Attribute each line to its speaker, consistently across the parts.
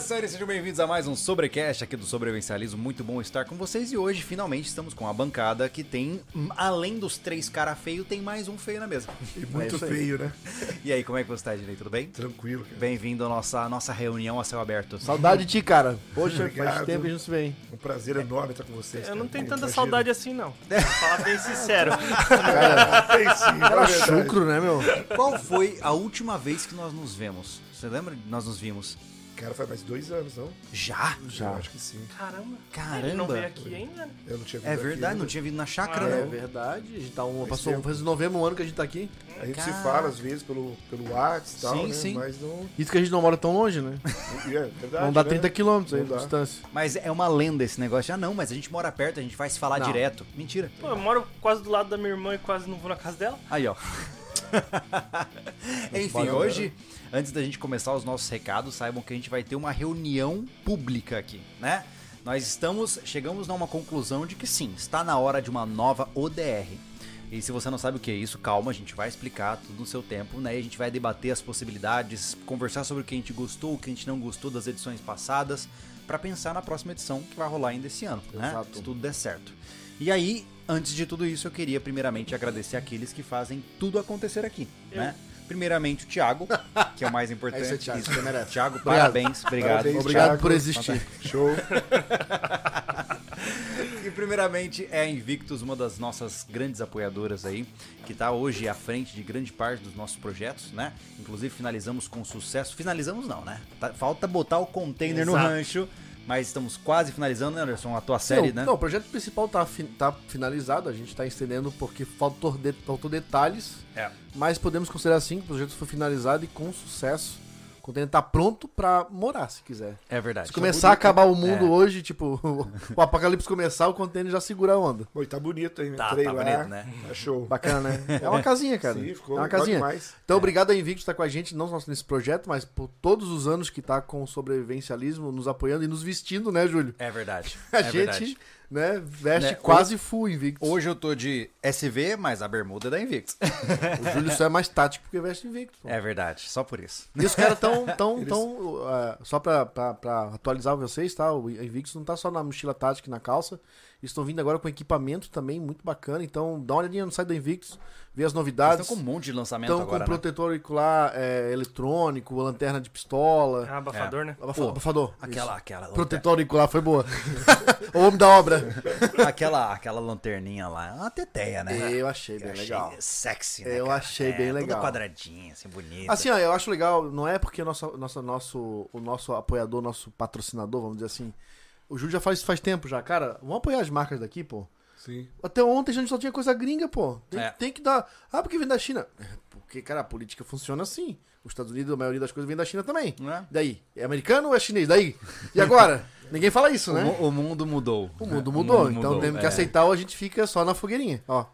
Speaker 1: Sair, sejam bem-vindos a mais um Sobrecast aqui do Sobrevivencialismo. Muito bom estar com vocês e hoje finalmente estamos com a bancada que tem, hum, além dos três cara feio, tem mais um feio na mesa.
Speaker 2: E muito
Speaker 1: isso aí.
Speaker 2: feio, né?
Speaker 1: E aí, como é que você tá, direito? Tudo bem?
Speaker 2: Tranquilo, cara.
Speaker 1: Bem-vindo à nossa, à nossa reunião a céu aberto.
Speaker 3: Saudade de ti, cara. Poxa,
Speaker 2: Obrigado.
Speaker 3: faz tempo que a gente não se vê, hein?
Speaker 2: Um prazer enorme estar com vocês.
Speaker 4: Eu não tenho tanta
Speaker 2: saudade
Speaker 4: saudade assim, não. Pra falar bem sincero.
Speaker 2: é
Speaker 3: Era chucro, né, meu?
Speaker 1: Qual foi a última vez que nós nos vemos? Você lembra? Nós nos vimos.
Speaker 2: Cara, faz mais dois anos, não?
Speaker 1: Já?
Speaker 2: Já. acho que sim.
Speaker 4: Caramba.
Speaker 1: Caramba.
Speaker 4: Ele não veio aqui ainda? né?
Speaker 2: Eu não tinha
Speaker 1: É
Speaker 2: vindo
Speaker 1: verdade,
Speaker 2: aqui
Speaker 1: não
Speaker 2: ainda.
Speaker 1: tinha vindo na chácara,
Speaker 3: É
Speaker 1: né?
Speaker 3: verdade. A gente tá um,
Speaker 2: Faz
Speaker 3: passou
Speaker 2: tempo.
Speaker 3: faz novembro um ano que a gente tá aqui.
Speaker 2: A gente
Speaker 1: Cara.
Speaker 2: se fala às vezes pelo, pelo WhatsApp e tal,
Speaker 1: Sim,
Speaker 2: né?
Speaker 1: sim.
Speaker 2: Mas não...
Speaker 3: Isso que a gente não mora tão longe, né?
Speaker 2: É verdade,
Speaker 3: Vão dar
Speaker 2: né?
Speaker 3: 30 quilômetros aí
Speaker 2: Não
Speaker 3: de
Speaker 2: dá.
Speaker 3: distância.
Speaker 1: Mas é uma lenda esse negócio. Ah, não, mas a gente mora perto, a gente vai se falar
Speaker 3: Não.
Speaker 1: direto. Mentira.
Speaker 4: Pô, eu moro quase do lado da minha irmã e quase não vou na casa dela.
Speaker 1: Aí, ó. Enfim,
Speaker 2: valeu,
Speaker 1: hoje, antes da gente começar os nossos recados, saibam que a gente vai ter uma reunião pública aqui, né? Nós estamos, chegamos a uma conclusão de que sim, está na hora de uma nova ODR. E se você não sabe o que é isso, calma, a gente vai explicar tudo no seu tempo, né? E A gente vai debater as possibilidades, conversar sobre o que a gente gostou, o que a gente não gostou das edições passadas, pra pensar na próxima edição que vai rolar ainda esse ano, né?
Speaker 3: Exato.
Speaker 1: Se tudo der certo. E aí, antes de tudo isso, eu queria primeiramente agradecer aqueles que fazem tudo acontecer aqui, né? Primeiramente o Thiago, que é o mais importante.
Speaker 3: Esse é o Thiago, você merece.
Speaker 1: Thiago, parabéns, obrigado.
Speaker 2: Parabéns,
Speaker 3: Obrigado
Speaker 2: Thiago.
Speaker 3: por existir.
Speaker 2: Show.
Speaker 1: E primeiramente é a Invictus, uma das nossas grandes apoiadoras aí, que tá hoje à frente de grande parte dos nossos projetos, né? Inclusive finalizamos com sucesso. Finalizamos não, né? Tá- falta botar o container no
Speaker 4: Exato.
Speaker 1: rancho, mas estamos quase finalizando, né, Anderson? A tua
Speaker 3: Não,
Speaker 1: série, né?
Speaker 3: não, o projeto principal tá, fi- tá finalizado, a gente tá estendendo porque faltou, de- faltou detalhes,
Speaker 1: É.
Speaker 3: mas podemos considerar assim que o projeto foi finalizado e com sucesso. O container tá pronto pra morar, se quiser.
Speaker 1: É verdade.
Speaker 3: Se começar a acabar o mundo hoje, tipo, o apocalipse começar, o container já segura a onda.
Speaker 2: Bom, e tá bonito, hein?
Speaker 1: Tá,
Speaker 2: Entrei
Speaker 1: tá
Speaker 2: lá.
Speaker 1: bonito, né?
Speaker 2: Tá show.
Speaker 3: Bacana, né? É uma casinha, cara.
Speaker 2: Sim, ficou
Speaker 3: é uma
Speaker 2: legal
Speaker 3: casinha.
Speaker 2: demais.
Speaker 3: Então, obrigado a Invictus por estar com a gente, não só nesse projeto, mas por todos os anos que tá com o sobrevivencialismo, nos apoiando e nos vestindo, né, Júlio?
Speaker 1: É verdade.
Speaker 3: A
Speaker 1: é
Speaker 3: gente,
Speaker 1: verdade.
Speaker 3: né, veste
Speaker 1: Né,
Speaker 3: quase full Invictus.
Speaker 1: Hoje eu tô de SV, mas a bermuda é da Invictus.
Speaker 3: O Júlio só é mais tático porque veste Invictus. pô.
Speaker 1: É verdade, só por isso.
Speaker 3: E os caras tão, tão,
Speaker 2: Eles-
Speaker 3: tão ah, só pra, pra, pra atualizar vocês, tá? O Invictus não tá só na mochila tática e na calça, eles estão vindo agora com equipamento também muito bacana, então dá uma olhadinha no site da Invictus, vê as
Speaker 1: Eles
Speaker 3: novidades.
Speaker 1: estão com um monte de lançamento
Speaker 3: Estão Então, com
Speaker 1: agora, né?
Speaker 3: protetor auricular é, eletrônico, lanterna de pistola.
Speaker 4: É um abafador, né?
Speaker 3: Abafa- abafador.
Speaker 1: Aquela,
Speaker 3: isso.
Speaker 1: aquela, lanter-
Speaker 3: Protetor auricular foi boa. o homem da obra.
Speaker 1: aquela, aquela lanterninha lá, é uma teteia, né?
Speaker 3: Eu achei bem
Speaker 1: Eu achei
Speaker 3: legal.
Speaker 1: Sexy, né,
Speaker 3: Eu
Speaker 1: cara?
Speaker 3: achei
Speaker 1: É,
Speaker 3: bem
Speaker 1: Toda
Speaker 3: legal.
Speaker 1: quadradinha, assim, bonita.
Speaker 3: Assim, ó, eu acho legal, não é porque nossa, nossa, nosso, o nosso apoiador, nosso patrocinador, vamos dizer assim. O Júlio já faz isso faz tempo já. Cara, vamos apoiar as marcas daqui, pô.
Speaker 2: Sim.
Speaker 3: Até ontem a gente só tinha coisa gringa, pô. Tem,
Speaker 1: É.
Speaker 3: tem que dar. Ah, porque vem da China. É, Porque, cara, a política funciona assim. Os Estados Unidos, a maioria das coisas vem da China também.
Speaker 1: Não é?
Speaker 3: E Daí, é americano ou é chinês? Daí? E agora? Ninguém fala isso,
Speaker 1: o,
Speaker 3: né?
Speaker 1: mu- o mundo mudou.
Speaker 3: O
Speaker 1: né?
Speaker 3: mundo mudou, então
Speaker 1: mudou,
Speaker 3: temos que
Speaker 1: é.
Speaker 3: aceitar ou a gente fica só na fogueirinha, ó.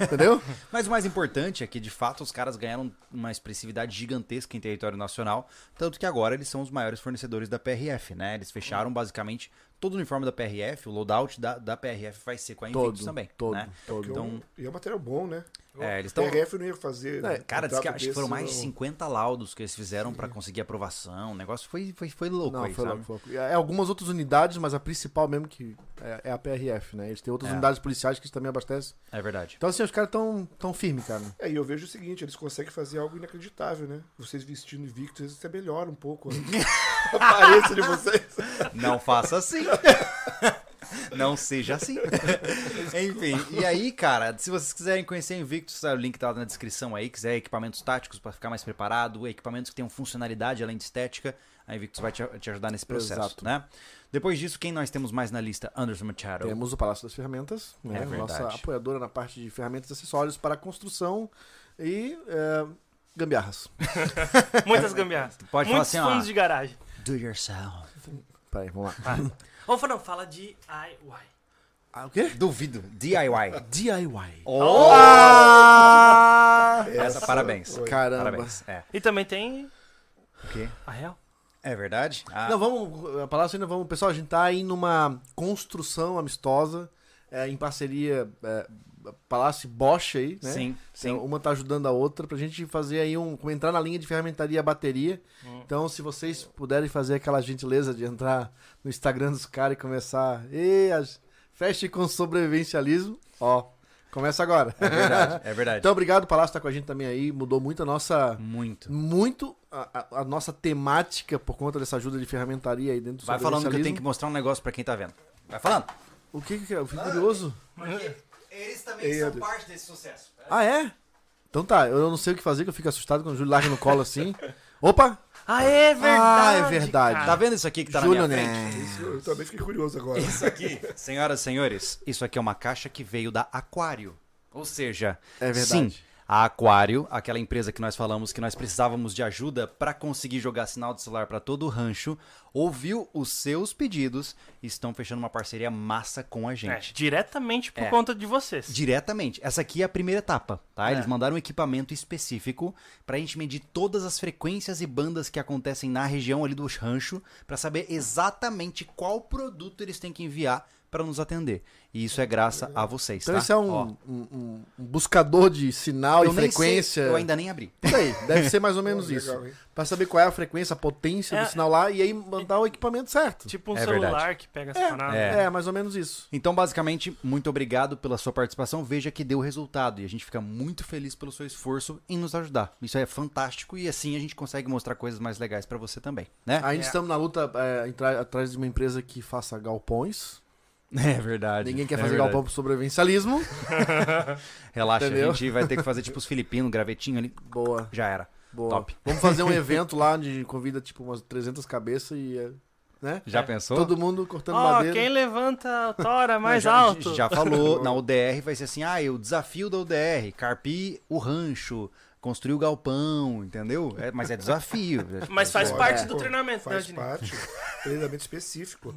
Speaker 3: Entendeu?
Speaker 1: Mas o mais importante é que, de fato, os caras ganharam uma expressividade gigantesca em território nacional, tanto que agora eles são os maiores fornecedores da PRF, né? Eles fecharam, basicamente, todo o uniforme da PRF, o loadout da, da PRF vai ser com a Invictus
Speaker 3: Todo,
Speaker 1: também,
Speaker 3: todo,
Speaker 1: né?
Speaker 3: todo.
Speaker 1: Então,
Speaker 2: E é um material bom, né?
Speaker 1: é, eles
Speaker 2: Então,
Speaker 1: estão...
Speaker 2: PRF não ia fazer.
Speaker 3: É,
Speaker 1: Cara, diz que
Speaker 2: contrato
Speaker 1: acho que foram
Speaker 2: desse,
Speaker 1: mais de
Speaker 2: não.
Speaker 1: 50 laudos que eles fizeram pra conseguir aprovação. O negócio foi, foi, foi louco
Speaker 3: Não,
Speaker 1: aí,
Speaker 3: foi
Speaker 1: sabe?
Speaker 3: louco, foi louco. É algumas outras unidades, mas a principal mesmo que é, é a PRF, né? Eles têm outras
Speaker 1: É.
Speaker 3: unidades policiais que eles também abastecem.
Speaker 1: É verdade.
Speaker 3: Então, assim, os caras tão, tão firme, cara.
Speaker 2: É, e eu vejo o seguinte, eles conseguem fazer algo inacreditável, né? Vocês vestindo invicto, às vezes até melhora um pouco a aparência de vocês.
Speaker 1: Não faça assim. Não seja assim. Enfim, e aí, cara, se vocês quiserem conhecer a Invictus, tá, o link tá na descrição aí. Quiser equipamentos táticos pra ficar mais preparado, equipamentos que tenham funcionalidade além de estética, a Invictus vai te, te ajudar nesse processo,
Speaker 3: Exato.
Speaker 1: né? Depois disso, quem nós temos mais na lista? Anderson Machado.
Speaker 3: Temos o Palácio das Ferramentas, né?
Speaker 1: É verdade.
Speaker 3: Nossa apoiadora na parte de ferramentas e acessórios para construção e é, gambiarras.
Speaker 4: Muitas gambiarras.
Speaker 1: Pode falar
Speaker 4: Muitos
Speaker 1: assim, ó.
Speaker 4: fundos de garagem.
Speaker 1: Do yourself.
Speaker 3: Peraí, Tá vamos
Speaker 1: Ah.
Speaker 3: lá.
Speaker 4: Ou não, fala de DIY.
Speaker 3: Ah, o quê?
Speaker 1: Duvido. DIY.
Speaker 3: DIY.
Speaker 1: Oh! Essa,
Speaker 2: Essa
Speaker 1: parabéns.
Speaker 2: foi.
Speaker 3: Ah! Caramba.
Speaker 1: Parabéns. É.
Speaker 4: E também tem
Speaker 1: O quê?
Speaker 4: a real.
Speaker 1: É verdade? Ah,
Speaker 3: Não, vamos. A palavra ainda vamos. Pessoal, a gente tá aí numa construção amistosa, é, em parceria é, Palácio Bosch aí, né?
Speaker 1: Sim, sim.
Speaker 3: Então, uma tá ajudando a outra pra gente fazer aí um. como entrar na linha de ferramentaria e bateria.
Speaker 1: Hum.
Speaker 3: Então, se vocês puderem fazer aquela gentileza de entrar no Instagram dos caras e começar. E as... Feche com sobrevivencialismo. Ó, começa agora.
Speaker 1: É verdade, é verdade.
Speaker 3: Então, obrigado, Palácio, tá com a gente também aí. Mudou muito a nossa.
Speaker 1: Muito.
Speaker 3: Muito a, a- a nossa temática por conta dessa ajuda de ferramentaria aí dentro do
Speaker 1: Vai falando que eu
Speaker 3: sobrevivencialismo.
Speaker 1: tenho que mostrar um negócio pra quem tá vendo. Vai falando.
Speaker 3: O que que é? Eu fico curioso.
Speaker 1: Eles também
Speaker 2: Ei, são Edu.
Speaker 1: parte desse sucesso.
Speaker 3: Ah, é? Então tá, eu não sei o que fazer, que eu fico assustado quando o Júlio larga no colo assim. Opa!
Speaker 4: Ah, é
Speaker 3: Ah,
Speaker 4: verdade.
Speaker 3: é verdade.
Speaker 4: cara.
Speaker 1: Tá vendo isso aqui que tá
Speaker 3: Júlio,
Speaker 1: na minha frente?
Speaker 3: né?
Speaker 2: Isso, eu também fiquei curioso agora.
Speaker 1: Isso aqui, senhoras e senhores, isso aqui é uma caixa que veio da Aquário. Ou seja,
Speaker 3: É verdade.
Speaker 1: sim, a Aquário, aquela empresa que nós falamos que nós precisávamos de ajuda pra conseguir jogar sinal de celular pra todo o rancho, ouviu os seus pedidos e estão fechando uma parceria massa com a
Speaker 4: É,
Speaker 1: gente.
Speaker 4: diretamente por
Speaker 1: É.
Speaker 4: conta de vocês.
Speaker 1: Diretamente. Essa aqui é a primeira etapa, tá?
Speaker 4: É.
Speaker 1: Eles mandaram um equipamento específico pra gente medir todas as frequências e bandas que acontecem na região ali do rancho pra saber exatamente qual produto eles têm que enviar pra nos atender. E isso é graça a vocês,
Speaker 3: Então
Speaker 1: tá?
Speaker 3: esse é
Speaker 1: Ó,
Speaker 3: um, um- um- um buscador de sinal
Speaker 1: eu
Speaker 3: e
Speaker 1: nem
Speaker 3: frequência.
Speaker 1: sei, eu ainda nem abri.
Speaker 3: Por aí, deve ser mais ou menos
Speaker 2: Pô,
Speaker 3: isso.
Speaker 2: legal, hein?
Speaker 3: pra saber qual é a frequência, a potência
Speaker 4: É.
Speaker 3: do sinal lá e aí mandar o equipamento certo.
Speaker 4: Tipo um
Speaker 1: É
Speaker 4: celular
Speaker 1: verdade.
Speaker 4: que pega essa parada.
Speaker 3: é. mais ou menos isso.
Speaker 1: Então, basicamente, muito obrigado pela sua participação. Veja que deu resultado e a gente fica muito feliz pelo seu esforço em nos ajudar. Isso é fantástico e assim a gente consegue mostrar coisas mais legais pra você também, né?
Speaker 3: Ainda
Speaker 4: É.
Speaker 3: estamos na luta é, entrar atrás de uma empresa que faça galpões.
Speaker 1: É verdade.
Speaker 3: Ninguém
Speaker 1: é
Speaker 3: quer fazer
Speaker 1: verdade.
Speaker 3: galpão pro sobrevivencialismo.
Speaker 1: Relaxa,
Speaker 3: Entendeu?
Speaker 1: a gente vai ter que fazer tipo os filipinos, gravetinho ali.
Speaker 3: Boa,
Speaker 1: Já era.
Speaker 3: boa.
Speaker 1: Top.
Speaker 3: Vamos fazer um evento lá onde convida tipo umas 300 cabeças e é, né?
Speaker 1: Já
Speaker 4: É.
Speaker 1: pensou?
Speaker 3: Todo mundo cortando
Speaker 4: Ó,
Speaker 3: madeira. É
Speaker 4: quem levanta a tora mais
Speaker 1: já,
Speaker 4: alto?
Speaker 1: Já falou, na UDR vai ser assim, ah, o desafio da UDR, carpi o rancho, construir o galpão, entendeu? É, mas é desafio.
Speaker 4: Mas faz
Speaker 2: Pô,
Speaker 4: parte
Speaker 2: é.
Speaker 4: do treinamento, né,
Speaker 2: Faz
Speaker 4: Dini?
Speaker 2: parte. Treinamento específico.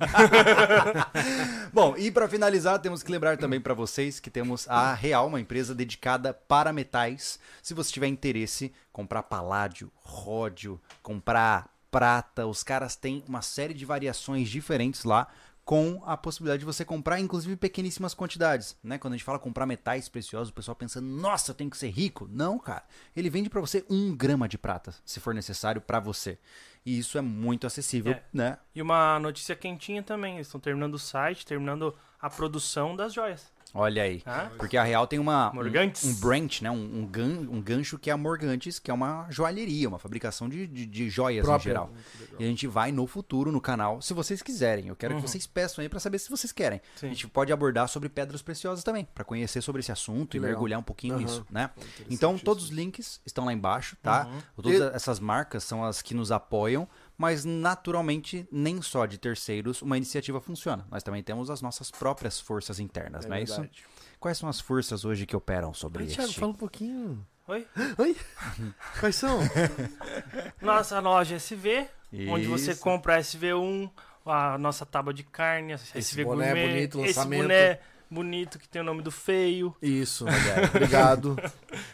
Speaker 1: Bom, e pra finalizar, temos que lembrar também pra vocês que temos a Real, uma empresa dedicada para metais. Se você tiver interesse, comprar paládio, ródio, comprar prata, os caras têm uma série de variações diferentes lá com a possibilidade de você comprar, inclusive pequeníssimas quantidades, né? Quando a gente fala comprar metais preciosos, o pessoal pensa, nossa, eu tenho que ser rico. Não, cara. Ele vende pra você um grama de prata, se for necessário pra você. E isso é muito acessível,
Speaker 4: É.
Speaker 1: né?
Speaker 4: E uma notícia quentinha também. Eles estão terminando o site, terminando a produção das joias.
Speaker 1: Olha aí.
Speaker 4: Tá?
Speaker 1: Porque a Real tem uma
Speaker 4: Morgantes.
Speaker 1: um, um branch, né? Um, um, gan- um gancho que é a Morgantes, que é uma joalheria, uma fabricação de, de, de joias
Speaker 3: Própria.
Speaker 1: no geral. E a gente vai no futuro no canal, se vocês quiserem. Eu quero que vocês peçam aí pra saber se vocês querem.
Speaker 4: Sim.
Speaker 1: A gente pode abordar sobre pedras preciosas também, pra conhecer sobre esse assunto e
Speaker 3: Legal.
Speaker 1: mergulhar um pouquinho
Speaker 3: Aham.
Speaker 1: nisso, né? Então todos os links estão lá embaixo, tá? Todas essas marcas são as que nos apoiam. Mas naturalmente, nem só de terceiros uma iniciativa funciona. Nós também temos as nossas próprias forças internas, não é isso?
Speaker 3: isso?
Speaker 1: Quais são as forças hoje que operam sobre
Speaker 3: Ai,
Speaker 1: este?
Speaker 3: Thiago, fala um pouquinho.
Speaker 4: Oi?
Speaker 3: Ai, quais são?
Speaker 4: Nossa loja SV, onde você
Speaker 1: Isso.
Speaker 4: compra a SV1, a nossa tábua de carne, a SV
Speaker 3: boné
Speaker 4: gourmet,
Speaker 3: bonito,
Speaker 4: esse
Speaker 3: lançamento.
Speaker 4: boné bonito que tem o nome do feio.
Speaker 3: Isso, obrigado.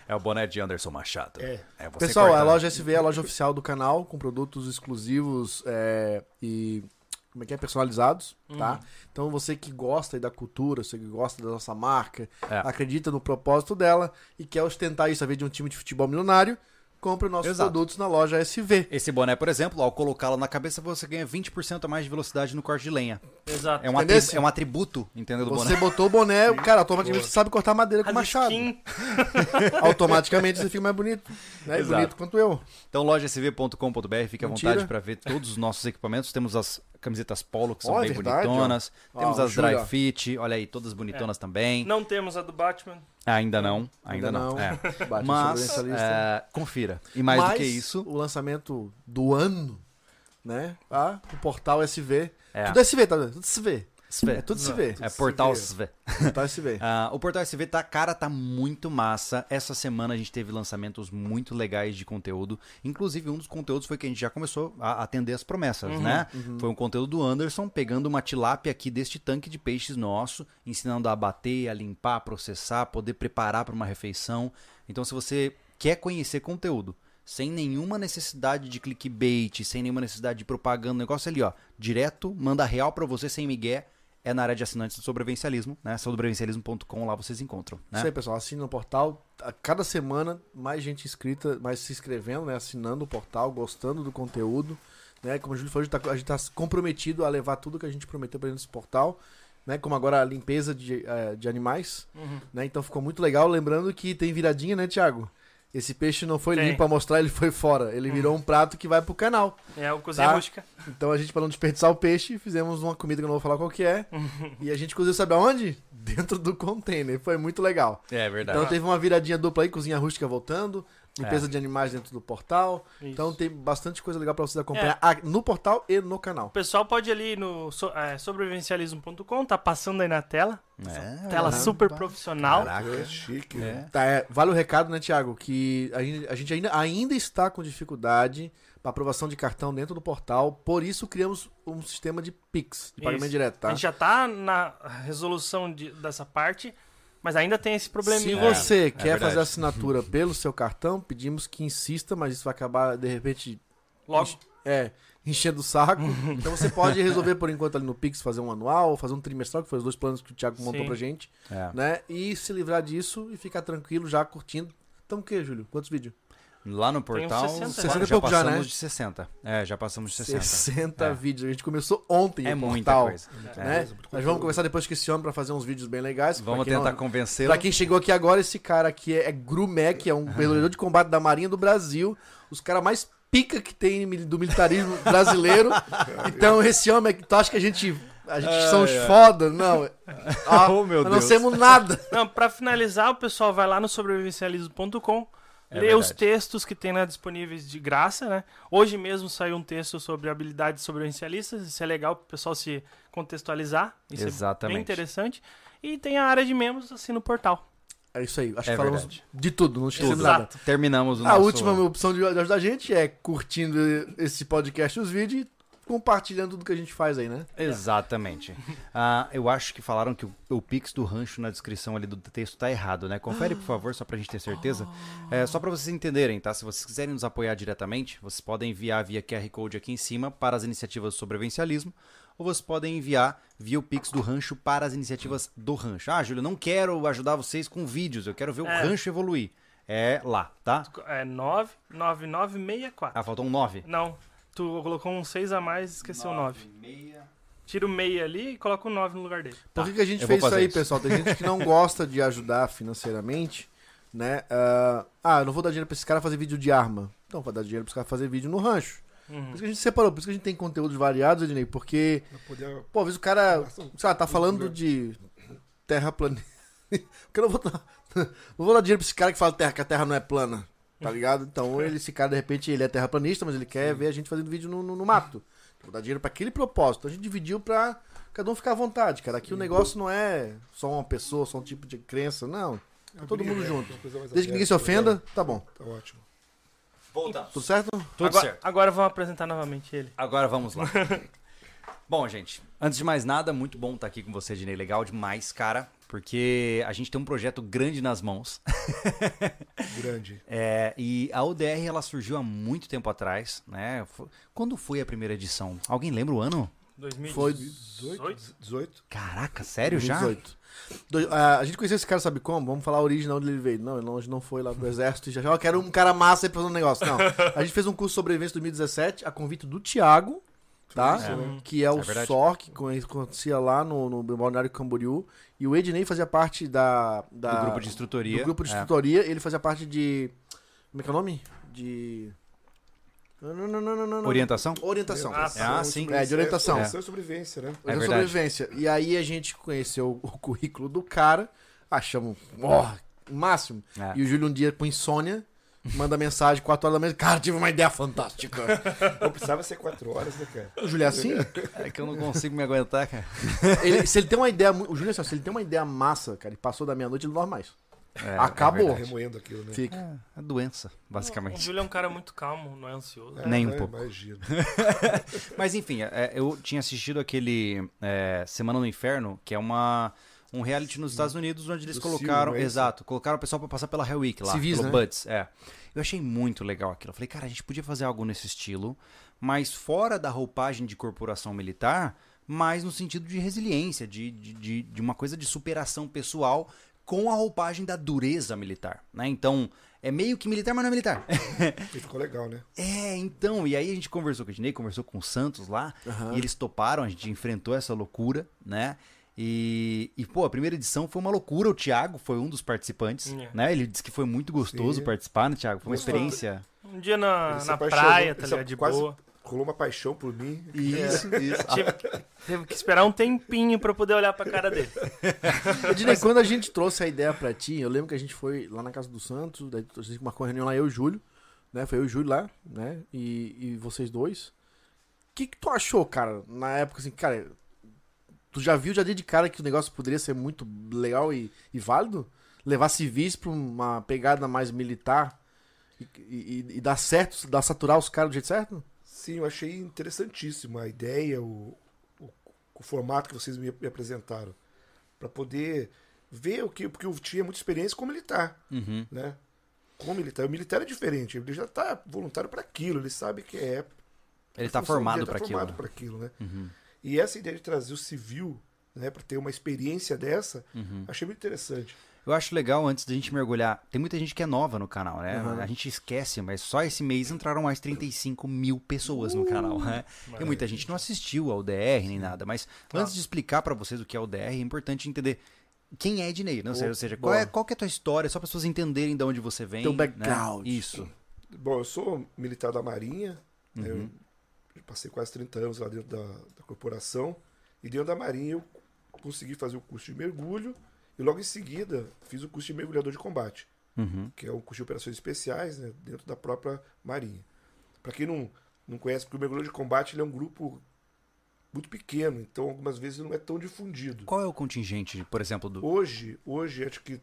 Speaker 1: É o boné de Anderson Machado. É. você
Speaker 3: Pessoal,
Speaker 1: corta,
Speaker 3: a
Speaker 1: né?
Speaker 3: loja SV é a loja oficial do canal, com produtos exclusivos é, e. Como é que é? Personalizados,
Speaker 1: Uhum.
Speaker 3: tá? Então você que gosta aí da cultura, você que gosta da nossa marca,
Speaker 1: É.
Speaker 3: acredita no propósito dela e quer ostentar isso a ver de um time de futebol milionário, compre nossos
Speaker 1: Exato.
Speaker 3: produtos na loja SV.
Speaker 1: Esse boné, por exemplo, ao colocá-lo na cabeça, você ganha 20% a mais de velocidade no corte de lenha.
Speaker 4: Exato.
Speaker 1: É um, atri-
Speaker 3: Entendesse?
Speaker 1: é um atributo, entendeu, do
Speaker 3: Você
Speaker 1: boné.
Speaker 3: botou o boné, cara, automaticamente você sabe cortar madeira com
Speaker 4: As
Speaker 3: machado.
Speaker 4: skin,
Speaker 3: Automaticamente você fica mais bonito, né? E
Speaker 1: Exato.
Speaker 3: bonito quanto eu.
Speaker 1: Então, lojasv.com.br, fique à
Speaker 3: Mentira.
Speaker 1: vontade para ver todos os nossos equipamentos. Temos as camisetas polo, que são
Speaker 3: Ó, é
Speaker 1: bem
Speaker 3: verdade, ó.
Speaker 1: bonitonas.
Speaker 3: Ó, É.
Speaker 1: Temos
Speaker 3: o
Speaker 1: as
Speaker 3: Júlio,
Speaker 1: dry
Speaker 3: ó.
Speaker 1: fit, olha aí, todas bonitonas também.
Speaker 4: não temos a do Batman.
Speaker 1: Ainda não, ainda, não. É.
Speaker 3: Bate
Speaker 1: Mas,
Speaker 3: sobrevivência lista.
Speaker 1: é, confira. E mais do
Speaker 3: Mas
Speaker 1: que isso,
Speaker 3: O lançamento do ano, né? Ah, o portal SV.
Speaker 1: É.
Speaker 3: Tudo SV, tá? Tudo SV.
Speaker 1: SV.
Speaker 3: É tudo SV.
Speaker 1: é portal SV.
Speaker 3: Portal SV.
Speaker 1: Ah, o Portal SV tá, cara, tá muito massa. Essa semana a gente teve lançamentos muito legais de conteúdo. Inclusive, um dos conteúdos foi que a gente já começou a atender as promessas, né? Foi um conteúdo do Anderson pegando uma tilápia aqui deste tanque de peixes nosso, ensinando a abater, a limpar, a processar, poder preparar para uma refeição. Então, se você quer conhecer conteúdo, sem nenhuma necessidade de é clickbait, sem nenhuma necessidade de propaganda, o negócio ali, ó, direto, manda real pra você sem migué, é na área de assinantes do sobrevivencialismo, né? Sobrevivencialismo.com, lá vocês encontram. Né?
Speaker 3: Isso aí, pessoal. Assina o portal. A cada semana, mais gente inscrita, mais se inscrevendo, né? Assinando o portal, gostando do conteúdo. Né? Como o Júlio falou, a gente, tá, a gente tá comprometido a levar tudo que a gente prometeu pra dentro desse portal. Né? Como agora a limpeza de, eh, de animais. Né? Então ficou muito legal. Lembrando que tem viradinha, né, Thiago? Esse peixe não foi
Speaker 4: Tem.
Speaker 3: limpo pra mostrar, ele foi fora. Ele virou um prato que vai pro canal.
Speaker 4: É o cozinha
Speaker 3: Tá.
Speaker 4: rústica.
Speaker 3: Então a gente, pra não desperdiçar o peixe, fizemos uma comida que eu não vou falar qual que é. e a gente cozinhou, sabe aonde? Dentro do container. Foi muito legal.
Speaker 1: É verdade.
Speaker 3: Então teve uma viradinha dupla aí, cozinha rústica voltando, limpeza de animais dentro do portal.
Speaker 4: Isso. É.
Speaker 3: Então tem bastante coisa legal pra vocês acompanhar ah, no portal e no canal.
Speaker 4: O pessoal pode ir ali no so, é, sobrevivencialismo.com, tá passando aí na tela.
Speaker 1: É,
Speaker 4: tela
Speaker 1: caramba.
Speaker 4: super profissional.
Speaker 2: É
Speaker 1: Caraca.
Speaker 2: chique, né?
Speaker 1: É.
Speaker 3: Tá, é, vale o recado, né, Thiago? Que a gente, a gente ainda, ainda está com dificuldade para aprovação de cartão dentro do portal. Por isso criamos um sistema de Pix, de pagamento
Speaker 4: Isso.
Speaker 3: direto,
Speaker 4: A
Speaker 3: tá?
Speaker 4: gente já tá na resolução de- dessa parte, mas ainda tem esse
Speaker 3: Se
Speaker 4: probleminha.
Speaker 3: você quer
Speaker 1: verdade.
Speaker 3: fazer a assinatura pelo seu cartão, pedimos que insista, mas isso vai acabar, de repente,
Speaker 4: Logo,
Speaker 3: enche- é, enchendo o saco. então você pode resolver por enquanto ali no Pix, fazer um anual, fazer um trimestral, que foi os dois planos que o Thiago montou
Speaker 4: Sim.
Speaker 3: pra gente,
Speaker 1: É.
Speaker 3: né? E se livrar disso e ficar tranquilo já curtindo. Então o que, Júlio? Quantos vídeos?
Speaker 1: Lá no
Speaker 4: uns
Speaker 1: portal,
Speaker 4: 60,
Speaker 3: 60 e
Speaker 1: já
Speaker 3: pouco já,
Speaker 1: passamos
Speaker 3: né?
Speaker 1: de 60. É, já passamos de 60.
Speaker 3: 60,
Speaker 1: É.
Speaker 3: vídeos. A gente começou ontem
Speaker 1: É
Speaker 3: no
Speaker 1: muita
Speaker 3: portal,
Speaker 1: coisa. É.
Speaker 3: né? Nós vamos conversar depois com esse homem pra fazer uns vídeos bem legais.
Speaker 1: Vamos
Speaker 3: pra quem
Speaker 1: tentar
Speaker 3: não-
Speaker 1: convencê-lo.
Speaker 3: Pra quem chegou aqui agora, esse cara aqui é, é Grumec, é
Speaker 1: Ah.
Speaker 3: um mergulhador de combate da Marinha do Brasil, os caras mais pica que tem mil- do militarismo brasileiro. Então esse homem, aqui, tu acha que a gente, a gente
Speaker 1: Ai,
Speaker 3: são os
Speaker 1: ai.
Speaker 3: foda? Não. Ah,
Speaker 1: Oh, meu
Speaker 3: nós
Speaker 1: Deus.
Speaker 3: não temos nada.
Speaker 4: Não, pra finalizar, o pessoal vai lá no sobrevivencialismo.com,
Speaker 1: É
Speaker 4: lê
Speaker 1: verdade.
Speaker 4: os textos que tem lá disponíveis de graça, né? Hoje mesmo saiu um texto sobre habilidades sobrevivencialistas, isso é legal pro pessoal se contextualizar, isso é
Speaker 1: Exatamente.
Speaker 4: bem interessante. E tem a área de membros assim no portal.
Speaker 3: É isso aí, acho
Speaker 1: É
Speaker 3: que falamos
Speaker 1: verdade.
Speaker 3: de tudo, não esquecemos nada.
Speaker 4: Exato.
Speaker 1: Terminamos o
Speaker 3: A
Speaker 1: nosso...
Speaker 3: última opção de de ajudar a gente é curtindo esse podcast, os vídeos e compartilhando tudo que a gente faz aí, né?
Speaker 1: Exatamente. Ah, eu acho que falaram que o, o Pix do rancho na descrição ali do texto tá errado, né? Confere, por favor, só pra gente ter certeza. É, só pra vocês entenderem, tá? Se vocês quiserem nos apoiar diretamente, vocês podem enviar via QR Code aqui em cima para as iniciativas do sobrevivencialismo, ou vocês podem enviar via o Pix do rancho para as iniciativas do rancho. Ah, Júlio, eu não quero ajudar vocês com vídeos, eu quero ver o
Speaker 4: É.
Speaker 1: rancho evoluir. É lá, tá?
Speaker 4: É 99964.
Speaker 1: Ah, faltou um 9.
Speaker 4: Não, tu colocou um 6 a mais e esqueceu o 9. Tira o meia ali e coloca o 9 no lugar dele.
Speaker 3: Por que, que a gente
Speaker 1: Tá, eu
Speaker 3: fez
Speaker 1: vou
Speaker 3: isso
Speaker 1: fazer
Speaker 3: aí,
Speaker 1: isso.
Speaker 3: pessoal? Tem gente que não gosta de ajudar financeiramente, né? Ah, ah, eu não vou dar dinheiro pra esse cara fazer vídeo de arma. Então, vou dar dinheiro pra esse cara fazer vídeo no rancho.
Speaker 1: Uhum.
Speaker 3: Por isso que a gente separou, por isso que a gente tem conteúdos variados, Ednei, porque,
Speaker 2: Pra poder-
Speaker 3: pô, às vezes o cara, sei lá, tá falando
Speaker 2: Loucura.
Speaker 3: de terra plana. Porque eu não vou dar, não vou dar dinheiro pra esse cara que fala terra, que a terra não é plana, tá ligado? Então, ele, esse cara, de repente, ele é terraplanista, mas ele quer ver a gente fazendo vídeo no, no- no mato. Então, vou dar dinheiro pra aquele propósito. Então, a gente dividiu pra cada um ficar à vontade, cara. Aqui o negócio não é só uma pessoa, só um tipo de crença, não. Tá todo mundo junto.
Speaker 2: né? Uma coisa mais
Speaker 3: Desde que ninguém se
Speaker 2: aberta,
Speaker 3: ofenda, tá bom.
Speaker 2: Tá ótimo.
Speaker 1: Voltamos.
Speaker 3: Tudo certo?
Speaker 1: Tudo
Speaker 4: agora,
Speaker 1: certo.
Speaker 4: agora vamos apresentar novamente ele.
Speaker 1: Agora vamos lá. bom, gente, antes de mais nada, muito bom estar aqui com você, Dinei. Legal demais, cara. Porque a gente tem um projeto grande nas mãos.
Speaker 2: Grande.
Speaker 1: É, e a ODR ela surgiu há muito tempo atrás, né? Fo- Quando foi a primeira edição? Alguém lembra o ano?
Speaker 4: 2018.
Speaker 3: Foi
Speaker 2: 18? 18?
Speaker 1: Caraca, sério já?
Speaker 3: 18. Do- ah, a gente conheceu esse cara, sabe como? Vamos falar a origem de onde ele veio. Não, ele longe não foi lá pro exército e já já, "Ó, quero um cara massa aí pra fazer um negócio. Não. A gente fez um curso de sobrevivência em 2017, a convite do Thiago, tá?
Speaker 2: É.
Speaker 3: Que é o
Speaker 1: É verdade.
Speaker 3: SOR, que conhe- acontecia lá no, no Balneário Camboriú. E o Ednei fazia parte da, da-
Speaker 1: Do grupo de instrutoria.
Speaker 3: do grupo de
Speaker 1: É.
Speaker 3: instrutoria. Ele fazia parte de. Como é que é o nome? De. Não, não, não, não, não, não.
Speaker 1: Orientação?
Speaker 3: Orientação.
Speaker 4: Ah,
Speaker 1: Ah, sim.
Speaker 3: É, de orientação.
Speaker 2: É, orientação e sobrevivência, né?
Speaker 1: É
Speaker 3: Mas é
Speaker 1: verdade.
Speaker 3: sobrevivência. E aí a gente conheceu o currículo do cara, achamos, ó, o máximo.
Speaker 1: É.
Speaker 3: E o Júlio um dia com insônia, manda mensagem 4 horas da manhã, cara, tive uma ideia fantástica.
Speaker 2: Não precisava ser quatro horas, né, cara?
Speaker 3: o Júlio é assim?
Speaker 1: É que eu não consigo me aguentar, cara.
Speaker 3: Ele- se ele tem uma ideia, mu- o Júlio é assim, ó, se ele tem uma ideia massa, cara, e passou da meia-noite, ele não dorme mais.
Speaker 1: É, é
Speaker 3: Acabou.
Speaker 2: Tá
Speaker 1: verdade.
Speaker 2: remoendo aquilo, né?
Speaker 3: Fica.
Speaker 1: É, é doença,
Speaker 4: O
Speaker 1: basicamente.
Speaker 4: Júlio é um cara muito calmo, não é ansioso.
Speaker 1: Nem um
Speaker 2: né?
Speaker 1: pouco.
Speaker 2: Imagino.
Speaker 1: Mas enfim, é, eu tinha assistido aquele é, Semana no Inferno, que é uma um reality nos Estados Unidos onde eles
Speaker 2: do
Speaker 1: colocaram,
Speaker 2: Silver, é isso?
Speaker 1: exato, colocaram o pessoal pra passar pela Hell Week lá,
Speaker 3: Civis,
Speaker 1: pelo
Speaker 3: né?
Speaker 1: Buds, é. Eu achei muito legal aquilo. Eu falei, cara, a gente podia fazer algo nesse estilo, mas fora da roupagem de corporação militar, mas no sentido de resiliência, de, de, de- de uma coisa de superação pessoal com a roupagem da dureza militar. Né? Então, é meio que militar, mas não é militar.
Speaker 2: E ficou legal, né?
Speaker 1: É, então, e aí a gente conversou com o Ednei, conversou com o Santos lá, e eles toparam, a gente enfrentou essa loucura, né? E, e, pô, a primeira edição foi uma loucura, o Thiago foi um dos participantes,
Speaker 4: É.
Speaker 1: né? Ele disse que foi muito gostoso
Speaker 2: Sim.
Speaker 1: participar, né, Thiago? Foi uma
Speaker 2: Gostoso.
Speaker 1: experiência.
Speaker 4: Um dia na,
Speaker 2: Ele se
Speaker 4: na
Speaker 2: apaixonou,
Speaker 4: praia,
Speaker 2: ele
Speaker 4: tá
Speaker 2: se
Speaker 4: ligado? De
Speaker 2: quase Ah.
Speaker 4: boa.
Speaker 2: Rolou uma paixão por mim.
Speaker 1: Isso, isso.
Speaker 4: Tive, teve que esperar um tempinho pra eu poder olhar pra cara dele.
Speaker 3: Ednei, quando a gente trouxe a ideia pra ti, eu lembro que a gente foi lá na casa do Santos, daí a gente marcou uma reunião lá, eu e o Júlio, né? Foi eu e o Júlio lá, né? E, e vocês dois. O que, que tu achou, cara, na época, assim, cara? Tu já viu, já deu de cara que o negócio poderia ser muito legal e, e válido? Levar civis pra uma pegada mais militar e, e- e dar certo, dar saturar os caras do jeito certo?
Speaker 2: Sim, eu achei interessantíssima a ideia, o, o, o formato que vocês me, me apresentaram. Pra poder ver o que. Porque eu tinha muita experiência com militar,
Speaker 1: Uhum.
Speaker 2: né? Com militar. O militar é diferente, ele já tá voluntário pra aquilo, ele sabe que é.
Speaker 1: Ele tá
Speaker 2: função
Speaker 1: formado
Speaker 2: dele,
Speaker 1: pra
Speaker 2: tá
Speaker 1: aquilo.
Speaker 2: formado
Speaker 1: né?
Speaker 2: pra aquilo, né? E essa ideia de trazer o civil, né, pra ter uma experiência dessa,
Speaker 1: Uhum.
Speaker 2: achei muito interessante.
Speaker 1: Eu acho legal, antes da gente mergulhar, tem muita gente que é nova no canal, né?
Speaker 3: Uhum.
Speaker 1: A gente esquece, mas só esse mês entraram mais 35 mil pessoas
Speaker 2: Uh,
Speaker 1: no canal, né? E muita gente não assistiu ao DR nem nada, mas antes de explicar pra vocês o que é o DR, é importante entender quem é Ednei, não sei, ou seja, qual é, qual que é a tua história, só para as pessoas entenderem de onde você vem.
Speaker 3: Teu
Speaker 1: né?
Speaker 3: background.
Speaker 1: Isso.
Speaker 2: Bom, eu sou militar da Marinha, né, eu passei quase 30 anos lá dentro da, da corporação, e dentro da Marinha eu consegui fazer o curso de mergulho, e logo em seguida fiz o curso de mergulhador de combate,
Speaker 1: Uhum.
Speaker 2: que é um curso de operações especiais né, dentro da própria Marinha. Para quem não, não conhece, porque o mergulhador de combate ele é um grupo muito pequeno, então algumas vezes ele não é tão difundido.
Speaker 1: Qual é o contingente, por exemplo, do.
Speaker 2: Hoje, hoje, acho que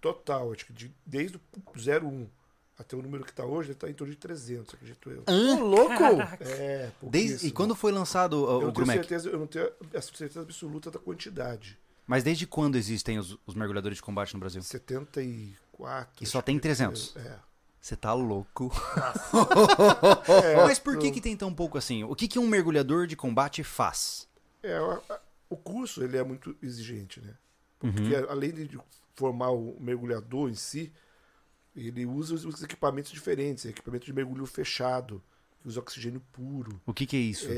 Speaker 2: total, acho que de, desde o 01 até o número que está hoje, ele está em torno de 300, acredito eu.
Speaker 3: Ô, louco!
Speaker 2: É,
Speaker 1: Desde, e
Speaker 2: pouquíssimo.
Speaker 1: quando foi lançado
Speaker 2: eu
Speaker 1: ó,
Speaker 2: não
Speaker 1: o
Speaker 2: tenho
Speaker 1: Grumec?
Speaker 2: certeza, eu não tenho a certeza absoluta da quantidade.
Speaker 1: Mas desde quando existem os, os mergulhadores de combate no Brasil?
Speaker 2: 74.
Speaker 1: E só
Speaker 2: acho
Speaker 1: tem
Speaker 2: que-
Speaker 1: 300?
Speaker 2: É.
Speaker 1: Você tá louco. Mas por que, que tem tão pouco assim? O que, que um mergulhador de combate faz?
Speaker 2: É, a- a- o curso ele é muito exigente, né? Porque
Speaker 1: Uhum.
Speaker 2: a- além de formar o mergulhador em si, ele usa os, os equipamentos diferentes, equipamento de mergulho fechado, que usa oxigênio puro.
Speaker 1: O que, que é isso?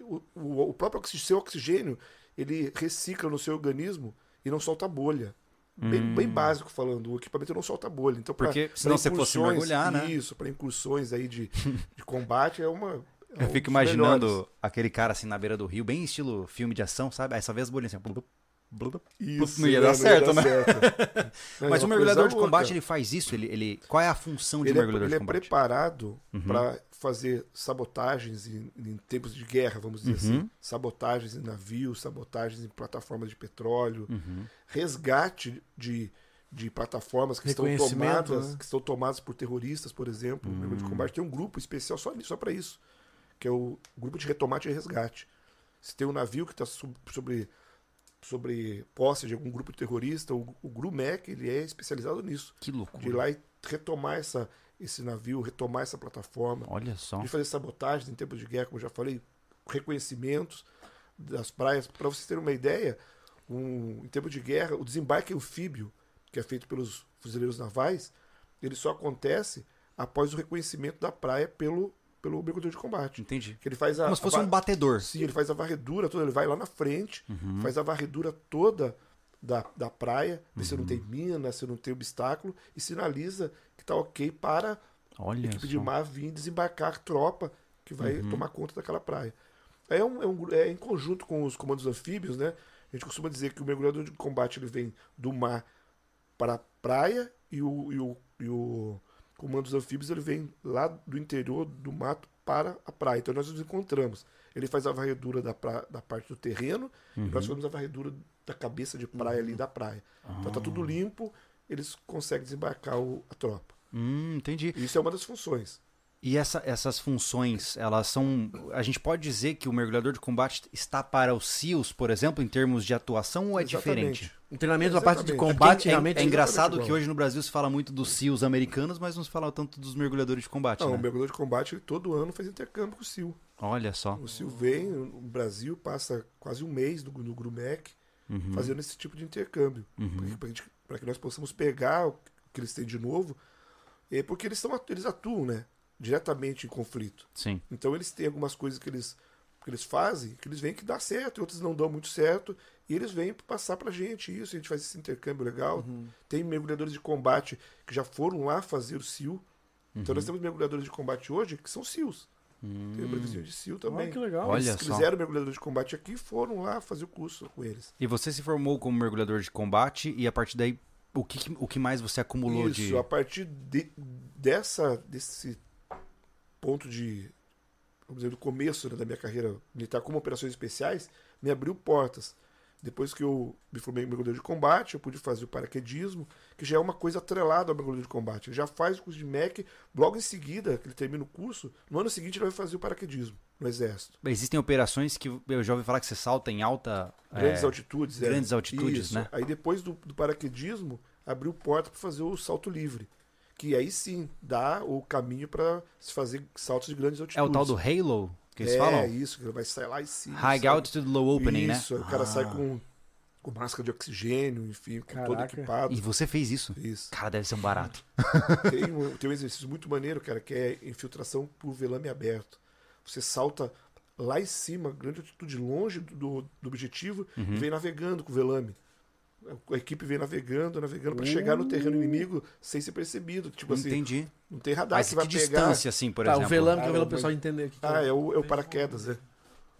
Speaker 2: O, o- o próprio oxi- seu oxigênio, ele recicla no seu organismo e não solta bolha. Bem, bem básico falando, o equipamento não solta bolha. Então, pra-
Speaker 1: Hum. Porque
Speaker 2: pra
Speaker 1: senão você fosse
Speaker 2: incursões,
Speaker 1: mergulhar, né?
Speaker 2: Isso, para incursões aí de, de combate é uma. é
Speaker 1: Eu
Speaker 2: um
Speaker 1: fico
Speaker 2: dos
Speaker 1: imaginando
Speaker 2: melhores.
Speaker 1: aquele cara assim na beira do rio, bem estilo filme de ação, sabe? Aí só vê as bolinhas assim. ó, blup, blup, blup.
Speaker 2: Isso,
Speaker 1: não ia
Speaker 2: né?
Speaker 1: dar certo, né?
Speaker 2: certo. Não, é
Speaker 1: Mas
Speaker 2: uma
Speaker 1: o mergulhador
Speaker 2: coisa
Speaker 1: de
Speaker 2: louca.
Speaker 1: combate, ele faz isso? Ele, ele... Qual é a função de um
Speaker 2: Ele é,
Speaker 1: mergulhador
Speaker 2: ele é
Speaker 1: de combate? Uhum.
Speaker 2: preparado para fazer sabotagens em, em tempos de guerra, vamos dizer
Speaker 1: Uhum.
Speaker 2: assim. Sabotagens em navios, sabotagens em plataformas de petróleo,
Speaker 1: Uhum.
Speaker 2: resgate de, de plataformas que estão
Speaker 3: Reconhecimento,
Speaker 2: tomadas,
Speaker 3: né?
Speaker 2: que estão tomadas por terroristas, por exemplo.
Speaker 1: Hum.
Speaker 2: O mergulho de combate tem um grupo especial só, só para isso, que é o grupo de retomate e resgate. Se tem um navio que está sobre sobre posse de algum grupo terrorista, o, o GRUMEC ele é especializado nisso
Speaker 1: Que
Speaker 2: de ir
Speaker 1: loucura.
Speaker 2: lá e retomar essa, esse navio, retomar essa plataforma,
Speaker 1: Olha só.
Speaker 2: de fazer sabotagens em tempo de guerra, como eu já falei, reconhecimentos das praias. Para vocês terem uma ideia, um, em tempo de guerra, o desembarque anfíbio, que é feito pelos fuzileiros navais, ele só acontece após o reconhecimento da praia pelo, pelo mergulhador de combate.
Speaker 1: Entendi.
Speaker 2: Que ele faz a,
Speaker 1: Como se fosse
Speaker 2: a
Speaker 1: um
Speaker 2: va-
Speaker 1: batedor.
Speaker 2: Sim, ele faz a varredura toda, ele vai lá na frente, faz a varredura toda da, da praia, vê se não tem mina, se não tem obstáculo, e sinaliza que tá ok para
Speaker 1: Olha
Speaker 2: a equipe tipo, de
Speaker 1: só.
Speaker 2: mar vir desembarcar a tropa que vai tomar conta daquela praia. Aí É, um, é, um gru- é em conjunto com os comandos anfíbios, né? A gente costuma dizer que o mergulhador de combate ele vem do mar para a praia e o, e o, e o comando dos anfíbios ele vem lá do interior do mato para a praia. Então nós nos encontramos. Ele faz a varredura da, pra- da parte do terreno e nós fazemos a varredura da cabeça de praia ali da praia. Então tá tudo limpo, eles conseguem desembarcar o- a tropa.
Speaker 1: Hum, entendi.
Speaker 2: Isso é uma das funções.
Speaker 1: E essa- essas funções, elas são. A gente pode dizer que o mergulhador de combate está para os SEALs, por exemplo, em termos de atuação ou é
Speaker 2: Exatamente.
Speaker 1: diferente?
Speaker 3: O Um treinamento da parte de
Speaker 2: Exatamente.
Speaker 3: combate
Speaker 1: Porque é,
Speaker 3: realmente Tá,
Speaker 1: é engraçado
Speaker 2: igual.
Speaker 1: que hoje no Brasil se fala muito dos SEALs americanos, mas não se fala tanto dos mergulhadores de combate.
Speaker 2: Não,
Speaker 1: né?
Speaker 2: o mergulhador de combate ele todo ano faz intercâmbio com o SEAL.
Speaker 1: Olha só.
Speaker 2: O Sil vem no Brasil, passa quase um mês no, no Grumec
Speaker 1: Uhum.
Speaker 2: fazendo esse tipo de intercâmbio. Para que nós possamos pegar o que eles têm de novo, é porque eles, são, atu- eles atuam né, diretamente em conflito.
Speaker 1: Sim.
Speaker 2: Então eles têm algumas coisas que eles, que eles fazem, que eles veem que dá certo, e outras não dão muito certo, e eles vêm passar pra gente isso, a gente faz esse intercâmbio legal.
Speaker 1: Uhum.
Speaker 2: Tem mergulhadores de combate que já foram lá fazer o SEAL. Então
Speaker 1: Uhum.
Speaker 2: nós temos mergulhadores de combate hoje que são SEALs. Tem a previsão de SEAL também.
Speaker 4: Olha que legal.
Speaker 1: Hum. Olha
Speaker 2: Eles que
Speaker 1: só.
Speaker 2: fizeram mergulhador de combate aqui e foram lá fazer o curso com eles.
Speaker 1: E você se formou como mergulhador de combate e a partir daí o que, que- o que mais você acumulou
Speaker 2: Isso,
Speaker 1: de
Speaker 2: a partir de- dessa, desse ponto de. Vamos dizer, do começo né, da minha carreira militar como operações especiais, me abriu portas. Depois que eu me formei em mergulhador de combate, eu pude fazer o paraquedismo, que já é uma coisa atrelada ao mergulhador de combate. Ele já faz o curso de MEC, logo em seguida, que ele termina o curso, no ano seguinte ele vai fazer o paraquedismo no Exército.
Speaker 1: Existem operações que eu já ouvi falar que você salta em alta
Speaker 2: Grandes
Speaker 1: é,
Speaker 2: altitudes. é.
Speaker 1: grandes altitudes,
Speaker 2: Isso.
Speaker 1: né?
Speaker 2: Aí depois do, do paraquedismo, abriu porta para fazer o salto livre. Que aí sim dá o caminho para se fazer saltos de grandes altitudes.
Speaker 1: É o tal do Halo que eles
Speaker 2: é,
Speaker 1: falam?
Speaker 2: isso, que ele vai sair lá e sim.
Speaker 1: High
Speaker 2: sabe?
Speaker 1: altitude low opening,
Speaker 2: isso,
Speaker 1: né?
Speaker 2: aí o cara
Speaker 1: Ah,
Speaker 2: sai com, com máscara de oxigênio, enfim, com todo
Speaker 3: Caraca.
Speaker 2: equipado.
Speaker 1: E você fez isso?
Speaker 2: Isso.
Speaker 1: Cara, deve ser um barato.
Speaker 2: Tem um, tem um exercício muito maneiro, cara, que é infiltração por velame aberto. Você salta lá em cima, grande altitude, longe do, do- do objetivo,
Speaker 1: Uhum.
Speaker 2: e vem navegando com o velame. A equipe vem navegando, navegando, pra chegar no terreno inimigo sem ser percebido. Tipo
Speaker 1: Uh.
Speaker 2: assim,
Speaker 1: Entendi.
Speaker 2: não tem radar,
Speaker 1: Mas que
Speaker 2: você vai pegar.
Speaker 1: distância, assim, por
Speaker 3: Tá, o
Speaker 1: exemplo?
Speaker 3: velame que é
Speaker 2: Ah,
Speaker 3: o
Speaker 2: mas-
Speaker 3: pessoal entender aqui.
Speaker 2: Ah, é o, é o paraquedas, né?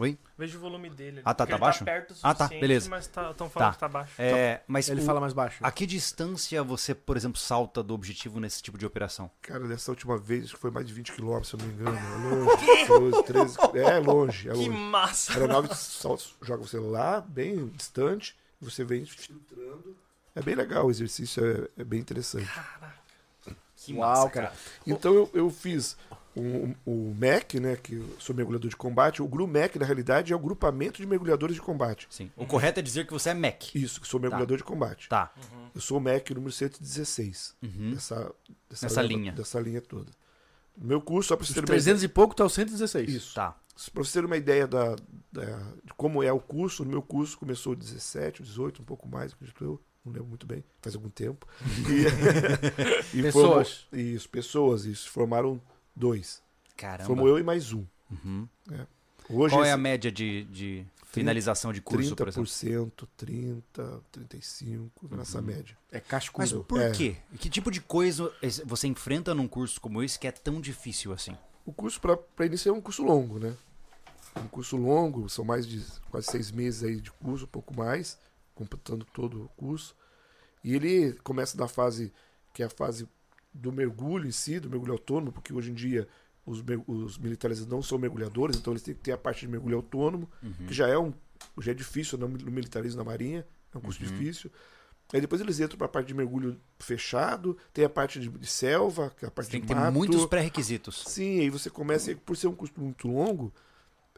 Speaker 1: Oi?
Speaker 4: Veja o volume dele.
Speaker 1: Ah, tá,
Speaker 4: porque
Speaker 1: tá
Speaker 4: ele
Speaker 1: baixo?
Speaker 4: perto o
Speaker 1: Ah, tá,
Speaker 4: suficiente,
Speaker 1: beleza.
Speaker 4: Mas estão falando
Speaker 1: Tá.
Speaker 4: que tá baixo.
Speaker 1: É, mas
Speaker 3: Ele
Speaker 1: o-
Speaker 3: fala mais baixo.
Speaker 1: a que distância você, por exemplo, salta do objetivo nesse tipo de operação?
Speaker 2: Cara, dessa última vez, acho que foi mais de 20 km, se eu não me engano. É longe, 12, 13. É longe, é
Speaker 4: Que
Speaker 2: longe. A
Speaker 4: massa!
Speaker 2: aeronave solta, joga você lá, bem distante, e você vem filtrando. É bem legal o exercício, é, é bem interessante.
Speaker 1: Que
Speaker 3: Uau,
Speaker 1: massa,
Speaker 3: cara.
Speaker 2: Então eu, eu fiz um- o MEC, né, que eu sou mergulhador de combate. O GRUMEC, na realidade, é o Grupamento de Mergulhadores de Combate.
Speaker 1: Sim. O correto é dizer que você é Mac.
Speaker 2: Isso, que sou mergulhador de combate.
Speaker 1: Tá. Uhum.
Speaker 2: Eu sou o MEC número 116, dessa, dessa,
Speaker 1: Dessa
Speaker 2: leva-
Speaker 1: linha.
Speaker 2: Dessa linha toda. No meu curso, só para você
Speaker 3: Dos
Speaker 2: ter uma
Speaker 3: 300 e pouco tá o 116.
Speaker 2: Isso.
Speaker 1: Tá.
Speaker 2: Pra você ter uma ideia da, da- de como é o curso, no meu curso começou 17, 18, um pouco mais, acredito eu, não lembro muito bem, faz algum tempo. E, e
Speaker 3: Pessoas.
Speaker 2: formou- isso, pessoas, isso. Formaram dois.
Speaker 1: Caramba.
Speaker 2: Formou eu e mais um.
Speaker 1: Uhum.
Speaker 2: Hoje
Speaker 1: Qual é
Speaker 2: esse
Speaker 1: a média de, de finalização de curso, por exemplo? Uhum.
Speaker 2: 30%, 30%, 35%, nessa média.
Speaker 3: É
Speaker 1: Mas
Speaker 3: cascudo.
Speaker 1: por
Speaker 2: É.
Speaker 1: quê? Que tipo de coisa es- você enfrenta num curso como esse que é tão difícil assim?
Speaker 2: O curso para iniciar é um curso longo, né? Um curso longo, são mais de quase seis meses aí de curso, um pouco mais, completando todo o curso. E ele começa da fase que é a fase do mergulho em si, do mergulho autônomo, porque hoje em dia os, mer- os militares não são mergulhadores, então eles têm que ter a parte de mergulho autônomo,
Speaker 1: Uhum.
Speaker 2: que já é um já é difícil no mil- no militarismo na marinha, é um
Speaker 1: Uhum.
Speaker 2: curso difícil. Aí depois eles entram para a parte de mergulho fechado, tem a parte de, de selva, que é a parte
Speaker 1: Tem
Speaker 2: de
Speaker 1: que ter
Speaker 2: mato.
Speaker 1: muitos pré-requisitos.
Speaker 2: Sim, aí você começa, e por ser um curso muito longo,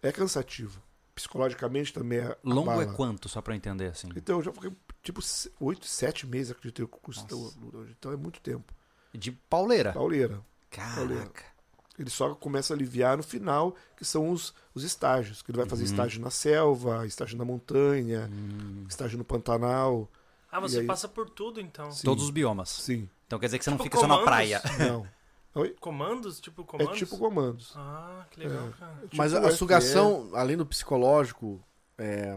Speaker 2: é cansativo. Psicologicamente também é.
Speaker 1: Longo
Speaker 2: abala.
Speaker 1: é quanto, só pra eu entender assim?
Speaker 2: Então eu já fiquei tipo se- oito, sete meses, acredito eu, que o curso está hoje. Então é muito tempo.
Speaker 1: De pauleira.
Speaker 2: Pauleira. pauleira.
Speaker 1: Caraca.
Speaker 2: Ele só começa a aliviar no final, que são os, os estágios. Que ele vai fazer
Speaker 3: Uhum.
Speaker 2: estágio na selva, estágio na montanha,
Speaker 3: Hum.
Speaker 2: estágio no Pantanal.
Speaker 4: Ah,
Speaker 2: E
Speaker 4: você
Speaker 2: aí?
Speaker 4: passa por tudo então.
Speaker 2: Sim.
Speaker 1: Todos os biomas.
Speaker 2: Sim.
Speaker 1: Então quer dizer que você não
Speaker 4: Tipo
Speaker 1: fica só na
Speaker 4: comandos?
Speaker 1: praia.
Speaker 2: Não. Oi?
Speaker 4: Comandos? Tipo
Speaker 2: É
Speaker 4: comandos?
Speaker 2: tipo comandos.
Speaker 4: Ah, que legal,
Speaker 2: É.
Speaker 4: cara.
Speaker 2: É tipo
Speaker 3: Mas a, a
Speaker 2: FE.
Speaker 3: sugação, além do psicológico, é,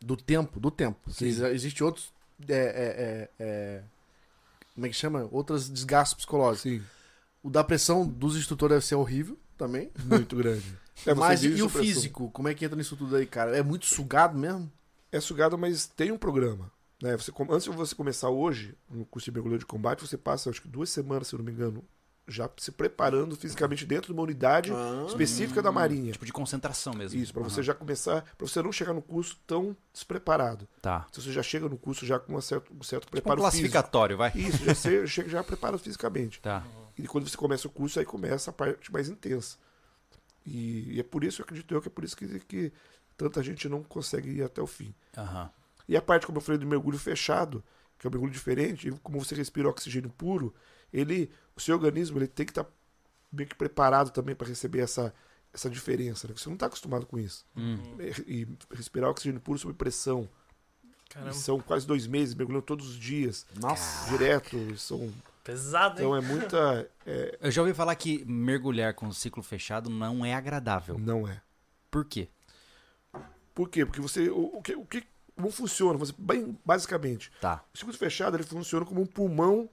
Speaker 3: do tempo, do tempo. porque
Speaker 2: Sim.
Speaker 3: ex- Existe outros. é, é, é, é, como é que chama? Outros desgastes psicológicos.
Speaker 2: Sim,
Speaker 3: O da pressão dos instrutores deve ser horrível também.
Speaker 2: muito grande. É, você
Speaker 3: mas
Speaker 2: vive
Speaker 3: e o
Speaker 2: sob pressão.
Speaker 3: físico? Como é que entra nisso tudo aí, cara? É muito sugado mesmo?
Speaker 2: é sugado, mas tem um programa. Né? Você, com- antes de você começar hoje no curso de mergulhador de combate, você passa acho que duas semanas, se eu não me engano, já se preparando fisicamente dentro de uma unidade
Speaker 3: Ah.
Speaker 2: específica da Marinha.
Speaker 1: Ah. Tipo de concentração mesmo.
Speaker 2: Isso, para você já começar, para você não chegar no curso tão despreparado.
Speaker 1: Tá.
Speaker 2: Se você já chega no curso já com uma certa- um certo
Speaker 1: Tipo um
Speaker 2: preparo físico.
Speaker 1: classificatório, vai.
Speaker 2: Isso, já você chega já preparado fisicamente.
Speaker 1: Tá.
Speaker 2: E quando você começa o curso, aí começa a parte mais intensa. E, e é por isso, eu acredito eu, que é por isso que, que tanta gente não consegue ir até o fim.
Speaker 1: Aham.
Speaker 2: E a parte, como eu falei, do mergulho fechado, que é um mergulho diferente, e como você respira oxigênio tá puro, ele, o seu organismo ele tem que estar meio que preparado também para receber essa, essa diferença, né? Você não está acostumado com isso. É, E, e respirar oxigênio puro sob pressão. E
Speaker 5: Caramba,
Speaker 2: são quase dois meses, mergulhando todos os dias,
Speaker 3: Nossa.
Speaker 2: direto. e São,
Speaker 5: pesado, hein?
Speaker 2: então é muita. é,
Speaker 1: Eu já ouvi falar que mergulhar com o ciclo fechado não é agradável.
Speaker 2: não é.
Speaker 1: Por quê?
Speaker 2: Por quê? Porque você. O, o que, o que como funciona? Você, bem, basicamente,
Speaker 1: Tá.
Speaker 2: o circuito fechado ele funciona como um pulmão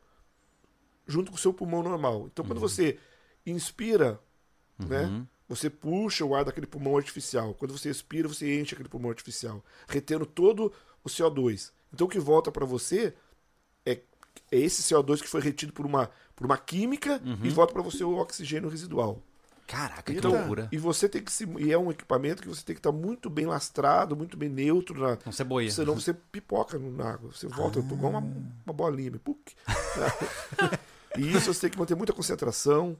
Speaker 2: junto com o seu pulmão normal. Então, quando você inspira, né? Você puxa o ar daquele pulmão artificial. Quando você expira, você enche aquele pulmão artificial, retendo todo o CO2. Então, o que volta para você é, é esse CO2 que foi retido por uma, por uma química e volta para você o oxigênio residual.
Speaker 1: Caraca, que
Speaker 2: Então,
Speaker 1: loucura.
Speaker 2: E você tem que se. E é um equipamento que você tem que estar muito bem lastrado, muito bem neutro na.
Speaker 1: Não é ceboia.
Speaker 2: Senão você pipoca na água. Você volta, ah. igual uma, uma bolinha. mas puc. e isso você tem que manter muita concentração,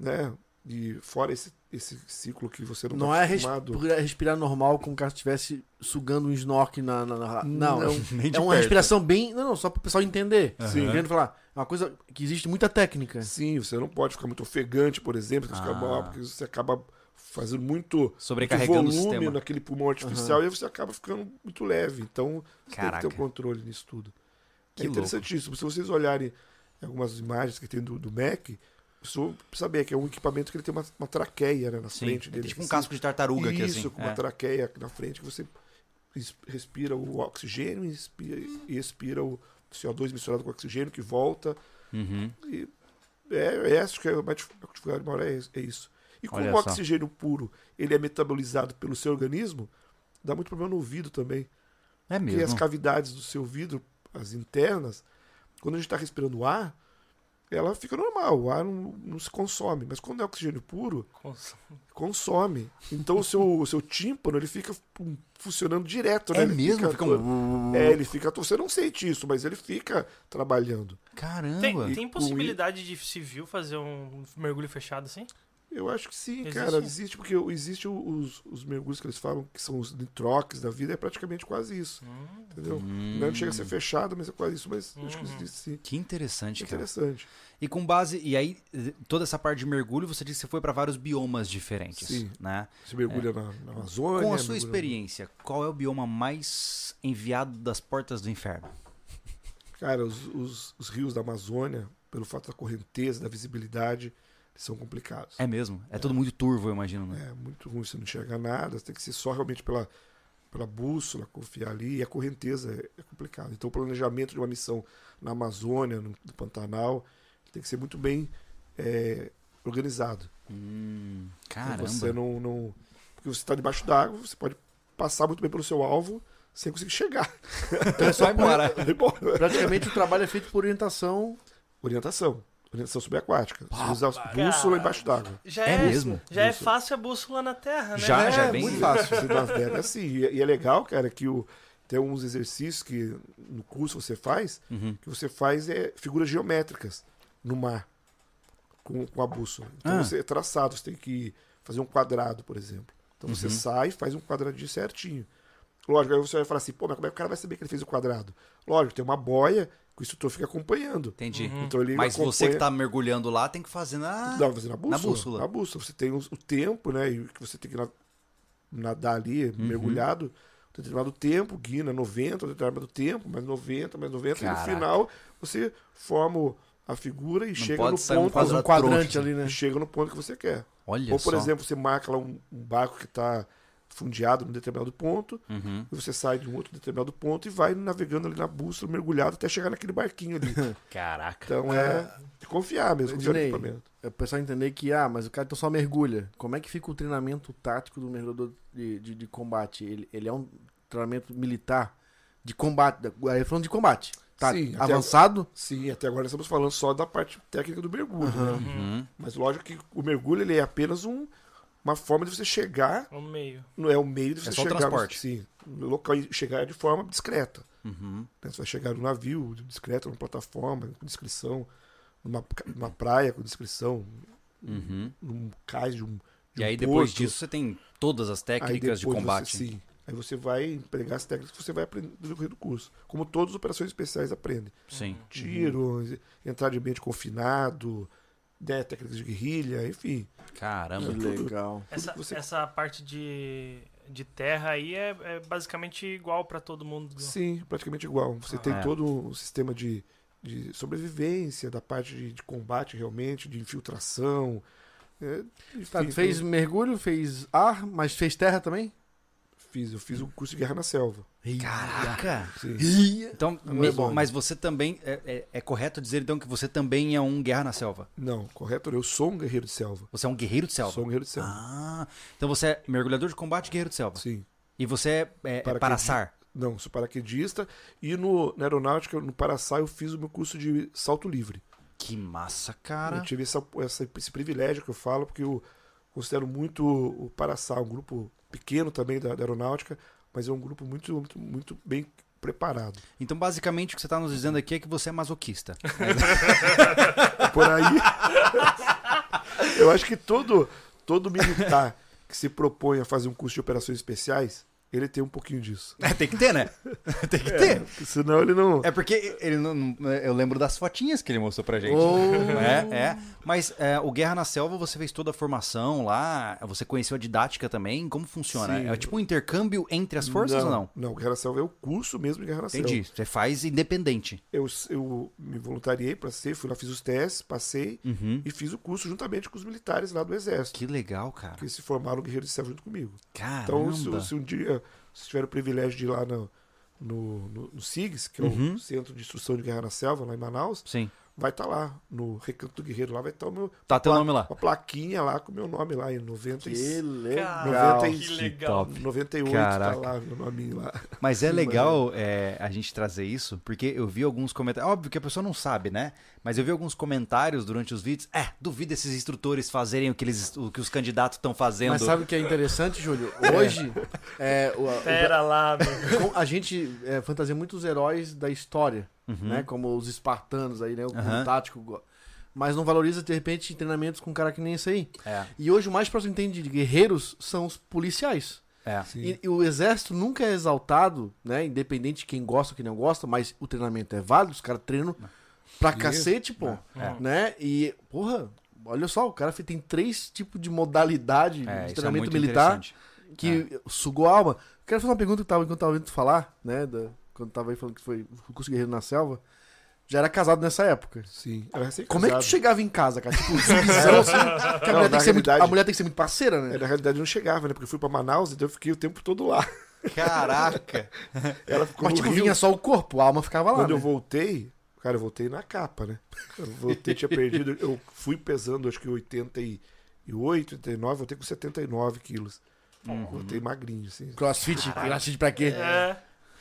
Speaker 2: né? E fora esse, esse ciclo que você não,
Speaker 3: Não
Speaker 2: tá
Speaker 3: é res-
Speaker 2: acostumado.
Speaker 3: respirar normal como se estivesse sugando um snorkel na. na- na- não,
Speaker 2: Hum, Não,
Speaker 1: nem de
Speaker 3: é uma
Speaker 1: perto.
Speaker 3: respiração bem. Não, não, só pro pessoal entender.
Speaker 2: Sim.
Speaker 3: Querendo falar, é uma coisa que existe muita técnica.
Speaker 2: Sim, você não pode ficar muito ofegante, por exemplo, porque, você fica
Speaker 1: Ah.
Speaker 2: mal, porque você acaba fazendo muito, muito
Speaker 1: Sobrecarregando o
Speaker 2: volume
Speaker 1: sistema.
Speaker 2: naquele pulmão artificial e aí você acaba ficando muito leve. Então, você tem que ter
Speaker 1: Caraca.
Speaker 2: o controle nisso tudo.
Speaker 1: Que
Speaker 2: é interessantíssimo. Se vocês olharem algumas imagens que tem do, do Mac, vocês vão saber que é um equipamento que ele tem uma, uma traqueia né, na
Speaker 1: Sim,
Speaker 2: frente
Speaker 1: é
Speaker 2: dele.
Speaker 1: tipo um
Speaker 2: assim.
Speaker 1: casco de tartaruga aqui, assim.
Speaker 2: Isso, com uma
Speaker 1: É.
Speaker 2: traqueia aqui na frente que você res- respira o oxigênio e expira, e expira o CO2 misturado com o oxigênio que volta.
Speaker 1: Uhum.
Speaker 2: E é, é, acho que é o mais dif- o dificuldade maior é, esse- é isso. E como
Speaker 1: Olha
Speaker 2: o
Speaker 1: só.
Speaker 2: oxigênio puro ele é metabolizado pelo seu organismo, dá muito problema no ouvido também.
Speaker 1: É
Speaker 2: Porque as
Speaker 1: mesmo.
Speaker 2: cavidades do seu vidro, as internas, quando a gente está respirando ar, ela fica normal, o ar não, não se consome. Mas quando é oxigênio puro,
Speaker 5: Cons-
Speaker 2: consome. Então o seu, o seu tímpano ele fica pum, funcionando direto, né?
Speaker 1: É
Speaker 2: Ele
Speaker 1: mesmo?
Speaker 2: fica
Speaker 1: Fica
Speaker 2: to-
Speaker 1: um...
Speaker 2: É, ele fica. to- Você não sente isso, mas ele fica trabalhando.
Speaker 1: Caramba.
Speaker 4: Tem,
Speaker 2: E
Speaker 4: tem
Speaker 2: com
Speaker 4: possibilidade de civil fazer um mergulho fechado assim?
Speaker 2: Eu acho que sim,
Speaker 4: Existe?
Speaker 2: cara. Existe, porque existe o- os, os mergulhos que eles falam, que são os nitroques da vida, é praticamente quase isso.
Speaker 1: É
Speaker 2: Entendeu? Não é chega a ser fechado, mas é quase isso. Mas acho que existe sim.
Speaker 1: Hum.
Speaker 2: É
Speaker 1: Que interessante,
Speaker 2: tá.
Speaker 1: cara.
Speaker 2: Interessante.
Speaker 1: E com base. E aí, toda essa parte de mergulho, você disse que você foi para vários biomas diferentes.
Speaker 2: Sim.
Speaker 1: Né?
Speaker 2: Você mergulha na, na Amazônia.
Speaker 1: Com a sua
Speaker 2: mergulha-
Speaker 1: experiência, qual é o bioma mais enviado das portas do inferno?
Speaker 2: Cara, os, os- os rios da Amazônia, pelo fato da correnteza, da visibilidade, eles são complicados.
Speaker 1: É mesmo? É tudo muito turvo, eu imagino, né?
Speaker 2: É muito ruim você não enxergar nada, você tem que ser só realmente pela, pela bússola, confiar ali, e a correnteza é, é complicado. Então o planejamento de uma missão na Amazônia, no, no Pantanal, tem que ser muito bem é, organizado.
Speaker 1: Hum,
Speaker 2: Então,
Speaker 1: caramba.
Speaker 2: É. Você não, não. Porque você está debaixo d'água, você pode passar muito bem pelo seu alvo sem conseguir chegar.
Speaker 1: Então é só embora.
Speaker 2: Vai embora.
Speaker 3: Praticamente o trabalho é feito por orientação.
Speaker 2: Orientação. Orientação subaquática. Você usar bússola embaixo d'água.
Speaker 4: Já
Speaker 1: É mesmo?
Speaker 4: Já é
Speaker 2: Isso.
Speaker 4: fácil a bússola na Terra, né?
Speaker 1: Já,
Speaker 4: é,
Speaker 1: já vem.
Speaker 2: bem
Speaker 3: muito fácil.
Speaker 2: Você navega assim. E, e é legal, cara, que o, tem alguns exercícios que no curso você faz,
Speaker 1: Uhum.
Speaker 2: que você faz é figuras geométricas no mar com, com a bússola. Então
Speaker 1: Ah.
Speaker 2: você é traçado, você tem que fazer um quadrado, por exemplo. Então
Speaker 1: Uhum.
Speaker 2: você sai e faz um quadradinho certinho. Lógico, aí você vai falar assim, pô, mas como é que o cara vai saber que ele fez o quadrado? Lógico, tem uma boia que o instrutor fica acompanhando.
Speaker 1: Entendi.
Speaker 2: Então ele
Speaker 1: Mas você que
Speaker 2: acompanha-
Speaker 1: tá mergulhando lá tem que fazer Ah. na.
Speaker 2: não, você na bússola.
Speaker 1: bússola.
Speaker 2: Na bússola. Você tem o, o tempo, né? E que você tem que na- nadar ali, é
Speaker 1: Uhum.
Speaker 2: mergulhado. Um determinado tempo, guina 90, um determinado tempo, mais 90, mais 90. E
Speaker 1: Caraca.
Speaker 2: no final, você forma o- a figura e chega
Speaker 1: pode
Speaker 2: no
Speaker 1: sair um
Speaker 2: ponto.
Speaker 3: Faz um
Speaker 1: Quadrado
Speaker 3: quadrante
Speaker 1: troncho.
Speaker 3: ali, né?
Speaker 2: Chega no ponto que você quer.
Speaker 1: Olha
Speaker 2: Ou, por
Speaker 1: só.
Speaker 2: exemplo, você marca lá um, um barco que está fundeado num determinado ponto,
Speaker 1: Uhum.
Speaker 2: e você sai de um outro determinado ponto e vai navegando ali na bússola, mergulhado, até chegar naquele barquinho ali.
Speaker 1: Caraca.
Speaker 2: Então é, confiar mesmo, confiar no
Speaker 3: Ednei,
Speaker 2: equipamento.
Speaker 3: É o pessoal entender que, ah, mas o cara então só mergulha. Como é que fica o treinamento tático do mergulhador de, de, de combate? Ele, ele é um treinamento militar de combate. da- Aí falando de combate. Tá
Speaker 2: Sim, até
Speaker 3: avançado?
Speaker 2: Sim, até agora estamos falando só da parte técnica do mergulho. né?
Speaker 1: Uhum.
Speaker 2: Mas lógico que o mergulho ele é apenas um, uma forma de você chegar,
Speaker 4: No um meio.
Speaker 2: não é o meio de você
Speaker 1: É só o
Speaker 2: chegar. no-
Speaker 1: transporte.
Speaker 2: sim, no local e chegar de forma discreta.
Speaker 1: Uhum.
Speaker 2: né? Você vai chegar no navio, discreto, numa plataforma, com descrição, numa, ca- numa praia com descrição,
Speaker 1: Uhum.
Speaker 2: num cais de um. de
Speaker 1: E
Speaker 2: um
Speaker 1: aí, depois
Speaker 2: porto.
Speaker 1: disso, você tem todas as técnicas de
Speaker 2: depois
Speaker 1: combate.
Speaker 2: Você, sim. Aí você vai empregar as técnicas que você vai aprender no decorrer do curso. Como todas as operações especiais aprendem.
Speaker 1: Sim.
Speaker 2: tiro, entrar de ambiente confinado, né, técnicas de guerrilha, enfim.
Speaker 1: Caramba.
Speaker 2: Tudo.
Speaker 3: Legal.
Speaker 4: Essa,
Speaker 2: que você-
Speaker 4: essa parte de, de terra aí é, é basicamente igual pra todo mundo.
Speaker 2: Sim, praticamente igual. Você tem
Speaker 1: é.
Speaker 2: todo um sistema de, de sobrevivência, da parte de, de combate realmente, de infiltração. É,
Speaker 3: Tá,
Speaker 2: enfim,
Speaker 3: fez mergulho, fez ar, mas fez terra também?
Speaker 2: Fiz, eu fiz o curso de Guerra na Selva.
Speaker 1: Caraca.
Speaker 2: Sim.
Speaker 1: Então,
Speaker 2: Não é
Speaker 1: me-
Speaker 2: bom.
Speaker 1: mas você também. É, é- é correto dizer então que você também é um guerra na selva.
Speaker 2: Não, correto? Eu sou um guerreiro de selva.
Speaker 1: Você é um guerreiro de selva.
Speaker 2: Sou um guerreiro de selva.
Speaker 1: Ah. Então você é mergulhador de combate e guerreiro de selva.
Speaker 2: Sim.
Speaker 1: E você é, é, é
Speaker 2: Paraquedista.
Speaker 1: paraçar.
Speaker 2: Não, sou paraquedista. E no, na aeronáutica, no Paraçá, eu fiz o meu curso de salto livre.
Speaker 1: Que massa,
Speaker 2: Eu
Speaker 1: cara.
Speaker 2: tive essa, essa- esse privilégio que eu falo, porque eu considero muito o Paraçá um grupo pequeno também da, da aeronáutica, mas é um grupo muito, muito, muito bem preparado.
Speaker 1: Então, basicamente, o que você tá nos dizendo aqui é que você é masoquista.
Speaker 2: Por aí, eu acho que todo, todo militar que se propõe a fazer um curso de operações especiais, ele tem um pouquinho disso.
Speaker 1: É, tem que ter, né? Tem que ter.
Speaker 2: Porque Senão ele não...
Speaker 1: É porque ele não- não- eu lembro das fotinhas que ele mostrou pra gente.
Speaker 2: Oh.
Speaker 3: Ou-
Speaker 1: É, é. Mas é, o Guerra na Selva, você fez toda a formação lá, você conheceu a didática também. Como funciona?
Speaker 2: Sim.
Speaker 1: É tipo um intercâmbio entre as forças ou não?
Speaker 2: Não, Guerra na Selva é o curso mesmo de Guerra na Selva.
Speaker 1: Entendi. Você faz independente.
Speaker 2: eu, eu me voluntariei para ser, fui lá, fiz os testes, passei
Speaker 1: Uhum.
Speaker 2: e fiz o curso juntamente com os militares lá do Exército,
Speaker 1: Que legal, cara.
Speaker 2: que se formaram guerreiros de selva junto comigo.
Speaker 1: Caramba.
Speaker 2: Então, se, se um dia vocês tiverem o privilégio de ir lá no, no, no, no SIGS, que é
Speaker 1: Uhum.
Speaker 2: o Centro de Instrução de Guerra na Selva, lá em Manaus,
Speaker 1: Sim.
Speaker 2: vai estar lá, no Recanto do Guerreiro, lá vai estar o meu.
Speaker 1: Tá teu
Speaker 2: pla-
Speaker 1: nome lá.
Speaker 2: Uma plaquinha lá com o meu nome lá em 90
Speaker 3: Que
Speaker 2: e...
Speaker 3: legal.
Speaker 2: Noventa
Speaker 4: que
Speaker 2: e-
Speaker 4: legal.
Speaker 2: 98
Speaker 1: Caraca.
Speaker 2: tá lá, meu nominho lá.
Speaker 1: Mas é
Speaker 2: Sim,
Speaker 1: legal é, a gente trazer isso, porque eu vi alguns comentários. Óbvio que a pessoa não sabe, né? Mas eu vi alguns comentários durante os vídeos. É, duvido esses instrutores fazerem o que, eles, o que os candidatos estão fazendo.
Speaker 3: Mas sabe o que é interessante, Júlio? Hoje, é, o- o-
Speaker 4: Pera lá, meu.
Speaker 3: com- a gente é, fantasia muitos heróis da história, né? Como os espartanos aí, né? O
Speaker 1: Uhum. Aham.
Speaker 3: tático. go- Mas não valoriza, de repente, treinamentos com um cara que nem esse aí.
Speaker 1: É,
Speaker 3: E hoje o mais próximo que tem de guerreiros são os policiais.
Speaker 1: é.
Speaker 3: E, e o exército nunca é exaltado, né? Independente de quem gosta ou quem não gosta, mas o treinamento é válido, os caras treinam pra cacete, pô.
Speaker 1: É.
Speaker 3: Né? E, porra, olha só, o cara tem três tipos de modalidade
Speaker 1: É, isso é
Speaker 3: de treinamento
Speaker 1: muito
Speaker 3: militar
Speaker 1: interessante.
Speaker 3: que sugou a alma. Quero fazer uma pergunta que tava, enquanto tava ouvindo tu falar, né? da- quando tava aí falando que foi o curso Guerreiro na Selva. Já era casado nessa época.
Speaker 2: Sim. Era recém-casado.
Speaker 3: Como é que tu chegava em casa, cara? Tipo, zumbição, assim, que
Speaker 2: Não, na
Speaker 3: a, mulher tem que ser muito,
Speaker 2: realidade-
Speaker 3: a mulher tem que ser muito parceira, né?
Speaker 2: É, Na realidade eu não chegava, né? Porque eu fui pra Manaus, então eu fiquei o tempo todo lá.
Speaker 1: Caraca!
Speaker 2: Ela ficou
Speaker 3: Mas
Speaker 2: no
Speaker 3: tipo,
Speaker 2: Rio.
Speaker 3: vinha só o corpo, a alma ficava lá.
Speaker 2: Quando eu
Speaker 3: né?
Speaker 2: voltei, cara, eu voltei na capa, né? Eu voltei, tinha perdido. Eu fui pesando, acho que 88, 89, voltei com 79 quilos.
Speaker 3: Uhum.
Speaker 2: Voltei magrinho, assim.
Speaker 3: Crossfit, crossfit pra quê?
Speaker 4: É.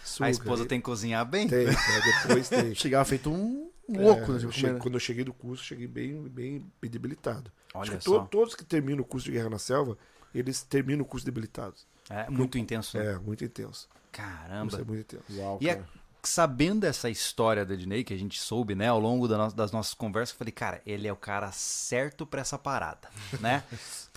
Speaker 1: a
Speaker 2: Suga.
Speaker 1: esposa tem que cozinhar bem?
Speaker 2: Tem, né? depois tem.
Speaker 3: Chegava feito um
Speaker 2: É,
Speaker 3: louco, né?
Speaker 2: eu
Speaker 3: tipo,
Speaker 2: cheguei-
Speaker 3: comendo.
Speaker 2: quando eu cheguei do curso, cheguei bem, bem, bem debilitado. Acho
Speaker 1: Olha
Speaker 2: que to-
Speaker 1: só.
Speaker 2: todos que terminam o curso de Guerra na Selva, eles terminam o curso debilitados.
Speaker 1: É muito intenso. né?
Speaker 2: É, muito intenso. Isso é
Speaker 1: Caramba.
Speaker 2: muito intenso.
Speaker 3: Uau,
Speaker 1: E é-
Speaker 3: cara.
Speaker 1: sabendo essa história do Ednei, que a gente soube, né, ao longo da no- das nossas conversas, eu falei, cara, ele é o cara certo pra essa parada, né?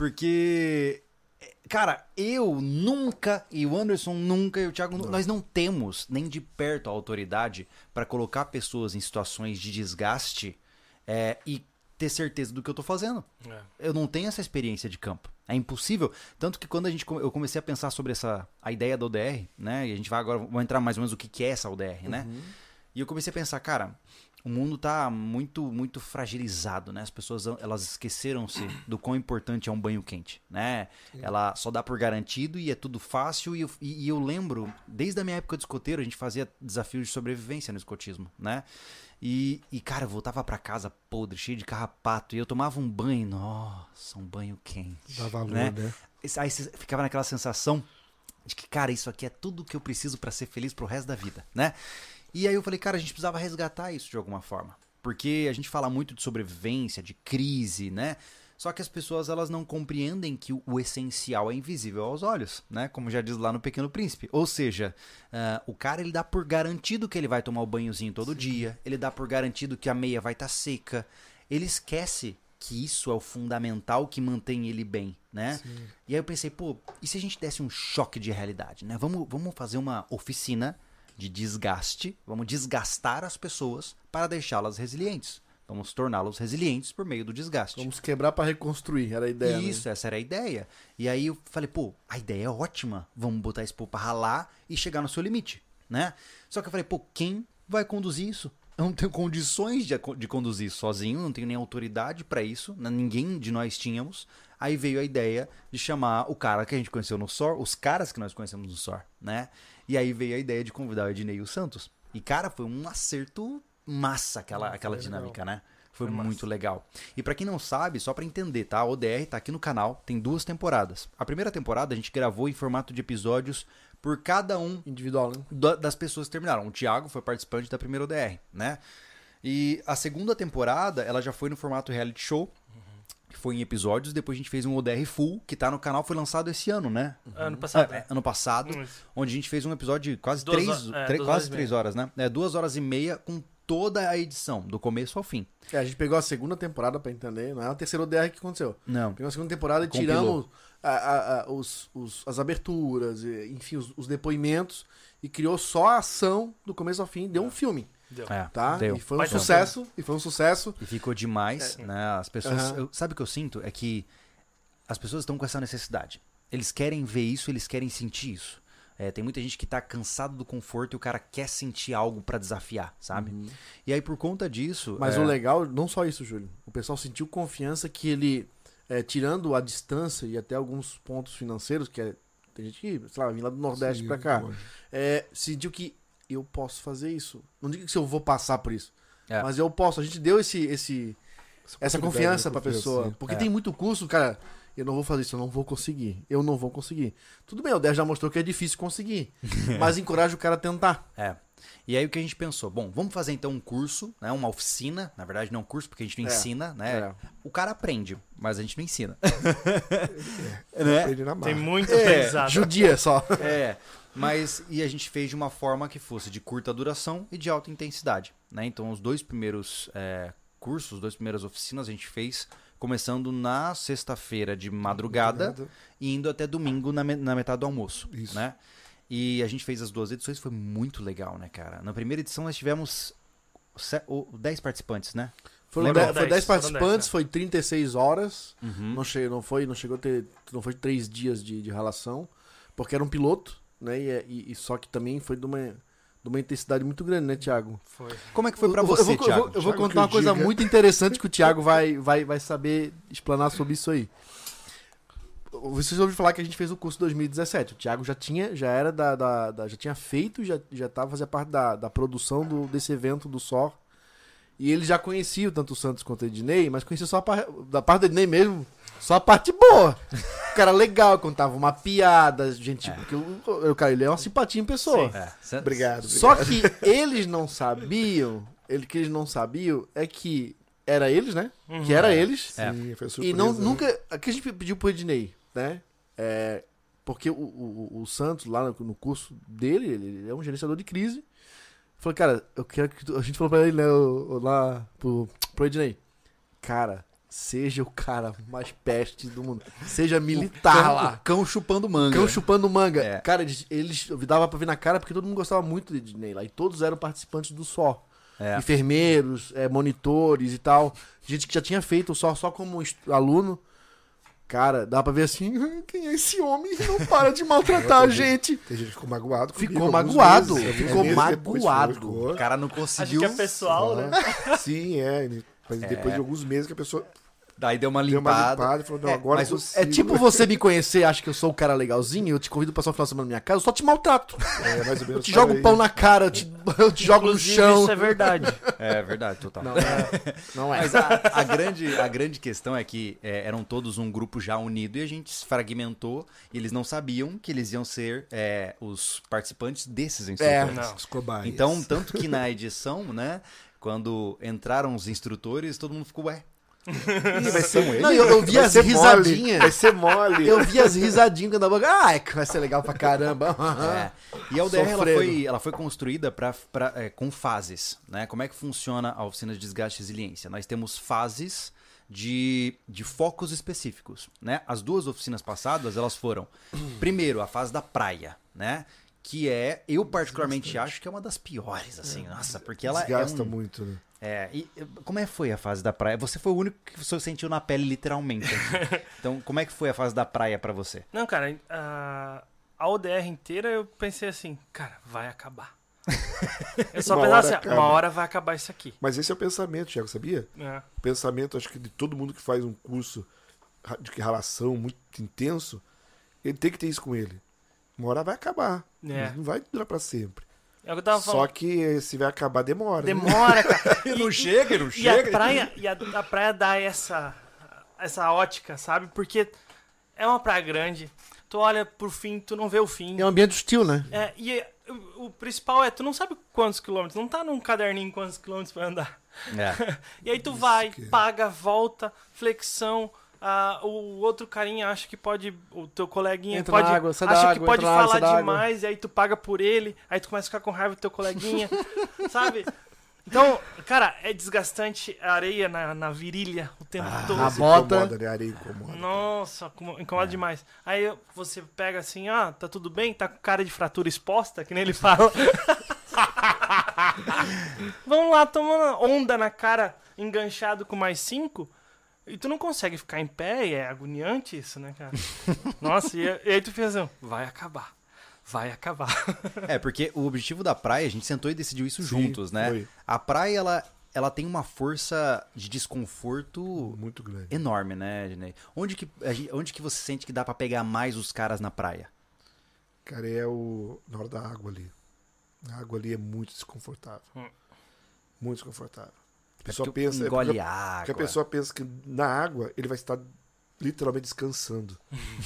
Speaker 1: Porque. é, Cara, eu nunca, e o Anderson nunca, e o Thiago, nu- nós não temos nem de perto a autoridade pra colocar pessoas em situações de desgaste é, e ter certeza do que eu tô fazendo.
Speaker 4: É.
Speaker 1: eu não tenho essa experiência de campo. É impossível. Tanto que quando a gente come- eu comecei a pensar sobre essa a ideia da ODR, né? E a gente vai agora vamos entrar mais ou menos o que que é essa ODR, né? E eu comecei a pensar, cara, o mundo tá muito muito fragilizado, né? As pessoas elas esqueceram-se do quão importante é um banho quente, né? Ela só dá por garantido e é tudo fácil e eu, e- e eu lembro, desde a minha época de escoteiro, a gente fazia desafios de sobrevivência no escotismo, né? E, e, cara, eu voltava pra casa podre, cheio de carrapato, e eu tomava um banho, nossa, um banho quente.
Speaker 2: Dá valor,
Speaker 1: Né?
Speaker 2: né?
Speaker 1: Esse- Aí você ficava naquela sensação de que, cara, isso aqui é tudo que eu preciso pra ser feliz pro resto da vida, né? E aí eu falei, cara, a gente precisava resgatar isso de alguma forma. Porque a gente fala muito de sobrevivência, de crise, né? Só que as pessoas elas não compreendem que o- o essencial é invisível aos olhos, né? Como já diz lá no Pequeno Príncipe. Ou seja, ah, o cara ele dá por garantido que ele vai tomar o banhozinho todo dia, ele dá por garantido que a meia vai estar seca. Ele esquece que isso é o fundamental que mantém ele bem, né? E aí eu pensei, pô, e se a gente desse um choque de realidade, né? Vamos, vamos fazer uma oficina de desgaste, vamos desgastar as pessoas para deixá-las resilientes. Vamos torná-los resilientes por meio do desgaste.
Speaker 3: Vamos quebrar pra reconstruir, era a ideia. né?
Speaker 1: Isso, essa era a ideia. E aí eu falei, pô, a ideia é ótima. Vamos botar esse povo pra ralar e chegar no seu limite, né? Só que eu falei, pô, quem vai conduzir isso? Eu não tenho condições de, acon- de conduzir isso sozinho, não tenho nem autoridade pra isso, né? ninguém de nós tínhamos. Aí veio a ideia de chamar o cara que a gente conheceu no SOR, os caras que nós conhecemos no SOR, né? E aí veio a ideia de convidar o Ednei e o Santos. E, cara, foi um acerto massa aquela, aquela
Speaker 4: foi legal.
Speaker 1: dinâmica, né? Foi muito legal. E pra quem não sabe, só pra entender, tá? A ODR tá aqui no canal, tem duas temporadas. A primeira temporada a gente gravou em formato de episódios por cada um
Speaker 3: Individual, né?
Speaker 1: da- das pessoas que terminaram. O Thiago foi participante da primeira ODR, né? E a segunda temporada, ela já foi no formato reality show, que foi em episódios. Depois a gente fez um ODR full, que tá no canal, foi lançado esse ano, né?
Speaker 4: Ano passado.
Speaker 1: Ah, é, ano passado,
Speaker 4: Isso.
Speaker 1: onde a gente fez um episódio de quase
Speaker 4: Duas
Speaker 1: três,
Speaker 4: ho- é,
Speaker 1: tre-
Speaker 4: duas horas
Speaker 1: quase
Speaker 4: e
Speaker 1: três horas, né? É, duas horas e meia com toda a edição, do começo ao fim.
Speaker 3: É, a gente pegou a segunda temporada pra entender, não é a terceira ODR que aconteceu.
Speaker 1: Não.
Speaker 3: Pegou a segunda temporada e
Speaker 1: Compilou.
Speaker 3: tiramos a- a- a- os, os- as aberturas, e, enfim, os, os depoimentos e criou só a ação do começo ao fim, deu um filme,
Speaker 4: Deu.
Speaker 1: É,
Speaker 3: tá?
Speaker 1: deu.
Speaker 3: E foi um
Speaker 4: Mas deu.
Speaker 3: sucesso, e foi um sucesso.
Speaker 1: E ficou demais, né? As pessoas.
Speaker 3: É. Aham.
Speaker 1: eu- sabe o que eu sinto? É que as pessoas estão com essa necessidade. Eles querem ver isso, eles querem sentir isso. É, tem muita gente que tá cansado do conforto e o cara quer sentir algo pra desafiar, sabe? E aí, por conta disso.
Speaker 3: Uhum. Mas
Speaker 1: é,
Speaker 3: o legal, não só isso, Júlio. O pessoal sentiu confiança que ele, é, tirando a distância e até alguns pontos financeiros, que é, tem gente que, sei lá, vem lá do Nordeste pra cá, é, sentiu que eu posso fazer isso. Não digo que se eu vou passar por isso,
Speaker 1: É.
Speaker 3: mas eu posso. A gente deu esse, esse, essa
Speaker 2: né?
Speaker 3: confiança É. pra pessoa. Porque tem muito curso, cara. Eu não vou fazer isso, eu não vou conseguir. Eu não vou conseguir. Tudo bem, o 10 já mostrou que é difícil conseguir. mas encoraja o cara a tentar.
Speaker 1: É. E aí o que a gente pensou? Bom, vamos fazer então um curso, né? Uma oficina. Na verdade, não um curso, porque a gente não
Speaker 3: É.
Speaker 1: ensina, né?
Speaker 3: É.
Speaker 1: O cara aprende, mas a gente não ensina.
Speaker 3: né?
Speaker 2: Aprende na marra.
Speaker 4: Tem muito
Speaker 1: É,
Speaker 4: aprendizado.
Speaker 3: Judia só.
Speaker 1: É, mas e a gente fez de uma forma que fosse de curta duração e de alta intensidade, né? Então os dois primeiros é, cursos, as duas primeiras oficinas a gente fez começando na sexta-feira de madrugada e indo até domingo na, me- na metade do almoço,
Speaker 2: Isso.
Speaker 1: né? E a gente fez as duas edições, foi muito legal, né, cara? Na primeira edição nós tivemos se- o- 10 participantes, né?
Speaker 3: Foram
Speaker 4: Lembra?
Speaker 3: 10, foi
Speaker 4: Dez,
Speaker 3: 10
Speaker 4: foram
Speaker 3: participantes,
Speaker 4: dez, né?
Speaker 3: foi 36 horas. Não, che não foi, não chegou a ter. Não foi 3 dias de, de relação. Porque era um piloto, né? E, é- e- e só que também foi de uma, de uma intensidade muito grande, né, Thiago?
Speaker 4: Foi.
Speaker 1: Como é que foi pra
Speaker 3: Eu vou-
Speaker 1: você,
Speaker 3: eu vou, eu
Speaker 1: Thiago?
Speaker 3: vou- eu vou
Speaker 2: Thiago, que
Speaker 3: contar
Speaker 2: eu
Speaker 3: uma coisa
Speaker 2: diga.
Speaker 3: muito interessante que o Thiago vai, vai, vai saber explanar sobre isso aí. Vocês ouviram falar que a gente fez o curso em 2017. O Thiago já tinha, já era da. da- da- já tinha feito, já, já tava fazendo parte da, da produção do- desse evento do SOR. E ele já conhecia tanto o Santos quanto o Ednei, mas conhecia só a par- da parte do Ednei mesmo, só a parte boa. O cara legal, contava uma piada,
Speaker 2: É.
Speaker 3: gente. Porque o, o cara, ele é uma simpatia em pessoa.
Speaker 4: Sim.
Speaker 1: É, cê-
Speaker 2: Obrigado. obrigado.
Speaker 3: Só que eles não sabiam, ele que eles não sabiam é que era eles, né? Que era eles.
Speaker 1: É.
Speaker 2: Sim, foi
Speaker 3: E
Speaker 2: Uhum. surpresa,
Speaker 3: não
Speaker 2: né?
Speaker 3: nunca, aqui a gente pediu pro Ednei, né? É, porque o, o, o Santos lá no, no curso dele, ele é um gerenciador de crise. Falou, cara, eu quero que tu- a gente falou pra ele, né, o- o lá pro, pro Ednei. Cara, seja o cara mais peste do mundo. Seja militar
Speaker 1: cão-
Speaker 3: lá.
Speaker 1: o tá cão chupando manga.
Speaker 3: Cão chupando manga.
Speaker 1: É.
Speaker 3: Cara, eles, eles dava pra ver na cara porque todo mundo gostava muito de Disney lá. E todos eram participantes do SOR.
Speaker 1: É.
Speaker 3: Enfermeiros, eh, monitores e tal. Gente que já tinha feito o SOR só como est- aluno. Cara, dá pra ver assim, "Ah, quem é esse homem que não para de maltratar a gente?
Speaker 2: Tem gente que ficou magoado. comigo,
Speaker 3: Ficou
Speaker 2: alguns
Speaker 3: magoado,
Speaker 2: meses, alguns
Speaker 3: ficou
Speaker 2: meses depois foi,
Speaker 3: magoado.
Speaker 2: ficou.
Speaker 1: O cara não
Speaker 4: Acho
Speaker 1: conseguiu.
Speaker 4: que é pessoal,
Speaker 2: Uhum.
Speaker 4: né?
Speaker 2: Sim, é. ele- Mas depois de alguns meses que a pessoa
Speaker 3: Tá
Speaker 1: Daí deu uma
Speaker 2: deu uma
Speaker 1: limpada.
Speaker 2: limpada e falou, não,
Speaker 1: É,
Speaker 2: agora
Speaker 1: mas
Speaker 2: eu
Speaker 1: o-
Speaker 3: É
Speaker 2: consigo.
Speaker 3: tipo você me conhecer, acha que eu sou o cara legalzinho, eu te convido pra passar um final de semana na minha casa, eu só te maltrato.
Speaker 2: É, mais ou menos
Speaker 3: Eu te jogo um
Speaker 2: por aí.
Speaker 3: pão na cara, eu te, eu te jogo no
Speaker 4: Inclusive,
Speaker 3: chão.
Speaker 4: isso é verdade.
Speaker 1: É verdade, total.
Speaker 3: Não é. Não é.
Speaker 1: Mas a, a grande, a grande questão é que é, eram todos um grupo já unido e a gente se fragmentou e eles não sabiam que eles iam ser é, os participantes
Speaker 3: É.
Speaker 1: desses instrutores.
Speaker 4: Não.
Speaker 2: Os cobaias.
Speaker 1: Então, tanto que na edição, né, quando entraram os instrutores, todo mundo ficou, ué,
Speaker 2: Ih, vai ser
Speaker 3: Não, eu, eu vi
Speaker 2: Vai
Speaker 3: as
Speaker 2: ser mole,
Speaker 3: risadinhas.
Speaker 2: Vai ser mole.
Speaker 3: Eu vi as risadinhas da boca. Ai, que vai ser legal pra caramba.
Speaker 1: É. E a UDR ela
Speaker 3: Sofreram.
Speaker 1: foi, ela foi construída pra, pra, é, com fases. Né? Como é que funciona a oficina de desgaste e resiliência? Nós temos fases de, de focos específicos. Né? As duas oficinas passadas elas foram, primeiro, a fase da praia, né? que é, eu particularmente acho que é uma das piores, assim, nossa, porque ela
Speaker 2: Desgasta
Speaker 1: é um-
Speaker 2: muito, né?
Speaker 1: É, e eh, como é que foi a fase da praia? Você foi o único que você sentiu na pele, literalmente. assim. então, como é que foi a fase da praia pra você?
Speaker 4: Não, cara, a, a ODR inteira eu pensei assim, cara, vai acabar. eu só
Speaker 2: Uma
Speaker 4: pensava
Speaker 2: hora
Speaker 4: assim,
Speaker 2: acaba.
Speaker 4: uma hora vai acabar isso aqui.
Speaker 2: Mas esse é o pensamento, Thiago, sabia?
Speaker 4: né?
Speaker 2: O pensamento, acho que de todo mundo que faz um curso ra- de relação muito intenso, ele tem que ter isso com ele. Uma hora vai acabar.
Speaker 4: É.
Speaker 2: Mas Não vai durar pra sempre.
Speaker 4: É o que eu tava
Speaker 2: Só
Speaker 4: falando.
Speaker 2: que se vai acabar, demora. né?
Speaker 4: Demora, cara. E-
Speaker 1: não chega, não
Speaker 4: E a praia, e a, a praia dá essa, essa ótica, sabe? Porque é uma praia grande. Tu olha pro fim, tu não vê o fim.
Speaker 3: É um ambiente hostil, né?
Speaker 4: É, e é, o, o principal é, tu não sabe quantos quilômetros, não tá num caderninho quantos quilômetros vai andar.
Speaker 1: É.
Speaker 4: E aí tu vai,
Speaker 2: que é.
Speaker 4: paga, volta, flexão. ah, o outro carinha acha que pode. O teu coleguinha
Speaker 3: Entra
Speaker 4: pode.
Speaker 3: na água, sai da
Speaker 4: acha que
Speaker 3: água,
Speaker 4: pode
Speaker 3: entra na água,
Speaker 4: falar
Speaker 3: sai da água.
Speaker 4: demais, e aí tu paga por ele, aí tu começa a ficar com raiva do teu coleguinha, sabe? Então, cara, é desgastante a areia na, na virilha o tempo todo.
Speaker 3: a
Speaker 2: Mas
Speaker 3: bota-
Speaker 2: Incomoda, né? A areia incomoda.
Speaker 4: Nossa, como- incomoda demais. Aí eu- você pega assim, ah, tá tudo bem? Tá com cara de fratura exposta, que nem ele fala. Vamos lá, tomando onda na cara, enganchado com mais cinco. E tu não consegue ficar em pé, e é agoniante isso, né, cara? Nossa, e, e aí tu fica assim, vai acabar. Vai acabar.
Speaker 1: É, porque o objetivo da praia, a gente sentou e decidiu isso
Speaker 2: Sim,
Speaker 1: juntos, né?
Speaker 2: foi.
Speaker 1: A praia, ela, ela tem uma força de desconforto
Speaker 2: Muito grande.
Speaker 1: enorme, né, Dinei? Onde que, a gente- onde que você sente que dá pra pegar mais os caras na praia?
Speaker 2: Cara, é o. Na hora da água ali. A água ali é muito desconfortável.
Speaker 4: Hum.
Speaker 2: Muito desconfortável. A
Speaker 1: É
Speaker 2: pessoa
Speaker 1: porque
Speaker 2: pensa. é
Speaker 1: engole
Speaker 2: porque-
Speaker 1: água.
Speaker 2: porque a pessoa pensa que na água ele vai estar literalmente descansando.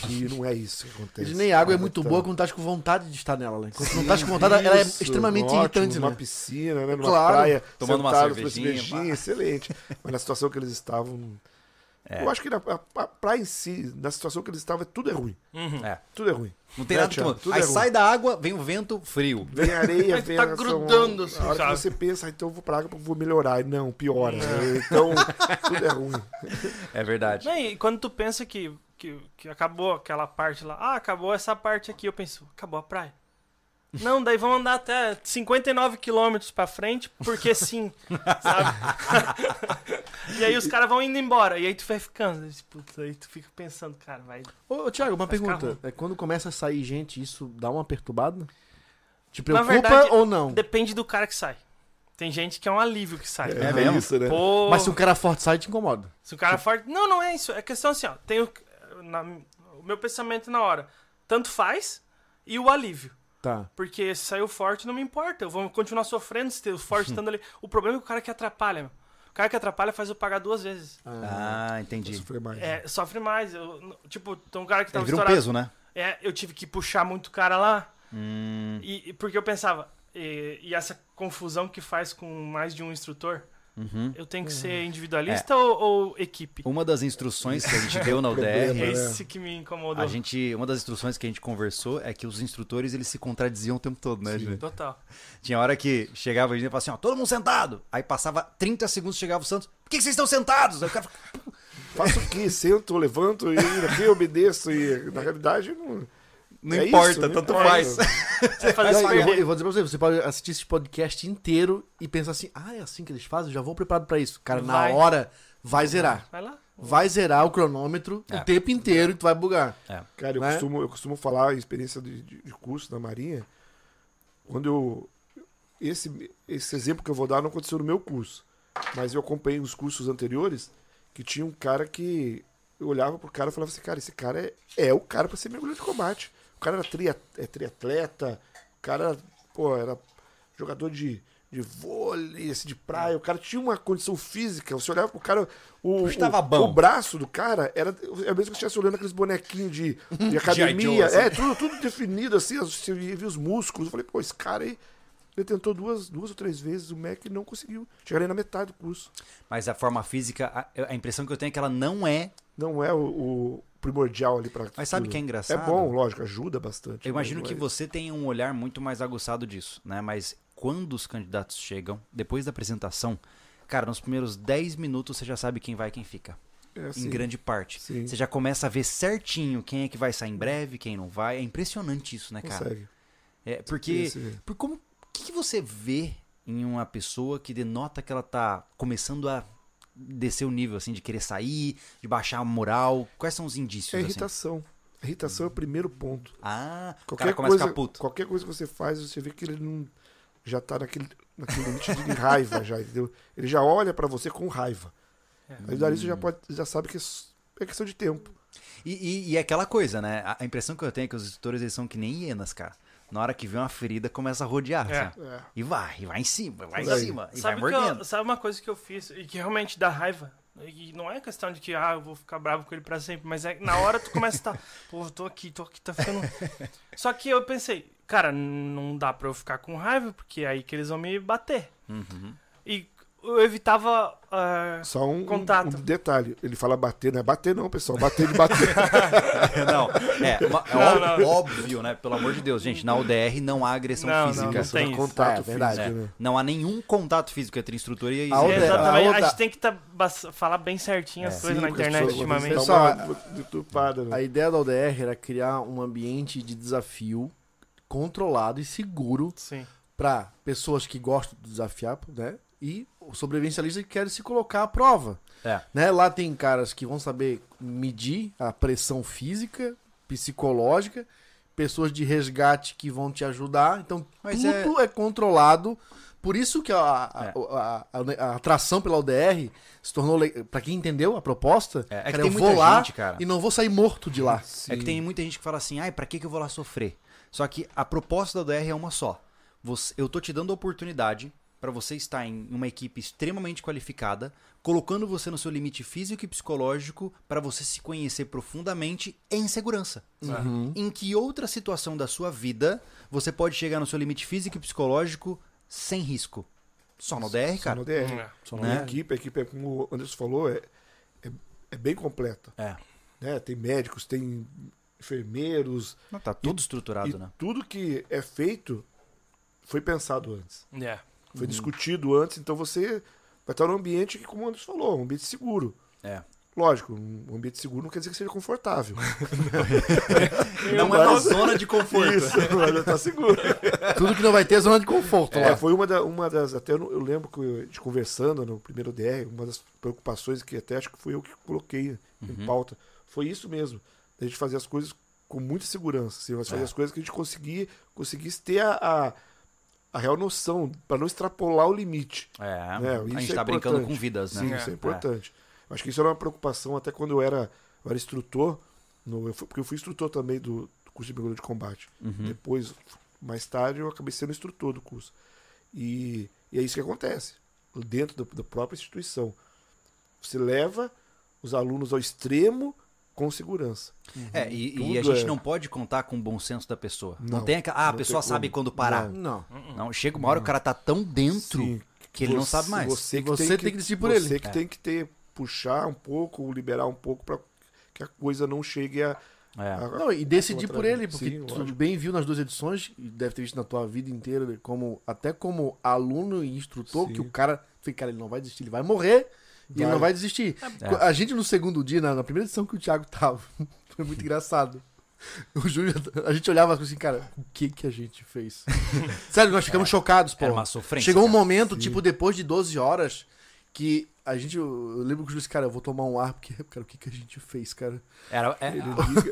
Speaker 2: e não é isso que acontece.
Speaker 3: E nem água é muito
Speaker 2: tá-
Speaker 3: boa quando tá com vontade de estar nela, né? Quando tu não tá com vontade, ela é
Speaker 2: Isso,
Speaker 3: extremamente
Speaker 2: ótimo,
Speaker 3: irritante,
Speaker 2: numa
Speaker 3: né?
Speaker 2: piscina, né? Numa
Speaker 3: Claro.
Speaker 2: praia,
Speaker 1: Tomando uma
Speaker 2: sentado, tomando
Speaker 1: cervejinha, pá.
Speaker 2: excelente. Mas na situação que eles estavam.
Speaker 1: É.
Speaker 2: Eu acho que na, a, a praia em si, na situação que eles estavam, tudo é ruim.
Speaker 1: É.
Speaker 2: Tudo é ruim.
Speaker 1: Não tem
Speaker 2: Né,
Speaker 1: nada que...
Speaker 2: Thiago? Tudo
Speaker 1: Aí
Speaker 2: é ruim.
Speaker 1: sai da água, vem o vento frio.
Speaker 2: Vem areia,
Speaker 4: Mas
Speaker 2: vem
Speaker 4: tá
Speaker 2: a- são-
Speaker 4: grudando, assim,
Speaker 2: A hora
Speaker 4: sabe?
Speaker 2: que você pensa, ah, então eu vou pra água porque eu vou melhorar. E não, piora. né? Então, tudo é ruim.
Speaker 1: É verdade.
Speaker 4: Não, e quando tu pensa que, que, que acabou aquela parte lá, ah, acabou essa parte aqui, eu penso, acabou a praia. Não, daí vamos andar até 59 quilômetros pra frente, porque sim, sabe? e aí os caras vão indo embora, e aí tu vai ficando, aí, putz, aí tu fica pensando, cara, vai...
Speaker 3: Ô, ô, Thiago, uma
Speaker 4: Vai ficar
Speaker 3: pergunta. É, quando começa a sair gente, isso dá uma perturbada? Te
Speaker 4: Na
Speaker 3: preocupa
Speaker 4: verdade,
Speaker 3: ou não?
Speaker 4: Depende do cara que sai. Tem gente que é um alívio que sai.
Speaker 1: É mesmo?
Speaker 2: isso, né?
Speaker 4: Pô,
Speaker 3: Mas se um cara forte sai, te incomoda.
Speaker 4: Se o cara é forte. Não, não é isso. É questão assim, ó. Tem o, na- o meu pensamento na hora. Tanto faz e o alívio.
Speaker 3: Tá.
Speaker 4: Porque se saiu forte, não me importa. Eu vou continuar sofrendo se ter o forte estando ali. O problema é que o cara que atrapalha, meu. O cara que atrapalha faz eu pagar duas vezes.
Speaker 1: Ah, entendi.
Speaker 2: Sofrer mais.
Speaker 4: É, sofre mais. Eu- tipo, tem um cara que
Speaker 1: Ele
Speaker 4: tava
Speaker 1: vira um
Speaker 4: estourado.
Speaker 1: peso, né?
Speaker 4: É, eu tive que puxar muito o cara lá.
Speaker 1: Hum,
Speaker 4: E, e porque eu pensava, e, e essa confusão que faz com mais de um instrutor, eu tenho que ser individualista ou, ou equipe?
Speaker 1: uhum. É. Uma das instruções que a gente deu na
Speaker 2: Problema.
Speaker 1: UDR,
Speaker 4: É
Speaker 2: né?
Speaker 4: esse que me incomodou.
Speaker 1: a gente, uma das instruções que a gente conversou é que os instrutores eles se contradiziam o tempo todo, né, gente?
Speaker 4: Total.
Speaker 1: Tinha hora que chegava a gente e falava assim, ó, todo mundo sentado. Aí passava 30 segundos, chegava o Santos, por que que vocês estão sentados? Aí o cara fala,
Speaker 2: Faço o quê? Sento, levanto e aqui eu obedeço. E na realidade, não.
Speaker 1: não
Speaker 2: É
Speaker 1: importa,
Speaker 2: isso, não
Speaker 1: tanto
Speaker 2: importa.
Speaker 1: faz.
Speaker 4: Você faz
Speaker 3: Não,
Speaker 4: isso
Speaker 3: eu, vou,
Speaker 4: perder.
Speaker 3: eu vou dizer pra você, você pode assistir esse podcast inteiro e pensar assim, ah, é assim que eles fazem, eu já vou preparado pra isso. Cara, na
Speaker 4: Vai.
Speaker 3: hora, vai zerar.
Speaker 4: Vai lá.
Speaker 3: Vai zerar o cronômetro
Speaker 1: É.
Speaker 3: o tempo inteiro e tu vai bugar.
Speaker 2: Cara, eu,
Speaker 3: Né?
Speaker 2: costumo, eu costumo falar a experiência de, de- de curso na Marinha. Quando eu. Esse, esse exemplo que eu vou dar não aconteceu no meu curso. Mas eu acompanhei os cursos anteriores que tinha um cara que. Eu olhava pro cara e falava assim, cara, esse cara é, é o cara pra ser mergulhador de combate. O cara era tria- é triatleta, o cara era, pô, era jogador de, de vôlei, assim, de praia, o cara tinha uma condição física. Você olhava pro cara. O,
Speaker 1: Estava
Speaker 2: o,
Speaker 1: bom.
Speaker 2: o braço do cara era é o mesmo que você estivesse olhando aqueles bonequinhos de, de
Speaker 1: Joe,
Speaker 2: academia.
Speaker 1: assim.
Speaker 2: É, tudo, tudo definido assim, as- você via os músculos. Eu falei, pô, esse cara aí. Ele tentou duas, duas ou três vezes o MEC e não conseguiu. Chegar nem na metade do curso.
Speaker 1: Mas a forma física, a, a impressão que eu tenho é que ela não é.
Speaker 2: Não é o, o primordial ali pra.
Speaker 1: Mas sabe
Speaker 2: tudo.
Speaker 1: que é engraçado?
Speaker 2: É bom, lógico, ajuda bastante.
Speaker 1: Eu imagino
Speaker 2: mas
Speaker 1: que
Speaker 2: não é-
Speaker 1: você tenha um olhar muito mais aguçado disso, né? Mas quando os candidatos chegam, depois da apresentação, cara, nos primeiros 10 minutos você já sabe quem vai e quem fica.
Speaker 2: é assim.
Speaker 1: em grande parte.
Speaker 2: Sim.
Speaker 1: Você já começa a ver certinho quem é que vai sair em breve, quem não vai. É impressionante isso, né, cara?
Speaker 2: Consegue.
Speaker 1: É, porque. Por como, o que, que você vê em uma pessoa que denota que ela tá começando a descer o nível, assim, de querer sair, de baixar a moral? Quais são os indícios? assim?
Speaker 2: É
Speaker 1: Uhum.
Speaker 2: irritação. A irritação é o primeiro ponto.
Speaker 1: Ah, o
Speaker 2: Qualquer
Speaker 1: cara começa
Speaker 2: coisa,
Speaker 1: a ficar puto.
Speaker 2: qualquer coisa que você faz, você vê que ele não já tá naquele, naquele limite de raiva já, entendeu? Ele já olha pra você com raiva.
Speaker 4: É.
Speaker 2: Aí dali você já pode já sabe que é s- é questão de tempo.
Speaker 1: E, e, e é aquela coisa, né? A, a impressão que eu tenho é que os editores eles são que nem hienas, cara. Na hora que vê uma ferida, começa a rodear.
Speaker 4: É.
Speaker 1: assim.
Speaker 2: É.
Speaker 1: E vai, e vai em cima, vai em
Speaker 2: Sabe-
Speaker 1: cima, e vai
Speaker 4: Sabe, que
Speaker 1: mordendo.
Speaker 4: eu, sabe uma coisa que eu fiz e que realmente dá raiva? E não é questão de que, ah, eu vou ficar bravo com ele pra sempre, mas é que na hora tu começa a estar, pô, eu tô aqui, tô aqui, tá ficando. Só que eu pensei, cara, n- não dá pra eu ficar com raiva, porque é aí que eles vão me bater. Uhum. E eu evitava. ah,
Speaker 2: Só um,
Speaker 4: Contato.
Speaker 2: um detalhe. Ele fala bater, não é bater não, pessoal. Bater de bater.
Speaker 1: Não, é, ma- é
Speaker 4: Não,
Speaker 1: ó-
Speaker 4: não.
Speaker 1: óbvio, né? Pelo amor de Deus, gente. Na UDR não há agressão
Speaker 4: Não, não,
Speaker 1: física.
Speaker 4: não tem isso.
Speaker 2: contato
Speaker 3: É, verdade.
Speaker 1: É,
Speaker 2: né? físico, né?
Speaker 1: não há nenhum contato físico entre instrutor e
Speaker 3: A
Speaker 4: é,
Speaker 3: Alder-
Speaker 1: e-
Speaker 4: exatamente.
Speaker 3: a
Speaker 4: A,
Speaker 3: Alder-
Speaker 4: gente tem que tá, bas- falar bem certinho as coisas na
Speaker 2: porque as
Speaker 4: internet
Speaker 2: pessoas gostam de
Speaker 4: ultimamente.
Speaker 3: Pessoal,
Speaker 2: dar uma deturpada, né?
Speaker 3: A ideia da ODR era criar um ambiente de desafio controlado e seguro
Speaker 4: Sim.
Speaker 3: para pessoas que gostam de desafiar, né? E o sobrevivencialista que quer se colocar à prova.
Speaker 1: É.
Speaker 3: Né? Lá tem caras que vão saber medir a pressão física, psicológica, pessoas de resgate que vão te ajudar. Então,
Speaker 1: Mas
Speaker 3: tudo é... controlado. Por isso que a, a-
Speaker 1: É.
Speaker 3: a- a- a atração pela ODR se tornou. le- Pra quem entendeu a proposta,
Speaker 1: É, é que
Speaker 3: cara,
Speaker 1: tem
Speaker 3: eu
Speaker 1: muita
Speaker 3: vou lá
Speaker 1: gente, cara.
Speaker 3: e não vou sair morto de lá.
Speaker 1: É que tem muita gente que fala assim, ai, pra que, que eu vou lá sofrer? Só que a proposta da DR é uma só. Você- eu tô te dando a oportunidade pra você estar em uma equipe extremamente qualificada, colocando você no seu limite físico e psicológico pra você se conhecer profundamente em segurança.
Speaker 2: Uhum.
Speaker 1: Em que outra situação da sua vida você pode chegar no seu limite físico e psicológico sem risco? Só no DR,
Speaker 2: Só
Speaker 1: cara.
Speaker 2: no DR.
Speaker 4: É.
Speaker 3: Só
Speaker 1: né?
Speaker 2: A equipe, a equipe é como o Anderson falou, é, é, é bem completa.
Speaker 1: É.
Speaker 2: Né? Tem médicos, tem enfermeiros.
Speaker 1: Não, tá tudo
Speaker 2: e
Speaker 1: estruturado, né?
Speaker 2: tudo que é feito foi pensado antes.
Speaker 4: É.
Speaker 1: Uhum.
Speaker 2: Foi discutido antes. Então você vai estar num ambiente que, como o Anderson falou, um ambiente seguro.
Speaker 1: É.
Speaker 2: Lógico, um ambiente seguro não quer dizer que seja confortável.
Speaker 1: Não é uma zona de conforto.
Speaker 2: Isso, mas está seguro.
Speaker 3: Tudo que não vai ter é zona de conforto
Speaker 2: É,
Speaker 3: lá.
Speaker 2: foi uma, da- uma das. Até eu não- eu lembro que eu- a gente conversando no primeiro DR, uma das preocupações que até acho que foi eu que coloquei
Speaker 1: Uhum.
Speaker 2: em pauta. Foi isso mesmo. A gente fazer as coisas com muita segurança. Assim, nós
Speaker 1: É.
Speaker 2: fazer as coisas que a gente conseguir, conseguisse ter a, a, a real noção, para não extrapolar o limite.
Speaker 1: É,
Speaker 2: né?
Speaker 1: a gente
Speaker 2: Isso é
Speaker 1: tá brincando com
Speaker 2: importante.
Speaker 1: vidas, né?
Speaker 2: Sim, isso é importante. Eu Acho que isso era uma preocupação até quando eu era, eu era instrutor, no, eu fui- porque eu fui instrutor também do, do curso de mergulho de combate. Depois, mais tarde, eu acabei sendo instrutor do curso. E, e é isso que acontece dentro do- da própria instituição. Você leva os alunos ao extremo com segurança.
Speaker 1: É, e, e a
Speaker 2: Tudo
Speaker 1: gente
Speaker 2: é.
Speaker 1: não pode contar com o bom senso da pessoa. Não,
Speaker 2: Não,
Speaker 1: tem aquela. Ah, a
Speaker 2: não
Speaker 1: pessoa
Speaker 2: tem
Speaker 1: sabe
Speaker 2: como.
Speaker 1: quando parar. Não.
Speaker 3: Não.
Speaker 1: chega uma hora o cara tá tão dentro
Speaker 2: Sim.
Speaker 1: que ele não
Speaker 2: Você-
Speaker 1: sabe mais.
Speaker 2: Você que,
Speaker 3: Você
Speaker 2: tem,
Speaker 3: tem que
Speaker 2: que
Speaker 3: decidir por
Speaker 2: Você
Speaker 3: ele.
Speaker 2: que tem que ter puxar um pouco, liberar um pouco para que a coisa não chegue a,
Speaker 1: É.
Speaker 2: a-
Speaker 3: Não, e decidir por ele, porque
Speaker 2: Sim,
Speaker 3: tu
Speaker 2: lógico.
Speaker 3: bem viu nas duas edições, e deve ter visto na tua vida inteira, né, como, até como aluno e instrutor,
Speaker 2: Sim.
Speaker 3: que o cara, fica, cara, ele não vai desistir, ele vai morrer e ele
Speaker 2: Vai.
Speaker 3: não vai desistir.
Speaker 1: É.
Speaker 3: A gente no segundo dia, na, na primeira edição que o Thiago tava, foi muito engraçado. O Júlio, a gente olhava assim, cara, o que que a gente fez? Sério, nós ficamos chocados, pô.
Speaker 1: É, Era uma sofrência,
Speaker 3: Chegou um
Speaker 1: cara.
Speaker 3: momento, tipo, depois de 12 horas, que a gente, eu eu lembro que o Júlio disse, cara, eu vou tomar um ar, porque, cara, o que que a gente fez, cara?
Speaker 1: Era, é-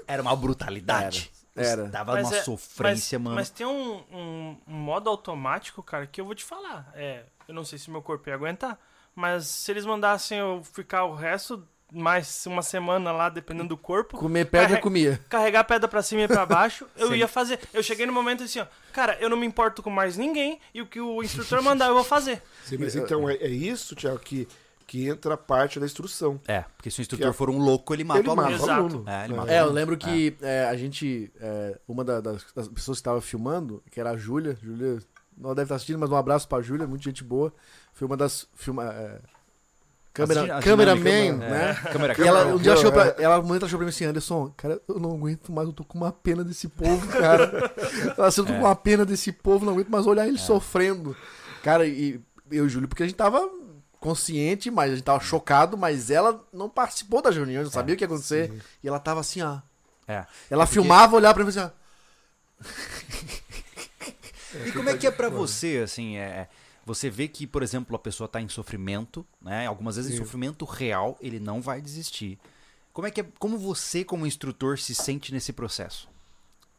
Speaker 1: era uma brutalidade.
Speaker 3: Era, era.
Speaker 1: Dava uma
Speaker 4: é-
Speaker 1: sofrência,
Speaker 4: mas-
Speaker 1: mano.
Speaker 4: Mas tem um, um- um modo automático, cara, que eu vou te falar. É, eu não sei se meu corpo ia aguentar, mas se eles mandassem eu ficar o resto mais uma semana lá, dependendo do corpo,
Speaker 3: Comer pedra,
Speaker 1: é
Speaker 4: Carre-
Speaker 3: comia.
Speaker 4: carregar a pedra pra cima e pra baixo, eu ia fazer. Eu cheguei no momento assim, ó, cara, eu não me importo com mais ninguém e o que o instrutor mandar eu vou fazer.
Speaker 2: Sim, mas então é, é isso, Tiago, que, que entra a parte da instrução.
Speaker 1: É, porque se o instrutor for um louco, ele mata
Speaker 2: Ele
Speaker 1: o aluno.
Speaker 2: mata o
Speaker 4: Exato.
Speaker 2: aluno.
Speaker 1: É, ele
Speaker 2: né?
Speaker 1: mata.
Speaker 3: É, eu lembro que é, a gente. é, uma da- das, das pessoas que estava filmando, que era a Júlia. Júlia, não deve estar assistindo, mas um abraço pra Júlia, muito gente boa. Foi uma das. Filma, é, câmera,
Speaker 1: Assisti-
Speaker 3: cameraman,
Speaker 1: assinando-
Speaker 3: né?
Speaker 1: Assim, É, câmera,
Speaker 3: E ela, um dia
Speaker 2: Câmera-
Speaker 3: chegou pra, ela, uma noite ela chegou pra mim assim, Anderson, cara, eu não aguento mais, eu tô com uma pena desse povo, cara. ela assim, eu
Speaker 1: É.
Speaker 3: tô com uma pena desse povo, não aguento mais olhar ele sofrendo. Cara, e eu e o Júlio, porque a gente tava consciente, mas a gente tava chocado, mas ela não participou das reuniões, não sabia o que ia acontecer. E ela tava assim, ó.
Speaker 1: É.
Speaker 3: Ela filmava, olhava pra mim assim, ó.
Speaker 1: E como é que é pra você, assim, é... Você vê que, por exemplo, a pessoa tá em sofrimento, né? Algumas vezes em sofrimento real, ele não vai desistir. Como é que é, como você como instrutor se sente nesse processo?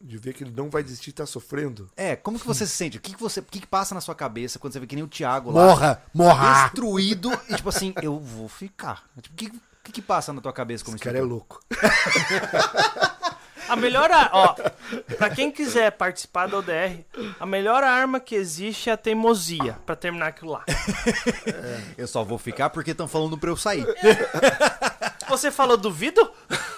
Speaker 2: De ver que ele não vai desistir e tá sofrendo.
Speaker 1: É, como que você se sente? O que que você, o que que passa na sua cabeça quando você vê que nem o Thiago lá?
Speaker 3: Morra! Morra!
Speaker 1: destruído e tipo assim, eu vou ficar. Tipo, o que, o que que passa na tua cabeça como
Speaker 2: Esse cara é
Speaker 1: instrutor?
Speaker 2: louco.
Speaker 4: A melhor ar- ó, pra quem quiser participar da ODR, a melhor arma que existe é a teimosia, pra terminar aquilo lá.
Speaker 1: Eu só vou ficar porque estão falando pra eu sair.
Speaker 4: Você falou duvido?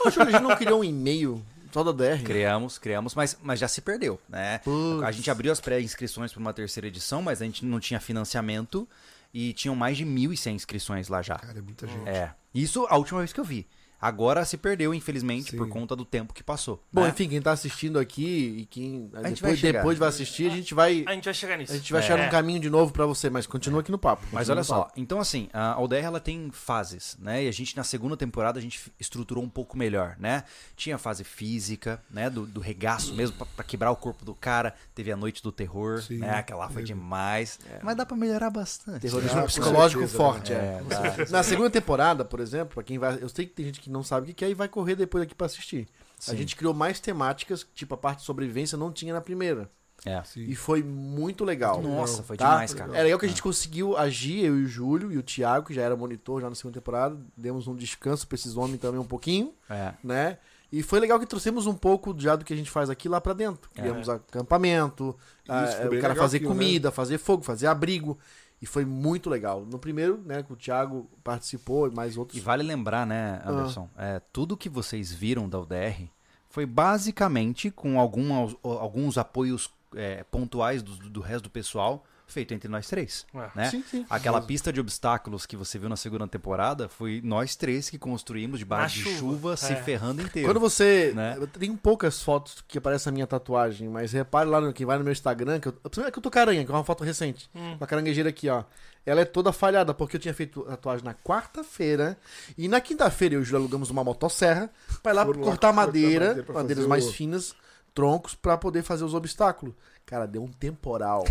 Speaker 3: Ô, Júlio, a gente não criou um e-mail só da né? DR?
Speaker 1: Criamos, criamos, mas, mas já se perdeu, né?
Speaker 3: Putz.
Speaker 1: A gente abriu as pré-inscrições para uma terceira edição, mas a gente não tinha financiamento e tinham mais de 1.100 inscrições lá já.
Speaker 2: Cara, é muita gente.
Speaker 1: É. Isso a última vez que eu vi. Agora se perdeu, infelizmente,
Speaker 2: Sim.
Speaker 1: por conta do tempo que passou.
Speaker 3: Bom,
Speaker 1: né?
Speaker 3: enfim, quem tá assistindo aqui e quem
Speaker 1: gente vai
Speaker 3: depois,
Speaker 1: chegar.
Speaker 3: depois vai assistir, a gente vai,
Speaker 4: A gente vai chegar nisso. É.
Speaker 3: a gente vai achar um caminho de novo pra você, mas continua aqui no papo.
Speaker 1: Mas
Speaker 3: continua
Speaker 1: olha
Speaker 3: no papo.
Speaker 1: só, então assim, a ODR ela tem fases, né? E a gente na segunda temporada a gente estruturou um pouco melhor, né? Tinha a fase física, né? Do, do regaço mesmo, pra, pra quebrar o corpo do cara. Teve a noite do terror,
Speaker 2: Sim,
Speaker 1: né? Aquela lá foi demais. Mas dá pra melhorar bastante.
Speaker 3: Terrorismo
Speaker 2: Ah, com
Speaker 3: É, psicológico
Speaker 2: certeza,
Speaker 3: forte,
Speaker 1: né?
Speaker 3: é. Na segunda temporada, por exemplo, pra quem vai. Eu sei que tem gente que não sabe o que que é e vai correr depois aqui pra assistir. A
Speaker 1: Sim.
Speaker 3: gente criou mais temáticas, tipo a parte de sobrevivência não tinha na primeira.
Speaker 1: É.
Speaker 2: Sim.
Speaker 3: E foi muito legal.
Speaker 1: Nossa, foi
Speaker 3: Tá?
Speaker 1: demais, cara. Ah.
Speaker 3: É legal que a gente conseguiu agir, eu e o Júlio e o Thiago, que já era monitor já na segunda temporada. Demos um descanso pra esses homens também um pouquinho,
Speaker 1: É.
Speaker 3: né? E foi legal que trouxemos um pouco já do que a gente faz aqui lá pra dentro. Criamos acampamento, ah,
Speaker 2: É. foi
Speaker 3: é,
Speaker 2: bem né?
Speaker 3: o cara
Speaker 2: legal
Speaker 3: fazer
Speaker 2: aquilo,
Speaker 3: comida, fazer fogo, fazer abrigo. E foi muito legal. No primeiro, né, que o Thiago participou e mais
Speaker 1: E
Speaker 3: outros.
Speaker 1: vale lembrar, né, Anderson?
Speaker 3: Ah.
Speaker 1: É, tudo que vocês viram da UDR foi basicamente com algum, alguns apoios é, pontuais do, do resto do pessoal feito entre nós três.
Speaker 4: É.
Speaker 1: Né?
Speaker 3: Sim, sim.
Speaker 1: Aquela pista de obstáculos que você viu na segunda temporada foi nós três que construímos debaixo
Speaker 4: Na
Speaker 1: de chuva,
Speaker 4: chuva,
Speaker 1: se
Speaker 4: é.
Speaker 1: ferrando inteiro.
Speaker 3: Quando você.
Speaker 1: Né?
Speaker 3: Eu tenho poucas fotos que aparecem a minha tatuagem, mas repare lá no quem vai no meu Instagram, que eu. Primeiro que eu tô caranha, que é uma foto recente. Uma caranguejeira aqui, ó. Ela é toda falhada, porque eu tinha feito tatuagem na quarta-feira. E na quinta-feira eu e o Júlio alugamos uma motosserra pra ir lá
Speaker 2: Foram lá
Speaker 3: cortar
Speaker 2: cortar
Speaker 3: madeira,
Speaker 2: madeira pra
Speaker 3: madeiras
Speaker 2: fazer
Speaker 3: mais
Speaker 2: o-
Speaker 3: finas, troncos, pra poder fazer os obstáculos. Cara, deu um temporal.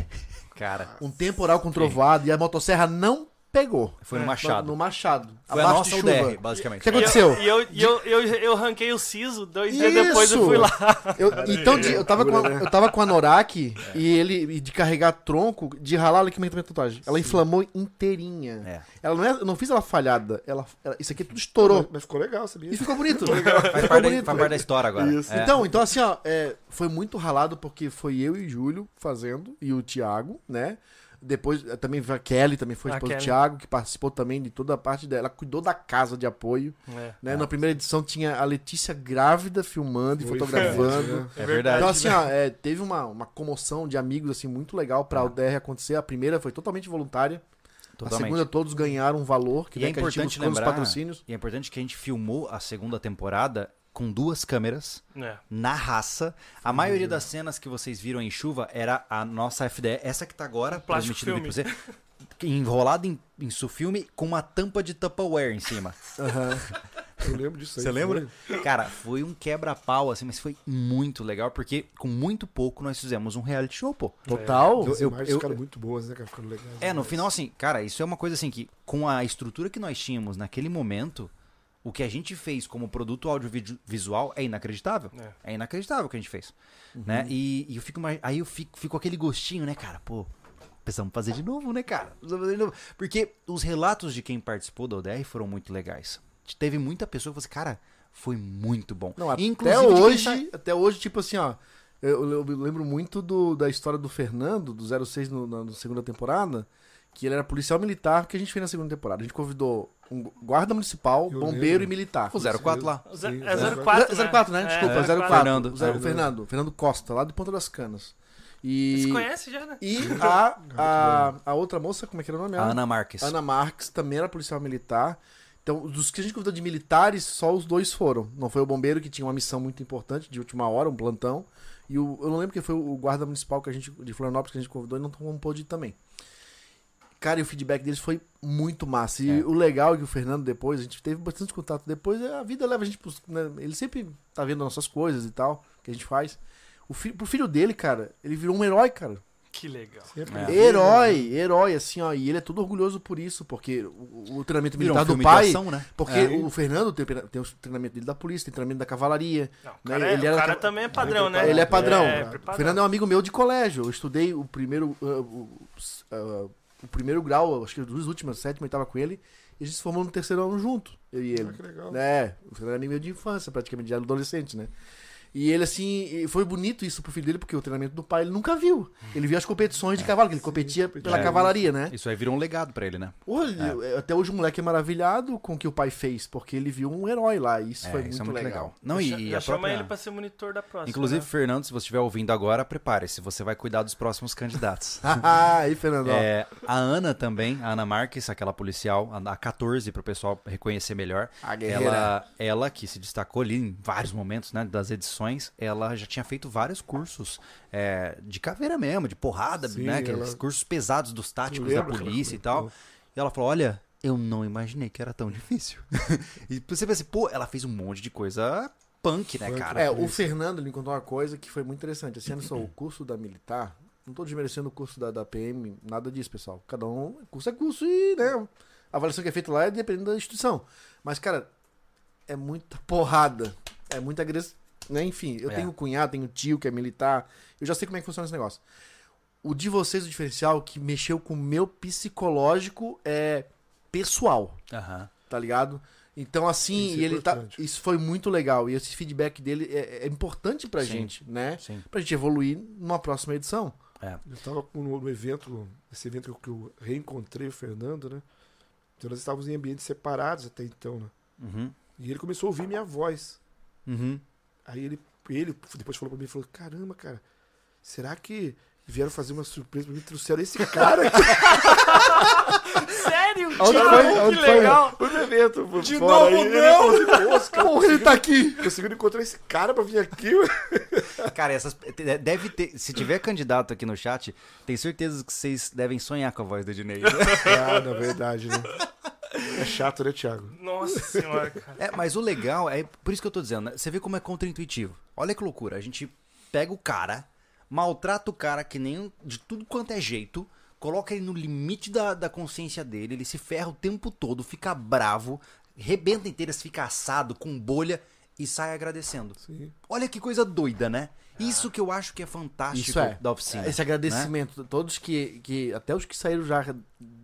Speaker 1: Cara,
Speaker 3: Um temporal com trovado e a motosserra não pegou. É.
Speaker 1: foi no Machado.
Speaker 3: No Machado.
Speaker 1: Foi a
Speaker 3: abaixo
Speaker 1: nossa
Speaker 3: de chuva.
Speaker 1: UDR,
Speaker 3: O
Speaker 1: basicamente.
Speaker 3: que aconteceu?
Speaker 4: E eu, e eu, e eu, eu, eu ranquei o siso, dois dias depois eu
Speaker 3: Isso!
Speaker 4: fui lá.
Speaker 3: Eu, então, de- eu, tava com a, eu tava com a Norak e ele e de carregar tronco, de ralar, olha que aumenta a minha tatuagem. Ela inflamou inteirinha.
Speaker 1: É.
Speaker 3: Ela não é- eu não fiz ela falhada. Ela, ela- isso aqui tudo estourou.
Speaker 2: Mas, mas ficou legal, sabia?
Speaker 3: E ficou bonito.
Speaker 1: Faz
Speaker 3: ficou
Speaker 1: parte, da,
Speaker 3: bonito.
Speaker 1: faz parte da história agora.
Speaker 2: Isso.
Speaker 1: É.
Speaker 3: Então, então assim, ó, é, foi muito ralado porque foi eu e o Júlio fazendo e o Thiago, né? Depois eh, também a Kelly também foi
Speaker 4: A
Speaker 3: esposa do
Speaker 4: Kelly.
Speaker 3: Thiago, que participou também de toda a parte dela. Ela cuidou da casa de apoio.
Speaker 4: É,
Speaker 3: Né? Na primeira edição tinha a Letícia grávida filmando
Speaker 2: É. Foi
Speaker 3: e fotografando.
Speaker 2: famoso, né?
Speaker 1: é verdade.
Speaker 3: Então, assim, ó, é, teve uma, uma comoção de amigos, assim, muito legal
Speaker 1: É.
Speaker 3: pra UDR acontecer. A primeira foi totalmente voluntária. A
Speaker 1: Totalmente.
Speaker 3: segunda, todos ganharam um valor, que,
Speaker 1: E
Speaker 3: né,
Speaker 1: é
Speaker 3: que a gente
Speaker 1: importante
Speaker 3: buscou nos
Speaker 1: lembrar.
Speaker 3: patrocínios.
Speaker 1: E é importante que a gente filmou a segunda temporada com duas câmeras.
Speaker 4: É.
Speaker 1: na raça. A maioria das cenas que vocês viram em chuva era a nossa FDE, essa que tá agora,
Speaker 4: Plástico
Speaker 1: transmitida aqui pra você, que enrolada em, em sufilme com uma tampa de Tupperware em cima.
Speaker 2: Eu lembro disso aí.
Speaker 1: Você lembra?
Speaker 2: foi.
Speaker 1: Cara, foi um quebra-pau, assim, mas foi muito legal, porque com muito pouco nós fizemos um reality show, pô.
Speaker 3: Total.
Speaker 2: As
Speaker 1: Eu-
Speaker 2: imagens
Speaker 1: eu-
Speaker 2: ficaram muito boas, né, cara? Ficaram legais.
Speaker 1: É, no final, assim, cara, isso é uma coisa assim que, com a estrutura que nós tínhamos naquele momento, o que a gente fez como produto audiovisual é inacreditável. É, inacreditável o que a gente fez.
Speaker 3: Uhum.
Speaker 1: Né? E, e eu fico mais. Aí eu fico, fico com aquele gostinho, né, cara? Pô, precisamos fazer de novo, né, cara? Precisamos fazer de novo. Porque os relatos de quem participou da ODR foram muito legais. Teve muita pessoa que falou assim, cara, foi muito bom.
Speaker 3: Não, até
Speaker 1: Inclusive de quem
Speaker 3: hoje,
Speaker 1: sa-
Speaker 3: até hoje, tipo assim, ó. Eu, eu lembro muito do- da história do Fernando, do 06 no, na, na segunda temporada, que ele era policial militar, que a gente fez na segunda temporada. A gente convidou um guarda municipal,
Speaker 2: Eu
Speaker 3: bombeiro
Speaker 2: lembro.
Speaker 3: e militar.
Speaker 1: O 04 lá.
Speaker 4: O ze-
Speaker 2: Sim, né?
Speaker 4: É 04, né?
Speaker 3: 04, né?
Speaker 4: É,
Speaker 3: Desculpa, 04.
Speaker 1: Fernando. É,
Speaker 3: O Zé- o
Speaker 2: Ah,
Speaker 3: Fernando. Fernando Costa, lá do Ponta das Canas. E...
Speaker 4: Você conhece já, né?
Speaker 3: E a, a, a outra moça, como é que era o nome?
Speaker 1: A
Speaker 3: dela?
Speaker 1: Ana Marques.
Speaker 3: Ana Marques também era policial militar. Então, dos que a gente convidou de militares, só os dois foram. Não foi o bombeiro, que tinha uma missão muito importante de última hora, um plantão. E o, eu não lembro que foi o guarda municipal que a gente, de Florianópolis que a gente convidou e não tomou um pôde ir também. Cara, e o feedback deles foi muito massa. E o legal é que o Fernando depois, a gente teve bastante contato depois, é, a vida leva a gente pros, né, Ele sempre tá vendo nossas coisas e tal, que a gente faz. O fi, pro filho dele, cara, ele virou um herói, cara.
Speaker 4: Que legal.
Speaker 2: Sempre
Speaker 1: É.
Speaker 2: vi, né?
Speaker 3: Herói, herói, assim, ó. E ele é todo orgulhoso por isso, porque o, o treinamento
Speaker 1: Virou um
Speaker 3: militar do
Speaker 1: filme de
Speaker 3: pai.
Speaker 1: ação, né?
Speaker 3: Porque
Speaker 1: É.
Speaker 3: o Fernando tem, tem o treinamento dele da polícia, tem treinamento da cavalaria.
Speaker 4: Não, o
Speaker 3: né?
Speaker 4: cara, é-
Speaker 3: Ele
Speaker 4: o
Speaker 3: era
Speaker 4: cara
Speaker 3: ca-
Speaker 4: também é padrão, né?
Speaker 3: Ele é padrão.
Speaker 4: É,
Speaker 3: O
Speaker 4: preparado.
Speaker 3: Fernando é um amigo meu de colégio. Eu estudei o primeiro. ah, o, s- ah, o primeiro grau, acho que as duas últimas, sétima, oitava com ele. E a gente se formou no terceiro ano junto. Eu e ele.
Speaker 2: Ah, que legal.
Speaker 3: né? O Fernando era amigo meu de infância, praticamente, de adolescente, né? E ele, assim, e foi bonito isso pro filho dele, porque o treinamento do pai ele nunca viu. Ele viu as competições de cavalo, que ele competia pela
Speaker 1: É.
Speaker 3: cavalaria, né?
Speaker 1: Isso aí virou um legado pra ele, né?
Speaker 3: Olha, até hoje o moleque é maravilhado com o que o pai fez, porque ele viu um herói lá. E isso
Speaker 1: É,
Speaker 3: foi
Speaker 1: isso
Speaker 3: muito,
Speaker 1: é muito legal.
Speaker 3: legal.
Speaker 1: Não,
Speaker 4: Já-
Speaker 1: e
Speaker 4: já
Speaker 1: a
Speaker 4: chama
Speaker 1: própria...
Speaker 4: ele pra ser monitor da próxima.
Speaker 1: Inclusive,
Speaker 4: né?
Speaker 1: Fernando, se você estiver ouvindo agora, prepare-se. Você vai cuidar dos próximos candidatos.
Speaker 2: Tá
Speaker 3: Ah, Aí, Fernando, ó.
Speaker 1: É, a Ana também, a Ana Marques, aquela policial, a- a 14, pro pessoal reconhecer melhor.
Speaker 3: A guerreira.
Speaker 1: Ela, ela que se destacou ali em vários momentos né, das edições, ela já tinha feito vários cursos é, de caveira mesmo, de porrada,
Speaker 2: Sim,
Speaker 1: né? Aqueles
Speaker 2: ela-
Speaker 1: cursos pesados dos táticos
Speaker 2: Eu
Speaker 1: da
Speaker 2: lembro que ela
Speaker 1: polícia e tal. E ela falou: olha. Eu não imaginei que era tão difícil. e você pensa, pô, ela fez um monte de coisa punk, né,
Speaker 2: Punk,
Speaker 1: cara?
Speaker 3: É, o Fernando ele me contou uma coisa que foi muito interessante. Assim, olha só, o curso da militar, não tô desmerecendo o curso da, da PM, nada disso, pessoal. Cada um, curso é curso e, né, a avaliação que é feita lá é dependendo da instituição. Mas, cara, é muita porrada, é muita agressão, né, enfim. Eu
Speaker 1: É.
Speaker 3: tenho cunhado, tenho tio que é militar, eu já sei como é que funciona esse negócio. O de vocês, o diferencial que mexeu com o meu psicológico é pessoal
Speaker 2: É.
Speaker 1: Aham.
Speaker 3: tá ligado? Então, assim,
Speaker 2: Isso é
Speaker 3: e ele tá.
Speaker 2: importante.
Speaker 3: Isso foi muito legal. E esse feedback dele é, é importante pra
Speaker 1: Sim.
Speaker 3: gente, né?
Speaker 1: Sim.
Speaker 3: Pra gente evoluir numa próxima edição.
Speaker 2: Eu estava no, no evento, esse evento que eu que eu reencontrei o Fernando, né? Então nós estávamos em ambientes separados até então, né?
Speaker 1: Uhum.
Speaker 2: E ele começou a ouvir minha voz.
Speaker 1: Uhum.
Speaker 2: Aí ele, ele depois falou pra mim, falou, caramba, cara, será que vieram fazer uma surpresa pra mim? Trouxeram esse cara aqui
Speaker 4: Sério?
Speaker 2: Onde
Speaker 4: Tio?
Speaker 2: foi?
Speaker 4: que
Speaker 2: Onde foi?
Speaker 4: legal.
Speaker 2: no evento. por
Speaker 4: De
Speaker 2: fora.
Speaker 4: novo,
Speaker 2: Aí
Speaker 4: não!
Speaker 2: Ele falou assim, Pô,
Speaker 3: Porra, ele tá aqui!
Speaker 2: conseguiram encontrar esse cara pra vir aqui.
Speaker 1: Cara, essas. te- Deve ter. Se tiver candidato aqui no chat, tenho certeza que vocês devem sonhar com a voz do Ednei.
Speaker 2: ah, na verdade, né? É chato, né, Thiago?
Speaker 4: Nossa senhora, cara.
Speaker 1: É, mas o legal é. Por isso que eu tô dizendo, né? Você vê como é contraintuitivo. Olha que loucura. A gente pega o cara, maltrata o cara que nem. um- de tudo quanto é jeito. Coloca ele no limite da, da consciência dele, ele se ferra o tempo todo, fica bravo, rebenta inteiras, fica assado, com bolha e sai agradecendo.
Speaker 2: Sim.
Speaker 1: Olha que coisa doida, né? Isso que eu acho que é fantástico
Speaker 3: Ah. Isso é.
Speaker 1: da oficina. né?
Speaker 3: Esse agradecimento, todos que, que. Até os que saíram já,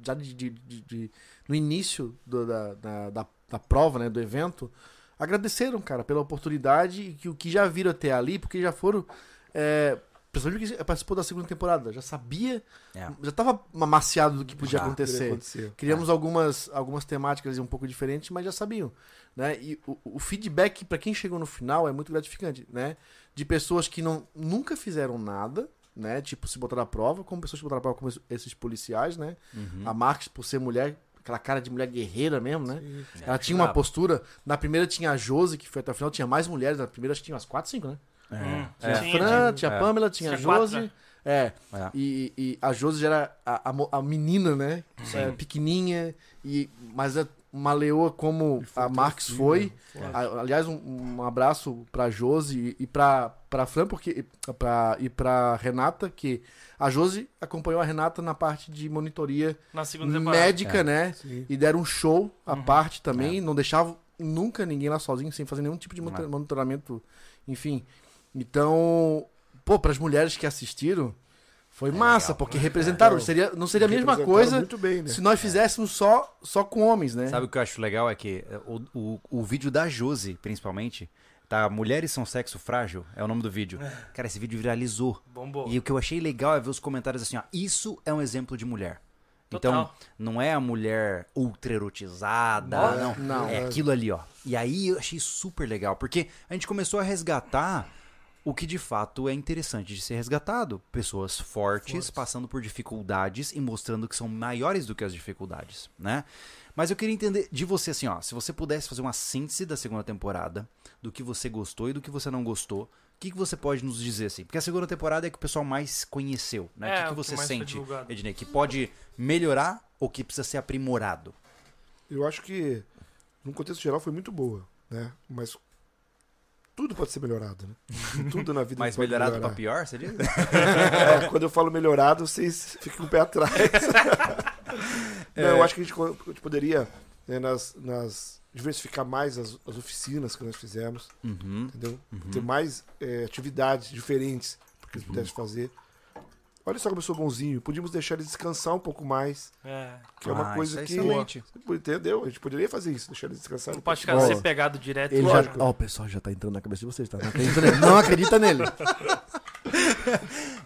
Speaker 3: já de, de- de- de- no início do- da, da, da, da prova, né? Do evento, agradeceram, cara, pela oportunidade e que o que já viram até ali, porque já foram. É, principalmente o que participou da segunda temporada, já sabia,
Speaker 1: É.
Speaker 3: já tava maciado do que podia
Speaker 1: Já.
Speaker 3: acontecer.
Speaker 2: Aconteceu.
Speaker 3: Criamos algumas, algumas temáticas um pouco diferentes, mas já sabiam, né? E o, o feedback pra quem chegou no final é muito gratificante, né? De pessoas que não, nunca fizeram nada, né? Tipo, se botaram à prova, como pessoas que botaram à prova como esses policiais, né? A Marques, por ser mulher, aquela cara de mulher guerreira mesmo, né? Ela tinha uma
Speaker 1: Brava.
Speaker 3: postura. Na primeira tinha a Josi, que foi até o final, tinha mais mulheres. Na primeira acho que tinha umas 4, 5, né?
Speaker 4: Hum,
Speaker 1: É.
Speaker 3: Tinha a Fran, tinha a
Speaker 1: É.
Speaker 3: Pamela, tinha a
Speaker 4: Tinha quatro,
Speaker 3: Josi.
Speaker 4: né?
Speaker 3: É.
Speaker 1: É.
Speaker 3: E, e a Josi já era a, a mo- a menina, né? É, pequenininha. E, mas é uma leoa como a Marx foi. A- aliás, um, um abraço pra Josi e, e pra, pra Fran porque, e, pra, e pra Renata, que a Josi acompanhou a Renata na parte de monitoria
Speaker 4: Na segunda temporada. Uhum.
Speaker 3: médica, né?
Speaker 2: Sim.
Speaker 3: E deram um show à parte também, não deixavam nunca ninguém lá sozinho, sem fazer nenhum tipo de monta-
Speaker 1: É.
Speaker 3: monitoramento, enfim. Então, pô, para as mulheres que assistiram, foi massa,
Speaker 1: legal.
Speaker 3: porque representaram,
Speaker 2: Legal.
Speaker 3: seria, não seria a mesma
Speaker 2: Representaram
Speaker 3: coisa
Speaker 2: Muito bem, né?
Speaker 3: se nós fizéssemos só, só com homens, né?
Speaker 1: Sabe o que eu acho legal é que é, o, o, o vídeo da Josi, principalmente, tá? Mulheres são sexo frágil, é o nome do vídeo. Cara, esse vídeo viralizou.
Speaker 4: Bombou.
Speaker 1: E o que eu achei legal é ver os comentários assim, ó, isso é um exemplo de mulher. Então,
Speaker 4: Total.
Speaker 1: não é a mulher ultra erotizada, não.
Speaker 3: não.
Speaker 1: É aquilo ali, ó. E aí eu achei super legal, porque a gente começou a resgatar o que de fato é interessante de ser resgatado. Pessoas fortes, passando por dificuldades e mostrando que são maiores do que as dificuldades, né? Mas eu queria entender de você, assim, ó. Se você pudesse fazer uma síntese da segunda temporada, do que você gostou e do que você não gostou, o que, que você pode nos dizer, assim? Porque a segunda temporada é que o pessoal mais conheceu, né?
Speaker 4: É,
Speaker 1: o que, que
Speaker 4: o que
Speaker 1: você
Speaker 4: mais foi
Speaker 1: sente,
Speaker 4: divulgado.
Speaker 1: Ednei? Que pode melhorar ou que precisa ser aprimorado?
Speaker 2: Eu acho que, num contexto geral, foi muito boa, né? Mas Tudo pode ser melhorado, né? Tudo na vida
Speaker 1: Mas
Speaker 2: pode
Speaker 1: melhorado
Speaker 2: melhorar.
Speaker 1: pra pior, você diz?
Speaker 2: É, quando eu falo melhorado, vocês ficam com o pé atrás. Não,
Speaker 1: É.
Speaker 2: eu acho que a gente co- poderia né, nas, nas- diversificar mais as, as oficinas que nós fizemos,
Speaker 1: uhum. Uhum.
Speaker 2: entendeu? Ter mais é, atividades diferentes que eles pudessem fazer. Olha só como eu sou bonzinho. Podíamos deixar eles descansar um pouco mais,
Speaker 4: É.
Speaker 2: que é uma
Speaker 1: Ah,
Speaker 2: coisa
Speaker 1: isso
Speaker 2: que...
Speaker 1: é excelente.
Speaker 2: Entendeu? A gente poderia fazer isso, deixar eles descansar.
Speaker 4: Não
Speaker 2: um pouco.
Speaker 4: pode ficar
Speaker 3: Boa.
Speaker 4: ser pegado direto.
Speaker 3: Ele já,
Speaker 4: lógico.
Speaker 3: ó, o pessoal já tá entrando na cabeça de vocês, tá? Não acredita nele. Não acredita nele.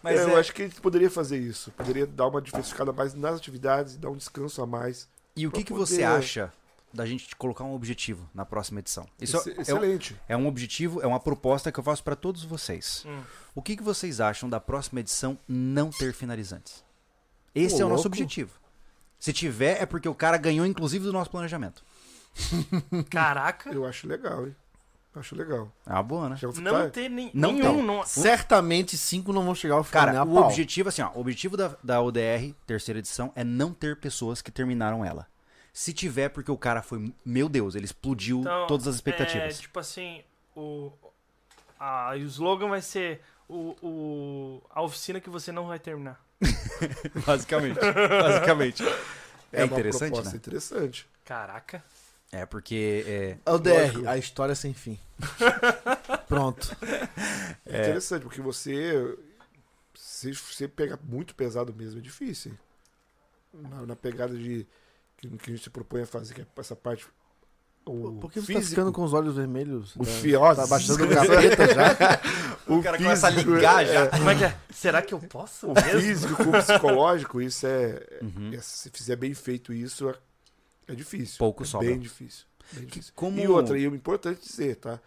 Speaker 1: Mas é-
Speaker 2: É, Eu acho que a gente poderia fazer isso. Poderia dar uma diversificada a mais nas atividades, dar um descanso a mais.
Speaker 1: E o que,
Speaker 2: pra
Speaker 1: que você
Speaker 2: poder-
Speaker 1: acha da gente colocar um objetivo na próxima edição? Isso
Speaker 2: Ex-
Speaker 1: é, um,
Speaker 2: Excelente.
Speaker 1: é um objetivo, é uma proposta que eu faço pra todos vocês.
Speaker 4: Hum.
Speaker 1: O que, que vocês acham da próxima edição não ter finalizantes? Esse
Speaker 3: Ô,
Speaker 1: é o nosso
Speaker 3: louco.
Speaker 1: objetivo. Se tiver, é porque o cara ganhou, inclusive, do nosso planejamento.
Speaker 4: Caraca,
Speaker 2: Eu acho legal, hein? Eu Acho legal.
Speaker 1: É uma boa, né?
Speaker 2: Já vou
Speaker 4: não
Speaker 2: ficar-
Speaker 4: ter nem,
Speaker 1: Não
Speaker 4: nenhum.
Speaker 1: tem.
Speaker 4: Não.
Speaker 3: Certamente cinco não vão chegar ao final. né?
Speaker 1: Cara,
Speaker 3: A
Speaker 1: o
Speaker 3: pau.
Speaker 1: objetivo, assim, ó, o objetivo da, da ODR, terceira edição, é não ter pessoas que terminaram ela. Se tiver, é porque o cara foi. Meu Deus, ele explodiu
Speaker 4: Então,
Speaker 1: todas as
Speaker 4: É,
Speaker 1: expectativas.
Speaker 4: tipo assim, o, a, o slogan vai ser o, o, a oficina que você não vai terminar.
Speaker 1: Basicamente. Basicamente. É,
Speaker 2: uma
Speaker 1: interessante,
Speaker 2: proposta
Speaker 1: né?
Speaker 2: interessante.
Speaker 4: Caraca.
Speaker 1: É porque. é,
Speaker 3: O
Speaker 2: Lógico.
Speaker 3: DR, a história sem fim. Pronto.
Speaker 2: É. Interessante, porque você. Se você pega muito pesado mesmo, é difícil. hein? Na, na pegada de. Que, que a gente se propõe a fazer, que é essa parte. O
Speaker 3: Por que você tá
Speaker 2: físico,
Speaker 3: ficando com os olhos vermelhos?
Speaker 2: O
Speaker 3: Tá-
Speaker 2: fiosa.
Speaker 3: Tá baixando o capeta já?
Speaker 2: o,
Speaker 1: cara começa a
Speaker 2: físico,
Speaker 1: ligar já.
Speaker 2: é,
Speaker 4: Como é que é? Será que eu posso
Speaker 2: o
Speaker 4: mesmo?
Speaker 2: físico com o psicológico, isso é,
Speaker 1: Uhum.
Speaker 2: é- Se fizer bem feito isso, é, é difícil.
Speaker 1: Pouco
Speaker 2: é
Speaker 1: sobra.
Speaker 2: Bem difícil. bem difícil.
Speaker 1: como-
Speaker 2: E outra, e é importante dizer, tá?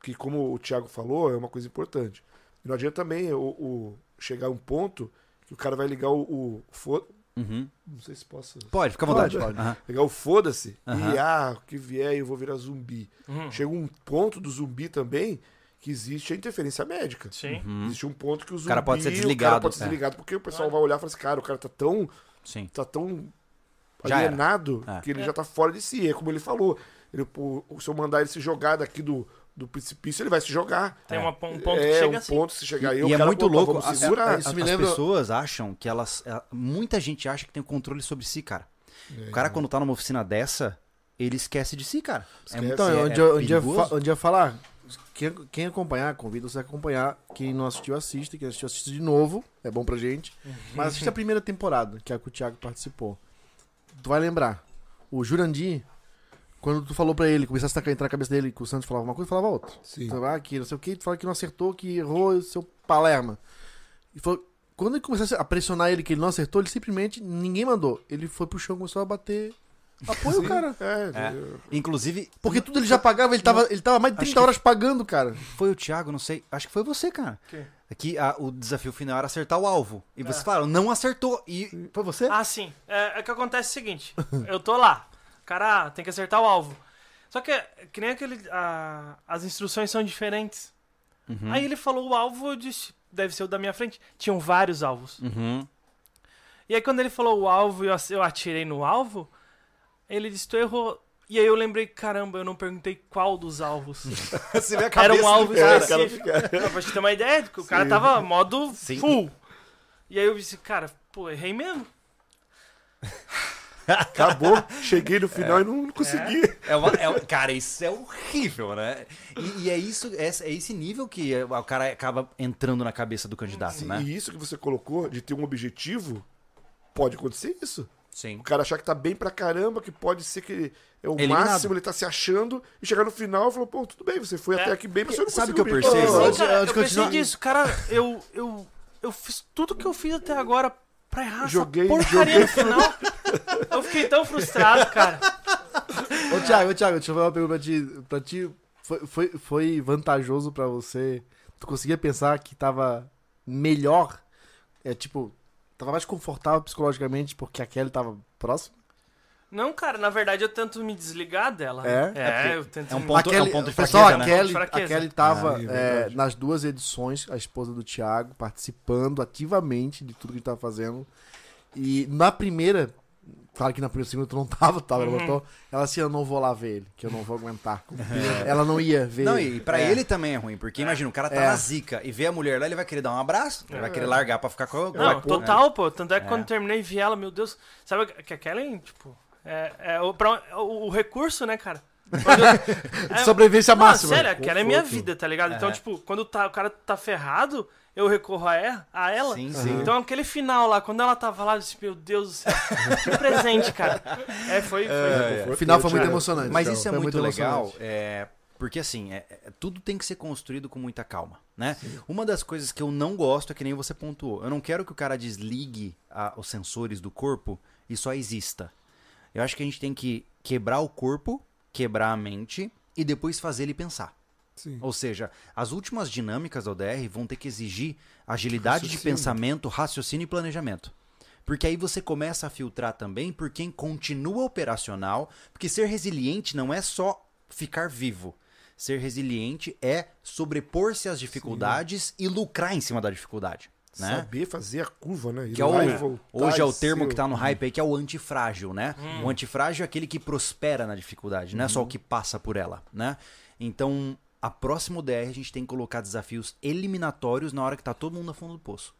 Speaker 2: Que como o Thiago falou, é uma coisa importante. E não adianta também o, o- chegar a um ponto que o cara vai ligar o. o fo-
Speaker 1: Uhum.
Speaker 2: Não sei se posso.
Speaker 1: Pode, fica à vontade.
Speaker 2: Pode,
Speaker 1: Aham.
Speaker 2: Ligar o foda-se
Speaker 1: Aham.
Speaker 2: e ah, o que vier eu vou virar zumbi.
Speaker 4: Hum,
Speaker 2: Chega um ponto do zumbi também que existe a interferência médica.
Speaker 4: Sim.
Speaker 1: Uhum.
Speaker 2: Existe um ponto que o zumbi.
Speaker 1: cara pode ser
Speaker 2: O
Speaker 1: desligado,
Speaker 2: cara pode ser
Speaker 1: é.
Speaker 2: desligado, porque o pessoal vai olhar e falar assim, cara, o cara tá tão.
Speaker 1: Sim.
Speaker 2: tá tão
Speaker 1: Já era.
Speaker 2: alienado
Speaker 1: É.
Speaker 2: que ele já tá fora de si. É como ele falou. Ele, pô, se eu mandar ele se jogar daqui do, do precipício, ele vai se jogar.
Speaker 4: Tem uma- um ponto
Speaker 2: é,
Speaker 4: que chega
Speaker 2: um
Speaker 4: assim.
Speaker 2: ponto, se chegar aí,
Speaker 1: E,
Speaker 2: o
Speaker 1: e é
Speaker 2: cara,
Speaker 1: muito
Speaker 2: pô,
Speaker 1: louco.
Speaker 2: vamos
Speaker 1: a- a-
Speaker 2: segurar.
Speaker 1: a-
Speaker 3: isso
Speaker 1: as
Speaker 3: me lembra-
Speaker 1: pessoas acham que elas. a- Muita gente acha que tem o controle sobre si, cara. O cara, quando tá numa oficina dessa, ele esquece de si, cara.
Speaker 2: Esquece.
Speaker 1: muito-
Speaker 3: Então,
Speaker 1: é-
Speaker 3: onde,
Speaker 1: é
Speaker 3: eu, onde, eu
Speaker 1: perigoso.
Speaker 3: fa- onde eu falar, quem, quem acompanhar, convido você a acompanhar. Quem não assistiu, assiste. Quem assistiu, assiste de novo. É bom pra gente. Mas assiste a primeira temporada, que é a que o Thiago participou. Tu vai lembrar. O Jurandir, quando tu falou pra ele, começasse a entrar na cabeça dele, que o Santos falava uma coisa, falava outra.
Speaker 2: Sim.
Speaker 3: Tu vai aqui, não sei o que, tu fala que não acertou, que errou, seu Palerma. E falou, quando ele começasse a pressionar ele que ele não acertou, ele simplesmente, ninguém mandou. Ele foi pro chão, começou a bater apoio,
Speaker 2: Sim,
Speaker 3: cara.
Speaker 2: É,
Speaker 1: É. Inclusive,
Speaker 3: Porque tudo ele já pagava, ele tava, ele tava mais de
Speaker 1: Acho
Speaker 3: 30
Speaker 1: que-
Speaker 3: horas pagando, cara.
Speaker 1: foi o Thiago, não sei. Acho que foi você, cara.
Speaker 4: Quê?
Speaker 1: Que a- o desafio final era acertar o alvo. E vocês falaram, não acertou. E foi você?
Speaker 4: Ah, sim. É, é que acontece o seguinte: eu tô lá. Cara, ah, tem que acertar o alvo. Só que, é que nem aquele. ah, as instruções são diferentes.
Speaker 1: Uhum.
Speaker 4: Aí ele falou o alvo, eu disse: deve ser o da minha frente. Tinham vários alvos.
Speaker 1: Uhum.
Speaker 4: E aí quando ele falou o alvo e eu ac- eu atirei no alvo, ele disse, tu errou. E aí eu lembrei, caramba, eu não perguntei qual dos alvos.
Speaker 1: Você vê a
Speaker 4: Era
Speaker 1: cabeça
Speaker 4: um
Speaker 1: do
Speaker 4: alvo
Speaker 1: cara.
Speaker 4: específico. Não, Pra te ter uma ideia, que o cara
Speaker 2: Sim.
Speaker 4: tava modo
Speaker 1: Sim.
Speaker 4: full. E aí eu disse, cara, pô, errei mesmo.
Speaker 2: Acabou, cheguei no final e não consegui.
Speaker 1: É uma- é um- cara, isso é horrível, né? E, e é, isso, é, é esse nível que é, o cara acaba entrando na cabeça do candidato,
Speaker 2: Sim,
Speaker 1: né?
Speaker 2: E isso que você colocou de ter um objetivo, pode acontecer isso.
Speaker 1: Sim.
Speaker 2: O cara achar que tá bem pra caramba, que pode ser que é o
Speaker 1: Eliminado.
Speaker 2: máximo, ele tá se achando, e chegar no final e falou, pô, tudo bem, você foi
Speaker 4: É.
Speaker 2: até aqui bem, mas você não
Speaker 1: Sabe
Speaker 2: conseguiu
Speaker 1: o que eu
Speaker 2: bem.
Speaker 1: percebo?
Speaker 2: Pô,
Speaker 4: Sim,
Speaker 3: antes-
Speaker 4: cara,
Speaker 3: antes
Speaker 4: eu
Speaker 3: de continuar-
Speaker 4: pensei disso, cara, eu, eu, eu fiz tudo que eu fiz até agora pra errar
Speaker 2: Joguei-
Speaker 4: essa porcaria
Speaker 2: joguei-
Speaker 4: no final. Eu fiquei tão frustrado, cara.
Speaker 3: Ô, Thiago, ô, Thiago, deixa eu fazer uma pergunta pra ti. Pra ti foi, foi, foi vantajoso pra você? Tu conseguia pensar que tava melhor? É tipo, tava mais confortável psicologicamente porque a Kelly tava próximo?
Speaker 4: Não, cara, na verdade eu tento me desligar dela.
Speaker 3: É?
Speaker 4: É, eu tento
Speaker 1: É um
Speaker 4: me-
Speaker 1: ponto-
Speaker 3: Kelly-
Speaker 1: ponto de
Speaker 3: pessoal,
Speaker 1: fraqueza, né?
Speaker 3: a Kelly,
Speaker 4: Ponto de
Speaker 3: a
Speaker 4: fraqueza.
Speaker 3: Kelly tava
Speaker 2: Ah, é
Speaker 3: é,
Speaker 2: verdade.
Speaker 3: nas duas edições, a esposa do Thiago, participando ativamente de tudo que ele tava fazendo. E na primeira, Claro que na primeira segunda tu não tava, tava,
Speaker 4: Uhum.
Speaker 3: ela botou. Ela assim, eu não vou lá ver ele, que eu não vou aguentar. Ela não ia ver
Speaker 1: Não,
Speaker 3: ele.
Speaker 1: e pra
Speaker 3: É.
Speaker 1: ele também é ruim, porque imagina, o cara tá
Speaker 3: É.
Speaker 1: na zica e vê a mulher lá, ele vai querer dar um abraço, ele vai querer largar pra ficar com a.
Speaker 4: Não,
Speaker 1: com a-
Speaker 4: total, pô. Tanto é que quando eu terminei vi ela, meu Deus. Sabe que a Kellen, tipo. É, é o, pra- é o- o recurso, né, cara? Quando eu- é-
Speaker 3: Sobrevivência
Speaker 4: Não,
Speaker 3: máxima.
Speaker 4: sério, aquela é minha
Speaker 3: Conforto.
Speaker 4: vida, tá ligado? Então, tipo, quando tá- o cara tá ferrado, eu recorro a ela. A ela.
Speaker 1: Sim, sim.
Speaker 4: Então, aquele final lá, quando ela tava lá, eu disse, meu Deus do céu, que presente, cara. É, foi. foi-
Speaker 3: O final foi
Speaker 2: Cara,
Speaker 3: muito emocionante.
Speaker 1: Mas
Speaker 3: cara.
Speaker 1: isso é
Speaker 3: Foi
Speaker 1: muito legal,
Speaker 3: emocionante.
Speaker 1: é, porque assim, é- é- tudo tem que ser construído com muita calma, né? Uma das coisas que eu não gosto é que nem você pontuou. Eu não quero que o cara desligue a- os sensores do corpo e só exista. Eu acho que a gente tem que quebrar o corpo, quebrar a mente e depois fazer ele pensar.
Speaker 2: Sim.
Speaker 1: Ou seja, as últimas dinâmicas da ODR vão ter que exigir agilidade de pensamento, raciocínio e planejamento. Porque aí você começa a filtrar também por quem continua operacional, porque ser resiliente não é só ficar vivo. Ser resiliente é sobrepor-se às dificuldades e lucrar em cima da dificuldade. Né?
Speaker 2: Saber fazer a curva, né? Ir
Speaker 1: Que é
Speaker 2: lá e
Speaker 1: o,
Speaker 2: voltar
Speaker 1: hoje é
Speaker 2: e
Speaker 1: o termo
Speaker 2: ser
Speaker 1: que tá no hype aí, que é o antifrágil, né?
Speaker 4: Hum.
Speaker 1: O antifrágil é aquele que prospera na dificuldade, não é só
Speaker 4: Uhum.
Speaker 1: o que passa por ela, né? Então, a próxima DR a gente tem que colocar desafios eliminatórios na hora que tá todo mundo no fundo do poço.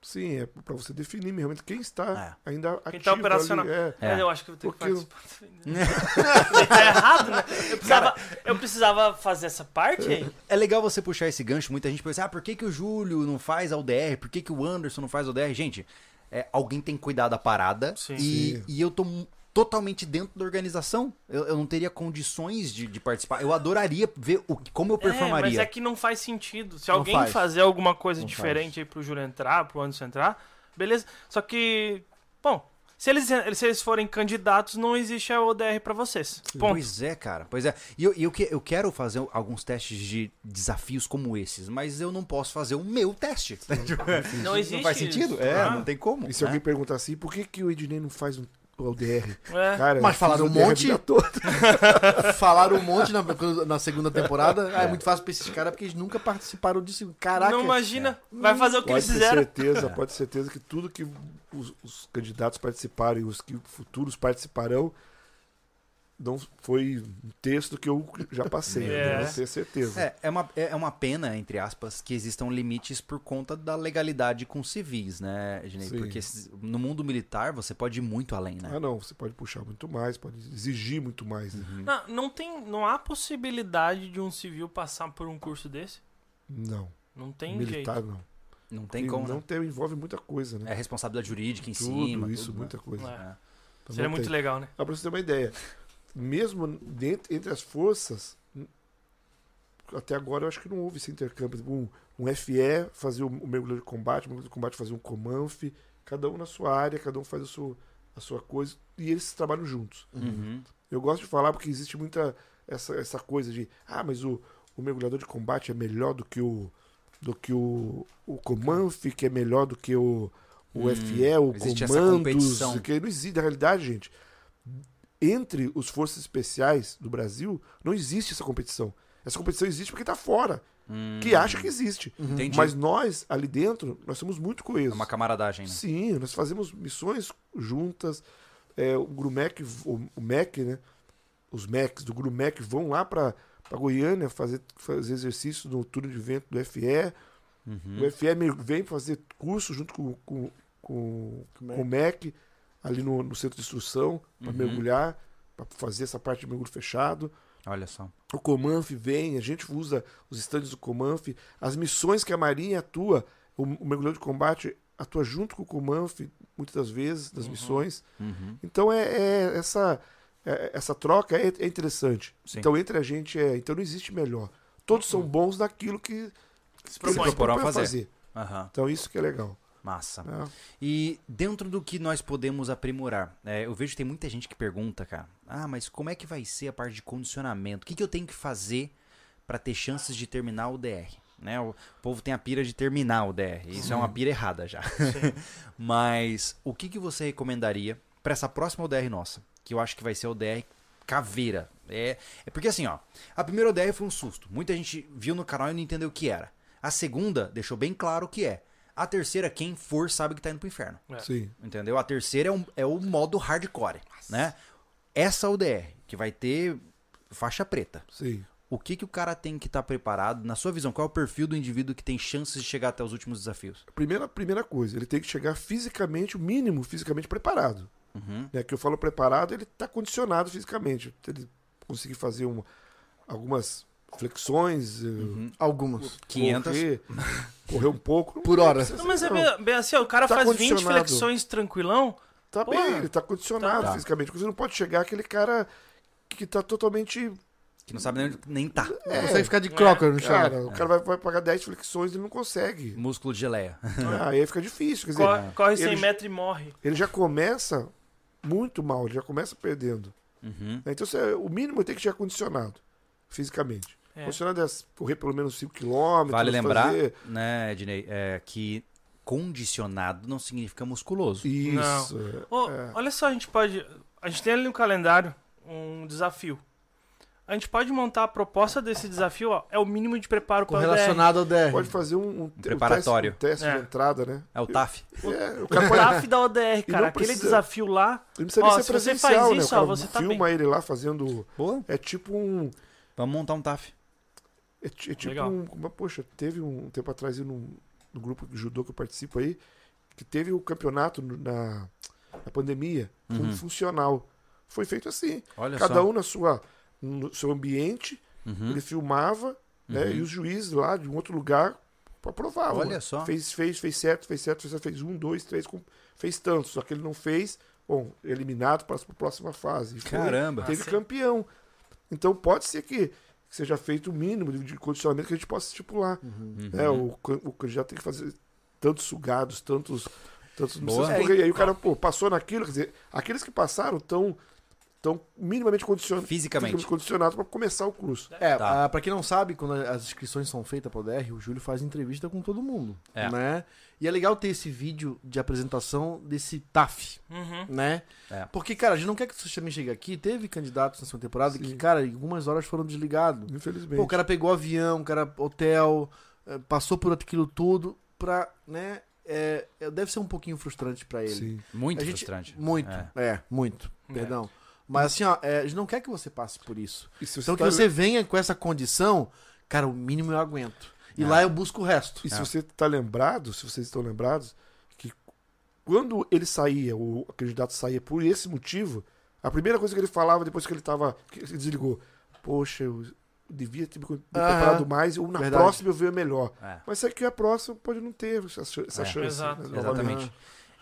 Speaker 2: Sim, é pra você definir realmente quem está
Speaker 1: É.
Speaker 2: ainda ativo.
Speaker 4: Quem tá operacional.
Speaker 2: ali, é.
Speaker 4: Mas eu acho que eu vou ter
Speaker 2: Porque-
Speaker 4: que participar. tá errado, né? Eu precisava, eu precisava fazer essa parte aí.
Speaker 1: É legal você puxar esse gancho, muita gente pensa, ah, por que, que o Júlio não faz a ODR? Por que, que o Anderson não faz a ODR? Gente, é, alguém tem que cuidar da parada
Speaker 4: Sim.
Speaker 1: E, e eu tô mu- totalmente dentro da organização. Eu, eu não teria condições de, de participar. Eu adoraria ver o, que- como eu
Speaker 4: É, mas
Speaker 1: performaria.
Speaker 4: é que não faz sentido. Se
Speaker 3: Não
Speaker 4: alguém
Speaker 3: faz.
Speaker 4: fazer alguma coisa
Speaker 3: Não
Speaker 4: diferente aí pro Júlio entrar, pro Anderson entrar, beleza. Só que, bom, se eles, se eles forem candidatos, não existe a ODR pra vocês. Ponto.
Speaker 1: Pois é, cara. Pois é. E eu, e eu que- eu quero fazer alguns testes de desafios como esses, mas eu não posso fazer o meu teste.
Speaker 4: Não existe.
Speaker 1: não faz sentido?
Speaker 4: isso.
Speaker 1: É,
Speaker 4: Ah,
Speaker 1: não tem como.
Speaker 2: E se
Speaker 1: né?
Speaker 2: alguém perguntar assim, por que, que o Ednei não faz um o DR?
Speaker 4: É.
Speaker 2: Cara,
Speaker 3: Mas
Speaker 2: eu
Speaker 3: falaram
Speaker 2: fiz ODR
Speaker 3: um
Speaker 2: a
Speaker 3: monte.
Speaker 2: vida toda.
Speaker 3: Falaram um monte na, quando- na segunda temporada. Ah, é muito fácil pra esses caras porque eles nunca participaram disso. Caraca.
Speaker 4: Não imagina. Vai fazer o que
Speaker 2: Pode
Speaker 4: eles
Speaker 2: ter
Speaker 4: fizeram.
Speaker 2: certeza,
Speaker 1: É.
Speaker 2: pode ter certeza que tudo que os, os candidatos participarem, os que futuros participarão, não foi um texto que eu já passei. né?
Speaker 4: É.
Speaker 2: Não ter certeza.
Speaker 1: É, é uma, é é uma pena, entre aspas, que existam limites por conta da legalidade com civis, né, Ednei?
Speaker 2: Sim.
Speaker 1: Porque esses- no mundo militar você pode ir muito além, né?
Speaker 2: Ah, não, você pode puxar muito mais, pode exigir muito mais. né?
Speaker 1: Uhum.
Speaker 4: Não, não tem, não há possibilidade de um civil passar por um curso desse.
Speaker 2: Não,
Speaker 4: Não tem
Speaker 2: militar
Speaker 4: jeito.
Speaker 2: não.
Speaker 1: Não tem
Speaker 2: E
Speaker 1: como,
Speaker 2: não
Speaker 1: né?
Speaker 2: tem, envolve muita coisa, né?
Speaker 1: É responsabilidade jurídica em
Speaker 2: tudo
Speaker 1: cima.
Speaker 2: isso,
Speaker 1: tudo, né?
Speaker 2: muita coisa.
Speaker 4: É.
Speaker 1: É.
Speaker 2: Então
Speaker 4: Seria
Speaker 2: não
Speaker 4: muito
Speaker 2: tem.
Speaker 4: legal, né?
Speaker 2: Ah, pra você ter uma ideia, mesmo dentro, entre as forças, n- até agora eu acho que não houve esse intercâmbio. Tipo, Um, um FE fazer o, o mergulhador de combate, o mergulhador de combate fazer um comanf, cada um na sua área, cada um faz a sua, a sua coisa, e eles trabalham juntos.
Speaker 1: Uhum.
Speaker 2: Eu gosto de falar porque existe muita essa, essa coisa de, ah, mas o, o mergulhador de combate é melhor do que o do que o, o Comanf, que é melhor do que o, o
Speaker 1: Hum,
Speaker 2: FE, o
Speaker 1: existe essa
Speaker 2: Comandos,
Speaker 1: competição.
Speaker 2: que não existe. Na realidade, gente, entre os forças especiais do Brasil, não existe essa competição. Essa competição existe porque tá fora, que acha que existe.
Speaker 1: Hum. Entendi.
Speaker 2: Mas nós, ali dentro, nós somos muito coesos.
Speaker 1: É uma camaradagem, né?
Speaker 2: Sim, nós fazemos missões juntas. É, o Grumec, o, o MEC, né? Os MECs do Grumec vão lá para Goiânia fazer, fazer exercício no turno de vento do FE. O FE me- vem fazer curso junto com, com, com, com o MEC ali no, no centro de instrução para mergulhar, para fazer essa parte de mergulho fechado.
Speaker 1: Olha só.
Speaker 2: O Comanf vem, a gente usa os estandes do Comanf, as missões que a Marinha atua, o, o mergulhador de combate atua junto com o Comanf, muitas das vezes, nas missões.
Speaker 1: Uhum.
Speaker 2: Então é, é essa, é- essa troca é, é interessante.
Speaker 1: Sim. Uhum.
Speaker 2: Então entre a gente é. Então não existe melhor. Todos são bons naquilo que
Speaker 4: Se
Speaker 2: que
Speaker 1: propõe.
Speaker 2: eles
Speaker 4: propõe.
Speaker 1: proporam
Speaker 2: propõem a
Speaker 1: fazer.
Speaker 2: fazer.
Speaker 1: Aham.
Speaker 2: Então isso que é legal.
Speaker 1: Massa.
Speaker 2: né?
Speaker 1: E dentro do que nós podemos aprimorar, é, eu vejo que tem muita gente que pergunta, cara, ah, mas como é que vai ser a parte de condicionamento? O que, que eu tenho que fazer para ter chances de terminar o DR? Né? O povo tem a pira de terminar o DR. Isso é uma pira errada já. mas o que, que você recomendaria para essa próxima ODR nossa? Que eu acho que vai ser a ODR caveira. É, é porque assim, ó, a primeira ODR foi um susto. Muita gente viu no canal e não entendeu o que era. A segunda deixou bem claro o que é. A terceira, quem for, sabe que tá indo pro inferno.
Speaker 2: Sim.
Speaker 1: Entendeu? A terceira é, um- é o modo hardcore, né? Essa UDR, que vai ter faixa preta.
Speaker 2: Sim.
Speaker 1: O que, que o cara tem que estar preparado? Na sua visão, qual é o perfil do indivíduo que tem chances de chegar até os últimos desafios?
Speaker 2: Primeira, primeira coisa, ele tem que chegar fisicamente, o mínimo fisicamente preparado. Né, que eu falo preparado, ele está condicionado fisicamente. Ele conseguir fazer um, algumas flexões, eh,
Speaker 3: Algumas.
Speaker 1: 500.
Speaker 2: correr, correr um pouco.
Speaker 3: Por hora.
Speaker 4: Não, mas é bem, bem assim, ó, o cara
Speaker 2: Tá
Speaker 4: faz 20
Speaker 2: condicionado.
Speaker 4: flexões tranquilão.
Speaker 2: Tá
Speaker 4: Porra.
Speaker 2: bem, ele tá condicionado
Speaker 1: Tá.
Speaker 2: fisicamente. Você não pode chegar aquele cara que tá totalmente.
Speaker 1: Que não sabe nem, onde- nem tá.
Speaker 2: É.
Speaker 3: Não consegue ficar de crocker no chão.
Speaker 2: Cara, o cara vai, vai pagar 10 flexões e ele não consegue.
Speaker 1: Músculo de geleia.
Speaker 2: Ah, aí fica difícil. Quer dizer,
Speaker 4: Corre, corre 100
Speaker 2: ele-
Speaker 4: metros e morre.
Speaker 2: ele já começa muito mal, ele já começa perdendo.
Speaker 1: Uhum.
Speaker 2: Então, você- o mínimo tem que chegar condicionado fisicamente.
Speaker 4: É.
Speaker 2: Condicionado é correr pelo menos 5 km.
Speaker 1: Vale lembrar,
Speaker 2: fazer-
Speaker 1: né, Ednei, é, que condicionado não significa musculoso.
Speaker 2: Isso.
Speaker 4: Ô,
Speaker 2: É.
Speaker 4: Olha só, a gente pode. A gente tem ali no calendário um desafio. A gente pode montar a proposta desse desafio, ó. É o mínimo de preparo para o
Speaker 3: Correlacionado ao DR.
Speaker 2: Pode fazer um, um te- um
Speaker 1: Preparatório.
Speaker 2: teste, um teste
Speaker 4: É.
Speaker 2: de entrada, né?
Speaker 1: É o TAF.
Speaker 2: É, o cara pode.
Speaker 4: TAF da ODR,
Speaker 2: E
Speaker 4: cara.
Speaker 2: não
Speaker 4: Aquele
Speaker 2: precisa-
Speaker 4: desafio lá.
Speaker 2: Não precisa
Speaker 4: Ó,
Speaker 2: nem
Speaker 4: se
Speaker 2: ser
Speaker 4: você faz
Speaker 2: presencial, né? O
Speaker 4: isso, ó,
Speaker 2: cara
Speaker 4: você tá
Speaker 2: filma ele lá fazendo.
Speaker 1: Boa.
Speaker 2: É tipo um.
Speaker 1: Vamos montar um TAF.
Speaker 2: É, ti- é tipo
Speaker 4: Legal.
Speaker 2: um. Mas, poxa, teve um tempo atrás aí num, num grupo de judô que eu participo aí, que teve o campeonato no- na, na pandemia, foi um funcional. Foi feito assim.
Speaker 1: Uhum. Olha
Speaker 2: Cada
Speaker 1: só. Uhum.
Speaker 2: um na sua, no seu ambiente, ele filmava, né? E os juízes lá de um outro lugar aprovavam.
Speaker 1: Olha
Speaker 2: né?
Speaker 1: só.
Speaker 2: Fez, fez, fez certo, fez certo, fez certo, fez um, dois, três, com- fez tanto. Só que ele não fez, bom, eliminado para a próxima fase. E foi-
Speaker 1: Caramba.
Speaker 2: teve
Speaker 4: Sim.
Speaker 2: campeão. Então pode ser que seja feito o mínimo de- de condicionamento que a gente possa estipular. É, o, can- o candidato tem que fazer tantos sugados, tantos. tantos
Speaker 1: Boa.
Speaker 2: não sei se- porque aí o cara pô, passou naquilo, quer dizer, aqueles que passaram estão tão minimamente condicion-
Speaker 1: Fisicamente.
Speaker 2: fisicamente condicionados para começar o curso.
Speaker 3: É,
Speaker 1: Tá.
Speaker 3: ah, pra quem não sabe, quando as inscrições são feitas pro DR, o Júlio faz entrevista com todo mundo,
Speaker 1: É.
Speaker 3: né? E é legal ter esse vídeo de apresentação desse TAF,
Speaker 4: Uhum.
Speaker 3: né?
Speaker 1: É.
Speaker 3: Porque, cara, a gente não quer que o também chegue aqui. Teve candidatos na segunda temporada que, cara, em algumas horas foram desligados.
Speaker 2: Infelizmente.
Speaker 3: Pô, o cara pegou avião, o cara hotel, eh, passou por aquilo tudo pra, né? É, é, deve ser um pouquinho frustrante pra ele.
Speaker 2: Sim.
Speaker 1: Muito
Speaker 3: A gente-
Speaker 1: frustrante.
Speaker 3: Muito,
Speaker 1: É.
Speaker 3: é, muito, perdão. Mas assim, ó, é, a gente não quer que você passe por isso.
Speaker 2: E se você
Speaker 3: Então que
Speaker 2: tá-
Speaker 3: você venha com essa condição, cara, o mínimo eu aguento.
Speaker 1: É.
Speaker 3: E lá eu busco o resto.
Speaker 2: E se você está lembrado, se vocês estão lembrados, que quando ele saía, o candidato saía por esse motivo, a primeira coisa que ele falava depois que ele tava. que ele desligou. Poxa, eu devia ter me co- me
Speaker 3: Aham.
Speaker 2: preparado mais, ou na
Speaker 3: Verdade.
Speaker 2: próxima eu vejo melhor.
Speaker 1: É.
Speaker 2: Mas isso que a próxima pode não ter essa ch- essa
Speaker 1: É.
Speaker 2: chance.
Speaker 4: Exato.
Speaker 2: né, novamente.
Speaker 1: Exatamente.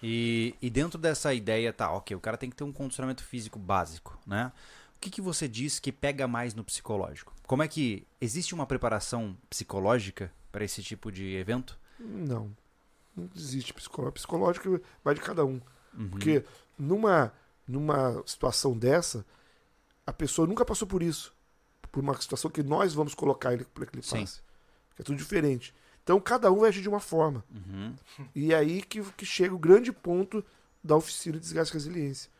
Speaker 1: E, e dentro dessa ideia, tá, ok, o cara tem que ter um condicionamento físico básico, né? O que, que você diz que pega mais no psicológico? Como é que. Existe uma preparação psicológica para esse tipo de evento?
Speaker 2: Não. Não existe psicológico. Psicológico vai de cada um.
Speaker 1: Uhum.
Speaker 2: Porque numa, numa situação dessa, a pessoa nunca passou por isso. Por uma situação que nós vamos colocar ele para que ele
Speaker 1: Sim.
Speaker 2: passe. Que é tudo diferente. Então cada um vai agir de uma forma.
Speaker 1: Uhum.
Speaker 2: E é aí que, que chega o grande ponto da oficina de desgaste e resiliência.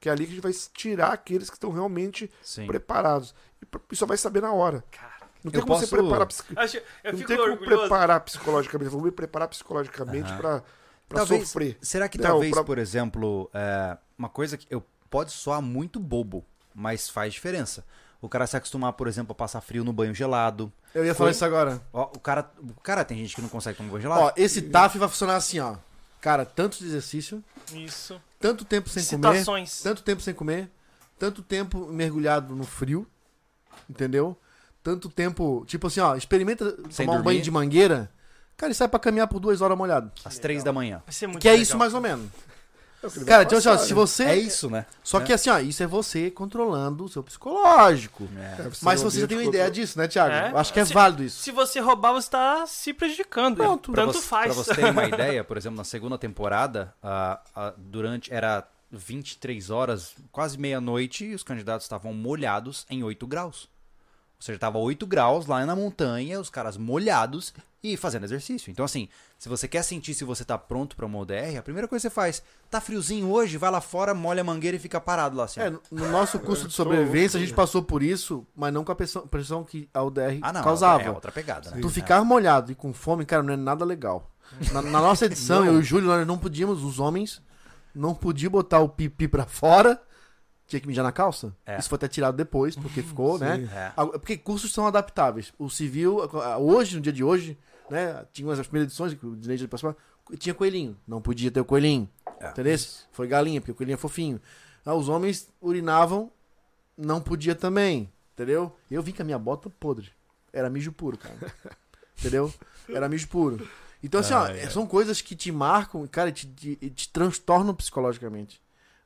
Speaker 2: Que é ali que a gente vai tirar aqueles que estão realmente
Speaker 1: Sim.
Speaker 2: preparados. E pra- e só vai saber na hora.
Speaker 4: Cara,
Speaker 2: Não tem
Speaker 1: Eu
Speaker 2: como
Speaker 1: posso-
Speaker 2: você preparar psic-
Speaker 4: acho- eu
Speaker 2: não
Speaker 4: fico
Speaker 2: tem como
Speaker 4: orgulhoso.
Speaker 2: preparar psicologicamente. Eu vou me preparar psicologicamente pra para
Speaker 1: Talvez-
Speaker 2: sofrer.
Speaker 1: Será que
Speaker 2: Não,
Speaker 1: talvez,
Speaker 2: pra-
Speaker 1: por exemplo, é, uma coisa que eu pode soar muito bobo, mas faz diferença. O cara se acostumar, por exemplo, a passar frio no banho gelado.
Speaker 3: Eu ia falar isso agora.
Speaker 1: Ó, o cara, o cara tem gente que não consegue tomar banho gelado.
Speaker 3: Ó, esse TAF vai funcionar assim, ó. Cara, tanto de exercício,
Speaker 4: Isso.
Speaker 3: tanto tempo sem comer,
Speaker 4: Citações.
Speaker 3: tanto tempo sem comer, tanto tempo mergulhado no frio, entendeu? Tanto tempo, tipo assim, ó, experimenta
Speaker 1: Sem
Speaker 3: tomar um
Speaker 1: dormir.
Speaker 3: banho de mangueira, cara, e sai pra caminhar por duas horas molhado.
Speaker 1: às três da manhã.
Speaker 4: Vai ser muito
Speaker 3: que é
Speaker 4: legal.
Speaker 3: isso mais ou menos.
Speaker 2: É o que ele vai
Speaker 3: Cara, então assim, ó,
Speaker 2: passar,
Speaker 3: se
Speaker 2: né?
Speaker 3: você...
Speaker 1: É isso, né?
Speaker 3: Só que assim, ó, isso é você controlando o seu psicológico.
Speaker 1: É.
Speaker 2: É, você
Speaker 3: Mas
Speaker 2: não
Speaker 3: você já tem uma
Speaker 2: ambiente
Speaker 3: ideia disso, né, Thiago?
Speaker 4: É.
Speaker 3: Eu Acho que é
Speaker 4: Se-
Speaker 3: válido isso.
Speaker 4: Se você roubar, você tá se prejudicando.
Speaker 3: Pronto.
Speaker 1: É, Pra
Speaker 4: Tanto
Speaker 1: vo-
Speaker 4: faz.
Speaker 1: Pra você ter uma ideia, por exemplo, na segunda temporada, a- a- durante era 23 horas, quase meia-noite, e os candidatos estavam molhados em 8 graus. Ou seja, tava 8 graus lá na montanha, os caras molhados e fazendo exercício. Então, assim, se você quer sentir se você tá pronto pra uma ODR, a primeira coisa que você faz, tá friozinho hoje, vai lá fora, molha a mangueira e fica parado lá assim. ó.
Speaker 3: É, no nosso curso de sobrevivência, a gente passou por isso, mas não com a pressão, pressão que a UDR
Speaker 1: ah, não, é outra-
Speaker 3: causava.
Speaker 1: é outra pegada, né?
Speaker 3: Tu ficar molhado e com fome, cara, não é nada legal. Na, na nossa edição, eu e o Júlio, nós não podíamos, os homens, não podia botar o pipi pra fora. Tinha que mijar na calça.
Speaker 1: É.
Speaker 3: Isso foi até tirado depois, porque ficou, né?
Speaker 1: É.
Speaker 3: Ah, Porque cursos são adaptáveis. O civil, ah, hoje, no dia de hoje, né? Tinha umas as primeiras edições, que o direito de participar, tinha coelhinho. Não podia ter o coelhinho.
Speaker 1: É.
Speaker 3: Entendeu? Foi galinha, porque o coelhinho é fofinho. Ah, os homens urinavam, não podia também. Entendeu? Eu vim com a minha bota podre. Era mijo puro, cara. entendeu? Era mijo puro. Então, assim, ó, são coisas que te marcam, cara, e te, te, e te transtornam psicologicamente,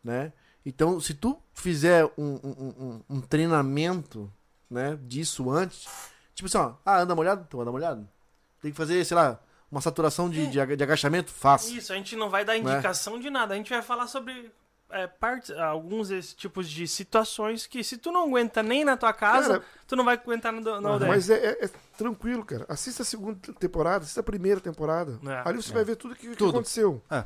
Speaker 3: né? Então, se tu fizer um, um, um, um treinamento, né, disso antes, tipo assim, ó, ah, anda molhado? Então anda molhado. Tem que fazer, sei lá, uma saturação de, de, aga- de agachamento? Faça.
Speaker 4: Isso, a gente não vai
Speaker 2: Né?
Speaker 4: dar indicação de nada. A gente vai falar sobre é, partes, alguns desses tipos de situações que se tu não aguenta nem na tua casa,
Speaker 2: Cara,
Speaker 4: tu não vai aguentar no, no
Speaker 2: Não,
Speaker 4: daí.
Speaker 2: Mas é, é- é tranquilo, cara. Assista a segunda temporada, assista a primeira temporada.
Speaker 4: É.
Speaker 2: ali você vai ver tudo que, que
Speaker 3: Tudo.
Speaker 2: aconteceu.
Speaker 1: É.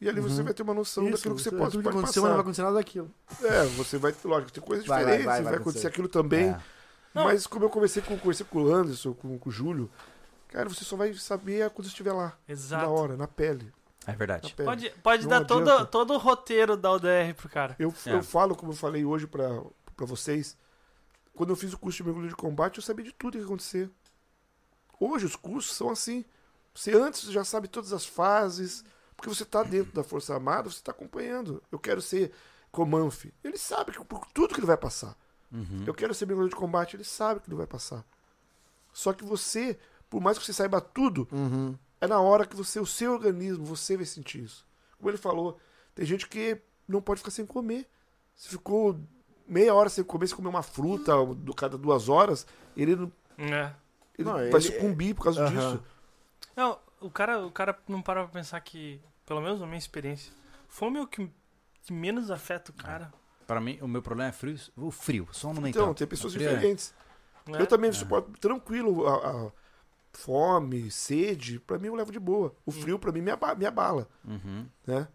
Speaker 2: E ali você vai ter uma noção daquilo que você
Speaker 3: isso,
Speaker 2: pode,
Speaker 3: tudo que
Speaker 2: pode
Speaker 3: aconteceu, mas não vai
Speaker 2: passar.
Speaker 3: acontecer nada daquilo.
Speaker 2: É, você vai, lógico, tem coisas
Speaker 3: Vai, vai,
Speaker 2: diferentes, vai,
Speaker 3: vai, vai
Speaker 2: acontecer
Speaker 3: acontecer.
Speaker 2: aquilo também.
Speaker 1: É.
Speaker 2: Mas como eu conversei com, conversei com o Anderson, com, com o Júlio, cara, você só vai saber quando estiver lá.
Speaker 4: Exato.
Speaker 2: Na hora, na pele.
Speaker 1: É
Speaker 2: Na
Speaker 1: verdade.
Speaker 2: pele.
Speaker 4: Pode, pode
Speaker 2: Não
Speaker 4: dar
Speaker 2: adianta.
Speaker 4: todo, todo o roteiro da ODR pro cara.
Speaker 2: Eu,
Speaker 1: É.
Speaker 2: eu falo, como eu falei hoje pra, pra vocês, quando eu fiz o curso de mergulho de combate, eu sabia de tudo que ia acontecer. Hoje os cursos são assim. Você antes já sabe todas as fases, porque você tá dentro da Força Armada, você tá acompanhando. Eu quero ser comanf. Ele sabe que, por tudo que ele vai passar. Eu quero ser mergulhador de combate, ele sabe que ele vai passar. Só que você, por mais que você saiba tudo, é na hora que você, o seu organismo, você vai sentir isso. Como ele falou, tem gente que não pode ficar sem comer. Se ficou meia hora sem comer, se comer uma fruta do cada duas horas, ele, não-
Speaker 4: É.
Speaker 2: ele
Speaker 3: Não,
Speaker 2: vai
Speaker 3: ele-
Speaker 2: sucumbir por causa
Speaker 3: Aham.
Speaker 2: disso.
Speaker 4: Não, o cara, o cara não para pra pensar que, pelo menos na minha experiência, fome é o que, que menos
Speaker 1: É.
Speaker 4: afeta o cara.
Speaker 1: Pra mim, o meu problema é frio, o frio, só um momento.
Speaker 2: Então, tem pessoas
Speaker 1: frio é-
Speaker 2: diferentes.
Speaker 4: né?
Speaker 2: Eu também suporto tranquilo a, a fome, sede, pra mim eu levo de boa. O frio pra mim me aba- me abala.
Speaker 1: Hum. Uhum.
Speaker 2: né?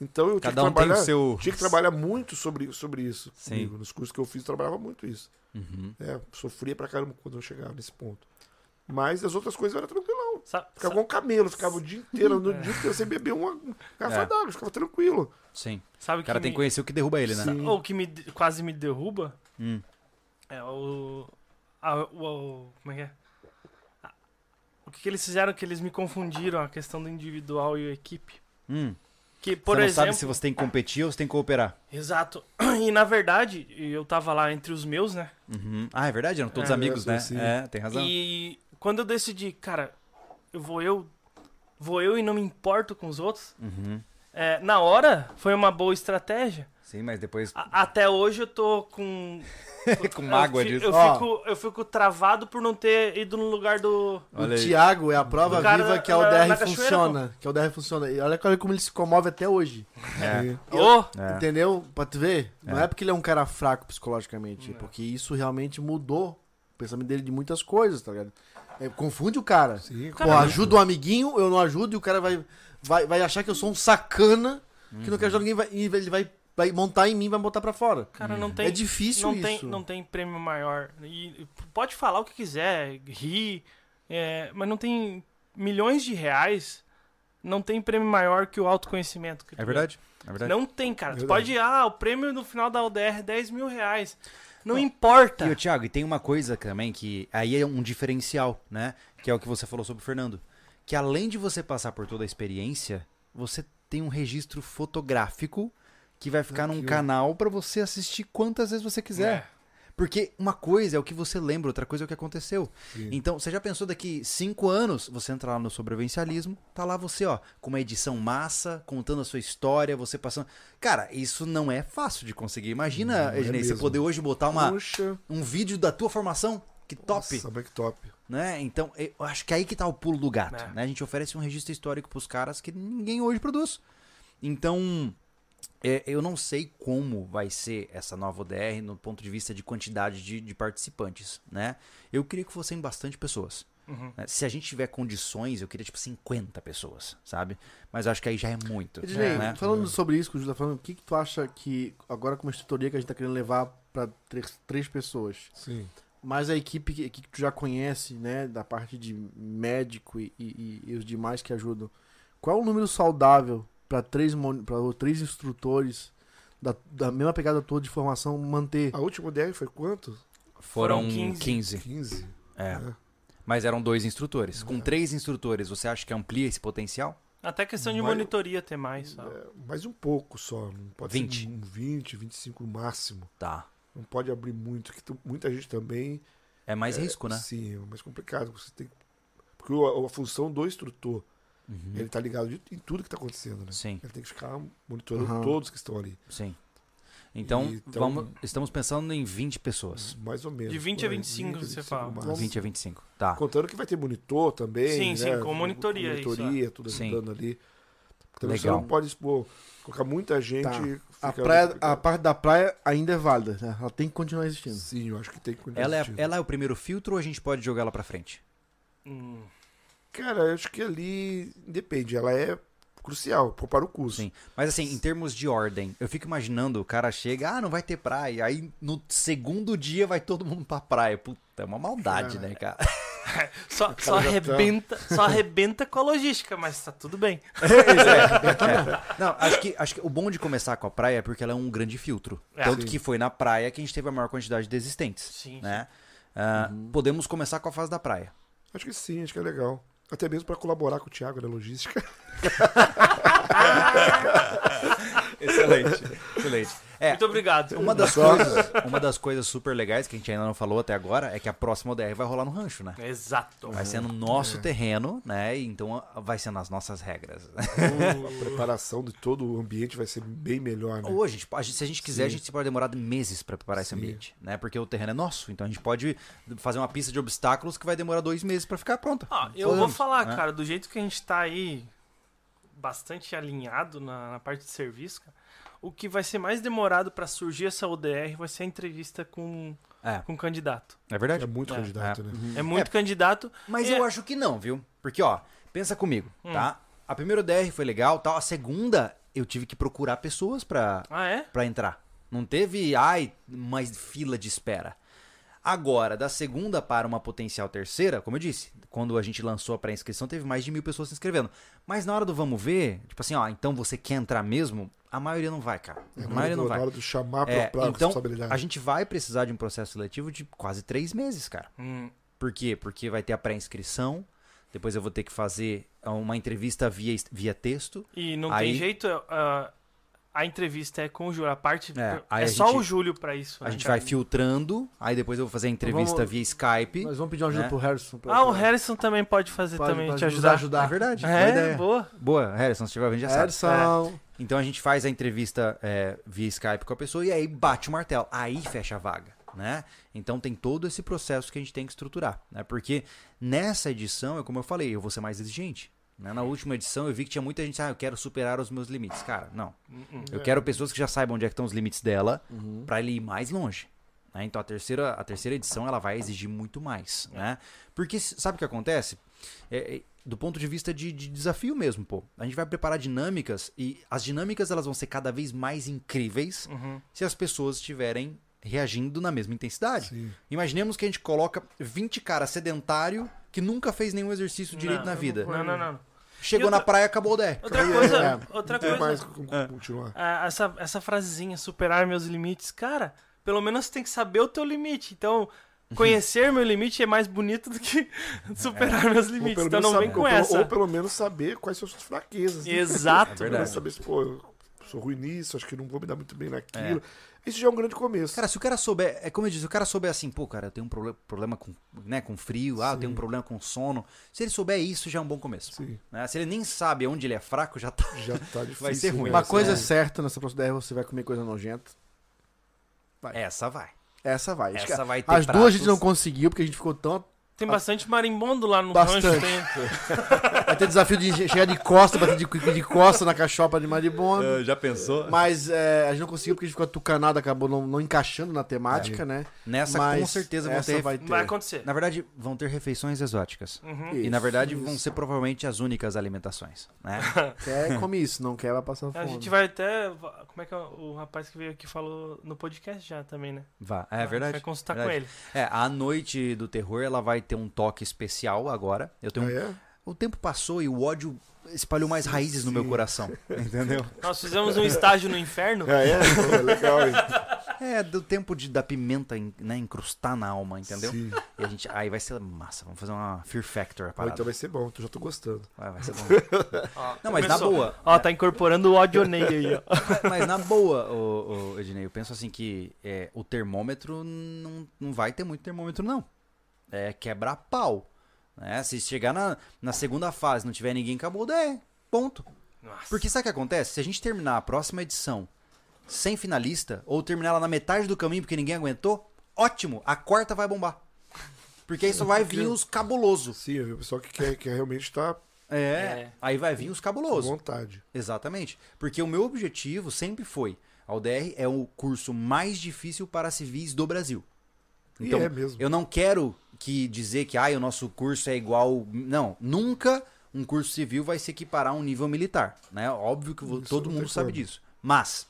Speaker 2: Então eu
Speaker 1: Cada
Speaker 2: tinha
Speaker 1: um
Speaker 2: que trabalhar,
Speaker 1: tem o seu.
Speaker 2: tinha que trabalhar muito sobre, sobre isso
Speaker 1: Sim.
Speaker 2: comigo. Nos cursos que eu fiz, eu trabalhava muito isso.
Speaker 1: Uhum.
Speaker 2: É, sofria pra caramba quando eu chegava nesse ponto. Mas as outras coisas eu era tranquilão.
Speaker 4: Sa-
Speaker 2: Ficava
Speaker 4: sa-
Speaker 2: igual um camelo, ficava o dia inteiro, no dia inteiro sem beber uma garrafa
Speaker 1: É.
Speaker 2: d'água, ficava tranquilo.
Speaker 1: Sim.
Speaker 4: sabe
Speaker 1: O cara
Speaker 4: que
Speaker 1: tem
Speaker 4: me-
Speaker 1: que conhecer o que derruba ele, né?
Speaker 2: Sim.
Speaker 4: Ou que me, de- quase me derruba
Speaker 1: Hum.
Speaker 4: é o, a- o, o- Como é que é? A- O que, que eles fizeram que eles me confundiram a questão do individual e a equipe.
Speaker 1: Hum.
Speaker 4: Que, por
Speaker 1: você não
Speaker 4: exemplo.
Speaker 1: sabe se você tem que competir ou se tem que cooperar.
Speaker 4: Exato. E na verdade, eu tava lá entre os meus, né?
Speaker 1: Uhum. Ah, é verdade, eram todos
Speaker 4: É,
Speaker 1: amigos,
Speaker 2: eu
Speaker 1: né?
Speaker 2: sei, sim.
Speaker 1: É, tem razão.
Speaker 4: E quando eu decidi, cara, eu vou eu. Vou eu e não me importo com os outros.
Speaker 1: Uhum.
Speaker 4: é, na hora, foi uma boa estratégia.
Speaker 1: Sim, mas depois
Speaker 4: A- até hoje eu tô com.
Speaker 1: com mágoa
Speaker 4: eu, fi-
Speaker 1: disso.
Speaker 4: eu
Speaker 3: Ó.
Speaker 4: fico, eu fico travado por não ter ido no lugar do.
Speaker 1: Olha
Speaker 3: o
Speaker 1: aí.
Speaker 3: Tiago é a prova
Speaker 4: O cara
Speaker 3: viva que a
Speaker 4: na- na
Speaker 3: ODR
Speaker 4: cachoeira,
Speaker 3: funciona. Que a ODR funciona. E olha, olha como ele se comove até hoje. Né?
Speaker 1: É.
Speaker 4: Ô!
Speaker 1: É.
Speaker 3: Entendeu? Pra tu ver, não é porque ele é um cara fraco psicologicamente, é porque isso realmente mudou o pensamento dele de muitas coisas, tá ligado? É, confunde o cara.
Speaker 2: Sim,
Speaker 3: Pô, ajuda o amiguinho, eu não ajudo, e o cara vai, vai, vai achar que eu sou um sacana, que não quer
Speaker 1: Uhum.
Speaker 3: ajudar ninguém, vai, e ele vai, vai montar em mim, vai botar pra fora.
Speaker 4: Cara,
Speaker 1: Uhum.
Speaker 4: não tem.
Speaker 3: é difícil
Speaker 4: não
Speaker 3: isso.
Speaker 4: Tem, não tem prêmio maior. E pode falar o que quiser, rir, é, mas não tem milhões de reais. Não tem prêmio maior que o autoconhecimento. que tu
Speaker 1: É verdade? É verdade.
Speaker 4: Não tem, cara. Tu
Speaker 2: Verdade.
Speaker 4: pode ir, ah, o prêmio no final da UDR é 10 mil reais. Não, importa.
Speaker 1: E, ô, Thiago, e tem uma coisa também que aí é um diferencial, né? Que é o que você falou sobre o Fernando. Que além de você passar por toda a experiência, você tem um registro fotográfico que vai ficar num canal pra você assistir quantas vezes você quiser.
Speaker 2: É.
Speaker 1: Porque uma coisa é o que você lembra, outra coisa é o que aconteceu. Então, você já pensou daqui cinco anos, você entra lá no sobrevivencialismo, tá lá você, ó, com uma edição massa, contando a sua história, você passando. Cara, isso não é fácil de conseguir. Imagina,
Speaker 2: é
Speaker 1: Ednei, você
Speaker 2: mesmo.
Speaker 1: poder hoje botar uma,
Speaker 2: Puxa,
Speaker 1: um vídeo da tua formação. Que top,
Speaker 2: Nossa, mas que top.
Speaker 1: né? Então, eu acho que é aí que tá o pulo do gato,
Speaker 4: É.
Speaker 1: né? A gente oferece um registro histórico pros caras que ninguém hoje produz. Então, é, eu não sei como vai ser essa nova ODR no ponto de vista de quantidade de, de participantes, né? Eu queria que fossem bastante pessoas.
Speaker 4: Uhum.
Speaker 1: né? Se a gente tiver condições, eu queria tipo 50 pessoas, sabe? Mas eu acho que aí já é muito.
Speaker 3: Ednei,
Speaker 1: né?
Speaker 3: falando sobre isso que o Júlio tá falando, o que, que tu acha que, agora com uma instrutoria que a gente tá querendo levar pra três, três pessoas,
Speaker 2: Sim.
Speaker 3: o Mas a equipe que, que tu já conhece, né, da parte de médico e, e- e os demais que ajudam, qual é o número saudável para três, moni- pra três instrutores da, da mesma pegada toda de formação manter?
Speaker 2: A última DR foi quanto?
Speaker 1: Foram,
Speaker 4: Foram 15.
Speaker 1: 15.
Speaker 2: 15.
Speaker 1: É.
Speaker 2: É.
Speaker 1: Mas eram dois instrutores. Com três instrutores, você acha que amplia esse potencial?
Speaker 4: Até questão de
Speaker 2: Vai-
Speaker 4: monitoria ter mais. sabe?
Speaker 2: Mais um pouco só. não Pode
Speaker 1: 20.
Speaker 2: ser um 20, 25 no máximo.
Speaker 1: Tá.
Speaker 2: Não pode abrir muito, que tu- muita gente também.
Speaker 1: É mais risco, né?
Speaker 2: Sim, é mais complicado. Você tem. Porque a, a função do instrutor,
Speaker 1: Uhum.
Speaker 2: ele tá ligado de- em tudo que tá acontecendo, né?
Speaker 1: Sim,
Speaker 2: Ele tem que ficar monitorando
Speaker 3: Aham.
Speaker 2: todos que estão ali.
Speaker 1: sim. Então,
Speaker 2: Então-
Speaker 1: vamos- estamos pensando em 20 pessoas.
Speaker 2: Mais ou menos.
Speaker 4: De 20 a
Speaker 2: Por aí,
Speaker 4: 25, você fala.
Speaker 2: máximo.
Speaker 3: Vamos-
Speaker 1: 20 a 25. Tá.
Speaker 2: Contando que vai ter monitor também.
Speaker 4: Sim,
Speaker 2: né?
Speaker 4: sim, com monitoria, isso, é.
Speaker 2: Monitoria, tudo
Speaker 1: Sim.
Speaker 2: ajudando ali. Também você
Speaker 1: Legal.
Speaker 2: não pode expor, colocar muita gente.
Speaker 3: Tá. A,
Speaker 2: fica
Speaker 3: praia- a
Speaker 2: complicado.
Speaker 3: parte da praia ainda é válida, né? ela tem que continuar existindo.
Speaker 2: Sim, eu acho que tem que continuar
Speaker 1: Ela é,
Speaker 2: assistindo.
Speaker 1: ela é o primeiro filtro ou a gente pode jogar ela pra frente?
Speaker 4: Hum.
Speaker 2: Cara, eu acho que ali depende. Ela é crucial para o curso.
Speaker 1: Sim. Mas assim, em termos de ordem, eu fico imaginando, o cara chega, ah, não vai ter praia. Aí no segundo dia vai todo mundo pra praia. Puta, é uma maldade,
Speaker 2: Cara,
Speaker 1: né, cara?
Speaker 4: Só,
Speaker 2: já
Speaker 4: só,
Speaker 2: tá-
Speaker 4: arrebenta, só arrebenta com a logística, mas tá tudo bem. é.
Speaker 1: Não, acho que, acho que o bom de começar com a praia é porque ela é um grande filtro.
Speaker 4: É.
Speaker 1: Tanto
Speaker 2: Sim.
Speaker 1: que foi na praia que a gente teve a maior quantidade de existentes.
Speaker 4: Sim.
Speaker 1: Né? Ah, Podemos começar com a fase da praia.
Speaker 2: Acho que sim, acho que é legal. Até mesmo para colaborar com o Thiago da logística.
Speaker 1: Excelente. Excelente. É,
Speaker 4: Muito obrigado.
Speaker 1: uma das, coisas, uma das coisas super legais que a gente ainda não falou até agora é que a próxima ODR vai rolar no rancho, né?
Speaker 4: Exato.
Speaker 1: Vai ser no
Speaker 4: É.
Speaker 1: nosso terreno, né? E Então ah, vai ser nas nossas regras.
Speaker 4: Uh.
Speaker 2: A preparação de todo o ambiente vai ser bem melhor, né?
Speaker 1: Ou a gente, a gente- se a gente quiser, a gente pode demorar meses pra preparar esse ambiente, né? Porque o terreno é nosso, então a gente pode fazer uma pista de obstáculos que vai demorar dois meses pra ficar pronta.
Speaker 4: Ah, eu
Speaker 1: Falando,
Speaker 4: vou falar,
Speaker 1: né?
Speaker 4: cara, do jeito que a gente tá aí, bastante alinhado na, na parte de serviço, cara, o que vai ser mais demorado pra surgir essa ODR vai ser a entrevista com
Speaker 1: É,
Speaker 4: com o candidato.
Speaker 1: é Uhum. verdade.
Speaker 2: É muito
Speaker 4: É,
Speaker 2: candidato, né?
Speaker 4: É muito candidato.
Speaker 1: Mas
Speaker 4: É.
Speaker 1: eu acho que não, viu? Porque, ó, pensa comigo, tá? A primeira ODR foi legal, tal. A segunda, eu tive que procurar pessoas pra,
Speaker 4: Ah, é?
Speaker 1: pra entrar. Não teve, ai, mais fila de espera. Agora, da segunda para uma potencial terceira, como eu disse, quando a gente lançou a pré-inscrição, teve mais de mil pessoas se inscrevendo. Mas na hora do vamos ver, tipo assim, ó, então você quer entrar mesmo? A maioria não vai, cara. A
Speaker 2: Na
Speaker 1: maioria
Speaker 2: hora
Speaker 1: não
Speaker 2: do- É Na
Speaker 1: vai.
Speaker 2: hora do chamar para
Speaker 1: É, então,
Speaker 2: responsabilidade.
Speaker 1: a gente vai precisar de um processo seletivo de quase três meses, cara.
Speaker 4: Hum,
Speaker 1: Por quê? Porque vai ter a pré-inscrição, depois eu vou ter que fazer uma entrevista via, via texto.
Speaker 4: E não
Speaker 1: Aí-
Speaker 4: tem jeito. é, ah, a entrevista é com o Júlio. A parte.
Speaker 1: É,
Speaker 4: É,
Speaker 1: aí a
Speaker 4: só
Speaker 1: gente-
Speaker 4: o Júlio pra isso.
Speaker 1: A
Speaker 4: né,
Speaker 1: gente
Speaker 4: cara?
Speaker 1: vai filtrando, aí depois eu vou fazer a entrevista
Speaker 3: Vamos-
Speaker 1: via Skype.
Speaker 3: Nós vamos pedir uma ajuda
Speaker 1: Né?
Speaker 3: pro Harrison. pra-
Speaker 4: Ah, o
Speaker 3: pra-
Speaker 4: Harrison também pode fazer
Speaker 3: pra-
Speaker 4: também,
Speaker 3: pra
Speaker 4: te
Speaker 3: nos
Speaker 4: ajudar.
Speaker 1: É verdade. boa
Speaker 4: É,
Speaker 1: ideia.
Speaker 4: boa. É.
Speaker 1: Boa, Harrison, se tiver vendo, já sabe.
Speaker 3: Harrison.
Speaker 1: Então a gente faz a entrevista é, via Skype com a pessoa e aí bate o martelo. Aí fecha a vaga, né? Então tem todo esse processo que a gente tem que estruturar, né? Porque nessa edição, é como eu falei, eu vou ser mais exigente. né? Na última edição eu vi que tinha muita gente, ah, eu quero superar os meus limites. Cara, não. Eu quero pessoas que já saibam onde é que estão os limites dela
Speaker 2: Uhum.
Speaker 1: pra ele ir mais longe. né? Então a terceira, a terceira edição ela vai exigir muito mais, né? Porque s- sabe o que acontece? É, é, do ponto de vista de, de desafio mesmo, pô. A gente vai preparar dinâmicas e as dinâmicas elas vão ser cada vez mais incríveis
Speaker 4: Uhum.
Speaker 1: se as pessoas estiverem reagindo na mesma intensidade.
Speaker 2: Sim.
Speaker 1: Imaginemos que a gente coloca 20 caras sedentário que nunca fez nenhum exercício direito
Speaker 4: Não,
Speaker 1: na
Speaker 4: eu
Speaker 1: vida.
Speaker 4: Não, não, não.
Speaker 1: Chegou
Speaker 4: E outra-
Speaker 1: na praia, acabou o DR.
Speaker 4: Outra
Speaker 2: Aí,
Speaker 4: coisa.
Speaker 2: é,
Speaker 4: outra
Speaker 2: não tem
Speaker 4: coisa.
Speaker 2: mais como continuar.
Speaker 4: Ah, essa, essa frasezinha, superar meus limites, cara, pelo menos você tem que saber o teu limite. Então,
Speaker 1: Uhum.
Speaker 4: conhecer meu limite é mais bonito do que
Speaker 1: É.
Speaker 4: superar meus
Speaker 2: Ou
Speaker 4: limites.
Speaker 2: pelo,
Speaker 4: Então
Speaker 2: menos
Speaker 4: não
Speaker 2: saber,
Speaker 4: vem com
Speaker 2: ou, pelo,
Speaker 4: essa.
Speaker 2: ou pelo menos saber quais são as suas fraquezas. né?
Speaker 4: Exato.
Speaker 1: É
Speaker 2: Pelo menos
Speaker 1: Verdade.
Speaker 2: saber se, pô, eu sou ruim nisso, acho que não vou me dar muito bem naquilo. Isso já é um grande começo.
Speaker 1: Cara, se o cara souber, é como eu disse, se o cara souber assim, pô, cara, eu tenho um proble- problema com, né, com frio, ah, eu tenho um problema com sono. Se ele souber isso, já é um bom começo.
Speaker 2: Sim,
Speaker 1: né? Se ele nem sabe onde ele é fraco, já tá.
Speaker 2: já tá difícil.
Speaker 1: Vai ser ruim.
Speaker 2: né?
Speaker 3: Uma coisa é certa, nessa próxima DR você vai comer coisa nojenta.
Speaker 1: Essa vai.
Speaker 3: Essa vai.
Speaker 1: Essa vai ter
Speaker 3: As duas a gente
Speaker 1: pratos.
Speaker 3: não conseguiu, porque a gente ficou tão
Speaker 4: Tem bastante marimbondo lá no
Speaker 3: Bastante.
Speaker 4: rancho. Tem...
Speaker 3: Vai ter desafio de chegar de costa, bater de, de costa na cachopa de maribondo.
Speaker 1: Ah, já pensou?
Speaker 3: Mas é, a gente não conseguiu porque a gente ficou atucanado, acabou não, não encaixando na temática, né?
Speaker 1: Nessa
Speaker 3: Mas
Speaker 1: É. com certeza vão
Speaker 3: essa
Speaker 1: ter,
Speaker 3: vai ter.
Speaker 4: Vai acontecer. Uhum.
Speaker 1: Na verdade, vão ter refeições exóticas. E na
Speaker 3: Isso,
Speaker 1: verdade
Speaker 3: isso.
Speaker 1: vão ser provavelmente as únicas alimentações, né?
Speaker 3: Quer come isso, não quer vai passar fome.
Speaker 4: A gente vai até. Como é que é o rapaz que veio aqui falou no podcast já também, né?
Speaker 1: Vá, é verdade.
Speaker 4: Vai consultar
Speaker 1: verdade.
Speaker 4: com ele.
Speaker 1: É, a noite do terror ela vai ter um toque especial agora. Eu tenho
Speaker 2: Ah,
Speaker 1: um-
Speaker 2: é?
Speaker 1: O tempo passou e o ódio espalhou mais raízes no meu coração, entendeu?
Speaker 4: Nós fizemos um estágio no inferno.
Speaker 2: Ah, é? Pô, é legal, hein?
Speaker 1: É, do tempo de, da pimenta né, encrustar na alma, entendeu?
Speaker 2: Sim.
Speaker 1: E a gente, aí vai ser massa, vamos fazer uma Fear Factor a
Speaker 2: Pô,
Speaker 1: parada.
Speaker 2: então vai ser bom, então já tô gostando.
Speaker 1: Vai, vai ser bom.
Speaker 4: Ó,
Speaker 1: Não, mas na
Speaker 4: começou.
Speaker 1: boa.
Speaker 4: Ó, tá incorporando o ódio Ney aí, ó.
Speaker 1: Mas na boa, ô, ô, Ednei, eu penso assim que é, o termômetro não, não vai ter muito termômetro, não. É quebrar pau. né? Se chegar na, na segunda fase e não tiver ninguém, acabou, é, ponto.
Speaker 4: Nossa.
Speaker 1: Porque sabe o que acontece? Se a gente terminar a próxima edição sem finalista, ou terminar ela na metade do caminho porque ninguém aguentou, ótimo, a quarta vai bombar. Porque aí só vai vir os cabulosos.
Speaker 2: Sim, eu vi o pessoal que quer, quer realmente estar
Speaker 1: É,
Speaker 4: É.
Speaker 1: aí vai vir os
Speaker 2: à
Speaker 1: cabulosos.
Speaker 2: vontade.
Speaker 1: Exatamente. Porque o meu objetivo sempre foi: a UDR é o curso mais difícil para civis do Brasil.
Speaker 2: E
Speaker 1: Então,
Speaker 2: é mesmo.
Speaker 1: eu não quero que dizer que ah, o nosso curso é igual. Não, nunca um curso civil vai se equiparar a um nível militar. Né? Óbvio que vo-
Speaker 2: Isso
Speaker 1: todo
Speaker 2: não
Speaker 1: mundo
Speaker 2: tem
Speaker 1: sabe
Speaker 2: como.
Speaker 1: disso. Mas,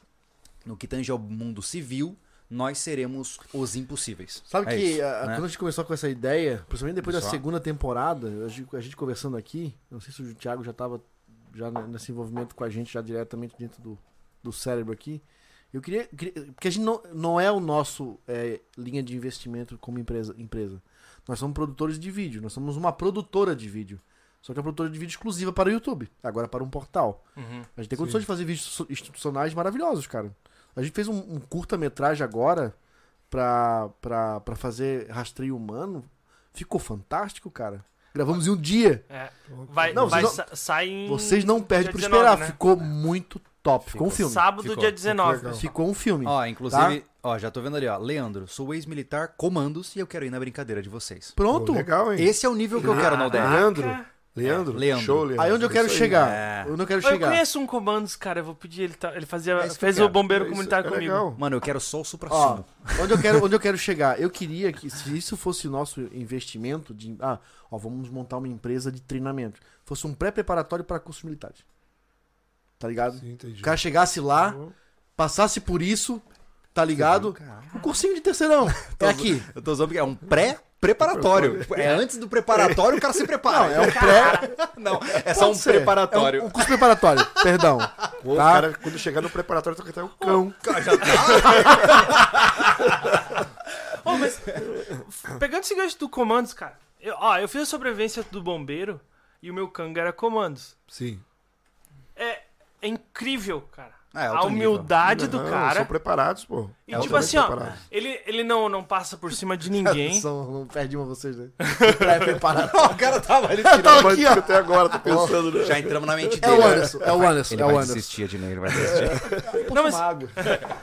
Speaker 1: no que tange ao mundo civil, nós seremos os impossíveis.
Speaker 3: Sabe
Speaker 1: É
Speaker 3: que
Speaker 1: isso,
Speaker 3: a- a-
Speaker 1: né?
Speaker 3: quando a gente começou com essa ideia, principalmente depois da
Speaker 1: Só.
Speaker 3: segunda temporada, a gente, a gente conversando aqui, não sei se o Thiago já estava já ne- nesse envolvimento com a gente, já diretamente dentro do, do cérebro aqui. Eu queria, queria- Porque a gente não, não é o nosso é, linha de investimento como empresa, empresa. Nós somos produtores de vídeo, nós somos uma produtora de vídeo. Só que é uma produtora de vídeo exclusiva para o YouTube, agora para um portal.
Speaker 4: Uhum.
Speaker 3: A gente tem condições de fazer vídeos so- institucionais maravilhosos, cara. A gente fez um, um curta-metragem agora pra, pra, pra fazer rastreio humano. Ficou fantástico, cara. Gravamos em um dia.
Speaker 4: É, vai
Speaker 3: Não,
Speaker 4: vai
Speaker 3: vocês
Speaker 4: sa- sair em
Speaker 3: Vocês não perdem
Speaker 4: dia
Speaker 3: por
Speaker 4: 19,
Speaker 3: esperar.
Speaker 4: né?
Speaker 3: Ficou muito top. Ficou um filme.
Speaker 4: sábado,
Speaker 1: Ficou.
Speaker 4: dia 19.
Speaker 2: Ficou legal.
Speaker 3: Ficou um filme.
Speaker 1: Ó, inclusive,
Speaker 2: tá?
Speaker 1: ó, já tô vendo ali, ó. Leandro, sou ex-militar, comandos, e eu quero ir na brincadeira de vocês.
Speaker 2: Pô,
Speaker 3: Pronto.
Speaker 2: legal, hein?
Speaker 1: Esse é o nível que
Speaker 2: Ah,
Speaker 1: eu quero na UDR.
Speaker 2: Leandro?
Speaker 4: Caraca.
Speaker 2: Leandro?
Speaker 1: É, Leandro.
Speaker 2: Show, Leandro.
Speaker 3: Aí onde eu quero
Speaker 2: Isso aí.
Speaker 4: Um
Speaker 3: chegar.
Speaker 1: É.
Speaker 3: Onde eu quero
Speaker 4: Eu
Speaker 3: chegar.
Speaker 4: conheço um comandos, cara. Eu vou pedir ele. tá- ele fazia,
Speaker 1: É isso que eu
Speaker 4: fez
Speaker 1: quero.
Speaker 4: o bombeiro
Speaker 2: Isso
Speaker 4: comunitário
Speaker 2: é
Speaker 4: comigo.
Speaker 2: legal.
Speaker 1: Mano, eu quero só o supra
Speaker 3: Ó, onde eu quero, onde eu quero chegar? Eu queria que se isso fosse o nosso investimento de, ah, ó, vamos montar uma empresa de treinamento, fosse um pré-preparatório para cursos militares. Tá ligado?
Speaker 2: Sim, entendi.
Speaker 3: O cara chegasse lá, passasse por isso, tá ligado? Um cursinho de terceirão. É aqui.
Speaker 1: Eu tô usando porque é um pré-preparatório. Tipo, É antes do preparatório, o cara se prepara.
Speaker 3: É um pré,
Speaker 1: Não, é só
Speaker 3: pode
Speaker 1: um
Speaker 3: ser.
Speaker 1: preparatório.
Speaker 3: É um, um curso preparatório, perdão.
Speaker 2: Pô,
Speaker 3: Tá?
Speaker 2: O cara, quando chegar no preparatório, toca até o cão.
Speaker 4: Ô, mas, pegando esse gancho do comandos, cara. Eu, ó, eu fiz a sobrevivência do bombeiro e o meu canga era comandos.
Speaker 2: Sim.
Speaker 4: É, é incrível, cara.
Speaker 1: Ah, é
Speaker 4: a
Speaker 1: outro nível.
Speaker 4: humildade
Speaker 2: Não,
Speaker 4: do cara.
Speaker 2: São preparados, pô.
Speaker 4: E
Speaker 2: São
Speaker 4: tipo
Speaker 2: bem
Speaker 4: assim, ó,
Speaker 2: preparados.
Speaker 4: ele, ele não, não passa por cima de ninguém.
Speaker 3: Só não perdi uma vocês, né? Pré-preparatório.
Speaker 1: o cara tá tava ali
Speaker 3: Eu
Speaker 2: Mas
Speaker 3: tava Tá aqui, ó.
Speaker 2: até agora, tô pensando, né?
Speaker 1: Já entramos na mente
Speaker 3: É
Speaker 1: dele.
Speaker 3: o
Speaker 1: né?
Speaker 3: Anderson, é o Anderson,
Speaker 1: Ele
Speaker 3: é o
Speaker 1: vai
Speaker 3: Anderson.
Speaker 1: desistir, Ednei, ele vai desistir.
Speaker 4: Não, mas-
Speaker 3: Mago.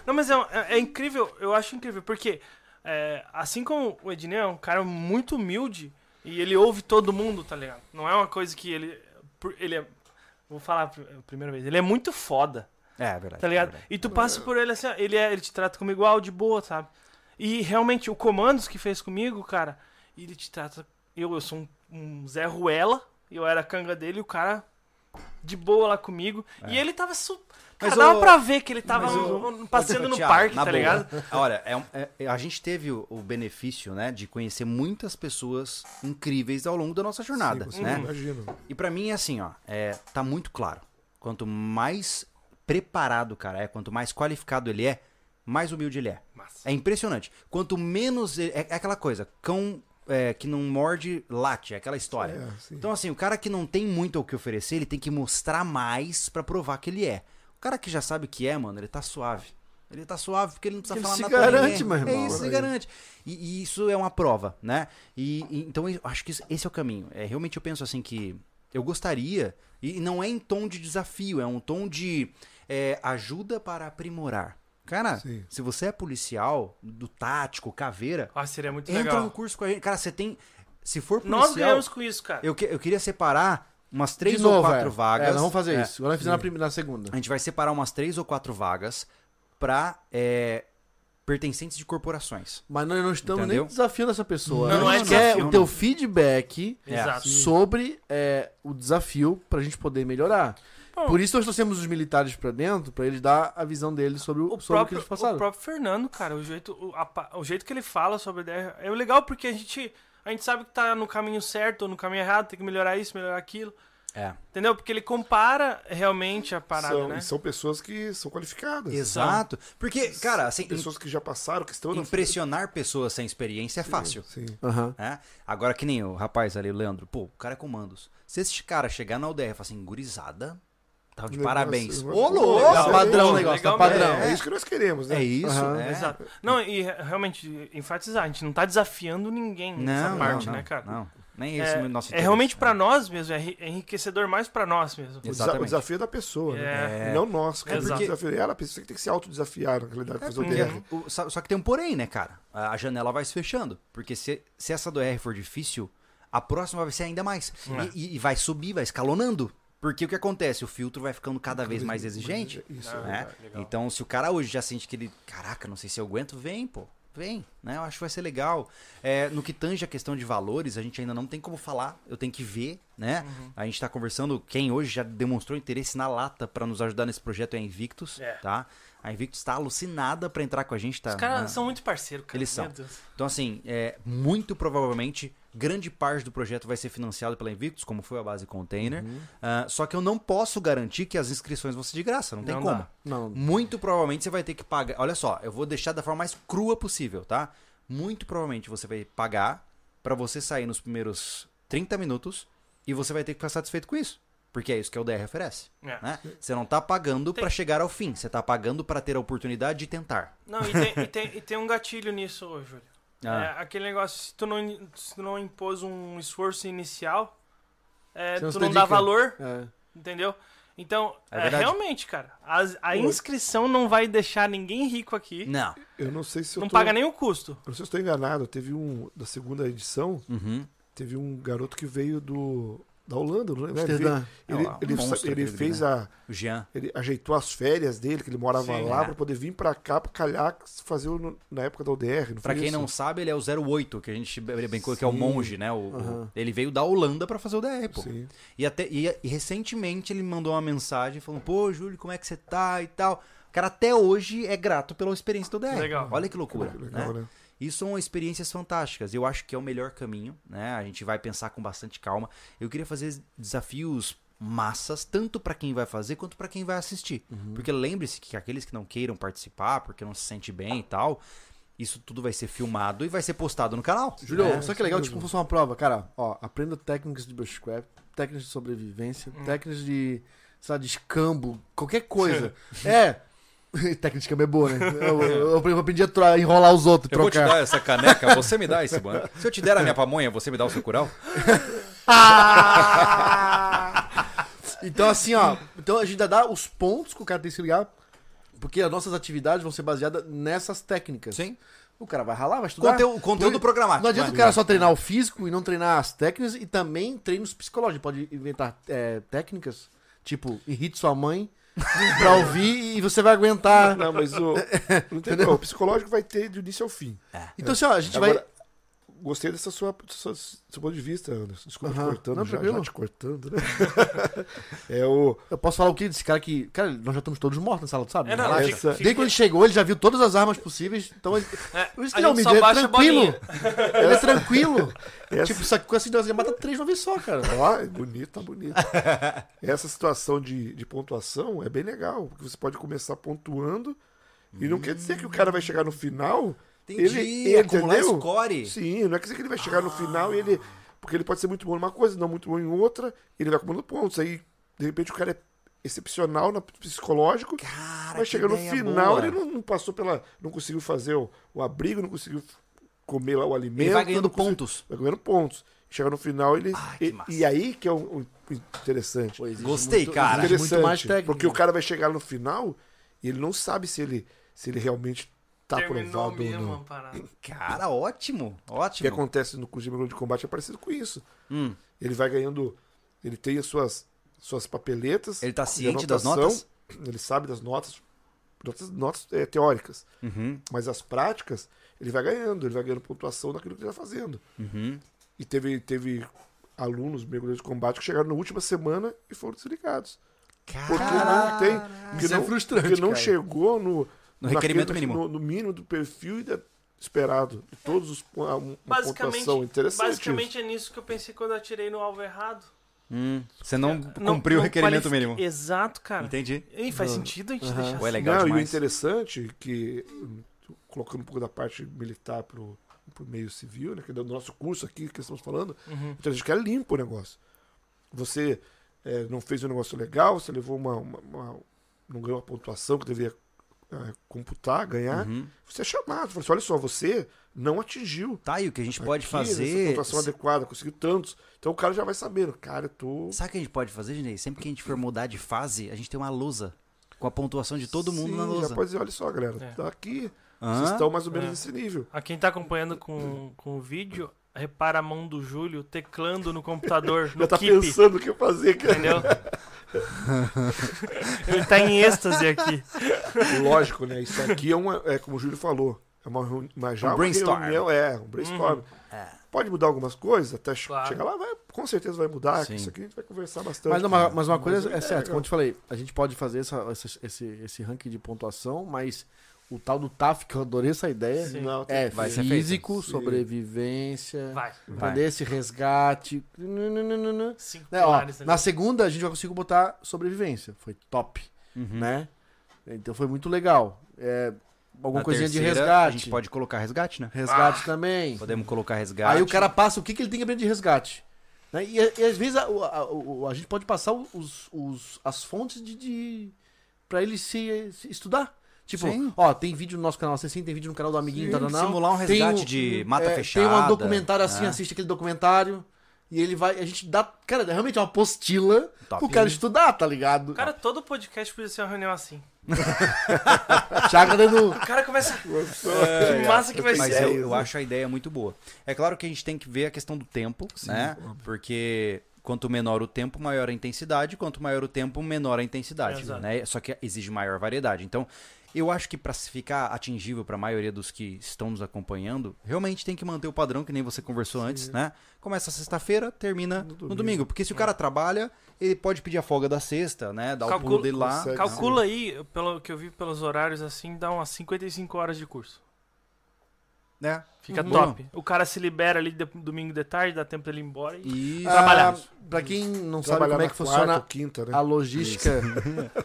Speaker 4: Não, mas é, um- é- é incrível, eu acho incrível, porque é, assim como o Ednei é um cara muito humilde e ele ouve todo mundo, tá ligado? Não é uma coisa que ele. por- Ele é. Vou falar a pri- a primeira vez, ele é muito foda,
Speaker 1: É, verdade.
Speaker 4: tá ligado?
Speaker 1: é verdade.
Speaker 4: E tu passa por ele assim, ó, ele, é, ele te trata como igual, de boa, sabe? E realmente, o Comandos que fez comigo, cara, ele te trata. Eu, eu sou um, um Zé Ruela, eu era a canga dele, e o cara de boa lá comigo. E ele tava. Su... Cara,
Speaker 1: É. Mas
Speaker 4: dava
Speaker 1: o-
Speaker 4: pra ver que ele tava
Speaker 1: mas o-
Speaker 4: um- um- passeando
Speaker 1: Ô,
Speaker 4: no
Speaker 1: Thiago,
Speaker 4: parque,
Speaker 1: na
Speaker 4: tá
Speaker 1: boa.
Speaker 4: ligado?
Speaker 1: Olha, é um- é- é- a gente teve o, o benefício, né, de conhecer muitas pessoas incríveis ao longo da nossa jornada,
Speaker 2: Sim,
Speaker 1: né?
Speaker 2: Imagino.
Speaker 1: E pra mim é assim, ó, é, tá muito claro. Quanto mais preparado o cara é, quanto mais qualificado ele é, mais humilde ele é.
Speaker 4: Massa.
Speaker 1: É impressionante. Quanto menos ele, é, é aquela coisa, cão é, que não morde late, é aquela história.
Speaker 2: É, sim.
Speaker 1: Então assim, o cara que não tem muito o que oferecer, ele tem que mostrar mais pra provar que ele é. O cara que já sabe o que é, mano, ele tá suave. Ele tá suave porque ele não precisa
Speaker 3: Ele
Speaker 1: falar
Speaker 3: se
Speaker 1: nada pra
Speaker 3: garante,
Speaker 1: ninguém.
Speaker 3: meu irmão.
Speaker 1: É isso, se
Speaker 3: Aí.
Speaker 1: garante. E, e isso é uma prova, né? E, e- então eu acho que isso- esse é o caminho. É, realmente eu penso assim que eu gostaria, e não é em tom de desafio, é um tom de é, ajuda para aprimorar. Cara,
Speaker 2: Sim.
Speaker 1: se você é policial, do tático, caveira,
Speaker 4: Ah, seria muito
Speaker 1: entra
Speaker 4: legal.
Speaker 1: num curso com a gente. Cara, você tem. se for policial,
Speaker 4: Nós ganhamos com isso, cara.
Speaker 1: eu, que- eu queria separar umas três
Speaker 3: De
Speaker 1: ou
Speaker 3: novo,
Speaker 1: quatro
Speaker 3: é.
Speaker 1: vagas.
Speaker 3: É, nós vamos fazer
Speaker 1: É.
Speaker 3: isso. Agora nós fizemos na, prim- na segunda.
Speaker 1: A gente vai separar umas três ou quatro vagas pra é, pertencentes de corporações.
Speaker 3: Mas nós não estamos
Speaker 1: Entendeu?
Speaker 3: nem desafiando essa pessoa.
Speaker 4: Não,
Speaker 3: a
Speaker 4: não é
Speaker 3: gente quer
Speaker 1: desafio,
Speaker 3: o teu
Speaker 1: não.
Speaker 3: feedback
Speaker 1: É.
Speaker 4: Exato.
Speaker 3: sobre é, o desafio pra gente poder melhorar.
Speaker 4: Bom.
Speaker 3: Por isso nós trouxemos os militares pra dentro, pra eles dar a visão deles sobre o, sobre o
Speaker 4: O
Speaker 3: que
Speaker 4: próprio,
Speaker 3: eles passaram.
Speaker 4: o próprio Fernando, cara, o jeito, o, a pa- o jeito que ele fala sobre a ideia é legal porque a gente, a gente sabe que tá no caminho certo ou no caminho errado, tem que melhorar isso, melhorar aquilo.
Speaker 1: É.
Speaker 4: Entendeu? Porque ele compara realmente a parada,
Speaker 2: são,
Speaker 4: né?
Speaker 2: e são pessoas que são qualificadas.
Speaker 1: Exato. Porque, cara, assim,
Speaker 2: Pessoas que já passaram, que estão na
Speaker 1: impressionar pessoas sem experiência é fácil.
Speaker 2: Sim.
Speaker 3: Aham.
Speaker 1: né? Agora, que nem o rapaz ali, o Leandro, pô, o cara é comandos. Se esse cara chegar na UDR e falar assim, gurizada, tá de
Speaker 2: Negócio-
Speaker 1: parabéns. Ô,
Speaker 2: Ô,
Speaker 1: louco!
Speaker 2: legal.
Speaker 3: Tá padrão
Speaker 2: legal,
Speaker 3: o negócio, tá
Speaker 4: legal
Speaker 3: padrão.
Speaker 2: É, é isso que nós queremos, né?
Speaker 1: É isso,
Speaker 3: Aham.
Speaker 1: é.
Speaker 4: Exato. Não, e re- realmente, enfatizar, a gente não tá desafiando ninguém nessa
Speaker 1: Não,
Speaker 4: parte,
Speaker 1: não,
Speaker 4: né, cara?
Speaker 1: Não, nem esse
Speaker 4: É,
Speaker 1: o nosso
Speaker 4: é
Speaker 1: interesse,
Speaker 4: realmente
Speaker 1: né?
Speaker 4: pra nós mesmo, é enri- é enriquecedor mais pra nós mesmo.
Speaker 2: O, desa-
Speaker 1: Exatamente.
Speaker 2: o desafio é da pessoa, né?
Speaker 1: É.
Speaker 2: Não nosso. Cara,
Speaker 4: Exato.
Speaker 2: porque o desafio é ela, a pessoa que tem que se autodesafiar, na realidade, pra fazer o DR.
Speaker 1: É, Porque o- só só que tem um porém, né, cara? A a janela vai se fechando. Porque se, se essa do R for difícil, a próxima vai ser ainda mais.
Speaker 4: É.
Speaker 1: E, e- e vai subir, vai escalonando. Porque o que acontece? O filtro vai ficando cada vez mais exigente.
Speaker 2: é Isso.
Speaker 4: Ah,
Speaker 1: né?
Speaker 4: legal.
Speaker 1: Então, se o cara hoje já sente que ele, caraca, não sei se eu aguento, vem, pô. Vem, né? Eu acho que vai ser legal. É, no que tange a questão de valores, a gente ainda não tem como falar, eu tenho que ver, né? A gente tá conversando, quem hoje já demonstrou interesse na lata pra nos ajudar nesse projeto é a Invictus,
Speaker 4: É.
Speaker 1: tá? A Invictus tá alucinada pra entrar com a gente, tá?
Speaker 4: Os caras
Speaker 1: na-
Speaker 4: são muito parceiros, cara.
Speaker 1: Eles
Speaker 4: meu
Speaker 1: são.
Speaker 4: Deus.
Speaker 1: Então, assim, é, muito provavelmente, grande parte do projeto vai ser financiado pela Invictus, como foi a base container.
Speaker 4: Uhum.
Speaker 1: Ah, só que eu não posso garantir que as inscrições vão ser de graça, não tem
Speaker 4: Não
Speaker 1: como.
Speaker 4: dá.
Speaker 3: Não.
Speaker 1: Muito provavelmente você vai ter que pagar. Olha só, eu vou deixar da forma mais crua possível, tá? Muito provavelmente você vai pagar pra você sair nos primeiros 30 minutos e você vai ter que ficar satisfeito com isso. Porque é isso que o DR oferece,
Speaker 4: É.
Speaker 1: né? Você não tá pagando
Speaker 4: Tem-
Speaker 1: pra chegar ao fim, você tá pagando pra ter a oportunidade de tentar.
Speaker 4: Não, e tem, e tem- e tem um gatilho nisso, ô, Júlio.
Speaker 1: Ah.
Speaker 4: É, aquele negócio, se tu, não, se tu não impôs um esforço inicial, é,
Speaker 3: Você não
Speaker 4: tu
Speaker 3: se
Speaker 4: não
Speaker 3: dedica.
Speaker 4: dá valor,
Speaker 3: É.
Speaker 4: entendeu? Então,
Speaker 1: É
Speaker 4: é
Speaker 1: verdade.
Speaker 4: realmente, cara, as- a, inscrição não vai deixar ninguém rico aqui.
Speaker 1: É. Não.
Speaker 2: Eu não sei se eu
Speaker 4: Não
Speaker 2: tô-
Speaker 4: paga nem o custo.
Speaker 2: Eu não sei se eu estou enganado. Teve um. Da segunda edição,
Speaker 1: Uhum.
Speaker 2: teve um garoto que veio do. Da Holanda, não lembro.
Speaker 3: Amsterdã.
Speaker 2: Ele,
Speaker 1: É lá, um
Speaker 2: ele,
Speaker 1: monstro
Speaker 2: ele
Speaker 1: aquele,
Speaker 2: fez
Speaker 1: né?
Speaker 2: a.
Speaker 1: O Jean.
Speaker 2: Ele ajeitou as férias dele, que ele morava
Speaker 4: Sim,
Speaker 2: lá,
Speaker 1: é.
Speaker 2: pra poder vir pra cá, pra calhar, fazer o no- na época da UDR. Não
Speaker 1: Pra
Speaker 2: foi
Speaker 1: quem
Speaker 2: isso?
Speaker 1: não sabe, ele é o 08, que a gente brin- brincou que é o monge, né? O, o-
Speaker 3: Aham.
Speaker 1: Ele veio da Holanda pra fazer o DR, pô.
Speaker 2: Sim.
Speaker 1: E, até, e, e recentemente ele mandou uma mensagem falando, pô, Júlio, como é que você tá e tal. O cara até hoje é grato pela experiência do DR.
Speaker 4: Legal.
Speaker 1: Olha que loucura.
Speaker 2: Legal,
Speaker 1: né?
Speaker 2: né?
Speaker 1: Isso são experiências fantásticas. Eu acho que é o melhor caminho, né? A gente vai pensar com bastante calma. Eu queria fazer desafios massas, tanto pra quem vai fazer quanto pra quem vai assistir. Porque lembre-se que aqueles que não queiram participar, porque não se sente bem e tal, isso tudo vai ser filmado e vai ser postado no canal.
Speaker 3: Júlio,
Speaker 1: né?
Speaker 3: só que é legal, tipo, como se fosse uma prova. Cara, ó, aprenda técnicas de bushcraft, técnicas de sobrevivência, técnicas de, sei lá, de escambo, qualquer coisa. é. Técnica de escambo é boa, né? Eu, eu, eu aprendi a tro- enrolar os outros,
Speaker 5: Eu vou te
Speaker 3: trocar.
Speaker 5: dar essa caneca, você me dá esse banco. Se eu te der a minha pamonha, você me dá o seu curau?
Speaker 3: Então, assim, ó. Então a gente ainda dá os pontos que o cara tem que se ligar. Porque as nossas atividades vão ser baseadas nessas técnicas.
Speaker 1: Sim.
Speaker 3: O cara vai ralar, vai estudar.
Speaker 1: Conteúdo, conteúdo
Speaker 3: Porque
Speaker 1: programático.
Speaker 3: Não adianta
Speaker 1: né?
Speaker 3: o cara só treinar o físico e não treinar as técnicas e também treinos psicológicos. Pode inventar é, técnicas, tipo, irrite sua mãe pra ouvir e você vai aguentar.
Speaker 2: Não, mas o. Não tem como. O psicológico vai ter do início ao fim.
Speaker 3: Então, assim, ó, a gente vai.
Speaker 2: Agora, Gostei dessa sua, sua- seu ponto de vista, Anderson. Desculpa
Speaker 3: Aham.
Speaker 2: te cortando,
Speaker 3: Não,
Speaker 2: já,
Speaker 3: tranquilo.
Speaker 2: já te cortando, né? é o.
Speaker 3: Eu posso falar o que desse cara que. Cara, nós já estamos todos mortos na sala, tu sabe?
Speaker 4: É,
Speaker 3: né?
Speaker 4: não, não,
Speaker 2: Essa-
Speaker 4: fica-
Speaker 3: Desde quando ele chegou, ele já viu todas as armas possíveis. Então, ele-
Speaker 4: É,
Speaker 3: por isso
Speaker 4: a
Speaker 3: que ele é
Speaker 4: gente só
Speaker 3: humilde, ele é
Speaker 4: baixa a
Speaker 3: tranquilo.
Speaker 4: bolinha.
Speaker 3: Ele é tranquilo.
Speaker 2: Essa,
Speaker 3: Tipo, isso aqui com essa ideia, ele mata três de uma vez só, cara.
Speaker 2: Ó, é bonito, tá bonito. Essa situação de, de pontuação é bem legal, porque você pode começar pontuando e não quer dizer que o cara vai chegar no final.
Speaker 1: Entendi,
Speaker 2: ele,
Speaker 1: acumular
Speaker 2: entendeu?
Speaker 1: score.
Speaker 2: Sim, não é quer dizer que ele vai chegar no final e ele. Porque ele pode ser muito bom numa coisa, não muito bom em outra, ele vai acumulando pontos. Aí, de repente, o cara é excepcional no psicológico,
Speaker 1: Cara, que
Speaker 2: mas chega no
Speaker 1: ideia
Speaker 2: final,
Speaker 1: boa.
Speaker 2: ele não, não passou pela. não conseguiu fazer o, o abrigo, não conseguiu comer lá o alimento.
Speaker 1: Ele vai ganhando
Speaker 2: não conseguiu-
Speaker 1: pontos.
Speaker 2: Vai ganhando pontos. Chega no final, ele.
Speaker 1: Ah, que
Speaker 2: e,
Speaker 1: massa. é.
Speaker 2: e aí que é o, o interessante.
Speaker 1: Gostei, cara.
Speaker 3: existe muito mais técnico.
Speaker 2: Porque o cara vai chegar no final e ele não sabe se ele, se ele realmente Tá
Speaker 4: Terminou
Speaker 2: aprovado ou
Speaker 4: mesmo
Speaker 2: não.
Speaker 4: a parada.
Speaker 1: Cara, ótimo,
Speaker 2: O que
Speaker 1: ótimo.
Speaker 2: acontece no curso de mergulho de combate é parecido com isso.
Speaker 1: Hum.
Speaker 2: Ele vai ganhando. Ele tem as suas, suas papeletas.
Speaker 1: Ele tá
Speaker 2: de
Speaker 1: ciente das
Speaker 2: anotação,
Speaker 1: notas?
Speaker 2: Ele sabe das notas, notas, notas eh, teóricas.
Speaker 1: Uhum,
Speaker 2: Mas as práticas, ele vai ganhando, ele vai ganhando pontuação naquilo que ele tá fazendo.
Speaker 1: uhum.
Speaker 2: E teve, teve alunos mergulheiros de combate que chegaram na última semana e foram desligados. Porque não tem. Porque
Speaker 3: Isso é
Speaker 2: não,
Speaker 3: frustrante,
Speaker 2: porque não
Speaker 3: cara.
Speaker 2: chegou no.
Speaker 1: No
Speaker 2: naquele-
Speaker 1: requerimento mínimo.
Speaker 2: No, no mínimo do perfil e da- esperado. De todos os. Uma, uma
Speaker 4: Basicamente,
Speaker 2: pontuação interessante.
Speaker 4: basicamente é nisso que eu pensei quando eu atirei no alvo errado.
Speaker 1: Hum, Você não
Speaker 4: Não-
Speaker 1: cumpriu o
Speaker 4: não
Speaker 1: requerimento
Speaker 4: qualifica-
Speaker 1: mínimo.
Speaker 4: Exato, cara.
Speaker 1: Entendi.
Speaker 4: Ei, faz sentido a gente deixar
Speaker 1: Ué,
Speaker 4: assim.
Speaker 1: É legal
Speaker 2: Não, e o
Speaker 1: demais.
Speaker 2: interessante que, hum, colocando um pouco da parte militar pro, pro meio civil, né, que é do nosso curso aqui que estamos falando,
Speaker 1: Uhum.
Speaker 2: então a gente quer limpo o negócio. Você é, não fez um negócio legal, você levou uma, uma- uma- não ganhou a pontuação que devia é, computar, ganhar,
Speaker 1: Uhum.
Speaker 2: você é chamado. Fala assim, olha só, você não atingiu.
Speaker 1: Tá, e o que a gente pode
Speaker 2: aqui Essa
Speaker 1: fazer.
Speaker 2: pontuação é adequada, conseguiu tantos. Então o cara já vai sabendo, cara, eu tô...
Speaker 1: Sabe o que a gente pode fazer, Ginei? Sempre que a gente for mudar de fase, a gente tem uma lousa. Com a pontuação de todo mundo
Speaker 2: Sim,
Speaker 1: na lousa.
Speaker 2: Já pode dizer, olha só, galera,
Speaker 4: É.
Speaker 2: tá aqui, vocês
Speaker 1: Hã?
Speaker 2: estão mais ou menos
Speaker 4: É.
Speaker 2: nesse nível.
Speaker 4: A quem tá acompanhando com, com o vídeo, repara a mão do Júlio teclando no computador, no
Speaker 2: Já tá
Speaker 4: Keep,
Speaker 2: pensando o que fazer, cara.
Speaker 4: entendeu? Ele tá em êxtase aqui.
Speaker 2: Lógico, né? Isso aqui é uma. É como o Júlio falou. É uma, reuni- mas já
Speaker 1: Um
Speaker 2: uma
Speaker 1: brainstorm.
Speaker 2: reunião, é, um brainstorm. É. Pode mudar algumas coisas, até che-
Speaker 4: Claro.
Speaker 2: chegar lá, vai, com certeza vai mudar.
Speaker 1: Sim.
Speaker 2: Isso aqui a gente vai conversar bastante.
Speaker 3: Mas uma, mas uma coisa
Speaker 2: Mas
Speaker 3: é certa,
Speaker 2: legal.
Speaker 3: como eu te falei, a gente pode fazer essa, essa- esse, esse ranking de pontuação, mas o tal do TAF, que eu adorei essa ideia,
Speaker 4: Sim.
Speaker 2: Não, tem-
Speaker 3: é
Speaker 1: Vai ser
Speaker 3: físico,
Speaker 2: feito.
Speaker 3: sobrevivência,
Speaker 4: Vai.
Speaker 1: Vai.
Speaker 3: entender? Esse resgate. nananana.
Speaker 4: Cinco
Speaker 3: Né, ó,
Speaker 4: pilares ali.
Speaker 3: na segunda a gente já conseguiu botar sobrevivência, foi top,
Speaker 1: Uhum.
Speaker 3: né? Então foi muito legal. É, alguma
Speaker 1: Na
Speaker 3: coisinha
Speaker 1: terceira,
Speaker 3: de
Speaker 1: A
Speaker 3: resgate.
Speaker 1: gente pode colocar resgate, né?
Speaker 3: Resgate
Speaker 2: Ah.
Speaker 3: também.
Speaker 1: Podemos colocar resgate.
Speaker 3: Aí o cara passa o que, que ele tem que aprender de resgate. né? E, e às vezes a, o- a- o- a gente pode passar os, os- as fontes de. de para ele se, se estudar. Tipo,
Speaker 1: Sim.
Speaker 3: ó, tem vídeo no nosso canal assim, tem vídeo no canal do amiguinho tá, tá, tá.
Speaker 1: simular um
Speaker 3: Tem
Speaker 1: resgate
Speaker 3: um-
Speaker 1: de mata
Speaker 3: é,
Speaker 1: fechada.
Speaker 3: Tem um documentário assim,
Speaker 1: né?
Speaker 3: assiste aquele documentário. E ele vai. A gente dá. Cara, é realmente é uma apostila
Speaker 1: Top.
Speaker 3: pro cara estudar, tá ligado?
Speaker 4: Cara, todo podcast podia ser uma reunião assim.
Speaker 3: Chaga dando.
Speaker 4: O cara começa.
Speaker 1: É,
Speaker 4: que massa que vai
Speaker 1: Mas
Speaker 4: ser.
Speaker 1: eu, eu acho a ideia muito boa. É claro que a gente tem que ver a questão do tempo, né? Porque quanto menor o tempo, maior a intensidade. Quanto maior o tempo, menor a intensidade,
Speaker 4: Exato.
Speaker 1: né? Só que exige maior variedade. Então, eu acho que para ficar atingível para a maioria dos que estão nos acompanhando, realmente tem que manter o padrão que nem você conversou antes, né? Começa sexta-feira, termina no domingo. porque se o cara trabalha, ele pode pedir a folga da sexta, né? Dar o pulo
Speaker 4: Calcula-
Speaker 1: dele lá.
Speaker 2: consegue.
Speaker 4: Calcula aí, pelo que eu vi pelos horários assim, dá umas 55 horas de curso.
Speaker 1: Né?
Speaker 4: Fica
Speaker 1: Uhum.
Speaker 4: top. O cara se libera ali de- domingo de tarde, dá tempo dele ir embora e.
Speaker 1: E
Speaker 4: Trabalhar.
Speaker 3: Ah, pra quem não sabe
Speaker 2: Trabalhar
Speaker 3: como é
Speaker 2: na
Speaker 3: que
Speaker 2: quarta
Speaker 3: funciona
Speaker 2: ou quinta, né?
Speaker 3: a logística.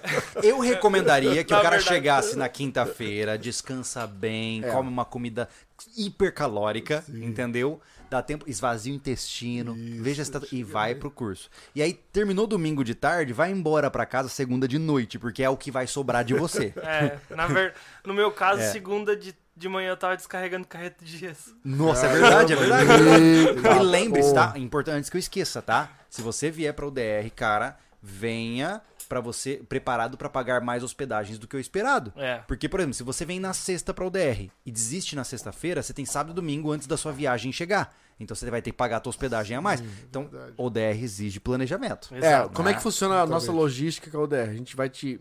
Speaker 1: Eu recomendaria que
Speaker 4: Na
Speaker 1: o cara
Speaker 4: verdade.
Speaker 1: chegasse na quinta-feira, descansa bem,
Speaker 3: É.
Speaker 1: come uma comida hipercalórica, entendeu? Dá tempo, esvazia o intestino, veja se tá, e vai pro curso. E aí terminou domingo de tarde, vai embora pra casa segunda de noite, porque é o que vai sobrar de você.
Speaker 4: É, na ver... no meu caso,
Speaker 1: É.
Speaker 4: segunda de, de manhã eu tava descarregando carreta de gesso.
Speaker 1: Nossa, é verdade, é verdade.
Speaker 3: Eita,
Speaker 1: E lembre-se,
Speaker 3: porra.
Speaker 1: tá? Importante antes que eu esqueça, tá? Se você vier para o DR, cara, venha pra você preparado pra pagar mais hospedagens do que o esperado.
Speaker 4: É.
Speaker 1: Porque, por exemplo, se você vem na sexta pra UDR e desiste na sexta-feira, você tem sábado e domingo antes da sua viagem chegar. Então você vai ter que pagar a tua hospedagem a mais. Então, ODR exige planejamento.
Speaker 3: É,
Speaker 4: Exato.
Speaker 3: como é que funciona a nossa
Speaker 2: Exatamente.
Speaker 3: logística, Calder? A gente vai te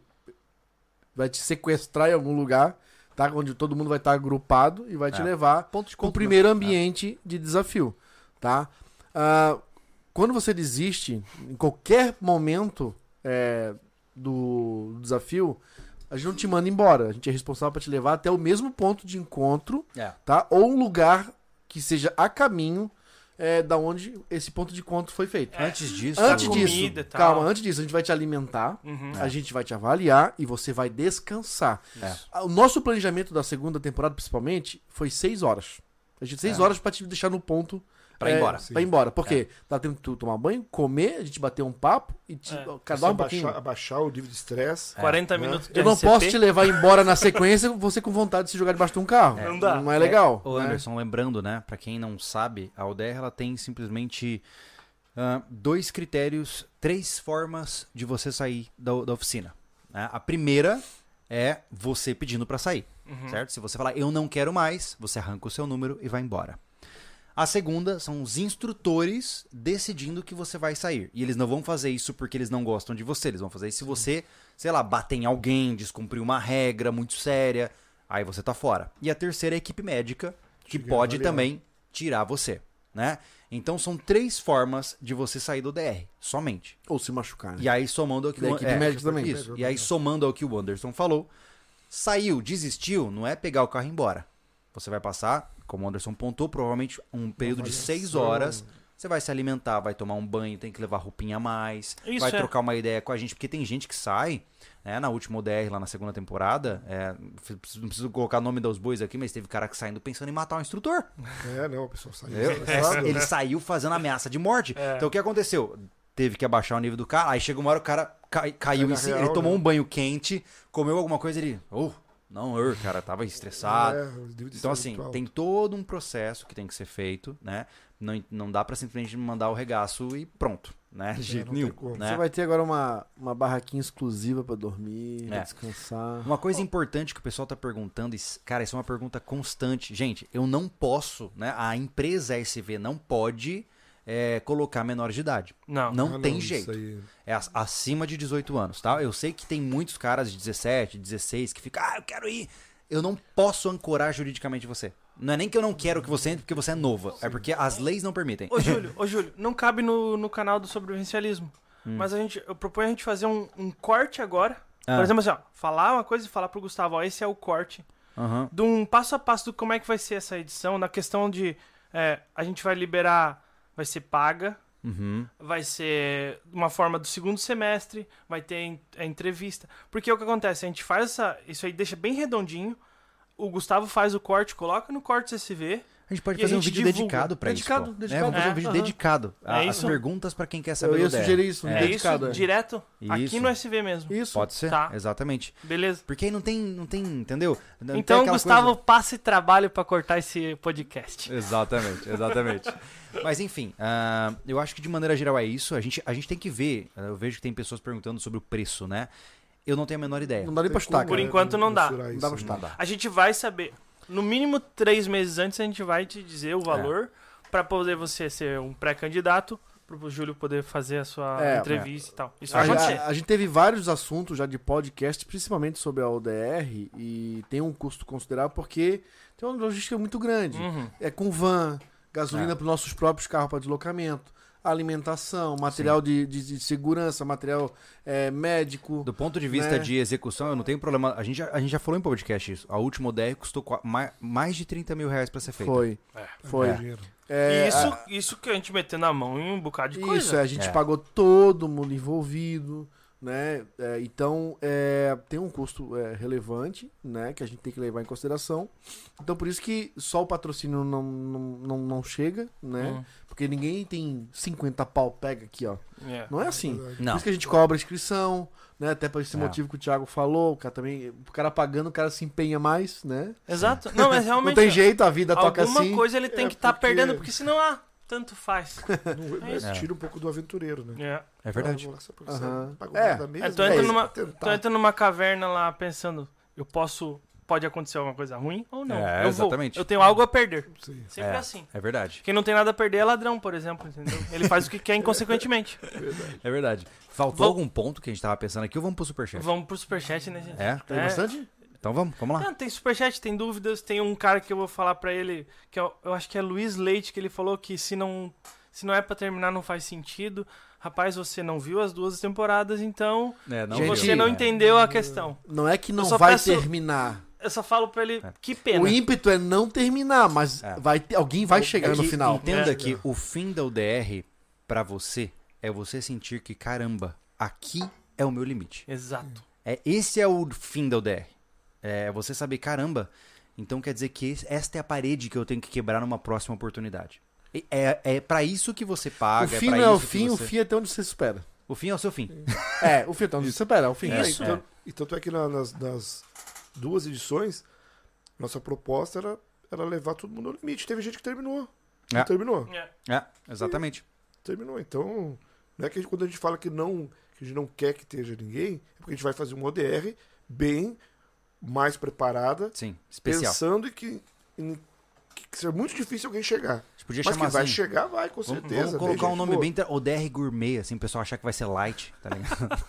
Speaker 3: vai te sequestrar em algum lugar, tá? Onde todo mundo vai estar agrupado e vai te
Speaker 1: É.
Speaker 3: levar
Speaker 1: Ponto de
Speaker 3: pro
Speaker 1: conta,
Speaker 3: primeiro ambiente de desafio, tá? Ah, quando você desiste, em qualquer momento é, do do desafio, a gente não te manda embora. A gente é responsável para te levar até o mesmo ponto de encontro
Speaker 1: É.
Speaker 3: tá? Ou um lugar que seja a caminho é, da onde esse ponto de conto foi feito.
Speaker 1: É. Antes disso,
Speaker 3: Antes
Speaker 1: o-
Speaker 4: Tá
Speaker 3: disso,
Speaker 4: comida e tal.
Speaker 3: calma, antes disso, a gente vai te alimentar,
Speaker 4: Uhum.
Speaker 3: a gente vai te avaliar e você vai descansar. Ah, O nosso planejamento da segunda temporada, principalmente, foi seis horas. A gente seis horas pra te deixar no ponto. é,
Speaker 1: Pra ir embora.
Speaker 3: Pra ir embora. Por quê? Dá tempo de tu tomar banho, comer, a gente bater um papo e te.
Speaker 4: É.
Speaker 3: Cada
Speaker 2: Você
Speaker 3: um pouquinho.
Speaker 2: abaixar, abaixar o nível de estresse.
Speaker 4: 40
Speaker 2: É.
Speaker 4: minutos de
Speaker 3: Eu não
Speaker 4: RCP.
Speaker 3: posso te levar embora na sequência, você com vontade de se jogar debaixo de um carro.
Speaker 4: É. Não dá.
Speaker 3: Não é legal.
Speaker 1: Ô,
Speaker 3: né?
Speaker 1: Anderson, lembrando, né? Pra quem não sabe, a UDR ela tem simplesmente ah, dois critérios, três formas de você sair da, da oficina. né? A primeira é você pedindo pra sair, certo? Se você falar eu não quero mais, você arranca o seu número e vai embora. A segunda são os instrutores decidindo que você vai sair. E eles não vão fazer isso porque eles não gostam de você. Eles vão fazer isso se você, sei lá, bater em alguém, descumprir uma regra muito séria. Aí você tá fora. E a terceira é a equipe médica, que
Speaker 2: Chega a
Speaker 1: pode
Speaker 2: avaliar.
Speaker 1: também tirar você, né? Então são três formas de você sair do DR, somente.
Speaker 3: Ou se machucar, né?
Speaker 1: E aí somando ao que
Speaker 3: Da
Speaker 1: o- É,
Speaker 3: equipe médica também.
Speaker 1: Isso. E aí somando ao que o Anderson falou, saiu, desistiu, não é pegar o carro e ir embora. Você vai passar, como o Anderson pontou, provavelmente um período de seis horas. Você vai se alimentar, vai tomar um banho, tem que levar roupinha a mais,
Speaker 4: Isso
Speaker 1: vai
Speaker 4: é.
Speaker 1: trocar uma ideia com a gente, porque tem gente que sai, né, na última ODR, lá na segunda temporada, é, não preciso colocar o nome dos bois aqui, mas teve cara que saindo pensando em matar um instrutor.
Speaker 2: É, não, o pessoal saiu.
Speaker 1: Entendeu?
Speaker 2: estressado,
Speaker 1: Ele
Speaker 2: né?
Speaker 1: saiu fazendo ameaça de morte.
Speaker 4: É.
Speaker 1: Então o que aconteceu? Teve que abaixar o nível do cara. Aí chegou uma hora o cara cai- caiu
Speaker 2: na
Speaker 1: em si,
Speaker 2: real,
Speaker 1: ele tomou
Speaker 2: né?
Speaker 1: um banho quente, comeu alguma coisa, ele. Oh, não, eu, cara, tava estressado.
Speaker 2: É, o nível de
Speaker 1: Então,
Speaker 2: estresse
Speaker 1: assim,
Speaker 2: muito alto.
Speaker 1: tem todo um processo que tem que ser feito, né? Não, não dá pra simplesmente mandar o regaço e pronto, né? De
Speaker 2: É,
Speaker 1: jeito
Speaker 2: não tem
Speaker 1: nenhum.
Speaker 2: como.
Speaker 1: né?
Speaker 3: Você vai ter agora uma, uma barraquinha exclusiva pra dormir, pra
Speaker 1: É.
Speaker 3: descansar.
Speaker 1: Uma coisa importante que o pessoal tá perguntando, e, cara, isso é uma pergunta constante. Gente, eu não posso, né? A empresa SV não pode é, colocar menor de idade.
Speaker 4: Não.
Speaker 1: Não,
Speaker 2: Ah,
Speaker 1: tem
Speaker 2: isso
Speaker 1: jeito.
Speaker 2: aí.
Speaker 1: É ac- acima de 18 anos, tá? Eu sei que tem muitos caras de 17, 16 que ficam, ah, eu quero ir. Eu não posso ancorar juridicamente você. Não é nem que eu não quero que você entre porque você é nova. É porque as leis não permitem.
Speaker 4: Ô, Júlio, ô, Júlio, não cabe no, no canal do sobrevivencialismo.
Speaker 3: Hum.
Speaker 4: Mas a gente, eu proponho a gente fazer um, um corte agora.
Speaker 1: Ah.
Speaker 4: Por exemplo, assim, ó, falar uma coisa e falar pro Gustavo, ó, esse é o corte.
Speaker 1: Aham.
Speaker 4: De um passo a passo do como é que vai ser essa edição, na questão de é, a gente vai liberar, vai ser paga,
Speaker 1: Uhum.
Speaker 4: vai ser uma forma do segundo semestre, vai ter en- a entrevista. Porque o que acontece? A gente faz essa, isso aí, deixa bem redondinho. O Gustavo faz o corte, coloca no corte CV.
Speaker 1: A gente pode
Speaker 4: E a
Speaker 1: fazer um
Speaker 4: gente
Speaker 1: vídeo
Speaker 4: divulga.
Speaker 1: dedicado pra
Speaker 3: Dedicado,
Speaker 1: isso. pô. Né?
Speaker 3: dedicado.
Speaker 1: Vamos fazer um
Speaker 4: É,
Speaker 1: vídeo
Speaker 3: aham.
Speaker 1: dedicado. A-
Speaker 4: É
Speaker 1: As
Speaker 4: isso.
Speaker 1: perguntas pra quem quer saber
Speaker 3: Eu ia
Speaker 1: do DR.
Speaker 3: sugerir isso, um
Speaker 1: É.
Speaker 4: É isso,
Speaker 3: dedicado. é.
Speaker 4: direto, aqui
Speaker 1: Isso.
Speaker 4: no SV mesmo.
Speaker 3: Isso.
Speaker 1: Pode ser?
Speaker 4: Tá.
Speaker 1: Exatamente.
Speaker 4: Beleza?
Speaker 1: Porque aí não tem, não tem, entendeu? Não tem
Speaker 4: Então,
Speaker 1: aquela
Speaker 4: Gustavo,
Speaker 1: coisa-
Speaker 4: passe trabalho pra cortar esse podcast.
Speaker 1: Exatamente, exatamente. Mas enfim, ah, eu acho que de maneira geral é isso. A gente, a gente tem que ver. ah, Eu vejo que tem pessoas perguntando sobre o preço, né? Eu não tenho a menor ideia.
Speaker 3: Não dá nem pra chutar,
Speaker 2: Tem
Speaker 3: cara.
Speaker 4: Por
Speaker 2: como, né,
Speaker 4: enquanto não dá.
Speaker 2: misturar
Speaker 3: Não
Speaker 2: isso,
Speaker 3: dá pra
Speaker 2: né?
Speaker 3: chutar.
Speaker 4: A gente vai saber, no mínimo três meses antes, a gente vai te dizer
Speaker 1: É.
Speaker 4: o valor pra poder você ser um pré-candidato, pro Júlio poder fazer a sua
Speaker 3: É,
Speaker 4: entrevista e tal. Isso
Speaker 3: A,
Speaker 4: vai acontecer.
Speaker 3: a- a gente teve vários assuntos já de podcast, principalmente sobre a ODR, e tem um custo considerável porque tem uma logística muito grande.
Speaker 4: Uhum.
Speaker 3: É com van, gasolina para nossos próprios carros para deslocamento, alimentação, material de, de- de segurança, material é, médico.
Speaker 1: Do ponto de vista
Speaker 3: Né?
Speaker 1: de execução, eu não tenho problema. A gente, já- a gente já falou em podcast isso. A última ODR custou qua- ma- mais de 30 mil reais pra ser feita.
Speaker 3: Foi. Foi.
Speaker 2: É dinheiro.
Speaker 3: É,
Speaker 4: E isso,
Speaker 3: a-
Speaker 4: isso que a gente metendo a mão em um bocado de coisa.
Speaker 3: Isso, é, a gente
Speaker 1: É.
Speaker 3: pagou todo mundo envolvido, né? É, então, é, tem um custo é, relevante, né? Que a gente tem que levar em consideração. Então, por isso que só o patrocínio não, não, não, não chega, né?
Speaker 4: Uhum.
Speaker 3: Porque ninguém tem 50 pau, pega aqui, ó.
Speaker 4: É.
Speaker 3: Não é assim. Por
Speaker 1: Não.
Speaker 3: isso que a gente cobra a inscrição, né? Até por esse
Speaker 1: É.
Speaker 3: motivo que o Thiago falou, o cara também... O cara pagando, o cara se empenha mais, né?
Speaker 4: Exato. Não, mas
Speaker 3: Não
Speaker 4: realmente.
Speaker 3: tem jeito, a vida toca
Speaker 4: Alguma
Speaker 3: assim.
Speaker 4: coisa ele tem
Speaker 2: É,
Speaker 4: que estar
Speaker 2: porque-
Speaker 4: perdendo, porque senão, ah, tanto faz.
Speaker 2: Não-
Speaker 4: É isso.
Speaker 2: mas Tira um pouco do aventureiro, né?
Speaker 4: É.
Speaker 1: É verdade.
Speaker 2: Ah, vou lá só porque você não
Speaker 3: Aham.
Speaker 2: pagou
Speaker 3: É.
Speaker 2: nada mesmo,
Speaker 4: É, tu
Speaker 2: né?
Speaker 4: entra
Speaker 2: Isso,
Speaker 4: numa-
Speaker 2: pra tentar.
Speaker 3: Tá.
Speaker 4: Então entra numa caverna lá pensando, eu posso. Pode acontecer alguma coisa ruim ou não.
Speaker 1: É,
Speaker 4: eu vou.
Speaker 1: exatamente.
Speaker 4: Eu tenho algo a perder.
Speaker 2: Sim.
Speaker 4: Sempre
Speaker 1: É.
Speaker 4: assim.
Speaker 1: É verdade.
Speaker 4: Quem não tem nada a perder é ladrão, por exemplo, entendeu? Ele faz o que quer inconsequentemente.
Speaker 1: É verdade. Faltou
Speaker 4: Vou-
Speaker 1: algum ponto que a gente tava pensando aqui ou vamos pro superchat?
Speaker 4: Vamos pro superchat, né, gente?
Speaker 1: É?
Speaker 3: Tem
Speaker 4: É.
Speaker 3: bastante?
Speaker 1: Então vamos, vamos lá.
Speaker 4: Não, tem superchat, tem dúvidas, tem um cara que eu vou falar pra ele, que eu, eu acho que é Luiz Leite, que ele falou que se não, se não é pra terminar não faz sentido. Rapaz, você não viu as duas temporadas, então
Speaker 1: É,
Speaker 3: Gente,
Speaker 1: viu.
Speaker 4: você não
Speaker 1: É.
Speaker 4: entendeu a questão.
Speaker 3: Não é que não
Speaker 4: só
Speaker 3: vai
Speaker 4: peço-
Speaker 3: terminar.
Speaker 4: Eu só falo pra ele, que pena.
Speaker 3: O ímpeto é não terminar, mas
Speaker 1: É.
Speaker 3: vai ter- alguém vai chegar
Speaker 1: É
Speaker 3: no
Speaker 1: que
Speaker 3: final.
Speaker 1: Entenda
Speaker 4: É.
Speaker 1: que o fim da UDR pra você é você sentir que caramba, aqui é o meu limite.
Speaker 4: Exato.
Speaker 1: É esse é o fim da UDR. É você saber caramba, então quer dizer que esse- esta é a parede que eu tenho que quebrar numa próxima oportunidade. E- É, é para isso que você
Speaker 3: O
Speaker 1: paga.
Speaker 3: fim
Speaker 1: pra
Speaker 3: não é o
Speaker 1: isso que
Speaker 3: fim, o
Speaker 1: você-
Speaker 3: fim é até onde você espera.
Speaker 1: O fim é o seu fim.
Speaker 3: É, o fim é até onde você espera, é o fim.
Speaker 2: É,
Speaker 4: Isso.
Speaker 2: então- E tanto é que na- nas, nas duas edições, nossa proposta era, era levar todo mundo ao limite. Teve gente que terminou. Não
Speaker 1: É.
Speaker 2: Terminou.
Speaker 4: É.
Speaker 1: É, exatamente.
Speaker 2: Terminou. Então, não é que a gente- quando a gente fala que não, que a gente não quer que esteja ninguém, é porque a gente vai fazer um ODR bem mais preparada,
Speaker 1: Sim, especial.
Speaker 2: pensando que, em, que que seria muito difícil alguém chegar.
Speaker 1: A gente podia
Speaker 2: Mas que
Speaker 1: chamar
Speaker 2: vai
Speaker 1: assim.
Speaker 2: chegar, vai, com
Speaker 1: Vamos,
Speaker 2: certeza.
Speaker 1: vamos
Speaker 2: né,
Speaker 1: colocar
Speaker 2: gente?
Speaker 1: um nome
Speaker 2: Pô,
Speaker 1: bem. tra- ODR Gourmet, assim, o pessoal achar que vai ser light, tá ligado?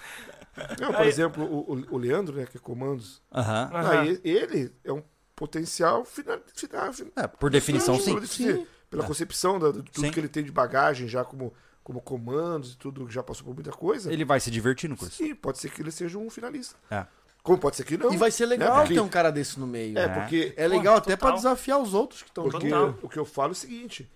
Speaker 2: Não, por
Speaker 4: Aí-
Speaker 2: exemplo, o, o- o Leandro, né, que é comandos,
Speaker 1: Aham.
Speaker 4: Aham.
Speaker 2: aí ele é um potencial final, final,
Speaker 1: É, por definição,
Speaker 2: Não,
Speaker 1: sim.
Speaker 2: por defi- Pela concepção da- de tudo
Speaker 1: Sim.
Speaker 2: que ele tem de bagagem já como, como comandos e tudo, que já passou por muita coisa.
Speaker 1: Ele vai se divertir no curso.
Speaker 2: Sim, pode ser que ele seja um finalista.
Speaker 1: É.
Speaker 2: Como pode ser que não.
Speaker 3: E vai ser legal
Speaker 2: É, porque-
Speaker 3: ter um cara desse no meio.
Speaker 2: É,
Speaker 3: É,
Speaker 2: porque,
Speaker 3: legal
Speaker 4: Pô,
Speaker 3: até
Speaker 4: total.
Speaker 3: pra desafiar os outros que estão
Speaker 2: porque
Speaker 4: total.
Speaker 2: o que eu falo é o seguinte: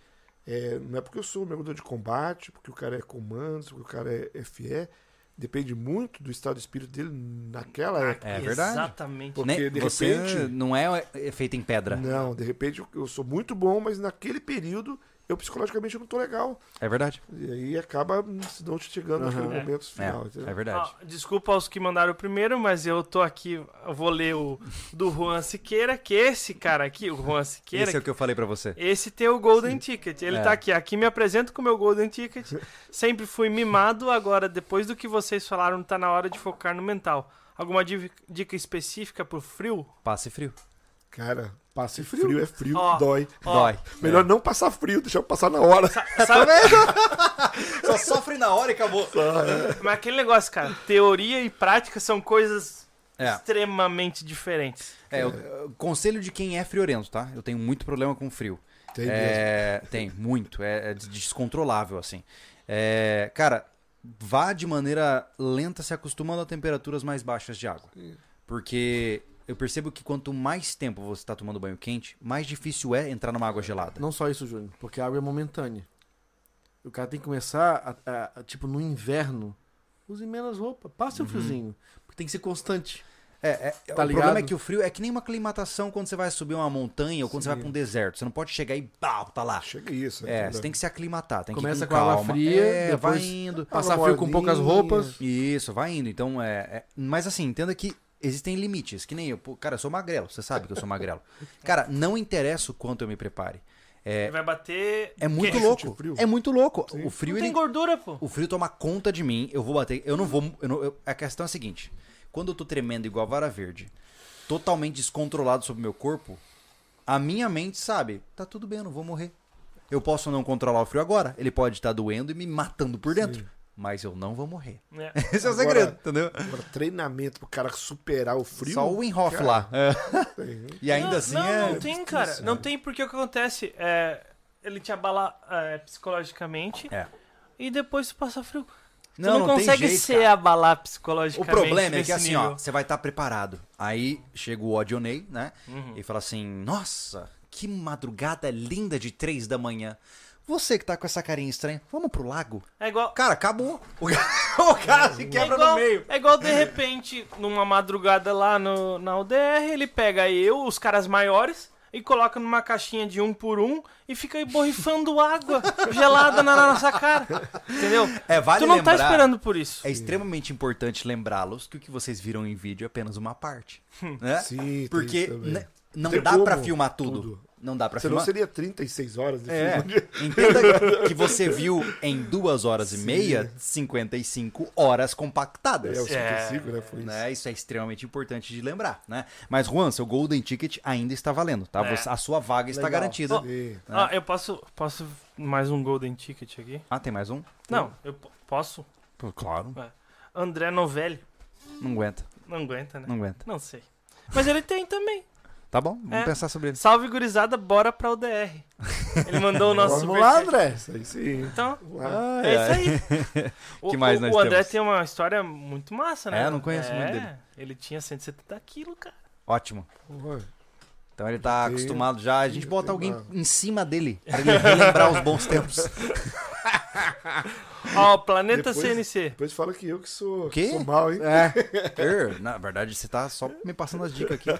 Speaker 2: é, não é porque eu sou um mergulhador de combate, porque o cara é comandos, porque o cara é FE. Depende muito do estado de espírito dele naquela época.
Speaker 1: É verdade.
Speaker 4: Exatamente.
Speaker 2: Porque,
Speaker 1: Né?
Speaker 2: de
Speaker 1: Você
Speaker 2: repente-
Speaker 1: não é é feito em pedra.
Speaker 2: Não, de repente eu- eu sou muito bom, mas naquele período eu psicologicamente não tô legal.
Speaker 1: É verdade.
Speaker 2: E aí acaba se não chegando naquele
Speaker 4: É.
Speaker 2: momento final. entendeu?
Speaker 1: É, é verdade.
Speaker 4: Ó, desculpa aos que mandaram o primeiro, mas eu tô aqui, eu vou ler o do Juan Siqueira, que esse cara aqui, o Juan Siqueira,
Speaker 1: Esse é o que eu falei pra você.
Speaker 4: Esse tem o Golden Ticket. Ele
Speaker 1: É.
Speaker 4: tá aqui. Aqui me apresento com o meu Golden Ticket. Sempre fui mimado. Agora, depois do que vocês falaram, tá na hora de focar no mental. Alguma div- dica específica pro frio?
Speaker 1: Passe frio.
Speaker 2: Cara,
Speaker 3: Passe
Speaker 2: frio, é frio,
Speaker 4: Ó.
Speaker 2: dói.
Speaker 4: Ó,
Speaker 1: Dói. Tá
Speaker 2: Melhor não passar frio, deixar passar na hora.
Speaker 4: Sabe,
Speaker 1: Só sofre na hora e acabou.
Speaker 4: mas aquele negócio, cara. Teoria e prática são coisas
Speaker 1: É.
Speaker 4: extremamente diferentes.
Speaker 1: É, o conselho de quem é friorento, tá? Eu tenho muito problema com frio.
Speaker 2: Tem
Speaker 1: É, tem, muito. É, é des- descontrolável, assim. É, cara, vá de maneira lenta se acostumando a temperaturas mais baixas de água. Porque eu percebo que quanto mais tempo você está tomando banho quente, mais difícil é entrar numa água gelada.
Speaker 3: Não só isso, Júnior, porque a água é momentânea. O cara tem que começar, a- a- a, tipo, no inverno, use menos roupa, passe
Speaker 1: Uhum.
Speaker 3: o friozinho. Porque tem que ser constante.
Speaker 1: É, é, o
Speaker 3: Tá
Speaker 1: problema é
Speaker 3: ligado?
Speaker 1: que o frio é que nem uma aclimatação quando você vai subir uma montanha ou quando você vai pra um deserto. Você não pode chegar e pau, tá lá.
Speaker 2: Chega isso.
Speaker 1: É, você tem que se aclimatar, tem que
Speaker 3: Começa
Speaker 1: ir
Speaker 3: com
Speaker 1: calma.
Speaker 3: água fria,
Speaker 1: é,
Speaker 3: depois
Speaker 1: vai indo.
Speaker 3: Passar
Speaker 2: Água
Speaker 3: frio com
Speaker 2: morninha.
Speaker 3: poucas roupas.
Speaker 1: Isso, vai indo. Então, é, é- Mas assim, entenda que existem limites. Que nem eu. Pô, cara, eu sou magrelo. Você sabe que eu sou magrelo. Cara, não interessa o quanto eu me prepare. É,
Speaker 4: Vai bater.
Speaker 1: é muito
Speaker 4: Quem-
Speaker 1: louco.
Speaker 2: frio.
Speaker 1: É muito louco. O
Speaker 4: Não
Speaker 1: frio,
Speaker 4: tem
Speaker 1: ele,
Speaker 4: gordura, pô.
Speaker 1: o frio toma conta de mim. Eu vou bater. Eu não vou. eu não- eu- a questão é a seguinte: quando eu tô tremendo igual a vara verde, totalmente descontrolado sobre o meu corpo, a minha mente sabe, tá tudo bem, eu não vou morrer. Eu posso não controlar o frio agora. Ele pode estar doendo e me matando por dentro. Mas eu não vou morrer.
Speaker 4: né?
Speaker 1: Esse é o
Speaker 2: Agora-
Speaker 1: segredo, entendeu?
Speaker 2: Agora, treinamento pro cara superar o frio.
Speaker 1: Só o Winhoff
Speaker 2: cara,
Speaker 1: lá. É.
Speaker 2: tem.
Speaker 1: E ainda
Speaker 4: não,
Speaker 1: assim
Speaker 4: não,
Speaker 1: é.
Speaker 4: não tem, cara. Não tem porque o que acontece é ele te abala é, psicologicamente
Speaker 1: É.
Speaker 4: e depois tu passa frio.
Speaker 1: Não,
Speaker 4: tu
Speaker 1: não
Speaker 4: não,
Speaker 1: tem
Speaker 4: consegue
Speaker 1: jeito,
Speaker 4: se
Speaker 1: cara.
Speaker 4: abalar
Speaker 1: O
Speaker 4: psicologicamente.
Speaker 1: problema é que
Speaker 4: nesse
Speaker 1: assim,
Speaker 4: nível.
Speaker 1: ó, você vai estar preparado. Aí chega o Odionei, né?
Speaker 4: Uhum.
Speaker 1: E fala assim: Nossa, que madrugada linda de três da manhã. Você que tá com essa carinha estranha, vamos pro lago?
Speaker 4: É igual.
Speaker 1: Cara, acabou. O cara, o cara se
Speaker 4: é
Speaker 1: quebra
Speaker 4: igual,
Speaker 1: no meio.
Speaker 4: É igual de repente, numa madrugada lá no, na UDR, ele pega eu, os caras maiores, e coloca numa caixinha de um por um e fica aí borrifando água gelada na nossa cara. Entendeu?
Speaker 1: É, vale
Speaker 4: tu não
Speaker 1: lembrar.
Speaker 4: tá esperando por isso.
Speaker 1: É extremamente importante lembrá-los que o que vocês viram em vídeo é apenas uma parte.
Speaker 4: Hum.
Speaker 1: Né?
Speaker 2: Sim, tem
Speaker 1: Porque
Speaker 2: isso também.
Speaker 1: né, não
Speaker 2: Tem
Speaker 1: dá pra
Speaker 2: como
Speaker 1: filmar tudo.
Speaker 2: tudo.
Speaker 1: Não dá pra
Speaker 2: Senão
Speaker 1: filmar.
Speaker 2: seria 36 horas de um
Speaker 1: É,
Speaker 2: filme.
Speaker 1: entenda que você viu em duas horas e meia, 55 horas compactadas.
Speaker 2: É, o 55,
Speaker 4: É,
Speaker 2: né? Foi isso.
Speaker 1: Né? Isso é extremamente importante de lembrar, né? Mas, Juan, seu Golden Ticket ainda está valendo, tá?
Speaker 4: É.
Speaker 1: Você- A sua vaga está
Speaker 3: Legal.
Speaker 1: garantida.
Speaker 2: Sim.
Speaker 4: Ah,
Speaker 1: Né?
Speaker 4: eu posso, posso mais um Golden Ticket aqui?
Speaker 1: Ah, tem mais um?
Speaker 4: Não, eu po- posso.
Speaker 1: Pô, claro.
Speaker 4: André Novelli.
Speaker 1: Não aguenta,
Speaker 4: Não aguenta, né?
Speaker 1: não aguenta.
Speaker 4: Não sei. Mas ele tem também.
Speaker 1: Tá bom, vamos
Speaker 4: É.
Speaker 1: pensar sobre isso.
Speaker 4: Salve gurizada, bora pra UDR. Ele mandou o nosso
Speaker 3: Vamos lá,
Speaker 4: superchat.
Speaker 3: André.
Speaker 2: Isso aí sim.
Speaker 4: Então,
Speaker 2: Vamos
Speaker 1: Ah.
Speaker 2: lá.
Speaker 4: é isso aí. O,
Speaker 1: Que mais
Speaker 4: o,
Speaker 1: nós
Speaker 4: o André
Speaker 1: temos?
Speaker 4: tem uma história muito massa, né?
Speaker 1: É, eu não conheço muito dele.
Speaker 4: Ele tinha 170 quilos, cara.
Speaker 1: Ótimo.
Speaker 2: Pô,
Speaker 1: Então ele tá
Speaker 2: tenho-
Speaker 1: acostumado já. A gente
Speaker 2: já
Speaker 1: bota
Speaker 2: tenho
Speaker 1: alguém
Speaker 2: uma-
Speaker 1: em cima dele pra ele relembrar os bons tempos.
Speaker 4: Ó, o Planeta
Speaker 2: Depois-
Speaker 4: CNC.
Speaker 2: Depois fala que eu que sou,
Speaker 1: Quê?
Speaker 2: sou mal, hein?
Speaker 3: É,
Speaker 1: Er, Na verdade, você tá só me passando as dicas aqui.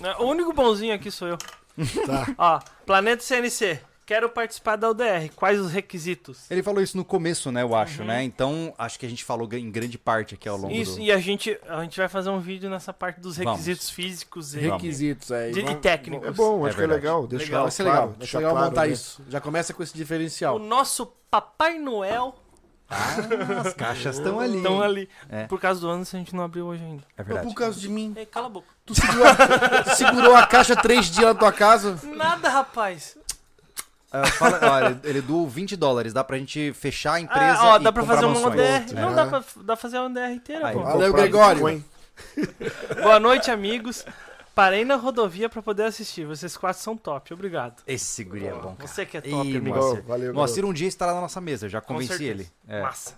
Speaker 4: Né, O único bonzinho aqui sou eu.
Speaker 1: Tá.
Speaker 4: Ó, Planeta CNC. Quero participar da UDR. Quais os requisitos?
Speaker 1: Ele falou isso no começo, né,
Speaker 4: Uhum.
Speaker 1: eu acho, né? Então, acho que a gente falou em grande parte aqui ao longo
Speaker 4: Isso,
Speaker 1: do...
Speaker 4: e a gente, a gente vai fazer um vídeo nessa parte dos
Speaker 1: Vamos.
Speaker 4: requisitos físicos e,
Speaker 3: requisitos aí.
Speaker 4: de- e
Speaker 3: Vamos-
Speaker 4: técnicos.
Speaker 2: É bom,
Speaker 1: É
Speaker 2: acho que é
Speaker 1: verdade.
Speaker 2: legal. Deixar
Speaker 4: Legal,
Speaker 3: Vai ser
Speaker 2: claro,
Speaker 3: legal. Vai
Speaker 1: né?
Speaker 3: ser
Speaker 2: deixar
Speaker 3: legal
Speaker 2: claro,
Speaker 3: montar
Speaker 2: né?
Speaker 3: isso. Já começa com esse
Speaker 4: O
Speaker 3: diferencial.
Speaker 4: nosso Papai Noel
Speaker 1: Ah, as caixas estão ali.
Speaker 4: Estão ali.
Speaker 1: É.
Speaker 4: Por causa do ano, a gente não abriu hoje ainda.
Speaker 1: É
Speaker 3: Então,
Speaker 1: verdade.
Speaker 3: por causa de mim.
Speaker 4: Ei, cala a boca.
Speaker 3: Tu segurou a, tu segurou a caixa três dias na tua casa?
Speaker 4: Nada, rapaz.
Speaker 1: Ah, fala- olha, ele doou 20 dólares, dá pra gente fechar a empresa
Speaker 4: Ah, ó,
Speaker 1: e
Speaker 4: dá pra
Speaker 1: comprar
Speaker 4: fazer uma
Speaker 1: mansões.
Speaker 4: ODR. Não,
Speaker 3: né?
Speaker 4: dá pra dá pra fazer uma ODR inteira,
Speaker 1: Aí,
Speaker 4: pô.
Speaker 3: Valeu,
Speaker 2: Comprar
Speaker 3: Gregório.
Speaker 2: Bitcoin.
Speaker 4: Boa noite, amigos. Parei na rodovia pra poder assistir. Vocês quatro são top, obrigado.
Speaker 1: Esse guri é bom, cara.
Speaker 4: Você que é top,
Speaker 1: Ih,
Speaker 4: amigo.
Speaker 1: mano. Moacir.
Speaker 2: Ó, valeu,
Speaker 1: Moacir um dia estará na nossa mesa, já
Speaker 4: Com
Speaker 1: convenci
Speaker 4: certeza.
Speaker 1: ele. É,
Speaker 4: Massa.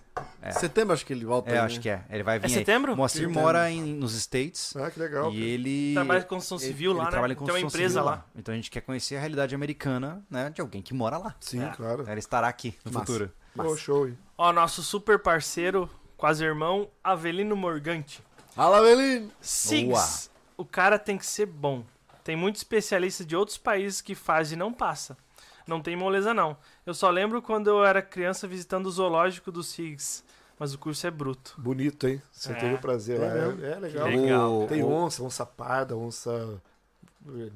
Speaker 3: Setembro acho que ele volta. né?
Speaker 1: é, acho que é. Ele vai vir
Speaker 4: É
Speaker 1: aí.
Speaker 4: setembro?
Speaker 1: Moacir
Speaker 3: Setembro.
Speaker 1: mora em- nos States
Speaker 2: galera. Ah, que legal.
Speaker 1: e ele...
Speaker 4: Trabalha com construção civil
Speaker 1: ele
Speaker 4: lá,
Speaker 1: trabalha
Speaker 4: né?
Speaker 1: em
Speaker 4: Tem uma
Speaker 1: construção
Speaker 4: empresa
Speaker 1: civil
Speaker 4: lá.
Speaker 1: Então a gente quer conhecer a realidade americana, né, de alguém que mora lá.
Speaker 2: Sim, claro.
Speaker 1: Então ele estará aqui no
Speaker 3: Massa.
Speaker 1: futuro.
Speaker 2: Pô, show, hein?
Speaker 4: Ó, nosso super parceiro, quase irmão, Avelino Morgante.
Speaker 1: é.
Speaker 3: Fala, Belino.
Speaker 4: Sigs, o cara tem que ser bom. Tem muito especialista de outros países que faz e não passa. Não tem moleza, não. Eu só lembro quando eu era criança visitando o zoológico do Sigs. Mas o curso é bruto.
Speaker 2: Bonito, hein? Você
Speaker 4: É.
Speaker 2: teve o prazer lá.
Speaker 3: É mesmo?
Speaker 2: É, é legal.
Speaker 1: um-
Speaker 4: Legal.
Speaker 1: O-
Speaker 2: Tem um.
Speaker 1: o-
Speaker 2: onça, onça parda, onça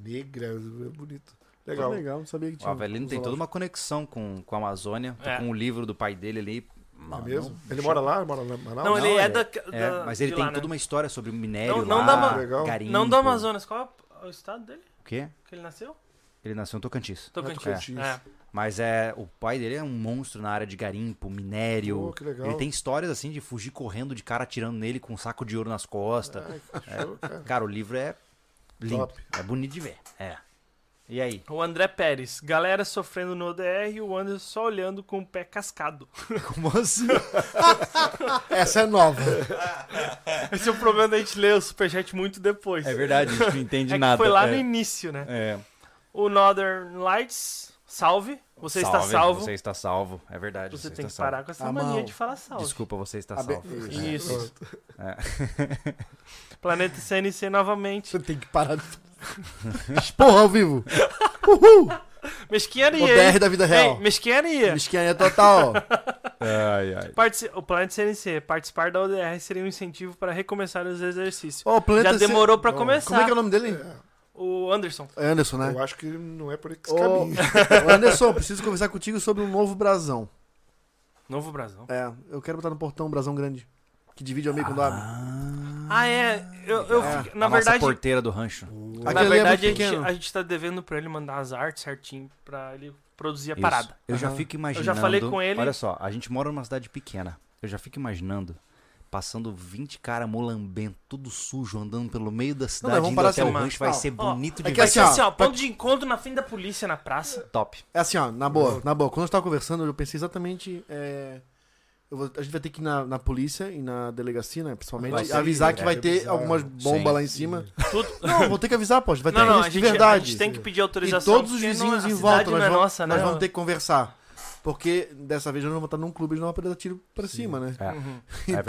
Speaker 2: negra. É bonito. Legal.
Speaker 3: Legal, não sabia que
Speaker 1: O
Speaker 3: tinha. um.
Speaker 1: Avelino tem toda uma conexão com, com a Amazônia,
Speaker 4: É.
Speaker 1: com o livro do pai dele ali.
Speaker 2: É
Speaker 1: Mano,
Speaker 2: mesmo? ele
Speaker 1: bicho,
Speaker 2: mora lá? Mora lá em Manaus?
Speaker 4: Não, ele é,
Speaker 1: ele-
Speaker 4: da,
Speaker 1: É,
Speaker 4: da-
Speaker 1: mas ele
Speaker 4: de
Speaker 1: tem
Speaker 4: lá, né?
Speaker 1: toda uma história sobre o minério
Speaker 4: Não- não
Speaker 1: lá,
Speaker 4: da Ama-
Speaker 2: Legal.
Speaker 1: garimpo.
Speaker 4: Não do Amazonas, qual é o estado dele
Speaker 1: O quê?
Speaker 4: que ele nasceu?
Speaker 1: Ele nasceu em Tocantins.
Speaker 4: Tocantins.
Speaker 2: Tocantins.
Speaker 4: É.
Speaker 1: Mas é, o pai dele é um monstro na área de garimpo, minério.
Speaker 2: Pô, que legal.
Speaker 1: Ele tem histórias assim de fugir correndo de cara atirando nele com um saco de ouro nas costas.
Speaker 2: Show, cara.
Speaker 1: Cara, o livro é lindo.
Speaker 2: Top.
Speaker 1: É bonito de ver. É. E aí?
Speaker 4: O André Pérez. Galera sofrendo no ODR e o Anderson só olhando com o pé cascado.
Speaker 1: Como assim?
Speaker 3: Essa é nova.
Speaker 4: Esse é o problema da gente ler o superchat muito depois.
Speaker 1: É verdade, a gente não entende
Speaker 4: É que
Speaker 1: nada.
Speaker 4: foi lá
Speaker 1: é.
Speaker 4: no início, né?
Speaker 1: É.
Speaker 4: O Northern Lights, salve. Você está salvo.
Speaker 1: Você
Speaker 4: Você,
Speaker 1: está salvo. É verdade.
Speaker 4: tem
Speaker 1: está
Speaker 4: que
Speaker 1: salvo.
Speaker 4: parar com essa
Speaker 3: Ah,
Speaker 4: mania
Speaker 3: mano.
Speaker 4: de falar salve.
Speaker 1: Desculpa, você está
Speaker 3: Ah, bem-
Speaker 1: salvo.
Speaker 4: Isso. Planeta CNC novamente.
Speaker 3: Você tem que parar de. Porra, ao vivo. Uhul.
Speaker 4: Mesquinharia.
Speaker 3: O
Speaker 4: hein?
Speaker 3: DR da vida
Speaker 4: Ei,
Speaker 3: real.
Speaker 4: mesquinharia.
Speaker 3: Mesquinharia é total.
Speaker 1: Ai, ai.
Speaker 4: Partici- O Planeta CNC, participar da ODR seria um incentivo para recomeçar os exercícios.
Speaker 3: Ó, o planeta
Speaker 4: Já demorou pra
Speaker 3: Ó,
Speaker 4: começar.
Speaker 3: Como é que é o nome dele?
Speaker 4: O Anderson.
Speaker 3: É Anderson, né?
Speaker 2: né? Eu acho que não é por esse
Speaker 3: Ô,
Speaker 2: caminho.
Speaker 3: ô, Anderson, preciso conversar contigo sobre um novo brasão.
Speaker 4: Novo Brasão.
Speaker 3: É, eu quero botar no portão um brasão grande. Que divide o meio com o lado.
Speaker 4: Ah, é. Eu, eu fiquei- na
Speaker 1: a
Speaker 4: verdade,
Speaker 1: nossa porteira do rancho.
Speaker 4: na
Speaker 3: Aquele ali é muito
Speaker 4: verdade a, gente,
Speaker 3: pequeno.
Speaker 4: a gente tá devendo pra ele mandar as artes certinho pra ele produzir a
Speaker 1: Isso.
Speaker 4: É parada.
Speaker 1: Eu já
Speaker 3: Aham.
Speaker 1: fico imaginando.
Speaker 4: Eu já falei com ele.
Speaker 1: Olha só, a gente mora numa cidade pequena. Eu já fico imaginando passando 20 cara molambento, tudo sujo, andando pelo meio da cidade,
Speaker 3: vamos
Speaker 1: indo
Speaker 3: parar
Speaker 1: até o
Speaker 3: assim,
Speaker 1: rancho. Vai
Speaker 4: Ó,
Speaker 1: ser
Speaker 4: ó,
Speaker 1: bonito
Speaker 3: é
Speaker 1: de
Speaker 3: que
Speaker 1: ver.
Speaker 4: Vai ser assim,
Speaker 3: ó,
Speaker 4: ó, ponto de encontro na frente da polícia na praça.
Speaker 1: Top.
Speaker 3: É assim, ó, na boa, na boa. Quando eu tava conversando, eu pensei exatamente. é, eu vou- a gente vai ter que ir na, na polícia e na delegacia, né?
Speaker 2: Vai
Speaker 3: Principalmente,
Speaker 2: ser,
Speaker 3: avisar
Speaker 2: é,
Speaker 3: que vai ter
Speaker 2: avisar.
Speaker 3: algumas
Speaker 1: Sim.
Speaker 3: bombas lá em cima.
Speaker 4: Tudo.
Speaker 3: Não, vou ter que avisar, pô. a gente Vai ter
Speaker 4: Não, não,
Speaker 3: é isso
Speaker 4: a
Speaker 3: de
Speaker 4: gente, a
Speaker 3: verdade.
Speaker 4: gente tem que pedir
Speaker 3: E
Speaker 4: autorização.
Speaker 3: todos os
Speaker 4: porque não-
Speaker 3: vizinhos
Speaker 4: a
Speaker 3: em volta,
Speaker 4: cidade
Speaker 3: nós,
Speaker 4: não é
Speaker 3: vamos,
Speaker 4: nossa,
Speaker 3: nós
Speaker 4: né?
Speaker 3: vamos ter que conversar. Porque dessa vez eu não vou estar num clube de não vai poder dar tiro pra cima, né?
Speaker 1: É.
Speaker 4: Uhum.
Speaker 1: verdade.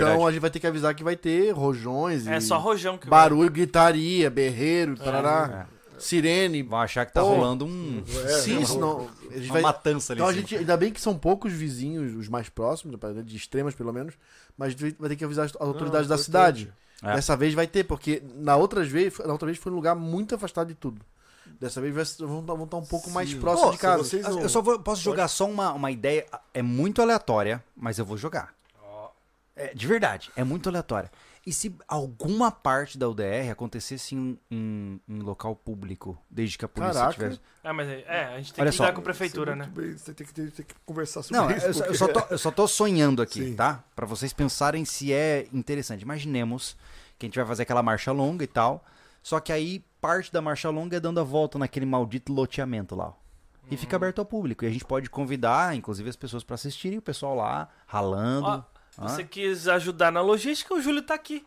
Speaker 3: então a gente vai ter que avisar que vai ter rojões
Speaker 4: É
Speaker 3: e
Speaker 4: só É. rojão que
Speaker 3: barulho, gritaria, berreiro, tarará, sirene.
Speaker 1: É. Vão achar que tá
Speaker 3: Pô.
Speaker 1: rolando um,
Speaker 2: É,
Speaker 3: Sim,
Speaker 2: não,
Speaker 3: isso não. A gente
Speaker 1: uma
Speaker 3: vai-
Speaker 1: matança ali.
Speaker 3: Então a
Speaker 1: em cima.
Speaker 3: gente, ainda bem que são poucos vizinhos, os mais próximos, né, de extremas pelo menos, mas a gente vai ter que avisar as autoridades da
Speaker 2: importante.
Speaker 3: cidade.
Speaker 1: É.
Speaker 3: Dessa vez vai ter, porque na, outras vez, na outra vez foi um lugar muito afastado de tudo. Dessa vez vai- vão vão estar um pouco mais
Speaker 2: Sim.
Speaker 3: próximo
Speaker 2: Pô,
Speaker 3: de
Speaker 2: se
Speaker 3: casa.
Speaker 2: vocês não-
Speaker 1: Ah, Eu só vou- posso jogar só uma, uma ideia. É muito aleatória, mas eu vou jogar. É, de verdade, é muito aleatória. E se alguma parte da UDR acontecesse em, em, em local público, desde que a polícia
Speaker 3: Caraca.
Speaker 1: tivesse.
Speaker 4: É, mas é, é, a gente tem
Speaker 1: Olha
Speaker 4: que
Speaker 1: só.
Speaker 4: lidar com a prefeitura, né?
Speaker 2: Muito bem, Você tem que, ter- tem que conversar sobre
Speaker 1: Não,
Speaker 2: isso.
Speaker 1: eu, só- eu
Speaker 2: porque-
Speaker 1: só tô, eu só tô sonhando aqui,
Speaker 2: Sim.
Speaker 1: tá? Pra vocês pensarem se é interessante. Imaginemos que a gente vai fazer aquela marcha longa e tal. Só que aí parte da marcha longa é dando a volta naquele maldito loteamento lá. ó. E fica aberto ao público. E a gente pode convidar, inclusive, as pessoas pra assistirem, o pessoal lá ralando.
Speaker 4: Ó,
Speaker 1: Hã?
Speaker 4: você quis ajudar na logística, o Júlio tá aqui.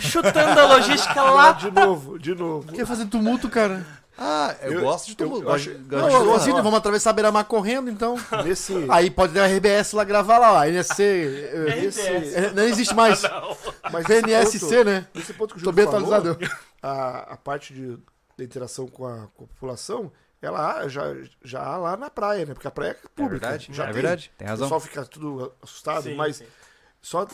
Speaker 4: Chutando a logística
Speaker 3: é
Speaker 4: lá.
Speaker 2: De novo, de novo.
Speaker 3: Quer fazer tumulto, cara?
Speaker 1: Ah, eu,
Speaker 2: eu-
Speaker 1: gosto de
Speaker 2: eu-
Speaker 1: tumulto.
Speaker 2: eu
Speaker 1: gosto-
Speaker 2: acho-
Speaker 1: gosto
Speaker 3: Não,
Speaker 1: de
Speaker 3: eu,
Speaker 1: zoar.
Speaker 3: assim, vamos atravessar a beira-mar correndo, então.
Speaker 2: Nesse,
Speaker 3: Aí pode ter a RBS lá gravar lá, a NSC. eh,
Speaker 2: nesse,
Speaker 3: eh, Não existe mais.
Speaker 2: mas nesse
Speaker 3: NSC,
Speaker 2: ponto,
Speaker 3: né?
Speaker 2: nesse ponto que o
Speaker 3: Tô
Speaker 2: Júlio
Speaker 3: bem
Speaker 2: falou,
Speaker 3: atualizado.
Speaker 2: a, a parte de, da interação com a, com a população, ela já, já há lá na praia, né? Porque a praia é
Speaker 1: É
Speaker 2: pública.
Speaker 1: verdade,
Speaker 2: já
Speaker 1: é
Speaker 2: tem.
Speaker 1: verdade. Tem
Speaker 2: O
Speaker 1: razão.
Speaker 2: pessoal fica tudo assustado,
Speaker 4: Sim,
Speaker 2: mas
Speaker 4: sim.
Speaker 2: só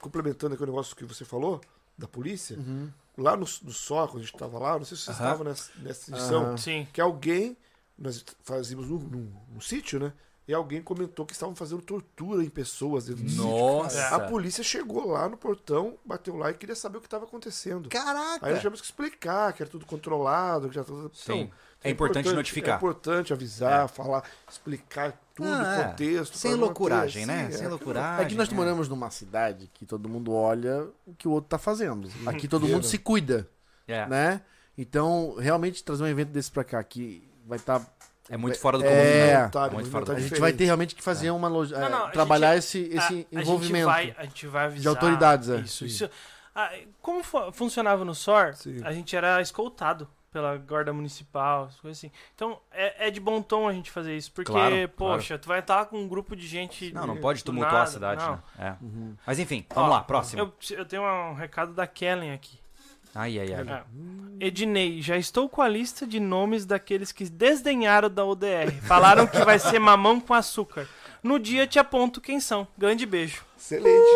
Speaker 2: complementando aqui o negócio que você falou, da polícia,
Speaker 3: Uhum.
Speaker 2: lá no, no só, quando a gente tava lá, não sei se vocês estavam nessa, nessa edição,
Speaker 3: Aham.
Speaker 4: Sim.
Speaker 2: que alguém, nós fazíamos num, num, num sítio, né? e alguém comentou que estavam fazendo tortura em pessoas dentro do sítio.
Speaker 1: Nossa.
Speaker 2: A polícia chegou lá no portão, bateu lá e queria saber o que estava acontecendo. Aí nós
Speaker 6: Caraca!
Speaker 2: tivemos que explicar que era tudo controlado, que era tudo. Então,
Speaker 1: Sim. É importante notificar.
Speaker 2: É importante avisar, falar, explicar tudo,
Speaker 6: Ah, é.
Speaker 2: contexto.
Speaker 6: Sem
Speaker 2: pra não ter,
Speaker 6: loucuragem, né?
Speaker 2: assim,
Speaker 6: Sem
Speaker 2: é.
Speaker 6: loucuragem.
Speaker 3: É que nós
Speaker 6: né?
Speaker 3: moramos numa cidade que todo mundo olha o que o outro tá fazendo. Aqui todo mundo se cuida,
Speaker 1: É.
Speaker 3: né? Então, realmente trazer um evento desse pra cá que vai estar.
Speaker 1: É muito fora do
Speaker 3: É.
Speaker 1: comum. né?
Speaker 2: Voluntário,
Speaker 1: Muito
Speaker 2: voluntário
Speaker 1: fora
Speaker 3: a
Speaker 1: do-
Speaker 3: gente
Speaker 2: diferente.
Speaker 3: vai ter realmente que fazer uma loja.
Speaker 4: Não,
Speaker 3: é,
Speaker 4: não, a
Speaker 3: trabalhar esse,
Speaker 4: A-
Speaker 3: esse
Speaker 4: a,
Speaker 3: envolvimento.
Speaker 4: gente vai, a gente vai avisar.
Speaker 3: autoridades, é.
Speaker 4: Isso, isso. Ah, como fu- funcionava no SOR,
Speaker 2: Sim.
Speaker 4: a gente era escoltado pela guarda municipal, as coisas assim. Então, é, é de bom tom a gente fazer isso, porque,
Speaker 1: Claro,
Speaker 4: poxa, tu vai estar com um grupo de gente...
Speaker 1: Não, não pode
Speaker 4: do
Speaker 1: tumultuar a
Speaker 4: nada,
Speaker 1: cidade,
Speaker 4: não.
Speaker 1: né? É.
Speaker 2: Uhum.
Speaker 1: Mas enfim, vamos
Speaker 4: Ó,
Speaker 1: lá, próximo.
Speaker 4: Eu, eu tenho um recado da Kellen aqui.
Speaker 1: Ai, ai, ai.
Speaker 4: É. Ednei, já estou com a lista de nomes daqueles que desdenharam da ODR. Falaram que vai ser mamão com açúcar. No dia te aponto quem são. Grande beijo.
Speaker 2: Excelente.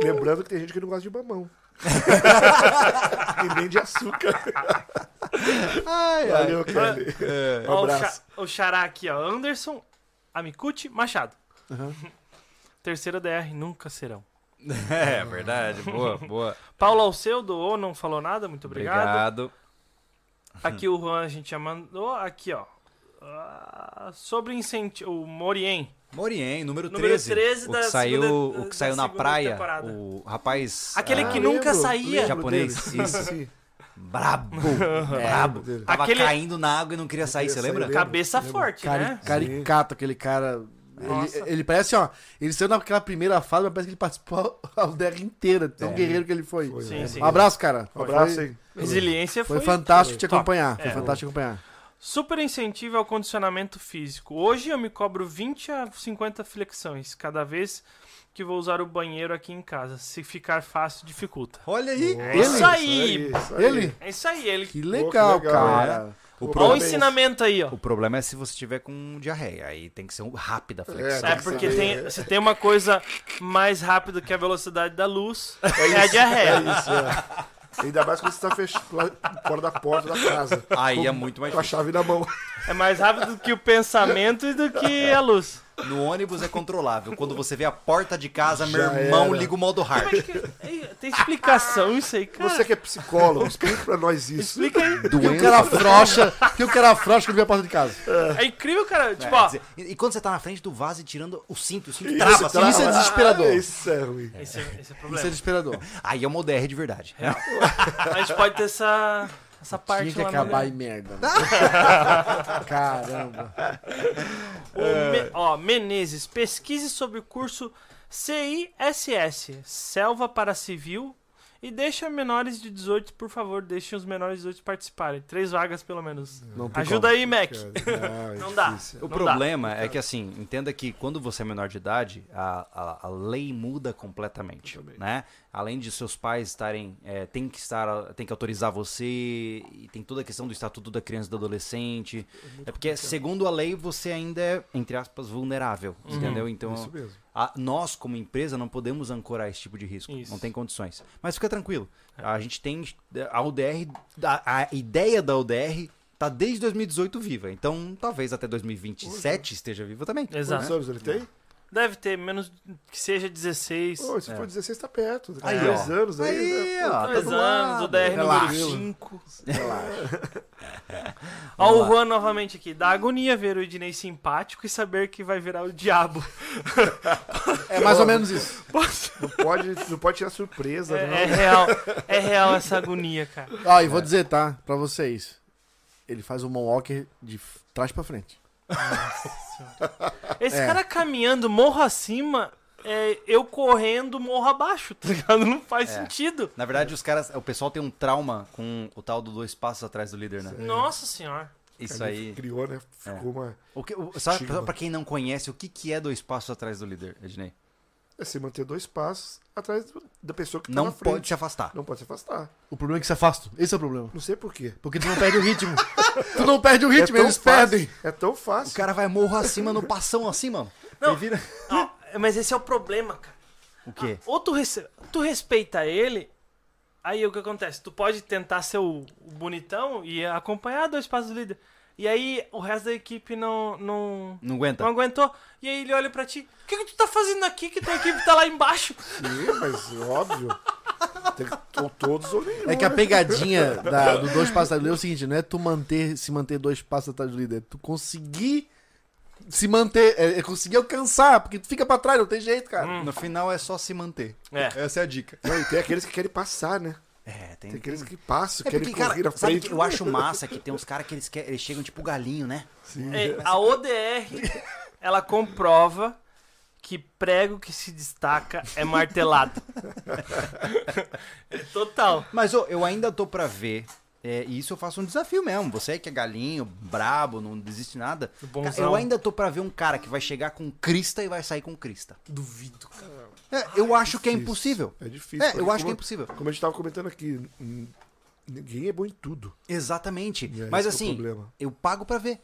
Speaker 2: Lembrando que tem gente que não gosta de mamão. e nem de açúcar.
Speaker 4: Ah,
Speaker 2: Valeu,
Speaker 4: né?
Speaker 2: Kelly. Um
Speaker 4: Ó, o
Speaker 2: abraço.
Speaker 4: Xa- o Xará aqui, ó. Anderson, Amicuti, Machado. Terceira DR, nunca serão.
Speaker 1: É, verdade. Boa, boa.
Speaker 4: Paulo Alceu doou, não falou nada, muito obrigado.
Speaker 1: Obrigado.
Speaker 4: Aqui o Juan a gente já mandou. Aqui, ó. Ah, sobre incentivo. O Morien.
Speaker 1: Morien, número
Speaker 4: Número
Speaker 1: 13.
Speaker 4: 13
Speaker 1: o
Speaker 4: da
Speaker 1: que saiu,
Speaker 4: segunda-
Speaker 1: o que
Speaker 4: da
Speaker 1: saiu na
Speaker 4: segunda
Speaker 1: praia,
Speaker 4: temporada.
Speaker 1: o rapaz
Speaker 4: Aquele
Speaker 1: ah,
Speaker 4: que nunca saía.
Speaker 1: Japonês,
Speaker 2: Isso, sim.
Speaker 1: brabo, brabo.
Speaker 2: dele.
Speaker 1: Tava
Speaker 4: Uhum. Aquele-
Speaker 1: caindo na água e não queria sair, você
Speaker 2: queria
Speaker 1: lembra?
Speaker 2: sair, lembro.
Speaker 4: Cabeça forte,
Speaker 3: Cari-
Speaker 4: né?
Speaker 3: Caricato, aquele cara.
Speaker 4: Nossa.
Speaker 3: Ele, ele parece, ó. Ele saiu naquela primeira fase, mas parece que ele participou a guerra inteira. Tão guerreiro que ele foi.
Speaker 4: É. Sim, sim.
Speaker 3: Um abraço, cara.
Speaker 2: né? Um abraço
Speaker 3: Foi,
Speaker 2: aí.
Speaker 4: Resiliência
Speaker 3: foi
Speaker 4: foi.
Speaker 3: fantástico te
Speaker 4: top.
Speaker 3: acompanhar. Foi
Speaker 4: É.
Speaker 3: fantástico acompanhar.
Speaker 4: Super incentivo ao condicionamento físico. Hoje eu me cobro 20 a 50 flexões cada vez que vou usar o banheiro aqui em casa. Se ficar fácil, dificulta.
Speaker 1: Olha aí.
Speaker 4: É
Speaker 2: Isso
Speaker 4: isso aí.
Speaker 2: aí, isso aí.
Speaker 3: Ele?
Speaker 4: É isso aí, ele.
Speaker 3: Que
Speaker 2: legal, é.
Speaker 3: legal,
Speaker 2: cara.
Speaker 3: cara.
Speaker 1: O,
Speaker 4: Olha o
Speaker 1: problema,
Speaker 2: Parabéns.
Speaker 4: ensinamento aí, ó.
Speaker 1: o problema é se você tiver com diarreia, aí tem que ser um- rápida a flexão.
Speaker 4: É
Speaker 2: tem que
Speaker 4: porque
Speaker 2: ser.
Speaker 4: tem, se tem uma coisa mais rápida que a velocidade da luz, é a diarreia.
Speaker 2: Isso, é. Ainda mais quando você tá fech... lá fora da porta da casa.
Speaker 1: Aí
Speaker 2: Com-
Speaker 1: é muito mais
Speaker 2: Com a
Speaker 1: difícil.
Speaker 2: chave na mão.
Speaker 4: É mais rápido do que o pensamento e do que a luz.
Speaker 1: No ônibus é controlável. Quando você vê a porta de casa, meu
Speaker 2: Já
Speaker 1: irmão
Speaker 2: era.
Speaker 1: liga o modo hard.
Speaker 4: é Tem explicação isso aí, cara.
Speaker 2: Você que é psicólogo, explica pra nós isso.
Speaker 4: Explica aí.
Speaker 3: Que o cara frouxa, que o cara frouxa quando vem a porta de casa.
Speaker 4: É incrível, cara. Tipo,
Speaker 1: Quer
Speaker 4: ó,
Speaker 1: dizer, E, e quando você tá na frente do vaso e tirando o cinto, o cinto
Speaker 2: Isso,
Speaker 1: trava.
Speaker 3: trava.
Speaker 1: assim,
Speaker 3: Isso é desesperador.
Speaker 2: Ah, Isso é ruim.
Speaker 4: Esse, é- esse é o
Speaker 3: Isso é
Speaker 4: problema.
Speaker 3: desesperador.
Speaker 1: Aí é uma ODR de verdade.
Speaker 4: A gente pode ter essa, essa parte
Speaker 3: Tinha que
Speaker 4: lá no-
Speaker 3: acabar em merda. né? Caramba.
Speaker 4: O Me- Ó, Menezes, pesquise sobre o curso CISS, Selva para Civil, e deixa menores de 18, por favor, deixem os menores de 18 participarem. Três vagas, pelo menos.
Speaker 3: Não tem
Speaker 4: Ajuda aí, Mac.
Speaker 2: Cara,
Speaker 4: Não
Speaker 2: é
Speaker 4: dá. Então,
Speaker 2: difícil.
Speaker 1: O
Speaker 4: Não
Speaker 1: problema é que, assim, entenda que quando você é menor de idade, a, a, a lei muda completamente, né? Além de seus pais estarem, é, tem que estar, tem que autorizar você, e tem toda a questão do estatuto da criança e do adolescente. É, porque, segundo a lei, você ainda é, entre aspas, vulnerável, entendeu? Então,
Speaker 2: Isso mesmo.
Speaker 1: a- nós, como empresa, não podemos ancorar esse tipo de risco.
Speaker 4: Isso.
Speaker 1: Não tem condições. Mas fica tranquilo. A gente tem. eh, A UDR. A, a ideia da UDR tá desde 2018 viva. Então, talvez até 2027 esteja viva também. é.
Speaker 4: Exato.
Speaker 2: Quantos anos ele tem?
Speaker 4: Deve ter, menos que seja 16.
Speaker 2: Oh, se for 16, tá perto. Daqui
Speaker 1: Aí,
Speaker 2: a dois
Speaker 1: ó.
Speaker 2: anos aí.
Speaker 1: Aí,
Speaker 2: né?
Speaker 1: ó, tá
Speaker 4: Dois
Speaker 1: do
Speaker 4: anos,
Speaker 1: lado.
Speaker 4: o DR
Speaker 3: Relaxa.
Speaker 4: número 5.
Speaker 3: Relaxa.
Speaker 4: Ó, o
Speaker 1: Vamos lá.
Speaker 4: Juan novamente aqui. Dá agonia ver o Ednei simpático e saber que vai virar o diabo.
Speaker 3: É mais ou menos isso.
Speaker 2: Não pode, não pode tirar surpresa, não.
Speaker 4: É, é real, é real essa agonia, cara.
Speaker 3: Ó, e vou dizer, tá? Pra vocês. Ele faz o Moonwalker de f- trás pra frente.
Speaker 4: Esse
Speaker 3: É.
Speaker 4: cara caminhando morro acima, é, eu correndo morro abaixo, tá ligado? Não faz sentido.
Speaker 1: Na verdade, os caras. O pessoal tem um trauma com o tal do dois passos atrás do líder, né?
Speaker 4: Nossa senhora.
Speaker 1: Isso
Speaker 2: Ele
Speaker 1: aí.
Speaker 2: Criou, né? Ficou uma.
Speaker 1: O que, o, sabe,
Speaker 2: Estigma.
Speaker 1: pra quem não conhece, o que, que é dois passos atrás do líder, Ednei?
Speaker 2: É se manter dois passos atrás do- da pessoa que tá
Speaker 1: Não
Speaker 2: na frente.
Speaker 1: pode se afastar.
Speaker 2: Não pode se afastar.
Speaker 3: O problema é que se afasta. Esse é o problema.
Speaker 2: Não sei por quê.
Speaker 3: Porque tu não perde o ritmo. É tu não perde o ritmo, eles perdem.
Speaker 2: É tão fácil.
Speaker 1: O cara vai morro acima no passão assim, mano.
Speaker 4: Não.
Speaker 1: Ele vira.
Speaker 4: Ó, mas esse é o problema, cara.
Speaker 1: O quê?
Speaker 4: Ou tu, res- tu respeita ele, aí o que acontece? Tu pode tentar ser o, o bonitão e acompanhar dois passos do líder. E aí o resto da equipe não, não,
Speaker 1: Não aguenta.
Speaker 4: não aguentou. E aí ele olha pra ti: O que, que tu tá fazendo aqui que tua equipe tá lá embaixo?
Speaker 2: Sim, mas óbvio. Tem que, ou todos ou nenhum.
Speaker 3: É que a
Speaker 2: né?
Speaker 3: pegadinha da- do dois passos atrás do líder é o seguinte, não é tu manter, se manter dois passos atrás do líder, é tu conseguir se manter, é, é conseguir alcançar, porque tu fica pra trás, não tem jeito, cara.
Speaker 1: No final é só se manter.
Speaker 4: É.
Speaker 1: Essa é a dica.
Speaker 2: Não, e tem aqueles que querem passar, né?
Speaker 1: É, tem,
Speaker 2: Tem aqueles que passam,
Speaker 1: É
Speaker 2: querem
Speaker 1: porque, cara,
Speaker 2: correr à
Speaker 1: sabe
Speaker 2: frente.
Speaker 1: que eu acho massa que tem uns caras que eles, que eles chegam tipo galinho, né?
Speaker 4: É, a ODR, ela comprova que prego que se destaca é martelado. É Total.
Speaker 1: Mas ô, eu ainda tô pra ver. é, e isso eu faço um desafio mesmo. Você que é galinho, brabo, não desiste de nada.
Speaker 4: Bonzão.
Speaker 1: Ca- Eu ainda tô pra ver um cara que vai chegar com crista e vai sair com crista.
Speaker 4: Duvido, cara.
Speaker 1: É, eu acho que é
Speaker 2: difícil.
Speaker 1: impossível.
Speaker 2: É difícil.
Speaker 1: É,
Speaker 2: porque
Speaker 1: eu acho que
Speaker 2: como-
Speaker 1: é impossível.
Speaker 2: Como a gente tava comentando aqui, n- ninguém é bom em tudo.
Speaker 1: Exatamente.
Speaker 2: E é
Speaker 1: Mas
Speaker 2: esse que é o
Speaker 1: assim,
Speaker 2: problema.
Speaker 1: eu pago pra ver.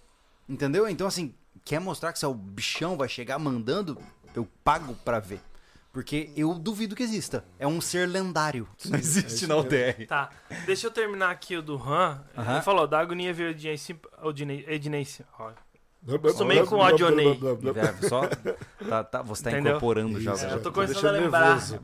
Speaker 1: Entendeu? Então, assim, quer mostrar que se é o bichão vai chegar mandando, eu pago pra ver. Porque eu duvido que exista. É um ser lendário.
Speaker 2: é
Speaker 1: Não existe na UDR.
Speaker 4: Tá, deixa eu terminar aqui o do Han.
Speaker 1: Aham.
Speaker 4: Ele falou, da agonia veio audiência... Odinei- Edinense. Ó,
Speaker 2: Acostumei
Speaker 4: meio com ódio, Ney.
Speaker 1: É, só. tá- tá- você tá
Speaker 4: Entendeu?
Speaker 1: incorporando já.
Speaker 2: Isso,
Speaker 1: né?
Speaker 4: Eu tô
Speaker 2: tô
Speaker 4: começando a
Speaker 2: deixando
Speaker 4: lembrar
Speaker 2: nervoso.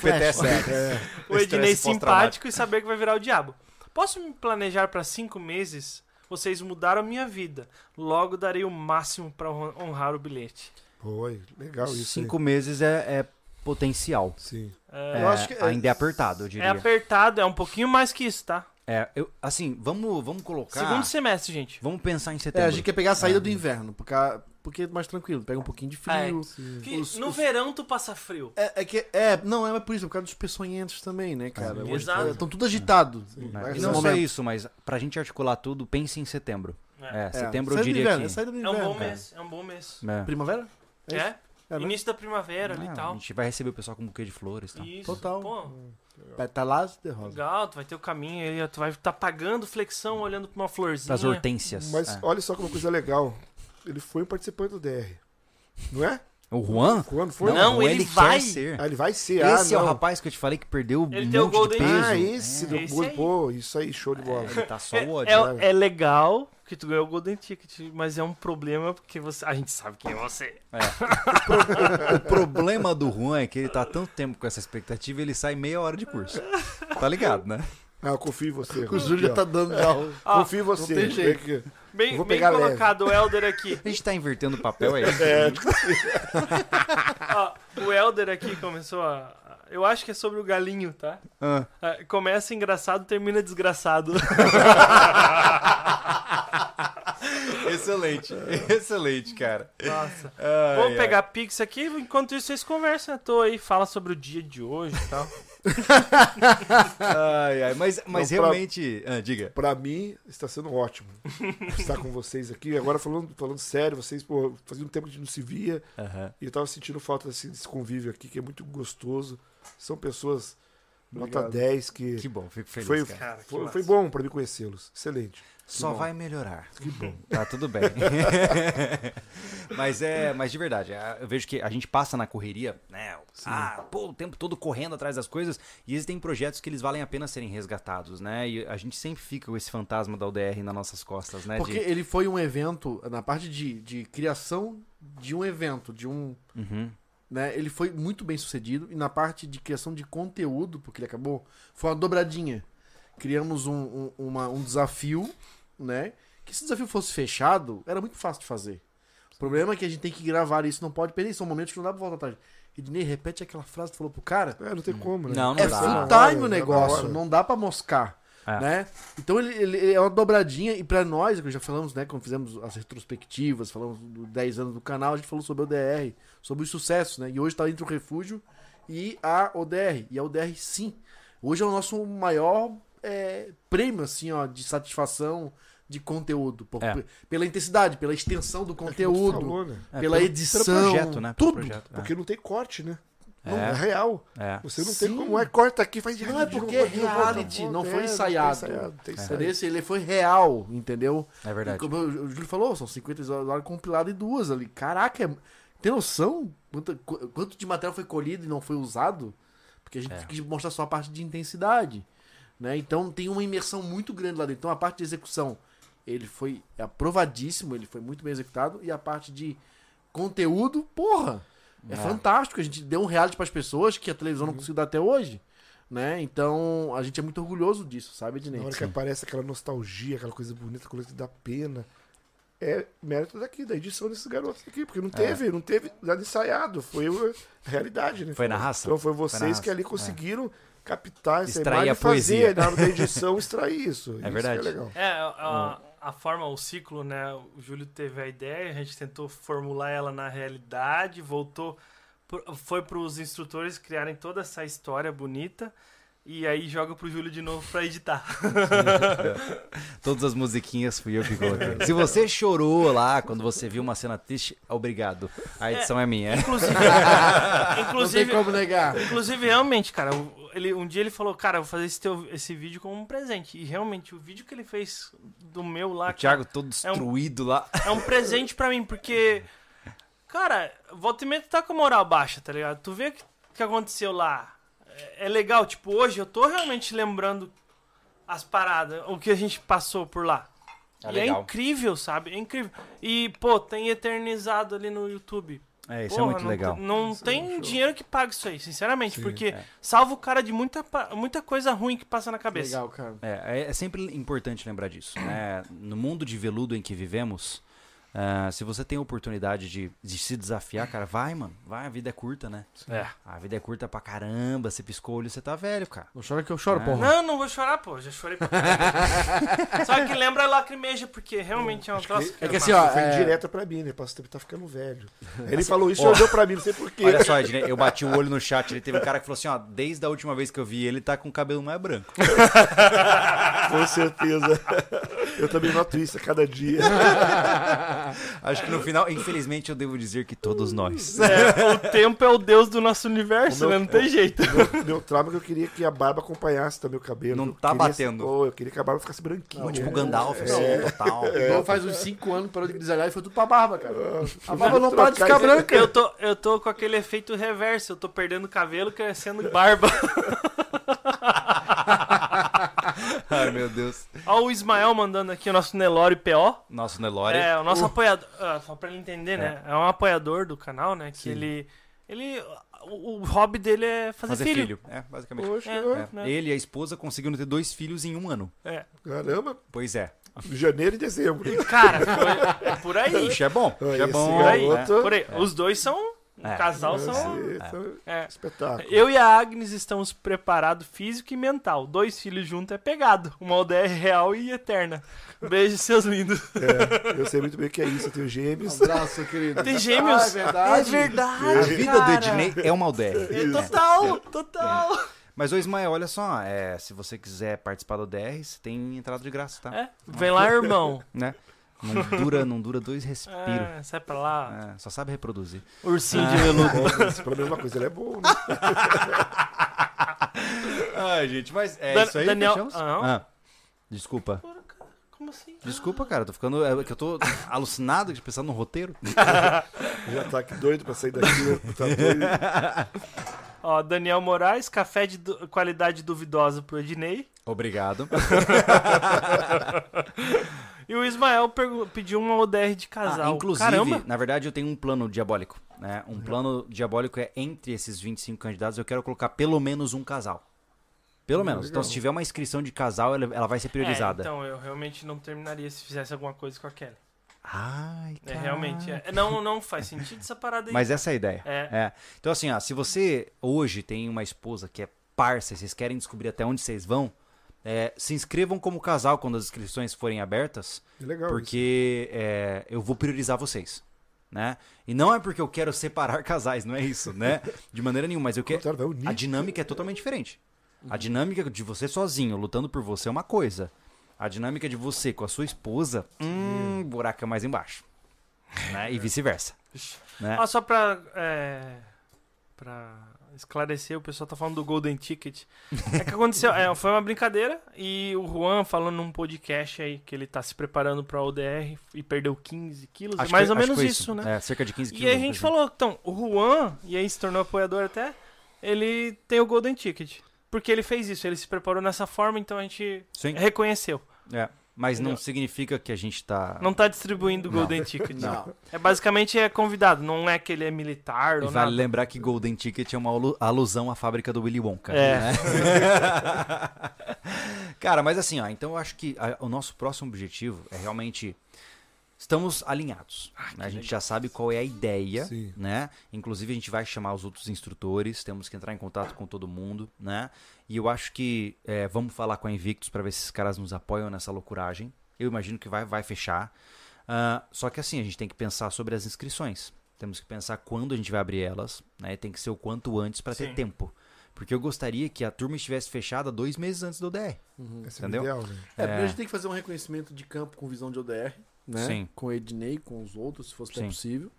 Speaker 1: PTSD.
Speaker 2: É,
Speaker 4: o Ednei
Speaker 1: Estresse
Speaker 4: simpático e saber que vai virar o diabo. Posso me planejar pra cinco meses? Vocês mudaram a minha vida. Logo darei o máximo pra hon- honrar o bilhete. É
Speaker 2: Foi, legal isso.
Speaker 1: Cinco meses é, é potencial.
Speaker 2: Aí. Sim.
Speaker 4: É,
Speaker 1: É, Ainda é apertado, eu
Speaker 4: é
Speaker 1: diria.
Speaker 4: apertado, é um pouquinho mais que isso, tá?
Speaker 1: É, eu- assim, vamos, vamos colocar.
Speaker 4: Segundo semestre, gente.
Speaker 1: Vamos pensar em
Speaker 3: É,
Speaker 1: setembro.
Speaker 3: a gente quer pegar a saída do inverno, porque, a- porque é mais tranquilo, pega um pouquinho de
Speaker 4: Ah, é.
Speaker 3: frio.
Speaker 4: Que
Speaker 3: Os-
Speaker 4: no
Speaker 3: os-
Speaker 4: verão tu passa frio.
Speaker 3: É, é que, é, não, é por isso, é por causa dos peçonhentos também, né, cara?
Speaker 4: É,
Speaker 3: Hoje
Speaker 4: exato.
Speaker 3: Estão tudo agitado.
Speaker 1: né?
Speaker 3: Nesse
Speaker 1: E não só
Speaker 3: momento.
Speaker 1: isso, mas pra gente articular tudo, pense em setembro. É,
Speaker 3: É,
Speaker 1: setembro eu
Speaker 3: saída do
Speaker 1: diria
Speaker 3: inverno,
Speaker 1: que.
Speaker 3: É saída do
Speaker 4: É
Speaker 3: inverno.
Speaker 4: um bom
Speaker 3: cara.
Speaker 4: mês, é um bom mês.
Speaker 1: É.
Speaker 3: Primavera?
Speaker 4: É?
Speaker 3: isso? É, né?
Speaker 4: Início da primavera ali e
Speaker 1: Ah, A
Speaker 4: tal.
Speaker 1: gente vai receber o pessoal com um buquê de flores. e tal.
Speaker 4: Isso.
Speaker 3: Total.
Speaker 4: Pô, É?
Speaker 3: Petalas de rosa.
Speaker 4: legal, tu vai ter o caminho aí, tu vai estar pagando flexão olhando pra uma florzinha.
Speaker 1: Pras hortênsias.
Speaker 2: Mas
Speaker 1: é.
Speaker 2: olha só que uma coisa legal. Ele foi um participante do DR. Não é?
Speaker 1: O Juan?
Speaker 2: Quando foi?
Speaker 4: Não,
Speaker 1: o Juan,
Speaker 4: ele
Speaker 1: quer
Speaker 4: vai.
Speaker 1: ser.
Speaker 2: Ah, ele vai ser. ah,
Speaker 1: Esse é o
Speaker 2: não.
Speaker 1: rapaz que eu te falei que perdeu um
Speaker 4: Ele tem o
Speaker 1: monte de
Speaker 4: Golden
Speaker 1: peso. É.
Speaker 2: Ah, esse do
Speaker 4: É. Esse
Speaker 2: Gol-
Speaker 4: aí.
Speaker 2: Pô, isso aí, show de bola.
Speaker 1: Ele tá só
Speaker 4: É,
Speaker 1: o ódio.
Speaker 4: é- é legal que tu ganhou o Golden Ticket, mas é um problema porque você, a gente sabe quem é você.
Speaker 1: O problema do Juan é que ele tá há tanto tempo com essa expectativa ele sai meia hora de curso. Tá ligado, né?
Speaker 2: Ah, eu confio em você.
Speaker 3: O Júlio já tá dando já o-
Speaker 4: Ah,
Speaker 2: Confio em você.
Speaker 3: tem jeito.
Speaker 2: Vem aqui.
Speaker 4: Bem,
Speaker 2: Vou
Speaker 4: bem
Speaker 2: pegar leve.
Speaker 4: colocado o Elder aqui.
Speaker 1: A gente tá invertendo o papel aí.
Speaker 2: É.
Speaker 4: Ó, o Elder aqui começou a. Eu acho que é sobre o galinho, tá?
Speaker 1: Ah.
Speaker 4: Ah, Começa engraçado, termina desgraçado.
Speaker 1: Excelente, excelente, cara.
Speaker 4: Nossa.
Speaker 1: Ai,
Speaker 4: Vou
Speaker 1: ai.
Speaker 4: pegar Pix aqui, enquanto isso vocês conversam à toa aí, fala sobre o dia de hoje e tal.
Speaker 1: Ai, ai, Mas, mas
Speaker 2: Não, pra-
Speaker 1: realmente. Ah, diga.
Speaker 2: Pra mim, está sendo ótimo estar com vocês aqui. Agora, falando, falando sério, vocês, pô, fazia um tempo que a gente não se via.
Speaker 1: Aham.
Speaker 2: E eu tava sentindo falta desse, desse convívio aqui, que é muito gostoso. São pessoas nota
Speaker 3: Obrigado.
Speaker 2: 10 que.
Speaker 1: Que bom, fico feliz.
Speaker 2: foi,
Speaker 1: cara.
Speaker 4: cara. Cara, que
Speaker 2: foi,
Speaker 4: massa.
Speaker 2: foi bom pra mim conhecê-los. Excelente.
Speaker 1: Só
Speaker 2: bom.
Speaker 1: vai melhorar.
Speaker 2: Que bom.
Speaker 1: Tá tudo bem. mas é, mas de verdade, a- eu vejo que a gente passa na correria, né? Ah, pô, o tempo todo correndo atrás das coisas, e existem projetos que eles valem a pena serem resgatados, né? E a gente sempre fica com esse fantasma da UDR nas nossas costas, né?
Speaker 3: Porque
Speaker 1: de-
Speaker 3: ele foi um evento, na parte de, de criação de um evento, de um.
Speaker 1: Uhum.
Speaker 3: Né, ele foi muito bem sucedido. E na parte de criação de conteúdo, porque ele acabou, foi uma dobradinha. Criamos um, um, uma- um desafio, né? Que se o desafio fosse fechado, era muito fácil de fazer. O problema é que a gente tem que gravar isso, não pode perder. São momentos que não dá pra voltar atrás. Ednei, repete aquela frase que tu falou pro cara.
Speaker 2: É, não tem como, né?
Speaker 1: Não, não
Speaker 3: é
Speaker 1: dá.
Speaker 2: Foi na
Speaker 3: full
Speaker 2: hora,
Speaker 3: time o
Speaker 2: foi na
Speaker 3: negócio,
Speaker 2: hora.
Speaker 3: não dá pra moscar,
Speaker 1: É.
Speaker 3: né? Então ele, ele- ele é uma dobradinha e pra nós, que já falamos, né, quando fizemos as retrospectivas, falamos dos 10 anos do canal, a gente falou sobre a ODR, sobre os sucessos, né? E hoje tá entre o refúgio e a ODR, e a ODR sim. Hoje é o nosso maior é, prêmio assim, ó, de satisfação de conteúdo, por-
Speaker 1: É.
Speaker 3: pela intensidade, pela extensão do
Speaker 2: É como tu
Speaker 3: conteúdo,
Speaker 2: falou, né?
Speaker 1: É,
Speaker 3: pela
Speaker 1: pelo-
Speaker 3: edição,
Speaker 1: pelo projeto, né? Pelo
Speaker 3: tudo.
Speaker 1: projeto, é.
Speaker 2: Porque não tem corte, né? Não
Speaker 1: É.
Speaker 2: é real.
Speaker 1: É.
Speaker 2: Você não
Speaker 3: Sim.
Speaker 2: tem como. É, corta aqui, faz de
Speaker 3: Não, é
Speaker 2: de novo,
Speaker 3: porque é
Speaker 2: de novo,
Speaker 3: reality,
Speaker 2: volta,
Speaker 3: não
Speaker 2: volta.
Speaker 3: foi
Speaker 2: É,
Speaker 3: ensaiado.
Speaker 2: Não tem ensaiado, não tem
Speaker 3: Entendeu?
Speaker 2: ensaiado.
Speaker 3: Esse, ele foi real, entendeu?
Speaker 1: É verdade.
Speaker 3: E Como o o Júlio falou, são 50 horas compiladas e duas ali. Caraca, é- tem noção quanto, qu- quanto de material foi colhido e não foi usado? Porque a gente
Speaker 1: É.
Speaker 3: quis mostrar só a parte de intensidade. Né? Então tem uma imersão muito grande lá dentro. Então a parte de execução ele foi aprovadíssimo, ele foi muito bem executado. E a parte de conteúdo, porra, é, fantástico. A gente deu um reality para as pessoas que a televisão não conseguiu dar até hoje. Né? Então, a gente é muito orgulhoso disso, sabe, Ednei?
Speaker 2: Na hora que aparece aquela nostalgia, aquela coisa bonita, aquela coisa que dá pena. É mérito daqui, da edição desses garotos aqui, porque não
Speaker 1: É.
Speaker 2: teve, não teve nada ensaiado, foi uma realidade, né?
Speaker 1: Foi na raça?
Speaker 2: Então foi
Speaker 1: Foi na
Speaker 2: vocês
Speaker 1: raça, é.
Speaker 2: que ali conseguiram captar essa
Speaker 1: Extrair
Speaker 2: imagem
Speaker 1: a
Speaker 2: e fazer
Speaker 1: poesia.
Speaker 2: na hora da edição extrair isso. isso que
Speaker 1: verdade.
Speaker 2: é legal.
Speaker 4: É, a,
Speaker 3: Hum.
Speaker 4: a forma, o ciclo, né? O Júlio teve a ideia, a gente tentou formular ela na realidade, voltou, pro- foi para os instrutores criarem toda essa história bonita. E aí joga pro Júlio de novo pra editar.
Speaker 1: Todas as musiquinhas fui eu que coloquei. Se você chorou lá quando você viu uma cena triste, obrigado. A edição é, minha.
Speaker 4: Inclusive,
Speaker 3: Não tem
Speaker 4: inclusive,
Speaker 3: como negar.
Speaker 4: inclusive, realmente, cara, o- ele, um dia ele falou, cara, eu vou fazer esse, teu- esse vídeo como um presente. E realmente, o vídeo que ele fez do meu lá,
Speaker 1: O Thiago todo destruído lá.
Speaker 4: É um presente pra mim, porque. Cara, volta e meia tu tá com a moral baixa, tá ligado? Tu vê o que, que aconteceu lá. É, é legal, tipo, hoje eu tô realmente lembrando as paradas, o que a gente passou por lá.
Speaker 1: É
Speaker 4: e
Speaker 1: legal.
Speaker 4: é incrível, sabe? É incrível. E, pô, tem eternizado ali no YouTube.
Speaker 1: É, isso
Speaker 4: Porra,
Speaker 1: é muito
Speaker 4: não,
Speaker 1: legal. é.
Speaker 4: Não tem dinheiro que pague isso aí, sinceramente, porque salva o cara de muita, pa- muita coisa ruim que passa na cabeça.
Speaker 3: Legal, cara.
Speaker 1: É, é- é sempre importante lembrar disso. Né? No mundo de veludo em que vivemos, ah, se você tem a oportunidade de, de se desafiar, cara, vai, mano. Vai, a vida é curta, né?
Speaker 4: É.
Speaker 1: A vida é curta pra caramba. Você piscou o olho, você tá velho, cara.
Speaker 3: Não chora que eu choro,
Speaker 1: É.
Speaker 3: porra.
Speaker 4: Não, não vou chorar, pô. Já chorei pra caralho. Só que lembra a lacrimeja, porque realmente é um troço
Speaker 3: É que assim,
Speaker 4: massa.
Speaker 3: ó,
Speaker 2: Foi
Speaker 3: é-
Speaker 2: indireta pra mim, né? Pastor, tá ficando velho. Aí ele falou isso e olhou pra mim, não sei porquê.
Speaker 1: Assim, Olha só, Ednei, eu bati o olho no chat. Ele teve um cara que falou assim: ó, desde a última vez que eu vi ele, tá com o cabelo mais branco.
Speaker 2: Com certeza. Eu também noto isso a cada dia.
Speaker 1: Acho que no final, infelizmente, eu devo dizer que todos nós.
Speaker 4: É, o tempo é o deus do nosso universo,
Speaker 2: O meu-
Speaker 4: né? Não tem jeito.
Speaker 2: Meu, meu trauma é que eu queria que a barba acompanhasse também o cabelo.
Speaker 1: Não
Speaker 2: Eu
Speaker 1: tá
Speaker 2: queria-
Speaker 1: batendo.
Speaker 2: Pô, eu queria que a barba ficasse branquinha. É.
Speaker 1: tipo Gandalf, assim, total.
Speaker 3: Igual faz uns 5 anos que parou de grisalhar e foi tudo pra barba, cara. A barba
Speaker 2: vou
Speaker 3: não para de
Speaker 2: Ah, trocar
Speaker 3: ficar
Speaker 2: isso.
Speaker 3: branca.
Speaker 4: Eu tô, eu tô com aquele efeito reverso. Eu tô perdendo cabelo, crescendo barba.
Speaker 1: Ai, meu Deus.
Speaker 4: Ó, o Ismael mandando aqui o nosso Nelore PO.
Speaker 1: Nosso Nelore.
Speaker 4: É, o nosso apoiador. ah, só pra ele entender, né? É um apoiador do canal, né? Que ele. Ele. O, o hobby dele é fazer,
Speaker 1: fazer filho. É, basicamente.
Speaker 2: Poxa,
Speaker 4: É,
Speaker 1: É. Ele e a esposa conseguiram ter dois filhos em um ano.
Speaker 4: é.
Speaker 2: Caramba,
Speaker 1: Pois é.
Speaker 2: janeiro e dezembro. hein?
Speaker 4: Cara, foi- é por aí.
Speaker 1: Isso é bom.
Speaker 2: Ah,
Speaker 1: Isso é
Speaker 2: esse
Speaker 1: bom.
Speaker 4: Por aí,
Speaker 1: né?
Speaker 2: garoto-
Speaker 4: por aí. Os dois são.
Speaker 1: É.
Speaker 4: O casal são.
Speaker 2: Esse- esse é
Speaker 4: É.
Speaker 2: um Espetáculo.
Speaker 4: Eu e a Agnes estamos preparados físico e mental. Dois filhos juntos é pegado. Uma aldeia real e eterna. Beijo, seus lindos.
Speaker 2: É, eu sei muito bem o que é isso. Eu tenho gêmeos.
Speaker 3: Um abraço, querido.
Speaker 4: Tem gêmeos?
Speaker 3: Ah, é verdade.
Speaker 4: verdade.
Speaker 1: A vida do Ednei é uma aldeia.
Speaker 4: É total, total.
Speaker 1: Mas, ô Ismael, olha só, é, se você quiser participar do DR, você tem entrada de graça, tá?
Speaker 4: É, vem lá, irmão.
Speaker 1: Né? Não dura, não dura dois respiros.
Speaker 4: É, sai pra lá.
Speaker 1: É, só sabe reproduzir. Ah.
Speaker 4: Ursinho de veludo.
Speaker 2: É, pelo menos uma coisa, ele é bom, né?
Speaker 1: Ai, gente, mas é
Speaker 4: Dan-
Speaker 1: isso aí,
Speaker 4: Daniel-
Speaker 1: fechamos?
Speaker 4: Ah, não.
Speaker 1: Ah, desculpa.
Speaker 4: Como assim?
Speaker 1: Desculpa, cara, tô ficando. É que eu tô alucinado de pensar no roteiro.
Speaker 2: Já tá aqui doido pra sair daqui, né? Tá doido.
Speaker 4: Ó, Daniel Moraes, café de du- qualidade duvidosa pro Ednei.
Speaker 1: Obrigado.
Speaker 4: E o Ismael pergu- pediu uma ODR de
Speaker 1: Ah,
Speaker 4: casal.
Speaker 1: inclusive,
Speaker 4: Caramba.
Speaker 1: na verdade, eu tenho um plano diabólico. Né? Um plano diabólico é entre esses 25 candidatos, eu quero colocar pelo menos um casal. Pelo menos. Então, se tiver uma inscrição de casal, ela, ela vai ser priorizada.
Speaker 4: É, então, eu realmente não terminaria se fizesse alguma coisa com a Kelly.
Speaker 1: Ai,
Speaker 4: É,
Speaker 1: cara.
Speaker 4: realmente. É. Não, não faz sentido essa parada aí.
Speaker 1: Mas essa é a ideia.
Speaker 4: É.
Speaker 1: É. Então, assim, ó, se você hoje tem uma esposa que é parça e vocês querem descobrir até onde vocês vão, é, se inscrevam como casal quando as inscrições forem abertas,
Speaker 2: É
Speaker 4: Então,
Speaker 2: legal isso.
Speaker 1: porque é, eu vou priorizar vocês. Né? E não é porque eu quero separar casais, não é isso, né? De maneira nenhuma, mas eu
Speaker 2: O
Speaker 1: quero.
Speaker 2: cara vai unir. né?
Speaker 1: A dinâmica é totalmente diferente.
Speaker 4: Uhum.
Speaker 1: A dinâmica de você sozinho, lutando por você, é uma coisa. A dinâmica de você com a sua esposa, hum, buraco é mais embaixo. Né? E vice-versa. né?
Speaker 4: Ah, só pra, é, pra esclarecer, o pessoal tá falando do Golden Ticket. É que aconteceu, é, foi uma brincadeira e o Juan falando num podcast aí que ele tá se preparando pra ODR e perdeu 15 quilos, é
Speaker 1: Acho
Speaker 4: mais
Speaker 1: que-
Speaker 4: ou
Speaker 1: acho que
Speaker 4: menos
Speaker 1: foi
Speaker 4: isso, né?
Speaker 1: É, cerca de 15
Speaker 4: E aí a gente
Speaker 1: assim.
Speaker 4: falou, então, o Juan, e aí se tornou apoiador até, ele tem o Golden Ticket. Porque ele fez isso, ele se preparou nessa forma, então a gente
Speaker 1: Sim.
Speaker 4: reconheceu.
Speaker 1: É. Mas não significa que a gente tá.
Speaker 4: Não tá distribuindo Golden Ticket.
Speaker 7: Não.
Speaker 4: É basicamente é convidado, não é que ele é militar
Speaker 1: E
Speaker 4: ou
Speaker 1: vale
Speaker 4: nada.
Speaker 1: lembrar que Golden Ticket é uma alu- alusão à fábrica do Willy Wonka.
Speaker 4: É.
Speaker 1: né? Cara, mas assim, ó, então eu acho que a- o nosso próximo objetivo é realmente. Estamos alinhados. né? A gente já sabe qual é a ideia,
Speaker 2: Sim.
Speaker 1: né? Inclusive, a gente vai chamar os outros instrutores, temos que entrar em contato com todo mundo, né? E eu acho que é, vamos falar com a Invictus para ver se esses caras nos apoiam nessa loucuragem. Eu imagino que vai, vai fechar. Ah, só que assim, a gente tem que pensar sobre as inscrições. Temos que pensar quando a gente vai abrir elas, né? Tem que ser o quanto antes para ter
Speaker 4: Sim.
Speaker 1: tempo. Porque eu gostaria que a turma estivesse fechada dois meses antes do DR.
Speaker 2: Essa é
Speaker 1: Entendeu?
Speaker 2: o ideal, né?
Speaker 3: É, primeiro a gente tem que fazer um reconhecimento de campo com visão de ODR, né?
Speaker 1: Sim.
Speaker 3: Com o Ednei, com os outros, se fosse até
Speaker 1: Sim. Uhum.
Speaker 3: possível.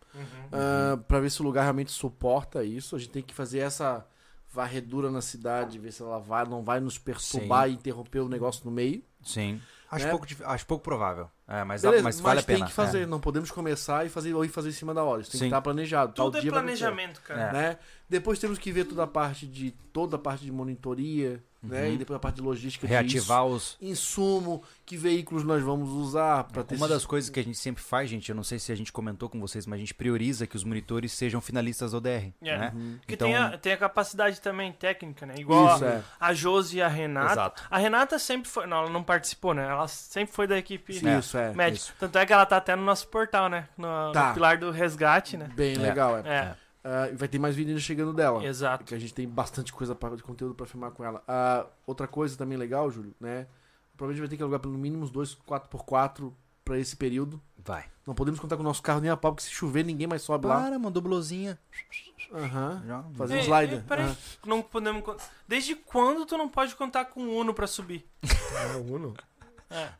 Speaker 3: Ah, pra ver se o lugar realmente suporta isso. A gente tem que fazer essa varredura na cidade, ver se ela vai, não vai nos perturbar e interromper o negócio no meio.
Speaker 1: Sim. Acho,
Speaker 3: Né?
Speaker 1: pouco, dif- acho pouco provável. É, mas, dá-
Speaker 3: Beleza,
Speaker 1: mas vale a pena. É.
Speaker 3: tem que fazer, não podemos começar e fazer ou ir fazer em cima da hora. Isso tem
Speaker 1: Sim.
Speaker 3: que estar planejado. tal
Speaker 4: Tudo é
Speaker 3: dia vai acontecer.
Speaker 4: planejamento, cara.
Speaker 3: né? Depois temos que ver toda a parte de toda a parte de monitoria, né? E depois a parte de logística
Speaker 1: É.
Speaker 3: de
Speaker 1: Reativar os.
Speaker 3: isso. insumo, que veículos nós vamos usar para ter
Speaker 1: Uma
Speaker 3: esses-
Speaker 1: das coisas que a gente sempre faz, gente, eu não sei se a gente comentou com vocês, mas a gente prioriza que os monitores sejam finalistas do DR.
Speaker 4: É.
Speaker 1: Né?
Speaker 4: Porque
Speaker 1: Então,
Speaker 4: tem, a, tem a capacidade também técnica, né? Igual
Speaker 3: Isso,
Speaker 4: a,
Speaker 3: é.
Speaker 4: a Josi e a Renata.
Speaker 1: Exato.
Speaker 4: A Renata sempre foi. Não, ela não participou, né? Ela sempre foi da equipe
Speaker 3: Sim, isso é.
Speaker 4: médica. Tanto é que ela tá até no nosso portal, né? No, no
Speaker 3: Tá.
Speaker 4: pilar do resgate, né?
Speaker 3: Bem
Speaker 1: É.
Speaker 3: legal, é.
Speaker 4: É,
Speaker 3: Ah, e vai ter mais vídeos chegando dela.
Speaker 4: exato.
Speaker 3: Porque a gente tem bastante coisa pra, de conteúdo pra filmar com ela. Ah, outra coisa também legal, Júlio, né? Provavelmente vai ter que alugar pelo mínimo uns dois 4x4 pra esse período.
Speaker 1: vai.
Speaker 3: Não podemos contar com o nosso carro nem a pau, porque se chover ninguém mais sobe lá.
Speaker 1: Para, mandou blusinha.
Speaker 3: Aham.
Speaker 1: Já-
Speaker 3: Fazer um
Speaker 4: Ei, ei,
Speaker 3: slider.
Speaker 4: É, peraí.
Speaker 3: Aham.
Speaker 4: Não podemos. con- Desde quando tu não pode contar com o Uno pra subir?
Speaker 2: Ah, um não.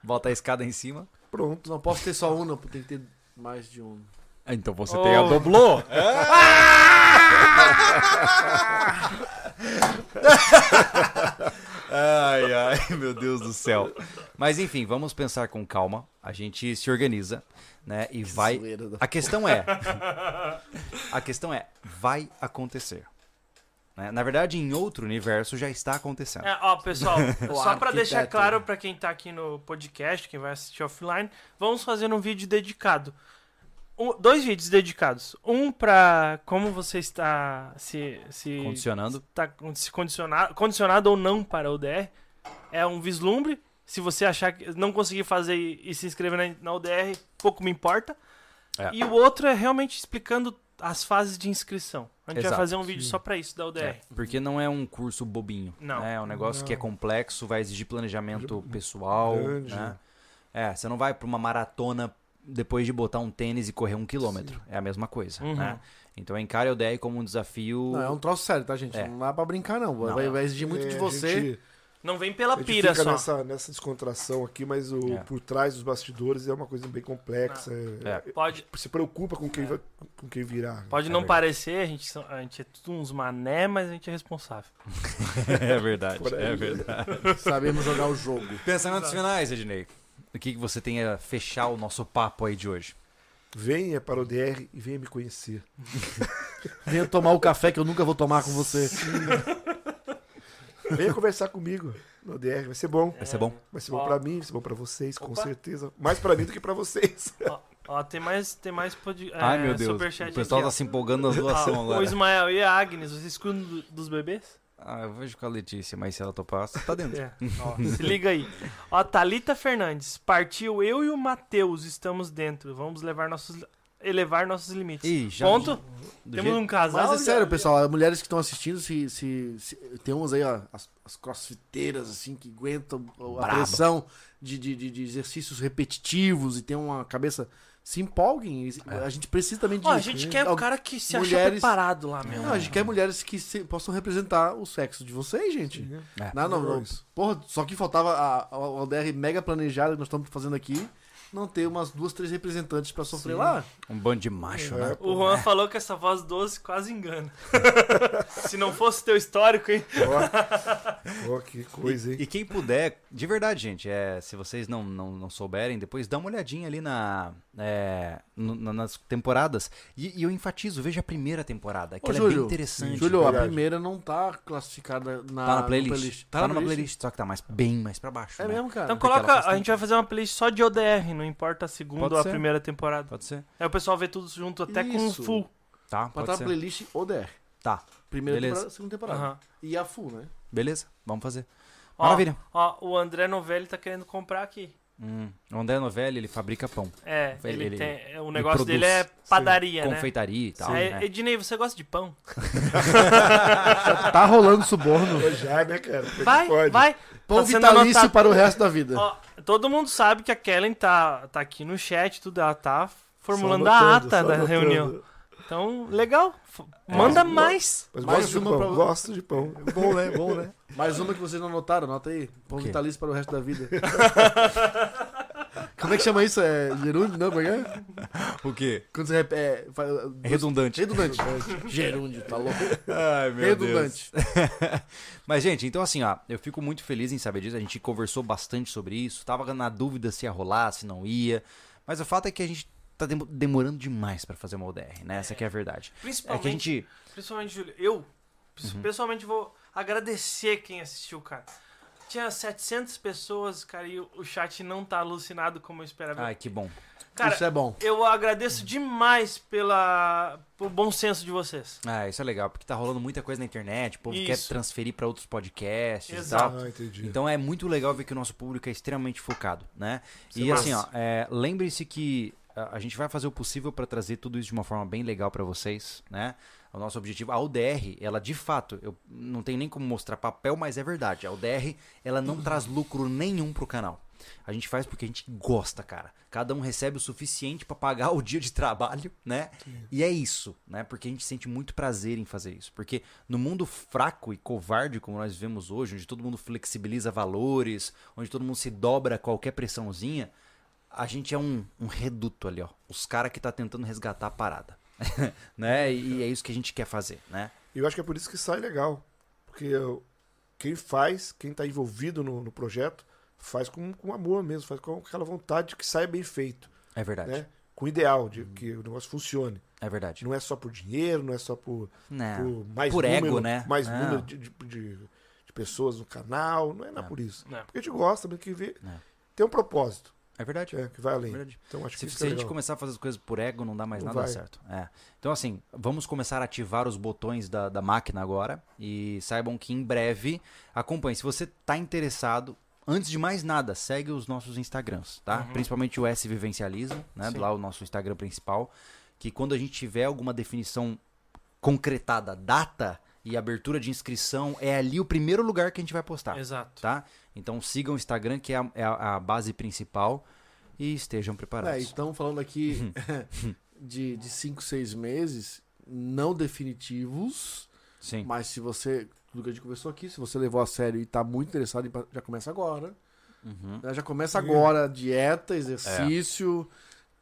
Speaker 1: Bota a escada em cima.
Speaker 2: Pronto.
Speaker 3: Não posso ter só um, não, tem que ter mais de um.
Speaker 1: Então você
Speaker 4: tem a
Speaker 1: doblô. ai, ai, meu Deus do céu. Mas enfim, vamos pensar com calma. A gente se organiza, né? E vai.
Speaker 3: Zoeira da-
Speaker 1: A questão é. A questão é, vai acontecer. né? Na verdade, em outro universo já está acontecendo.
Speaker 4: É, ó, pessoal, só pra
Speaker 3: arquiteto.
Speaker 4: deixar claro pra quem tá aqui no podcast, quem vai assistir offline, vamos fazer um vídeo dedicado. Um- dois vídeos dedicados. Um pra como você está se. se
Speaker 1: Condicionando.
Speaker 4: Está con- se condicionado, condicionado ou não para o DR. É um vislumbre. Se você achar que não conseguir fazer e, e se inscrever na, na UDR, pouco me importa.
Speaker 1: É.
Speaker 4: E o outro é realmente explicando as fases de inscrição. A gente
Speaker 1: Exato.
Speaker 4: vai fazer um vídeo só pra isso da UDR.
Speaker 1: É, porque não é um curso bobinho.
Speaker 4: Não.
Speaker 1: né? É um negócio que é complexo, vai exigir planejamento pessoal.
Speaker 2: grande,
Speaker 1: né?
Speaker 2: né?
Speaker 1: É, você não vai pra uma maratona depois de botar um tênis e correr um quilômetro. É a mesma coisa.
Speaker 4: Uhum.
Speaker 1: Né? Então encare o DR como um desafio.
Speaker 3: Não, é um troço sério, tá, gente?
Speaker 1: É.
Speaker 3: Não dá pra brincar, não. Vai, vai exigir muito
Speaker 2: É,
Speaker 3: de
Speaker 2: a
Speaker 3: você.
Speaker 2: gente-
Speaker 4: Não vem pela
Speaker 2: A gente
Speaker 4: pira
Speaker 2: fica
Speaker 4: só.
Speaker 2: Nessa, nessa descontração aqui, mas o,
Speaker 1: É.
Speaker 2: por trás dos bastidores é uma coisa bem complexa. é-
Speaker 4: Pode,
Speaker 2: Se preocupa com
Speaker 4: É.
Speaker 2: quem, vai, com quem virar.
Speaker 4: pode
Speaker 1: É
Speaker 4: não
Speaker 1: verdade.
Speaker 4: parecer, a gente, são- a gente é tudo uns mané, mas a gente é responsável.
Speaker 1: é verdade.
Speaker 2: Por aí.
Speaker 1: É verdade.
Speaker 3: Sabemos jogar o jogo.
Speaker 1: Pensamentos finais, Ednei. O que, que você tem a fechar o nosso papo aí de hoje?
Speaker 2: Venha para o DR e venha me conhecer.
Speaker 3: Venha tomar o café que eu nunca vou tomar com você.
Speaker 2: Venha conversar comigo no DR. Vai ser bom.
Speaker 4: É,
Speaker 1: Vai ser bom?
Speaker 2: Vai ser bom
Speaker 4: Ó.
Speaker 2: pra mim, vai ser bom pra vocês, com
Speaker 4: Opa.
Speaker 2: certeza. Mais pra mim do que pra vocês.
Speaker 4: Ó, tem mais, tem mais pod, é,
Speaker 1: Ai, meu Deus.
Speaker 4: superchat
Speaker 1: O pessoal
Speaker 4: aqui,
Speaker 1: tá
Speaker 4: ó.
Speaker 1: se empolgando nas doações
Speaker 4: Ó, O
Speaker 1: agora.
Speaker 4: Ismael e a Agnes, vocês escutam do- dos bebês?
Speaker 1: Ah, eu vejo com a Letícia, mas se ela topar, você tá dentro.
Speaker 4: É. Ó, se liga aí. Ó, Thalita Fernandes, partiu eu e o Matheus, estamos dentro. Vamos levar nossos, elevar nossos limites.
Speaker 1: Ih, já-
Speaker 4: Ponto.
Speaker 1: Do
Speaker 4: Temos
Speaker 1: jeito-
Speaker 4: um casal.
Speaker 3: Mas é sério, pessoal. As mulheres que estão assistindo, se, se, se- tem umas aí, ó, as, as crossfiteiras, assim, que aguentam a
Speaker 1: Braba.
Speaker 3: pressão de, de, de- de exercícios repetitivos e tem uma cabeça. Se empolguem. A gente precisa também de.
Speaker 4: É. Ó, a gente quer o
Speaker 3: Al-
Speaker 4: cara que se acha
Speaker 3: mulheres-
Speaker 4: preparado lá, meu.
Speaker 3: Não, a gente quer mulheres que se- possam representar o sexo de vocês, gente. Não, Ah, não, não. Porra, só que faltava a, a ODR mega planejada que nós estamos fazendo aqui, não ter umas duas, três representantes pra sofrer lá.
Speaker 1: Um bando de macho, né?
Speaker 4: O Juan falou que essa voz doce quase engana. Se não fosse teu histórico, hein?
Speaker 2: Pô, que
Speaker 3: é.
Speaker 2: coisa, hein?
Speaker 1: E quem puder, de verdade, gente, é, se vocês não, não, não souberem, depois dá uma olhadinha ali na, é, no- na- nas temporadas. E, e eu enfatizo, veja a primeira temporada, que
Speaker 3: Ô,
Speaker 1: ela é
Speaker 3: Júlio,
Speaker 1: bem interessante.
Speaker 3: Júlio, a
Speaker 2: verdade.
Speaker 3: primeira não tá classificada na,
Speaker 1: tá na
Speaker 3: no
Speaker 1: playlist. Tá,
Speaker 3: na
Speaker 1: numa playlist, só que tá mais, bem mais pra baixo.
Speaker 3: É
Speaker 1: né?
Speaker 3: mesmo, cara.
Speaker 4: Então
Speaker 1: porque ela faz
Speaker 4: coloca, a
Speaker 1: tempo.
Speaker 4: gente vai fazer uma playlist só de ODR, não importa a segunda
Speaker 1: Pode
Speaker 4: ou a
Speaker 1: ser.
Speaker 4: primeira temporada.
Speaker 1: Pode ser?
Speaker 4: Aí o pessoal vê tudo junto, até com
Speaker 3: Isso.
Speaker 4: um full.
Speaker 1: Tá,
Speaker 3: Pra
Speaker 1: pode
Speaker 3: tá na
Speaker 1: ser.
Speaker 3: playlist ODR.
Speaker 1: Tá,
Speaker 3: Primeira
Speaker 1: Beleza.
Speaker 3: temporada, segunda temporada.
Speaker 4: Aham.
Speaker 3: E a full, né?
Speaker 1: beleza, vamos fazer.
Speaker 4: Ó,
Speaker 1: Maravilha.
Speaker 4: Ó, o André Novelli tá querendo comprar aqui.
Speaker 1: Hum, o André Novelli, ele fabrica pão,
Speaker 4: É,
Speaker 1: Ele-
Speaker 4: ele,
Speaker 1: ele-
Speaker 4: tem. O negócio
Speaker 1: produz.
Speaker 4: dele é padaria, né?
Speaker 1: confeitaria e tal.
Speaker 4: É,
Speaker 1: né?
Speaker 4: Ednei, você gosta de pão?
Speaker 3: Tá rolando suborno.
Speaker 2: Pô, Já, né, cara? Como é que
Speaker 4: Vai,
Speaker 2: pode?
Speaker 4: vai.
Speaker 3: Pão
Speaker 4: Tá sendo
Speaker 3: vitalício
Speaker 4: anotado.
Speaker 3: para o resto da vida.
Speaker 4: Ó, todo mundo sabe que a Kellen tá, tá aqui no chat, tudo, ela tá formulando
Speaker 2: Só
Speaker 4: a
Speaker 2: anotando,
Speaker 4: ata
Speaker 2: só
Speaker 4: da
Speaker 2: anotando.
Speaker 4: reunião. Então, legal. F- Manda
Speaker 1: É.
Speaker 4: mais.
Speaker 2: Mas
Speaker 3: Mais
Speaker 2: gosto de
Speaker 3: uma
Speaker 2: pão,
Speaker 3: pra-
Speaker 2: gosto de pão.
Speaker 3: Bom, né? Bom, né? Mais uma que vocês não notaram, anota aí. Pão
Speaker 1: quê?
Speaker 3: vitalício para o resto da vida. Como é que chama isso? É gerúndio, não? Como é que é?
Speaker 1: O quê?
Speaker 3: Quando você repete. É, fa- duas-
Speaker 1: Redundante.
Speaker 3: redundante. É, gerúndio, tá louco.
Speaker 1: Ai, meu
Speaker 3: redundante.
Speaker 1: Mas, gente, então assim, ó, eu fico muito feliz em saber disso. A gente conversou bastante sobre isso. Tava na dúvida se ia rolar, se não ia. Mas o fato é que a gente tá demo- demorando demais pra fazer uma ODR, né? Essa que é a verdade. É
Speaker 4: Principalmente,
Speaker 1: que a gente. Uhum.
Speaker 4: principalmente Júlio, eu pessoalmente pessoalmente vou agradecer quem assistiu, cara. Tinha 700 pessoas, cara, e o o chat não tá alucinado como eu esperava.
Speaker 1: Ai, que bom.
Speaker 4: cara,
Speaker 3: isso é bom.
Speaker 4: eu agradeço demais pela pelo bom senso de vocês.
Speaker 1: Ah, isso é legal, porque tá rolando muita coisa na internet. O povo
Speaker 4: Isso.
Speaker 1: quer transferir pra outros podcasts
Speaker 4: Exato.
Speaker 1: e tal.
Speaker 2: Ah, entendi.
Speaker 1: Então é muito legal ver que o nosso público é extremamente focado, né?
Speaker 4: Isso é
Speaker 1: e
Speaker 4: massa.
Speaker 1: assim, ó, é, lembre-se que ah, a a gente vai fazer o possível para trazer tudo isso de uma forma bem legal para vocês, né? O nosso objetivo, a UDR, ela de fato, eu não tenho nem como mostrar papel, mas é verdade. A UDR, ela não traz lucro nenhum pro canal. A gente faz porque a gente gosta, cara. Cada um recebe o suficiente para pagar o dia de trabalho, né? E é isso, né? Porque a gente sente muito prazer em fazer isso. Porque no mundo fraco e covarde como nós vivemos hoje, onde todo mundo flexibiliza valores, onde todo mundo se dobra a qualquer pressãozinha, a gente é um, um reduto ali, ó. Os caras que tá tentando resgatar a parada. né? E é isso que a gente quer fazer, né?
Speaker 2: E eu acho que é por isso que sai legal. Porque eu- quem faz, quem tá envolvido no, no projeto, faz com, com amor mesmo, faz com aquela vontade que saia bem feito,
Speaker 1: É verdade. Uhum.
Speaker 2: né? Com o ideal de que o negócio funcione.
Speaker 1: É verdade.
Speaker 2: Não é só por dinheiro, não é só por,
Speaker 1: Não.
Speaker 2: por mais
Speaker 1: por
Speaker 2: número,
Speaker 1: ego, né?
Speaker 2: mais
Speaker 1: Não.
Speaker 2: número de, de, de- de pessoas no canal, não é nada por isso.
Speaker 4: Não.
Speaker 2: Porque a gente gosta, mas que vê,
Speaker 1: Não.
Speaker 2: tem um propósito,
Speaker 1: É verdade.
Speaker 2: é, que vai
Speaker 1: É
Speaker 2: além.
Speaker 1: verdade.
Speaker 2: Então acho que
Speaker 1: Se,
Speaker 2: isso
Speaker 1: se
Speaker 2: que
Speaker 1: a
Speaker 2: é
Speaker 1: gente
Speaker 2: legal.
Speaker 1: começar a fazer as coisas por ego, não dá mais
Speaker 2: Não
Speaker 1: nada
Speaker 2: vai.
Speaker 1: certo. É. Então, assim, vamos começar a ativar os botões da, da máquina agora. E saibam que em breve acompanhe. Se você tá interessado, antes de mais nada, segue os nossos Instagrams, tá? Principalmente o S Vivencialismo, né?
Speaker 4: Uhum. Sim.
Speaker 1: Lá o nosso Instagram principal. Que quando a gente tiver alguma definição concretada, data e abertura de inscrição, é ali o primeiro lugar que a gente vai postar
Speaker 4: Exato.
Speaker 1: tá? Então sigam o Instagram, que é a, é a- a base principal, e estejam
Speaker 3: É,
Speaker 1: preparados.
Speaker 3: estamos falando aqui de 5, 6 meses, não definitivos.
Speaker 1: Sim.
Speaker 3: Mas se você, tudo que a gente conversou aqui, se você levou a sério e tá muito interessado, em pa- já começa agora.
Speaker 1: Uhum.
Speaker 3: Né? Já começa agora, dieta, exercício,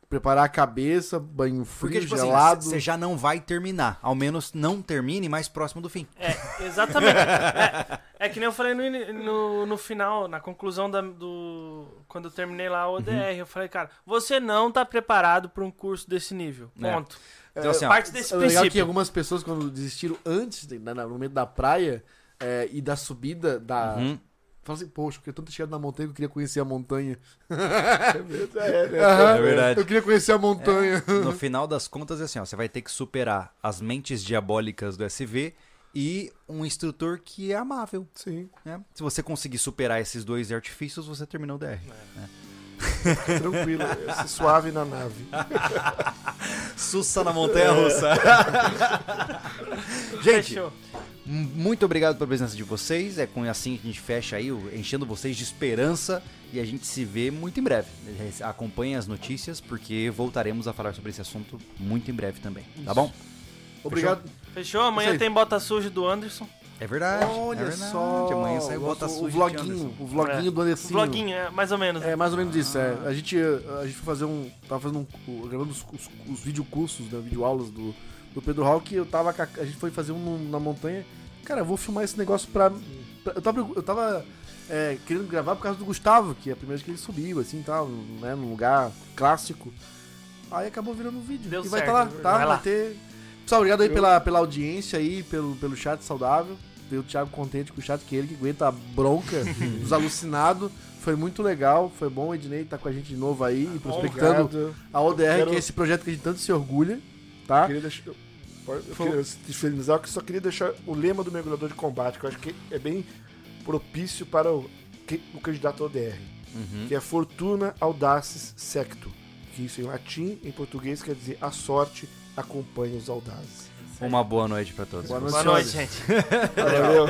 Speaker 3: preparar a cabeça, banho frio,
Speaker 1: Porque, tipo assim,
Speaker 3: gelado.
Speaker 1: você já não vai terminar. Ao menos não termine mais próximo do fim.
Speaker 4: É, exatamente. é, é que nem eu falei no, ini- no, no final, na conclusão da- do. Quando eu terminei lá o ODR,
Speaker 1: Uhum.
Speaker 4: eu falei, cara, você não tá preparado pra um curso desse nível.
Speaker 1: É.
Speaker 4: Ponto.
Speaker 1: Então, assim, ó,
Speaker 4: Parte desse
Speaker 3: é legal que
Speaker 4: princípio.
Speaker 3: algumas pessoas, quando desistiram antes, de- né, na- na- no meio da praia, é, e da subida da...
Speaker 1: Uhum.
Speaker 3: Fala assim, poxa, eu queria tanto ter chegado na montanha que eu queria conhecer a montanha.
Speaker 2: É, né?
Speaker 3: Aham,
Speaker 1: É verdade.
Speaker 3: Eu queria conhecer a montanha.
Speaker 1: No final das contas, é assim, ó, você vai ter que superar as mentes diabólicas do SV e um instrutor que é amável.
Speaker 2: Sim,
Speaker 1: né? Se você conseguir superar esses dois artifícios, você terminou o DR.
Speaker 2: tranquilo, é, suave na nave.
Speaker 1: Sussa na montanha russa. Gente,
Speaker 4: Fechou.
Speaker 1: M- Muito obrigado pela presença de vocês. É com assim que a gente fecha aí, o- enchendo vocês de esperança. E a gente se vê muito em breve. Re- Acompanhem as notícias, porque voltaremos a falar sobre esse assunto muito em breve também. Tá bom?
Speaker 3: Obrigado.
Speaker 4: Fechou?
Speaker 3: Isso
Speaker 4: Amanhã
Speaker 3: aí.
Speaker 4: tem bota suja do Anderson.
Speaker 1: É verdade. é
Speaker 3: Olha
Speaker 1: verdade.
Speaker 3: só.
Speaker 1: Amanhã sai o
Speaker 3: nosso-
Speaker 1: Bota
Speaker 3: O
Speaker 1: Suja de
Speaker 3: vloguinho,
Speaker 1: Anderson.
Speaker 3: o vloguinho
Speaker 4: É.
Speaker 3: do Anderson.
Speaker 4: Vloguinho, é, mais ou menos.
Speaker 3: É, mais ou menos isso. É. A gente, eh, a gente foi fazer um. Tava fazendo um. cu- gravando os, os, os videocursos, né? Videoaulas do, do Pedro Hawk. e Eu tava. com a- A gente foi fazer um no- na montanha. cara, eu vou filmar esse negócio pra. pra- eu tava, eu tava, é, querendo gravar por causa do Gustavo, que é a primeira vez que ele subiu, assim, tal, né? Num lugar clássico. Aí acabou virando um vídeo.
Speaker 4: Deu
Speaker 3: e vai
Speaker 4: certo,
Speaker 3: tá lá,
Speaker 4: vai
Speaker 3: tá? Vai,
Speaker 4: lá.
Speaker 3: ter. Pessoal, obrigado aí
Speaker 2: Eu-
Speaker 3: pela, pela audiência aí, pelo, pelo chat saudável. Ver o Thiago contente com o chat, que é ele que aguenta a bronca dos alucinados. Foi muito legal, foi bom. O Ednei tá com a gente de novo aí, e prospectando
Speaker 2: Obrigado.
Speaker 3: a ODR,
Speaker 2: Quero-
Speaker 3: que é esse projeto que a gente tanto se orgulha, tá?
Speaker 2: Queria deixar- eu- pode- eu queria te finalizar, que só queria deixar o lema do mergulhador de combate, que eu acho que é bem propício para o, que- o candidato ao DR, que é Fortuna Audaces Secto, que isso é em latim, em português quer dizer a sorte acompanha os audazes.
Speaker 5: Uma boa noite pra todos.
Speaker 3: Boa
Speaker 4: Boa
Speaker 3: senhores.
Speaker 4: noite, gente.
Speaker 2: Valeu.